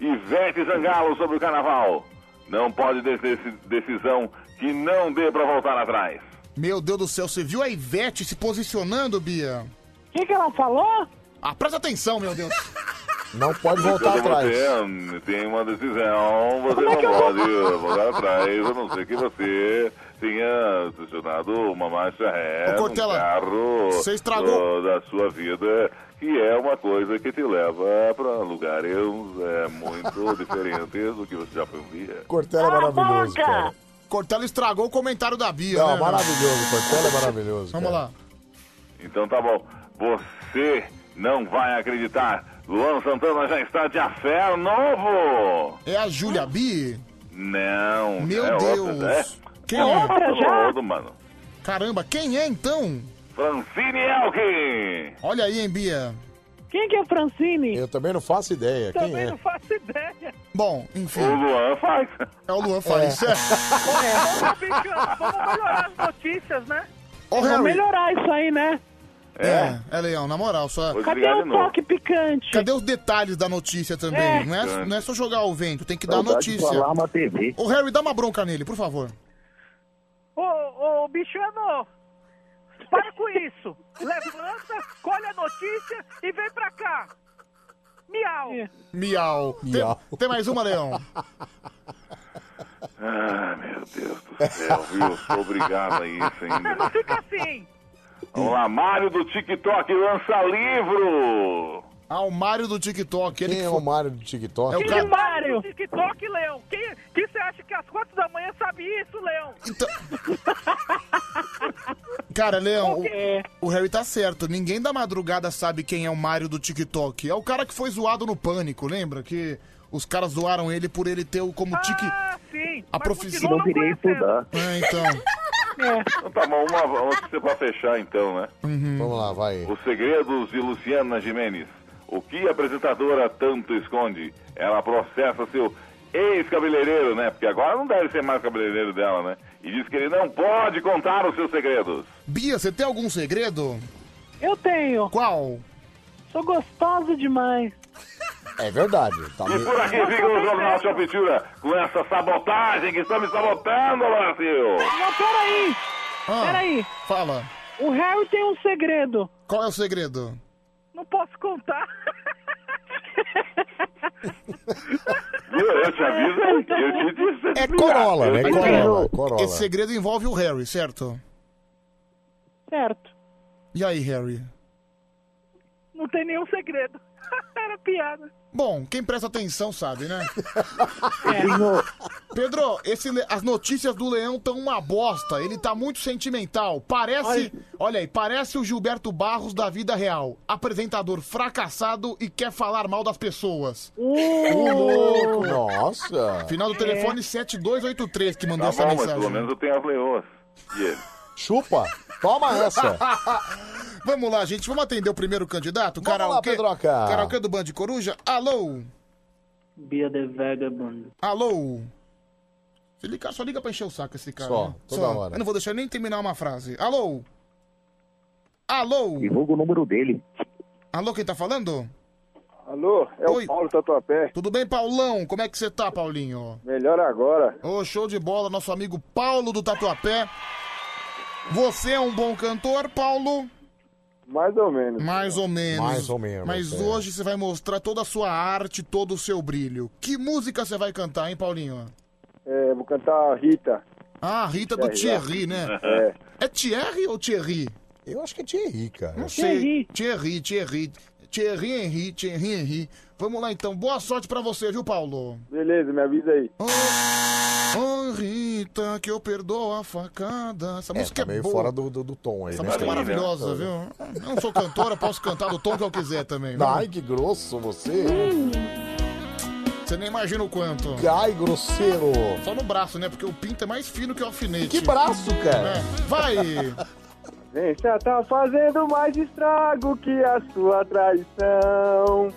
Ivete Zangalo sobre o carnaval. Não pode ter deci- decisão que não dê pra voltar atrás.
Meu Deus do céu, você viu a Ivete se posicionando, Bia?
O que, ela falou?
Ah, presta atenção, meu Deus.
Não pode voltar
Então
atrás.
Você tem uma decisão, você
Como é
não
que eu vou-
pode voltar atrás, a não ser que você tenha estacionado uma marcha ré
Ô,
no
Cortella,
carro
você estragou-
do- da sua vida, que é uma coisa que te leva pra lugares é, muito diferentes do que você já foi um dia.
Cortella é maravilhoso, cara.
Cortella estragou o comentário da Bia,
Não,
né?
maravilhoso. Cortella é maravilhoso.
Vamos lá.
Então tá bom, você não vai acreditar, Luan Santana já está de afé novo!
É a Júlia Bi?
Não,
Meu
é
Deus.
outra, né?
Quem é? Outra já?
Todo, mano.
Caramba, quem é então?
Francine Elkin!
Olha aí, hein, Bia.
Quem que é Francine?
Eu também não faço ideia. Quem é?
faço ideia.
Bom, enfim.
O Luan faz.
É o Luan faz.
É.
Vamos brincar, vamos melhorar as notícias, né?
Ô, Harry.
melhorar isso aí, né?
É. é, Leão, na moral, só.
Vou Cadê desligar o de novo. toque
picante? Cadê os detalhes da notícia também?
É.
Não, é, não é só jogar o vento, tem que dar a
Saudade de
notícia.
falar uma TV.
Ô, Harry, dá uma bronca nele, por favor.
Ô, ô, bichano, para com isso. Levanta, colhe a notícia e vem pra cá. Miau.
Miau.
Miau.
Tem, tem mais uma, Leão?
Ah, meu Deus do céu, viu? Sou obrigado a isso ainda. Não fica assim. Vamos lá, Mário do TikTok lança livro.
Ah, o Mário do TikTok. Ele
Quem
que
é
foi-
o Mário do TikTok?
É o
Que
cara-
Mário. TikTok, Leão. Que, que você acha que às quatro da manhã sabe isso, Leão?
Cara, Leão, o, o Harry tá certo. Ninguém da madrugada sabe quem é o Mário do TikTok. É o cara que foi zoado no pânico, lembra? Que os caras zoaram ele por ele ter o como tique. Ah,
sim.
A profissão.
não queria estudar.
É, então.
Então tá bom, uma uma notícia pra fechar então, né?
Vamos lá, vai.
Os segredos de Luciana Jimenez. O que a apresentadora tanto esconde? Ela processa seu ex-cabeleireiro, né? Porque agora não deve ser mais cabeleireiro dela, né? E diz que ele não pode contar os seus segredos.
Bia, você tem algum segredo?
Eu tenho.
Qual?
Sou gostosa demais.
É verdade. Tá
E por aqui fica o Jornal Tio Pitura com essa sabotagem que está me sabotando, Brasil!
Mas peraí.
Ah,
Peraí.
Fala.
O Harry tem um segredo.
Qual é o segredo?
Não posso contar.
Viu? Eu te aviso, eu te disse.
É Corolla, né?
Eu
é
Corolla,
tenho- Corolla.
Esse segredo envolve o Harry, certo?
Certo.
E aí, Harry?
Não tem nenhum segredo. Era piada.
Bom, quem presta atenção sabe, né?
É.
Pedrinho,
Pedro, esse le- as notícias do Leão tão uma bosta. Ele tá muito sentimental. Parece. Olha aí, parece o Gilberto Barros da vida real. Apresentador fracassado e quer falar mal das pessoas. Ô, louco!
Nossa.
Final do
É.
telefone 7283 que mandou
Tá
essa
bom, mas pelo
mensagem.
menos eu tenho as leoas. E ele?
Chupa. Toma essa.
Vamos lá, gente. Vamos atender o primeiro candidato,
Vamos lá,
karaokê.
Pedroca.
Karaokê do Band Coruja. Alô?
Bia de Vagabond.
Alô? Se ligar, só liga pra encher o saco esse cara.
Só,
né?
toda hora.
Eu não vou deixar ele nem terminar uma frase. Alô? Alô?
Divulga o número dele.
Alô, quem tá falando?
Alô, é
Oi.
o Paulo Tatuapé.
Tudo bem, Paulão? Como é que você tá, Paulinho?
Melhor agora.
Ô, show de bola, nosso amigo Paulo do Tatuapé. Você é um bom cantor, Paulo?
Mais ou menos.
Mais ou menos.
Mais ou menos,
Mas
é.
hoje você vai mostrar toda a sua arte, todo o seu brilho. Que música você vai cantar, hein, Paulinho?
É, vou cantar a Rita.
Ah, Rita do Thierry, né? É. Thierry ou Thierry? Eu acho que é Thierry, cara. Não sei. Thierry, Thierry. Thierry Henry, Thierry Henry. Vamos lá então. Boa sorte pra você, viu, Paulo?
Beleza, me avisa aí.
Oh, Rita, que eu perdoo a facada. Essa
É,
música
tá meio
é boa.
fora do, do, do tom aí,
Essa
né?
música é
cara?
maravilhosa, viu? Eu não sou cantora, posso cantar do tom que eu quiser também. viu?
Ai, que grosso você.
Você nem imagina o quanto.
Ai, grosseiro.
Só no braço, né? Porque o pinto é mais fino que o alfinete.
Que braço, cara?
É. Vai!
Vem, já tá fazendo mais estrago que a sua traição.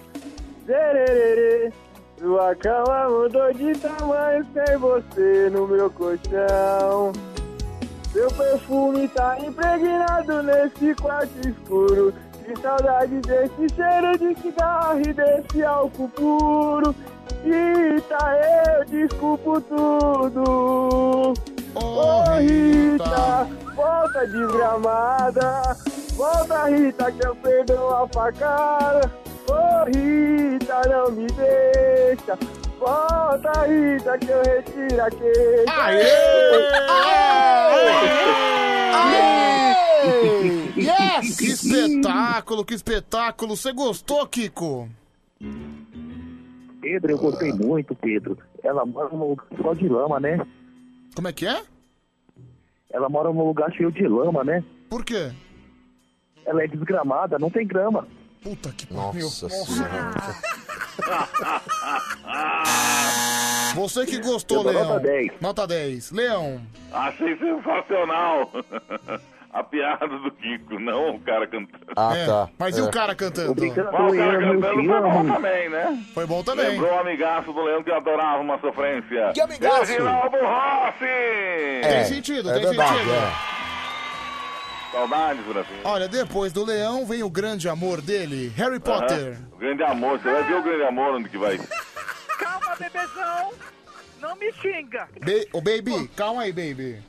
Zererê, sua cama mudou de tamanho sem você no meu colchão. Seu perfume tá impregnado nesse quarto escuro. Que saudade desse cheiro de cigarro e desse álcool puro. Rita, eu desculpo tudo. Ô Rita, volta desgramada. Volta, Rita, que eu perdoo a facada. Ô Rita, não me deixa. Volta, Rita, que eu retiro a queixa.
Aê! Yes! Que espetáculo, que espetáculo! Você gostou, Kiko?
Pedro, eu gostei muito, Pedro. Ela mora num lugar só de lama, né?
Como é que é?
Ela mora num lugar cheio de lama, né?
Por quê?
Ela é desgramada, não tem grama.
Puta que
pariu.
Nossa senhora.
Você que gostou,
Eu dou
Leão.
nota 10.
Nota 10. Leão.
Achei sensacional a piada do Kiko, não o cara cantando.
Ah,
É,
tá.
Mas e o cara cantando?
Mas o cara cantando foi bom também, né?
Foi bom também.
Lembrou o amigaço do Leandro que adorava uma sofrência.
Que amigaço? É,
Reginaldo Rossi!
Tem sentido, tem sentido.
é.
Saudades, Burafinho.
Olha, depois do Leão vem o grande amor dele, Harry Potter.
Aham. O grande amor, você vai ver o grande amor onde que vai.
Calma, bebezão. Não me xinga.
Ba- Ô, baby, calma aí, baby.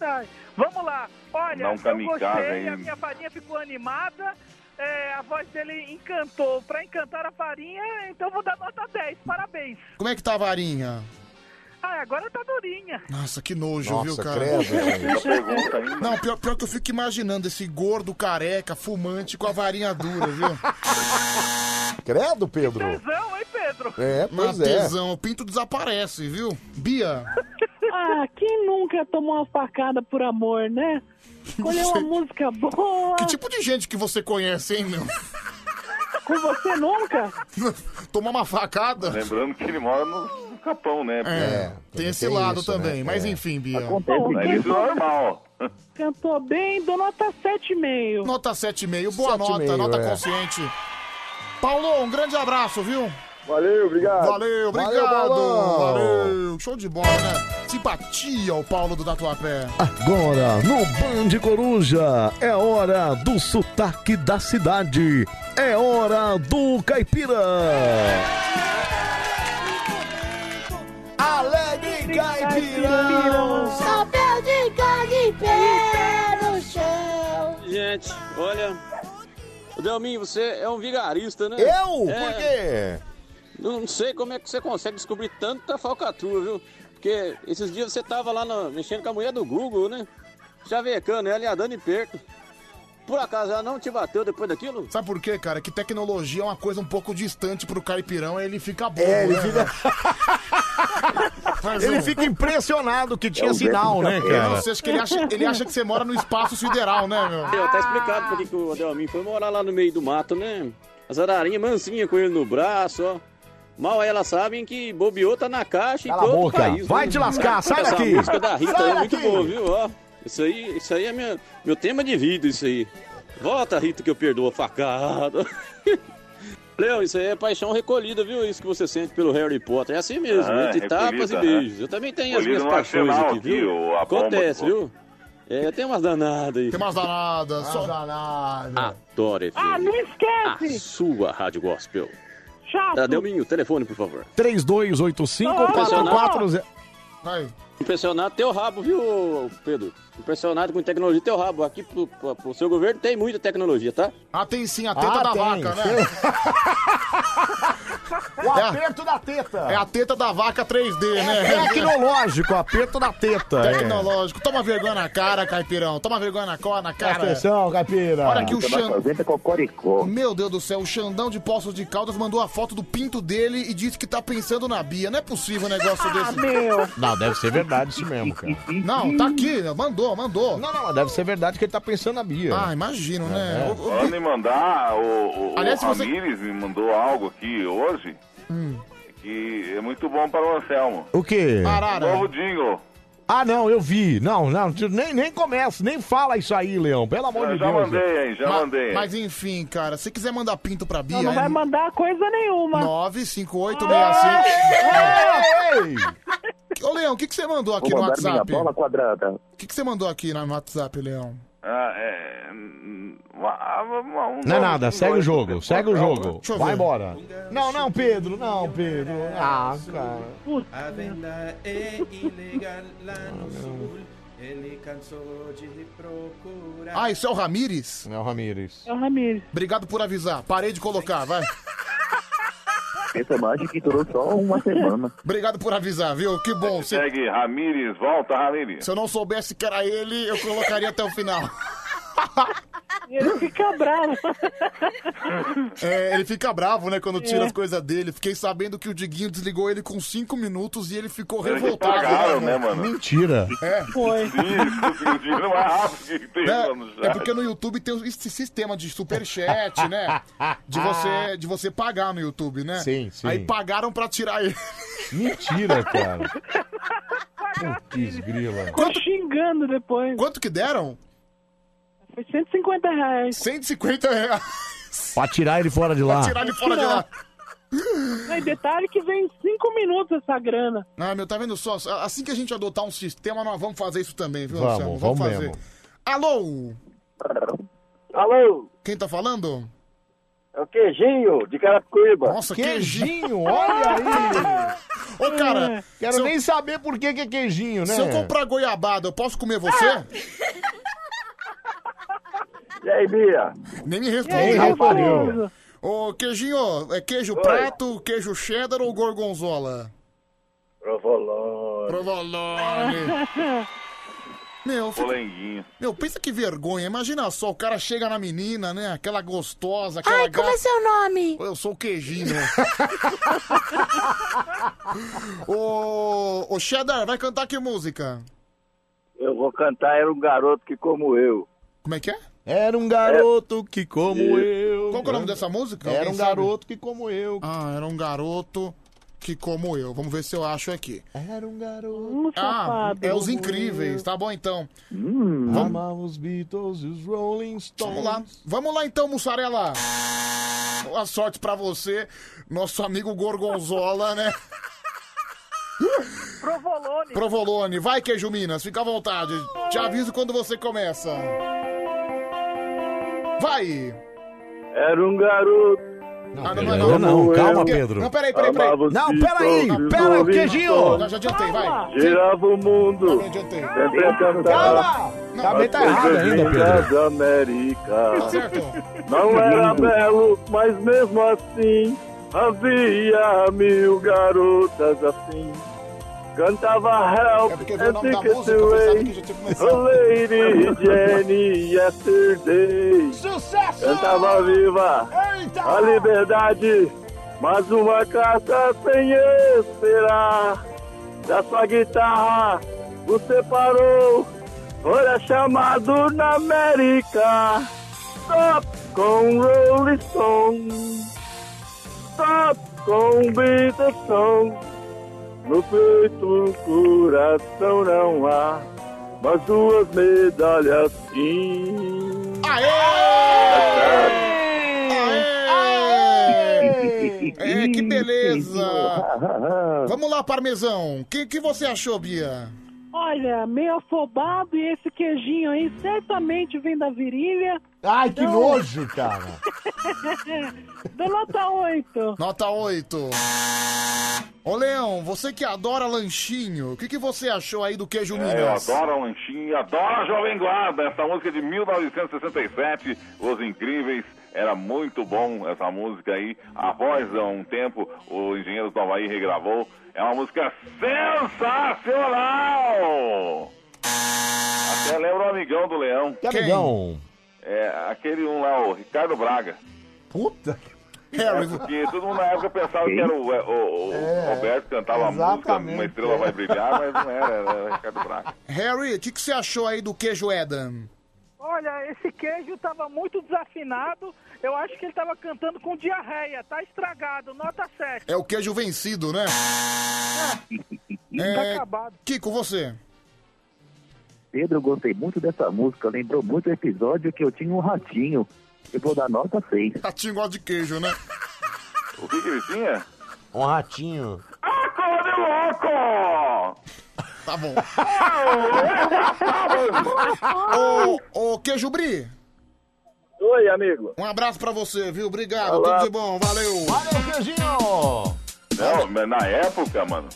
Ai, Vamos lá. Olha,
Dá um
eu
kamikaze
gostei,
aí.
a minha farinha ficou animada. é, a voz dele encantou. Pra encantar a farinha, então vou dar nota 10. Parabéns.
Como é que tá a varinha?
Ah, agora tá durinha.
Nossa, que nojo,
Nossa,
viu, cara?
credo, velho.
Não, pior, pior que eu fico imaginando esse gordo careca, fumante, com a varinha dura, viu?
Credo, Pedro.
Tesão, hein, Pedro?
É, pois
Na
é.
tesão, o pinto desaparece, viu? Bia.
Ah, quem nunca tomou uma facada por amor, né? Escolheu uma música boa.
Que tipo de gente que você conhece, hein, meu?
Com você nunca?
Tomar uma facada?
Lembrando que ele mora no Capão, né?
É, tem esse lado
né?
também,
É.
mas enfim, Bia.
Acontece,
Mas
quem
isso é
nunca?
normal.
Cantou bem, dou nota 7,5.
Nota 7,5, boa nota,
7,5,
nota
é.
consciente. Paulo, um grande abraço, viu?
Valeu, obrigado.
Valeu,
Valeu,
obrigado.
Paulão.
Valeu, show de bola, né? Simpatia o Paulo do Tatuapé.
Agora, no Band Coruja, é hora do sotaque da cidade. É hora do caipira.
Alegre
Chapéu de carne e pé no chão.
Gente, olha. Ô, Delminho, você é um vigarista, né?
Eu?
É,
Por quê?
Não sei como é que você consegue descobrir tanta falcatrua, viu? Porque esses dias você tava lá no- mexendo com a mulher do Google, né? Chavecando ela e andando em perto. Por acaso ela não te bateu depois daquilo?
Sabe por quê, cara? Que tecnologia é uma coisa um pouco distante pro caipirão, aí ele fica bom.
É, ele
né? Mas,
Ele
ô,
fica impressionado que
É
tinha
o
sinal, né,
verbo do
cara?
café. Não, você acha que ele acha- ele acha que você mora no espaço sideral, né, meu?
Meu, tá explicado por que que o Adelmin foi morar lá no meio do mato, né? As ararinhas mansinha com ele no braço, ó. Mal elas sabem que bobeou tá na caixa
Cala
e
a
todo
boca.
o país. né?
Vai te lascar, sai
Essa
daqui.
música da Rita
Sai
é muito
daqui.
boa, viu? Ó, isso aí, isso aí é minha, meu tema de vida, isso aí. Volta, Rita, que eu perdoo a facada. Leão, isso aí é paixão recolhida, viu? Isso que você sente pelo Harry Potter. É assim mesmo,
Aham,
entre tapas e
Ah, recolhida,
beijos.
aham.
Eu também tenho as minhas
Recolhida no
paixões
arsenal
aqui,
aqui,
viu?
o- a bomba
Acontece,
que-
viu? É, tem umas danadas aí.
Tem umas danadas.
Umas
Só...
Adoro, FM.
Ah, não
A
esquece!
sua Rádio Gospel.
Chato!
Ah, Delminho, telefone, por favor.
3285-4440.
Vai.
Impressionado teu rabo, viu, Pedro? Impressionado com tecnologia teu rabo. Aqui pro, pro- pro seu governo tem muita tecnologia, tá?
Ah, tem sim, a teta
Ah,
da
tem,
vaca, né?
O
É.
aperto da teta.
É a teta da vaca 3D, né?
É
é
Tecnológico, aperto da teta. é.
Tecnológico. Toma vergonha na cara, caipirão. Toma vergonha na, co- na cara.
Presta atenção, Capira.
Olha aqui o Xan- Um
Cocoricó.
Meu Deus do céu, o Xandão de Poços de Caldas mandou a foto do pinto dele e disse que tá pensando na Bia. Não é possível um negócio
Ah,
Ah,
desse. meu.
Não, deve ser verdade isso mesmo, cara.
Não, tá aqui, mandou, mandou.
Não, não, mas deve ser verdade que ele tá pensando na Bia. É,
Ah, imagino, né? O-
Falando em mandar, o, o,
Aliás, se
o
você- Hum.
Ramires me mandou algo aqui hoje que é muito bom para o Anselmo.
O quê?
Um novo jingle.
Ah, não, eu vi. Não, não, tu nem, nem começa, nem fala isso aí, Leão. Pelo amor
Eu
de
já
Deus.
mandei, hein, já
Ma-
mandei.
Mas enfim, cara, se quiser mandar pinto pra Bia... é
Não, não vai
mandar coisa nenhuma. 958
Ei!
Ô, Leão, o que, que você mandou aqui
Vou
no
mandar minha
WhatsApp?
bola
quadrada. O que, que você mandou aqui no WhatsApp, Leão?
Ah, é, hum, ah, um novo
Não é nada,
jingle.
segue o jogo, segue o jogo.
Deixa eu
Vai
ver.
embora. Não, não, Pedro, não, Pedro. Ah, cara.
A venda é ilegal lá
Ah,
no sul. Ele cansou de procurar.
Ah, isso é o Ramires?
É o Ramires.
É o Ramires. Obrigado por avisar. Parei de colocar, vai.
personagem é que durou só uma semana.
Obrigado por avisar, viu? Que bom. Se,
Segue Ramires, volta Ramires.
se eu não soubesse que era ele, eu colocaria até o final.
Ele fica bravo.
É, ele fica bravo, né, quando
É.
tira as coisas dele. Fiquei sabendo que o Diguinho desligou ele com 5 minutos e ele ficou
Eles
revoltado.
pagaram, né, mano?
Mentira.
É. Foi.
Sim, o dinheiro mais rápido que né? tem lá no
É,
chat.
porque no YouTube tem esse sistema de superchat, né? De você, de você pagar no YouTube, né?
Sim, sim.
Aí pagaram pra tirar ele.
Mentira, cara. Putz, grila.
Tá
Quanto... xingando depois. Quanto que deram? Foi 150 reais. 150 reais.
Pra tirar ele fora de lá.
Tirar ele fora de lá.
Não, e detalhe que vem em cinco minutos essa grana.
Ah, meu, tá vendo só? Assim que a gente adotar um sistema, nós vamos fazer isso também, viu,
Vamos,
Anselmo?
vamos
fazer.
mesmo.
Alô?
Alô?
Quem tá falando?
É o Queijinho, de Carapicuíba.
Nossa,
Queijinho, olha aí.
Ô, cara,
Quero
É. se eu-
nem saber por que, que é queijinho, né?
Se eu comprar goiabada, eu posso comer você?
E aí, Bia?
Nem me
E
respondeu.
aí, rapariga?
Ô, queijinho, é queijo prato, queijo cheddar ou gorgonzola?
Provolone.
Provolone. Meu, eu fico-
Polenguinho.
Meu, pensa que vergonha. Imagina só, o cara chega na menina, né? Aquela gostosa, aquela Ai,
como é
seu nome? Eu sou o Queijinho. ô, ô, Cheddar, vai cantar que música?
Eu vou cantar Era um Garoto que Como Eu.
Como é que é?
Era um garoto que como eu.
Qual que é o nome dessa música?
Era
Alguém
um
sabe?
garoto que como eu.
Ah, era um garoto que como eu. Vamos ver se eu acho aqui.
Era um garoto.
Ah,
safado.
é os incríveis, tá bom então. Vamos,
Amava os Beatles e os Rolling Stones.
vamos lá. Vamos lá então, mussarela. Boa sorte pra você, nosso amigo Gorgonzola, né?
Provolone.
Provolone, vai queijo Minas, fica à vontade. Te aviso quando você começa. Vai!
Era um garoto.
Ah,
Pedro, não, calma, Pedro.
Não, peraí, peraí, peraí.
Amava os
Não,
Beatles,
peraí,
os
pera,
Rolling
queijinho.
Stones.
Já, já adiantei, vai.
Girava o mundo. Sempre a cantar.
Também tá errado
coisas
ainda,
lindas
Pedro.
da
Tá
Tá
América. Não
Tá
era
lindo.
belo, mas mesmo assim havia mil garotas assim. Cantava help and take it away. Oh, Lady Jenny yesterday.
Sucesso!
Cantava
é
viva
Eita!
a liberdade, mas uma carta sem esperar. Da sua guitarra você parou, ora chamado na América. Stop com Rolling Stone, stop com Beatles Song. No peito um coração não há, mas duas medalhas sim.
É, que beleza! Vamos lá, parmesão. O que, que você achou, Bia?
Olha, meio afobado e esse queijinho aí certamente vem da virilha.
Ai, que nojo, cara.
Dou nota 8.
Nota 8. Ô, Leão, você que adora lanchinho, o que, que você achou aí do queijo
É, eu
Minas?
adoro a lanchinha, adoro a Jovem Guarda. Essa música é de 1967, Os Incríveis, era muito bom essa música aí. Após há um tempo, o engenheiro do Havaí regravou. É uma música sensacional! Até lembra o amigão do Leão.
Que amigão?
É, aquele um lá, o Ricardo Braga.
Puta que...
É, porque todo mundo na época pensava que era o, é, o- o Roberto que cantava a música, uma estrela vai brilhar, mas não era, era o Ricardo Braga.
Harry, o que, que você achou aí do queijo Edam?
Olha, esse queijo tava muito desafinado. Eu acho que ele tava cantando com diarreia. Tá estragado, nota 7.
É o queijo vencido, né?
Tá
É,
acabado.
Kiko, você.
Pedro, eu gostei muito dessa música. Lembrou muito o episódio que eu tinha um ratinho. Eu vou dar nota 6.
Ratinho gosta de queijo, né?
O que que ele tinha?
Um ratinho.
Acorda, louco!
Tá bom.
ô,
ô, queijo Bri.
Oi, amigo.
Um abraço pra você, viu? Obrigado,
Olá.
tudo de bom, valeu.
Valeu, queijinho.
Não, mas na época, mano,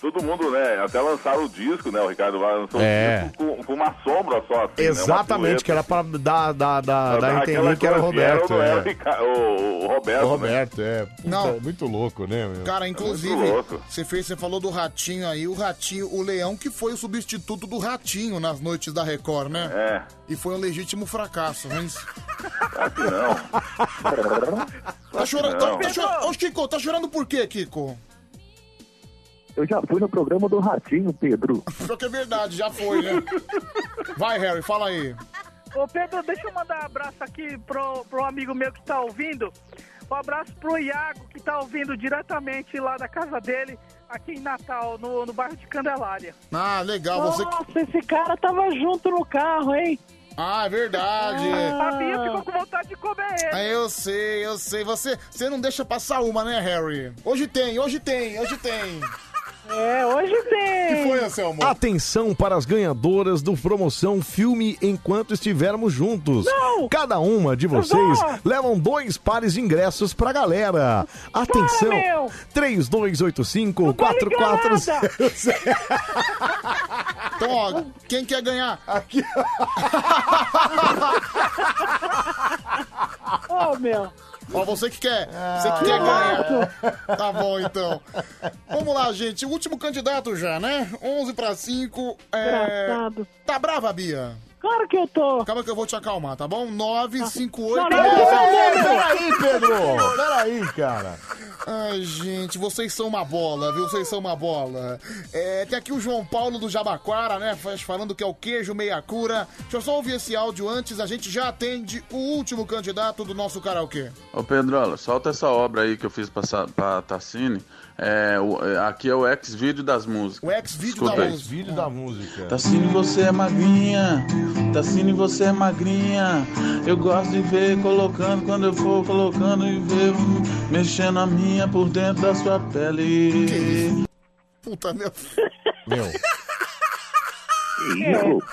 todo mundo, né, até lançaram o disco, né, o Ricardo Vaz lançou
É.
o disco com, com uma sombra só. assim, né, uma
Exatamente, que era pra dar, dar, dar, dar a
Aquela
entender que era
coisa, assim,
Roberto.
Era, era o
é.
Rica- o, o Roberto,
O
né?
Roberto, é. Puta,
Não.
é muito louco, né, meu?
Cara, inclusive,
É muito louco.
você fez, você falou do ratinho aí, o ratinho, o leão que foi o substituto do ratinho nas noites da Record, né?
É.
E foi um legítimo fracasso, mas. Tá chorando. Tá,
Não.
tá chorando. Ô, Kiko, tá chorando por quê, Kiko?
Eu já fui no programa do Ratinho, Pedro.
Pior que é verdade, já foi, né? Vai, Harry, fala aí.
Ô Pedro, deixa eu mandar um abraço aqui pro, pro amigo meu que tá ouvindo. Um abraço pro Iago, que tá ouvindo diretamente lá da casa dele, aqui em Natal, no, no bairro de Candelária.
Ah, legal,
você-
Nossa, esse cara tava junto no carro, hein?
Ah, é verdade.
Ah. A Bia ficou
com vontade de comer ele.
Ah, eu sei, eu sei. Você, você não deixa passar uma, né, Harry? Hoje tem, hoje tem, hoje tem.
É, hoje tem.
que foi, Anselmo?
Atenção para as ganhadoras do promoção Filme Enquanto Estivermos Juntos. Cada uma de vocês
Vó!
levam dois pares de ingressos pra galera. Atenção.
meu!
3285 4400.
Então, ó, quem quer ganhar? Aqui.
Ô, meu.
Ó, você que quer. Você que quer ganhar. Tá bom, então. Vamos lá, gente. O último candidato já, né? 11 pra 5. É...
Engraçado.
Tá brava, Bia?
Claro que eu tô.
Calma que eu vou te acalmar, tá bom? 958.
Não, não, não, não, não.
Peraí, Pedro. Peraí, cara.
Ai, gente, vocês são uma bola, viu? Vocês são uma bola. É, tem aqui o João Paulo do Jabaquara, né? faz- Falando que é o queijo meia cura. Deixa eu só ouvir esse áudio antes, a gente já atende o último candidato do nosso karaokê.
Ô Pedrola, solta essa obra aí que eu fiz pra, Sa- pra Tassini. É, o- é, aqui é o ex-vídeo das músicas.
O ex-vídeo
Escuta
da
aí.
música.
Filho da música.
Tassini, você é magrinha. Tassini, você é magrinha. Eu gosto de ver colocando, quando eu for colocando e ver hum, mexendo a minha por dentro da sua pele.
Puta, meu...
Meu.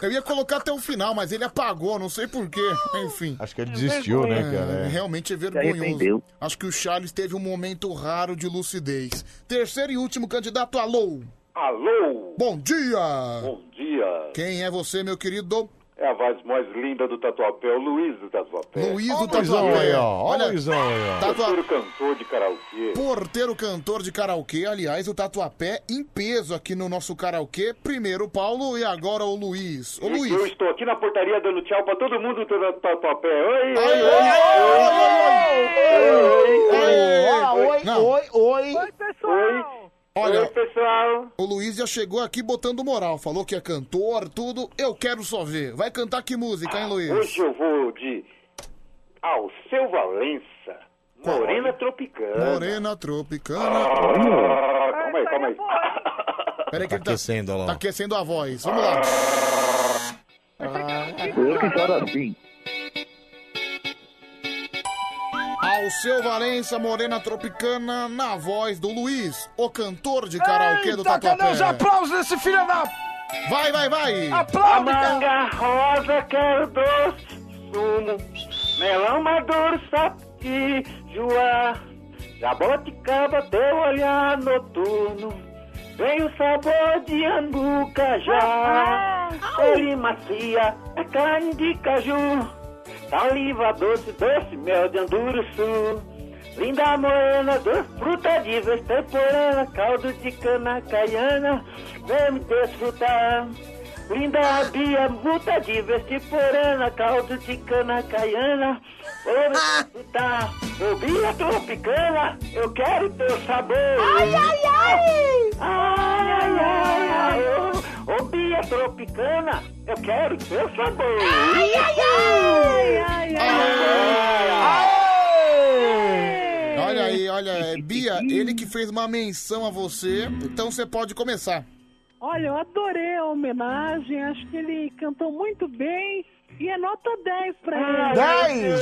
Eu ia colocar até o final, mas ele apagou, não sei porquê. Enfim.
Acho que ele desistiu, né, cara? É.
Realmente é
arrependeu.
vergonhoso. Acho que o Charles teve um momento raro de lucidez. Terceiro e último candidato, alô!
Alô,
Bom dia!
bom dia.
Quem é você, meu querido?
É a voz mais linda do Tatuapé, o Luiz do Tatuapé.
Luiz do
Luizão
Tatuapé.
tá aí, ó.
É.
Ó
Olha, Tá
o Luizão aí, ó.
Futuro cantor de karaokê.
Porteiro cantor de karaokê, aliás, o Tatuapé em peso aqui no nosso karaokê. Primeiro o Paulo e agora o Luiz. Ô,
E
Luiz.
Eu estou aqui na portaria dando tchau pra todo mundo do Tatuapé. Oi, oi,
Ai,
oi,
oi,
oi, oi,
Oi,
oi,
Não.
oi.
Oi, pessoal.
Olha,
pessoal.
O Luiz já chegou aqui botando moral, falou que é cantor, tudo. Eu quero só ver. Vai cantar que música, hein, Luiz?
Hoje eu vou de Alceu Valença, Morena Tropicana.
Morena Tropicana. Hum.
Ah, calma aí, calma aí.
Peraí que ele tá,
aquecendo, ó lá.
tá aquecendo a voz. Vamos lá. Ah.
um
Eu que choro assim.
Ao seu Valença, Morena Tropicana, na voz do Luiz, o cantor de karaokê do
Eita,
Tatuapé.
cadê os aplausos desse filho da...
Vai, vai, vai!
A manga rosa
é
quero doce, sumo, melão maduro, sapi, joá, jaboticaba, teu olhar noturno, vem o sabor de angu, cajá, pele macia, é carne de caju, saliva doce, doce, mel de anduruçu, linda morena, doce, fruta de vez temporana, caldo de cana caiana, vem me desfrutar. Linda Bia, fruta de vestiporana, caldo de cana caiana, vou me desfrutar. Ô Bia tropicana, eu quero teu sabor. Ai, ai, ai! Ai, ai, ai, ai, ô, ô Bia tropicana, eu quero teu sabor. Ai, ai, ai! Ai, ai,
Olha aí, olha, é, Bia, ele que fez uma menção a você, então você pode começar.
Olha, eu adorei a homenagem, acho que ele cantou muito bem e é nota 10 pra
Ah, é.
ele.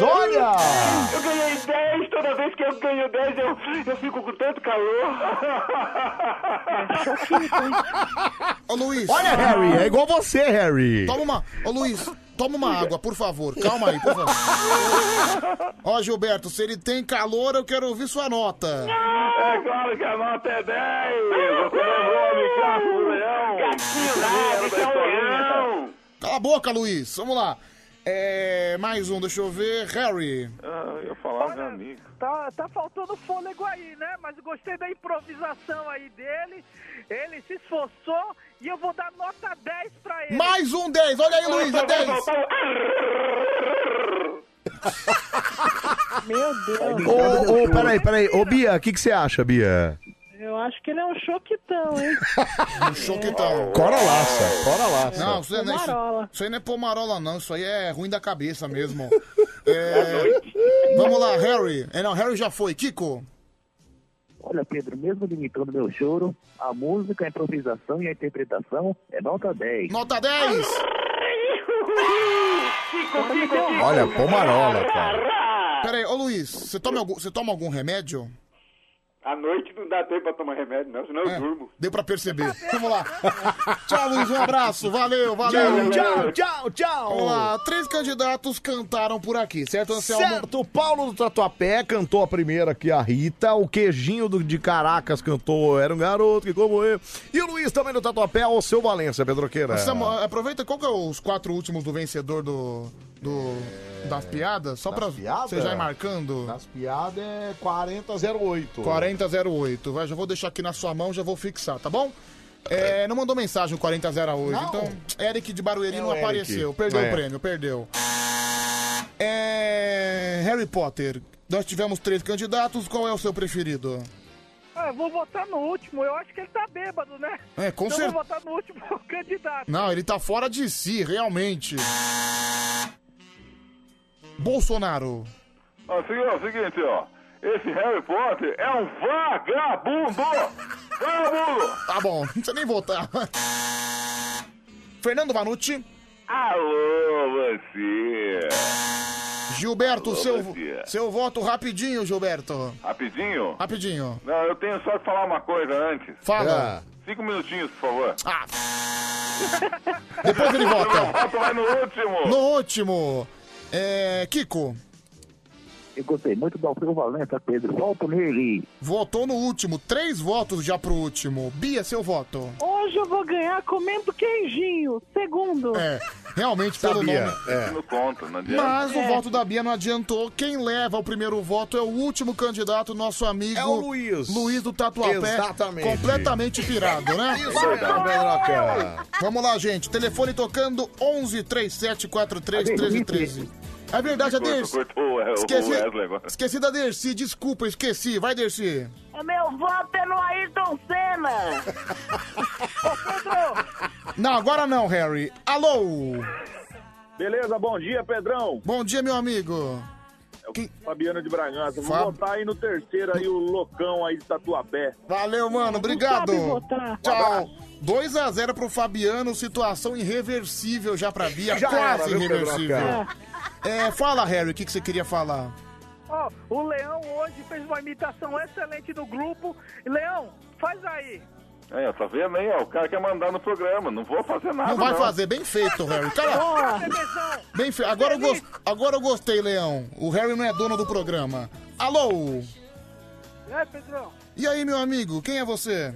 Eu ganhei 10, toda vez que eu ganho 10 eu, eu fico com tanto calor.
Ô Luiz.
Olha, Harry, é igual você, Harry.
Toma uma. Ô Luiz, toma uma água, por favor. Calma aí, por favor. Ó, Gilberto, se ele tem calor, eu quero ouvir sua nota.
É claro que a nota é 10. Você não vou ficar com o leão.
Cala a boca, Luiz. Vamos lá. É, mais um, deixa eu ver. Harry. Ah, eu falava Olha, amigo.
Tá, tá faltando fôlego aí, né? Mas eu gostei da improvisação aí dele. Ele se esforçou e eu vou dar nota 10 pra ele.
Mais um 10, olha aí, Luiz, é 10.
Meu
um
Deus.
Ô, ô, peraí, peraí. Ô, Bia, o que que você acha, Bia?
Eu acho que ele é um choquitão, hein?
Um choquitão.
Cora laça, cora laça.
Não, isso, aí não é- isso-
Pomarola.
isso aí não é pomarola, não. Isso aí é ruim da cabeça mesmo. É, vamos lá, Harry. É, não, Harry já foi. Kiko.
Olha, Pedro, mesmo limitando meu choro, a música, a improvisação e a interpretação é nota 10.
Nota 10!
Olha,
né?
pomarola,
Peraí, ô Luiz, você toma algum, você toma algum remédio?
À noite não dá tempo pra tomar remédio, não, senão eu durmo.
Deu pra perceber. Vamos lá. Tchau, Luiz, um abraço. Valeu, valeu.
Tchau, tchau,
tchau, tchau.
Vamos lá, três candidatos cantaram por aqui, certo, Anselmo?
Certo, o Paulo do Tatuapé cantou a primeira aqui, a Rita. O Queijinho do- de Caracas cantou Era um Garoto que Como Eu. E o Luiz também do Tatuapé, o seu Valença, Pedroqueira.
Anselmo, aproveita, qual que é os quatro últimos do vencedor do... do das piadas? Só
É. das
pra
piadas?
você já ir marcando.
Das piadas é 4008.
4008. Vai, já vou deixar aqui na sua mão, já vou fixar, tá bom? É, não mandou mensagem o 4008,
Não.
então Eric de Barueri
É o
não
Eric.
apareceu, perdeu
É.
o prêmio, perdeu. É, Harry Potter, nós tivemos três candidatos, qual é o seu preferido?
Ah, eu vou votar no último, eu acho que ele tá bêbado, né?
É, com
então eu
cer-
vou votar no último candidato.
Não, ele tá fora de si, realmente. Bolsonaro.
Ó, seguinte, ó, seguinte, ó. Esse Harry Potter é um vagabundo! Vagabundo!
Tá bom, não precisa nem votar. Fernando Vanucci.
Alô, você!
Gilberto,
Alô,
seu,
bom dia.
seu voto rapidinho, Gilberto.
Rapidinho?
Rapidinho.
Não, eu tenho só que falar uma coisa antes.
Fala.
Cinco minutinhos, por favor.
Ah. Depois ele vota.
voto vai no último.
No último, é, Kiko,
Eu gostei muito do Alfredo Valença, tá, Pedro. Volto nele.
votou no último. Três votos já pro último. Bia, seu voto.
Hoje eu vou ganhar comendo queijinho, segundo.
É, realmente pelo
Sabia,
nome.
Não conta, não adianta.
Mas
É.
o voto da Bia não adiantou. Quem leva o primeiro voto é o último candidato, nosso amigo.
É o Luiz.
Luiz do Tatuapé.
Exatamente.
Completamente pirado, né?
Isso mesmo, Pedroca.
Vamos lá, gente. Telefone tocando 11 37 43 13 13. É verdade, a
Cortou,
Dercy.
cortou é, o
Esqueci,
Wesley agora.
esqueci da Dercy, desculpa, esqueci. Vai, Dercy.
Meu voto é no Ayrton Senna.
Não, agora não, Harry. Alô!
Beleza, bom dia, Pedrão.
Bom dia, meu amigo.
É o Fabiano de Bragança. Vou
Fab-
botar aí no terceiro aí o loucão aí de Tatuapé. Um
Valeu, mano. Obrigado.
sabe votar.
Tchau. 2 a 0 pro Fabiano, situação irreversível já pra Bia,
Já
quase
era, viu,
irreversível.
Pedroca?
É, fala, Harry, o que, que você queria falar?
Ó, o Leão hoje fez uma imitação excelente do grupo. Leão, faz aí.
É, tá vendo aí? ó, o cara quer mandar no programa. Não vou fazer nada.
Não vai fazer, bem feito, Harry. Cara, bem feito. Agora eu, gos- agora eu gostei, Leão. O Harry não é dono do programa. Alô?
E aí, É, Pedrão?
E aí, meu amigo, quem é você?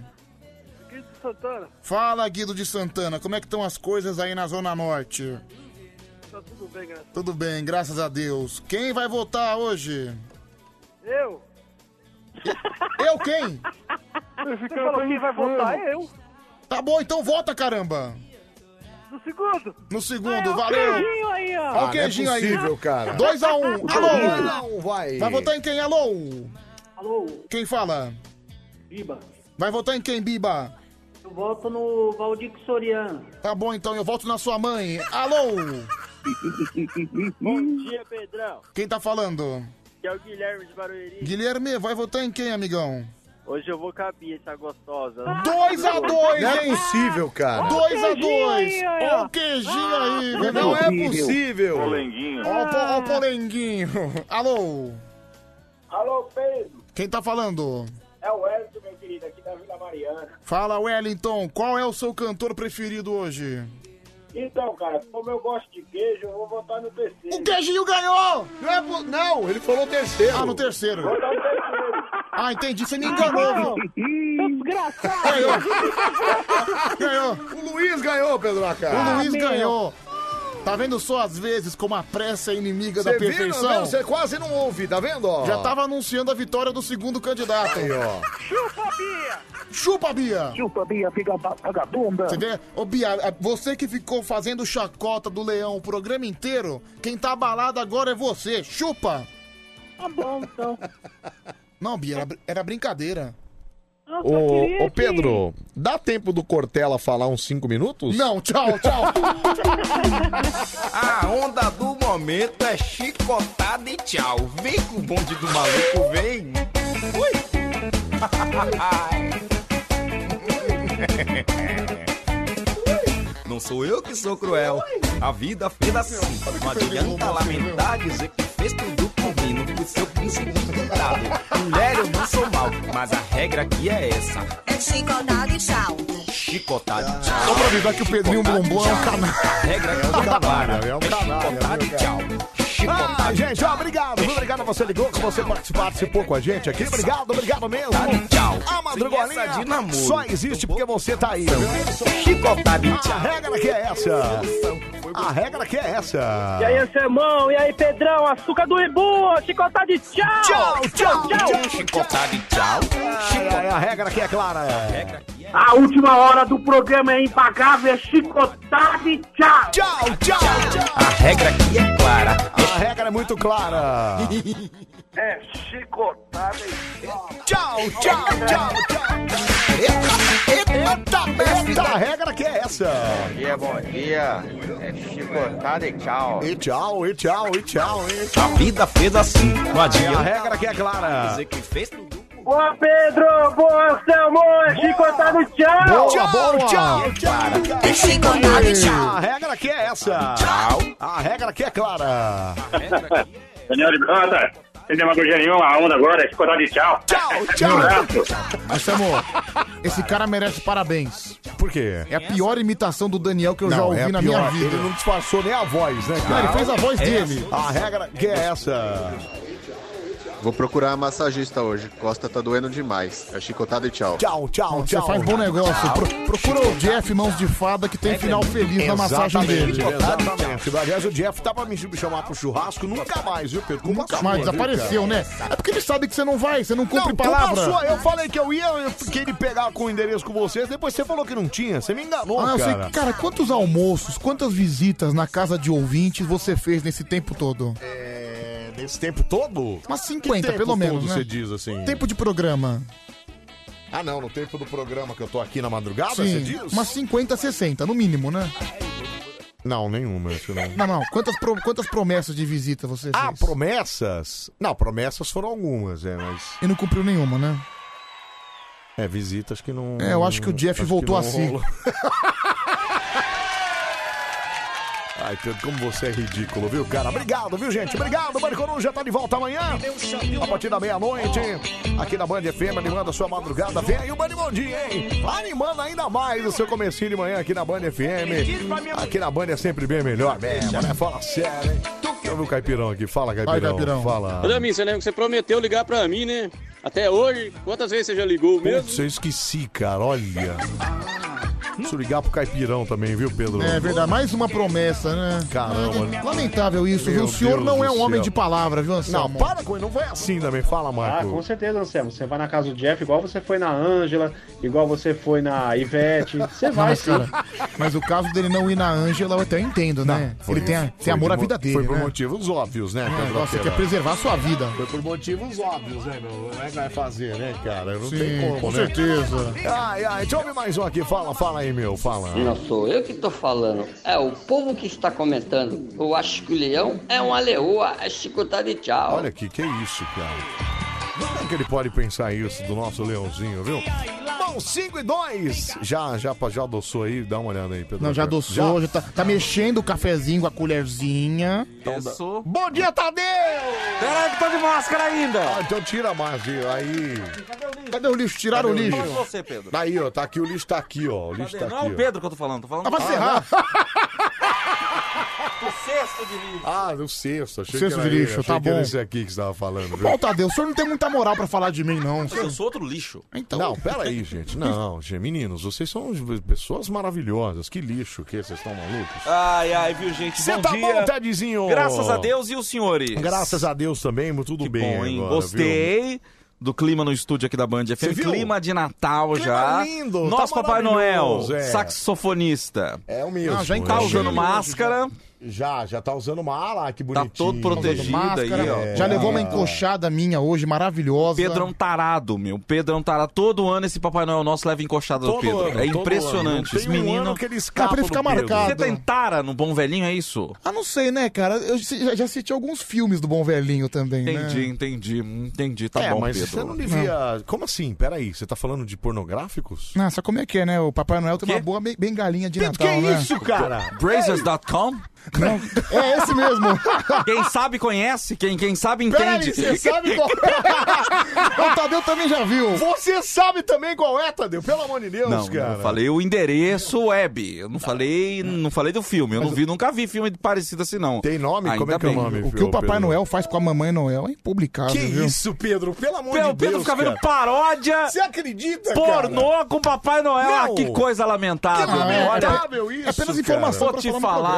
Aqui de Santana,
Fala, Guido de Santana, como é que estão as coisas aí na Zona Norte?
tá tudo bem, graças
Tudo bem, graças a Deus. Quem vai votar hoje?
Eu?
Eu quem?
Você falou quem vai votar é eu.
Tá bom, então vota, caramba.
No segundo.
No segundo,
Ah, é o
valeu.
queijinho aí, ó.
Olha
Ah,
o
não é
queijinho
possível,
aí.
cara.
2 a 1 Um.
O
Alô?
Não, vai.
Vai votar em quem? Alô?
Alô,
Quem fala?
Biba,
Vai votar em quem, Biba?
eu voto no Valdir Soriano.
Tá bom, então eu volto na sua mãe. Alô?
Bom
dia, Pedrão.
Quem tá falando?
Que é o Guilherme de Barueri.
Guilherme, vai votar em quem, amigão?
Hoje eu vou caber essa
tá
gostosa.
2 a 2
Não é
hein?
possível, cara.
2 a
Queijinho
2
aí, ó.
Ó o queijinho aí,
Não
velho.
é possível.
Polenguinho.
Ó o po- ó o polenguinho. Alô?
Alô, Pedro.
Quem tá falando?
É o Wellington, meu querido, aqui da Vila Tá, Mariana.
Fala, Wellington. Qual é o seu cantor preferido hoje?
Então, cara, como eu gosto de queijo, eu vou votar no terceiro.
O queijinho ganhou! Não, é po- não, ele falou terceiro. Ah, no terceiro. Ah, entendi. Você me enganou. Desgraçado. Ganhou. ganhou. O Luiz ganhou, Pedro
Ah,
O Luiz
meu.
ganhou. Tá vendo só às vezes como a pressa é inimiga
Cê
da
viu,
perfeição?
né? Cê
quase não ouve, tá vendo?
ó?
Já tava anunciando a vitória do segundo candidato.
Aí, ó.
Chupa, Bia!
Chupa, Bia!
Chupa, Bia, fica vagabunda.
Você vê? Ô, Bia, a- você que ficou fazendo chacota do leão o programa inteiro, quem tá abalado agora é você. Chupa! Tá bom, então. Não, Bia, era, br- era brincadeira.
Ô, ô, Pedro, dá tempo do Cortella falar uns 5 minutos?
Não, tchau, tchau. Ah, um
A onda do momento é chicotada e tchau. Vem com o bonde do maluco, vem. Ui. Não sou eu que sou cruel, a vida fez assim. Não adianta lamentar, dizer que fez tudo por mim. Não fui seu príncipe encantado. Mulher, eu não sou mal, mas a regra aqui é essa.
É chicotada e tchau.
Chicotade, tchau.
Só pra avisar que o Pedrinho Bombom é um canal.
Regra
um
aqui é da vara. É chicotade, tchau.
Ah, gente, ó, obrigado. viu? Obrigado a você ligou, que você participou- participou com a gente aqui. Obrigado, obrigado mesmo.
Tá,
Tchau.
A madrugolinha
Essa de namoro.
só existe porque você tá aí.
Chicotade,
A regra que é essa. A regra que é essa.
E aí, Anselmão? E aí, Pedrão? Açúcar do Ibu, chicotada de tchau!
Tchau, tchau, tchau.
Chicotade, tchau.
É a regra que é clara.
A última hora do programa é impagável, é chicotada e tchau!
Tchau, tchau, tchau!
A regra aqui é clara.
A regra é muito clara.
É chicotada e
Tchau, tchau, tchau, tchau! Eita, eita, A regra que é essa.
Bom dia, bom dia. É chicotada e tchau.
E tchau, e tchau, e tchau, e
A vida fez assim, não
A regra que é clara.
Boa, Pedro! Boa, Anselmo! É chicotada e tchau!
Boa, boa.
É chicotada e tchau.
A regra que é essa.
Tchau.
A regra que é clara.
Daniel de Brota, tá? sem demagogia nenhuma, a onda agora é chicotada de tchau.
Tchau,
tchau.
Um abraço.
Mas, amor, esse cara merece parabéns.
Por quê?
É a pior imitação do Daniel que eu já
Não,
ouvi
é a
na
pior.
minha vida.
Ele não disfarçou nem a voz, né, cara?
Não, ele fez a voz
É.
dele.
A regra que é essa.
Vou procurar a massagista hoje. Costa tá doendo demais. É chicotada e tchau.
Tchau, tchau,
Você
tchau.
faz bom negócio. Pro- procura o Jeff Mãos de Fada que tem final feliz na massagem
Exatamente,
dele.
Exatamente. Aliás, o Jeff tá pra me chamar pro churrasco nunca mais, viu, Pedro? Nunca
Mas
mais,
desapareceu, né? É porque ele sabe que você não vai, você não cumpre
Palavra.
palavra.
sua, eu falei que eu ia, eu fiquei de pegar com o endereço com vocês, depois você falou que não tinha, você me enganou,
Ah, eu sei,
cara.
cara, quantos almoços, quantas visitas na casa de ouvintes você fez nesse tempo todo?
É, nesse tempo todo?
Umas 50,
Que tempo
pelo menos,
todo,
né?
você diz assim.
Tempo de programa.
Ah, não, no tempo do programa que eu tô aqui na madrugada, você
Sim,
diz?
umas 50, 60, no mínimo, né? Tá,
Não, nenhuma, isso não.
Não, não, quantas, pro- quantas promessas de visita você fez?
Ah, promessas? Não, promessas foram algumas, é, mas.
E não cumpriu nenhuma, né?
É, visitas Hum, que não.
É, eu acho que o Jeff
acho que
voltou
não
a si.
rolou. Ai, Pedro, como você é ridículo, viu, cara? Obrigado, viu, gente? Obrigado, Bande Coruja tá de volta amanhã. A partir da meia-noite, aqui na Band FM, animando a sua madrugada. Vem aí o Bande Bom Dia, hein? Animando ainda mais o seu comecinho de manhã aqui na Band FM. Aqui na Band é sempre bem melhor mesmo, né? Fala sério, hein? Deixa eu ver o Caipirão aqui. Fala, Caipirão.
Caipirão.
Fala.
Ô, Damin, você lembra que você prometeu ligar pra mim, né? Até hoje, quantas vezes você já ligou mesmo?
Putz, eu esqueci, cara, olha. Preciso ligar pro Caipirão também, viu, Pedro?
É verdade, mais uma promessa, né?
Caramba.
Lamentável isso, viu?
Meu
O senhor
Deus
não
do
é um homem
céu.
de palavra, viu,
Não,
Anselmo?
para com ele, não vai assim também. Fala,
Ah,
Marco.
com certeza, Anselmo. Você vai na casa do Jeff igual você foi na Ângela, igual você foi na Ivete. Você vai,
mas,
sim.
cara, mas o caso dele não ir na Ângela, eu até entendo, né?
Foi-
Ele tem, a-
foi
tem amor
por
à
mo-
vida dele,
Foi por
né?
motivos óbvios, né?
É,
Pedro
você
Lacerda?
quer preservar a sua vida.
Foi por motivos óbvios, né, meu? Como é que vai fazer, né, cara? Não
Sim,
tem como,
com
né?
certeza.
Ai, ai, deixa eu ouvir mais um aqui. Fala, fala aí, meu, fala.
Não sou eu que tô falando, é o povo que está comentando. Eu acho que o leão é uma leoa, é chicotada e tchau.
Olha aqui, que isso, cara. Como é que ele pode pensar isso do nosso leãozinho, viu? Bom, 5 e 2. Já, já, já adoçou aí? Dá uma olhada aí, Pedro.
Não, já
Lacerda.
adoçou, já tá, tá mexendo o cafezinho com a colherzinha.
Então, dá- Bom dia, Tadeu! Peraí que tô de máscara ainda. então tira a máscara, aí... Cadê o lixo?
Tiraram o lixo.
Cadê
você, Pedro?
Daí, ó, tá aqui, o lixo tá aqui, ó. O lixo tá
Não é
aqui,
o
ó.
Pedro que eu tô falando, tô falando.
Ah, vai se
errar.
Ah, no sexto. Achei
Cesto
que era
de
ele,
lixo,
achei
tá
que era
bom.
esse aqui que você tava falando. viu?
Bom, Tadeu, o senhor não tem muita moral pra falar de mim, não.
Eu sou outro lixo.
Então.
Não, peraí, gente. Não, gente, meninos, vocês são pessoas maravilhosas. Que lixo que é, vocês estão malucos.
Ai, ai, viu, gente?
Você
bom
tá
dia.
bom, Tedzinho?
Graças a Deus e os senhores.
Graças a Deus também, tudo
Que
bem.
bom, hein?
agora,
Gostei. Do clima no estúdio aqui da Band
Você
FM.
viu?
Clima de Natal
Clima
já.
lindo, tá
Nosso Papai Noel,
maravilhoso, é.
saxofonista.
É o mesmo.
Não, já
é.
tá usando máscara.
Já, já tá usando uma ah lá, que bonitinho.
Tá todo protegido
Máscara,
aí, ó.
Tá
já
É.
levou uma encoxada minha hoje, maravilhosa.
Pedro é um tarado, meu. Pedro é um tarado. Todo ano esse Papai Noel nosso leva encoxada do
Todo
Pedro.
ano,
é
todo
impressionante.
ano.
Esse
Não tem um
menino. tá
ano que ele escapa Ah, pra ele ficar do Pedro. marcado.
Você tem tara no bom velhinho, é isso?
Ah, não sei, né, cara? Eu se- já- já assisti alguns filmes do Bom Velhinho também,
Entendi,
né?
entendi, entendi. Tá
é,
bom,
mas
Pedro.
você não devia... Como assim? Peraí, você tá falando de pornográficos?
Ah, sabe como é que é, né? O Papai Noel tem uma boa be- bengalinha de Natal, né?
Brazers.com?
É esse mesmo.
Quem sabe conhece, quem, quem sabe
Peraí,
entende.
você sabe qual é O Tadeu também já viu.
Então tá, Você sabe também qual é, Tadeu, pelo amor de Deus,
Não, eu
cara.
falei o endereço web. Eu não falei, não falei do filme. Eu não vi, nunca vi filme parecido assim, não. Tem
nome? Como é que é o nome,
O que o Papai Noel faz com a Mamãe Noel é impublicável,
Que
viu?
isso, Pedro? Pelo amor
Pedro,
de Deus.
Pedro fica vendo
cara.
paródia.
Você acredita?
Pornô
cara?
com Papai Noel. Ah,
Não.
que coisa lamentável.
Que lamentável
Olha,
é isso,
Vou te falar.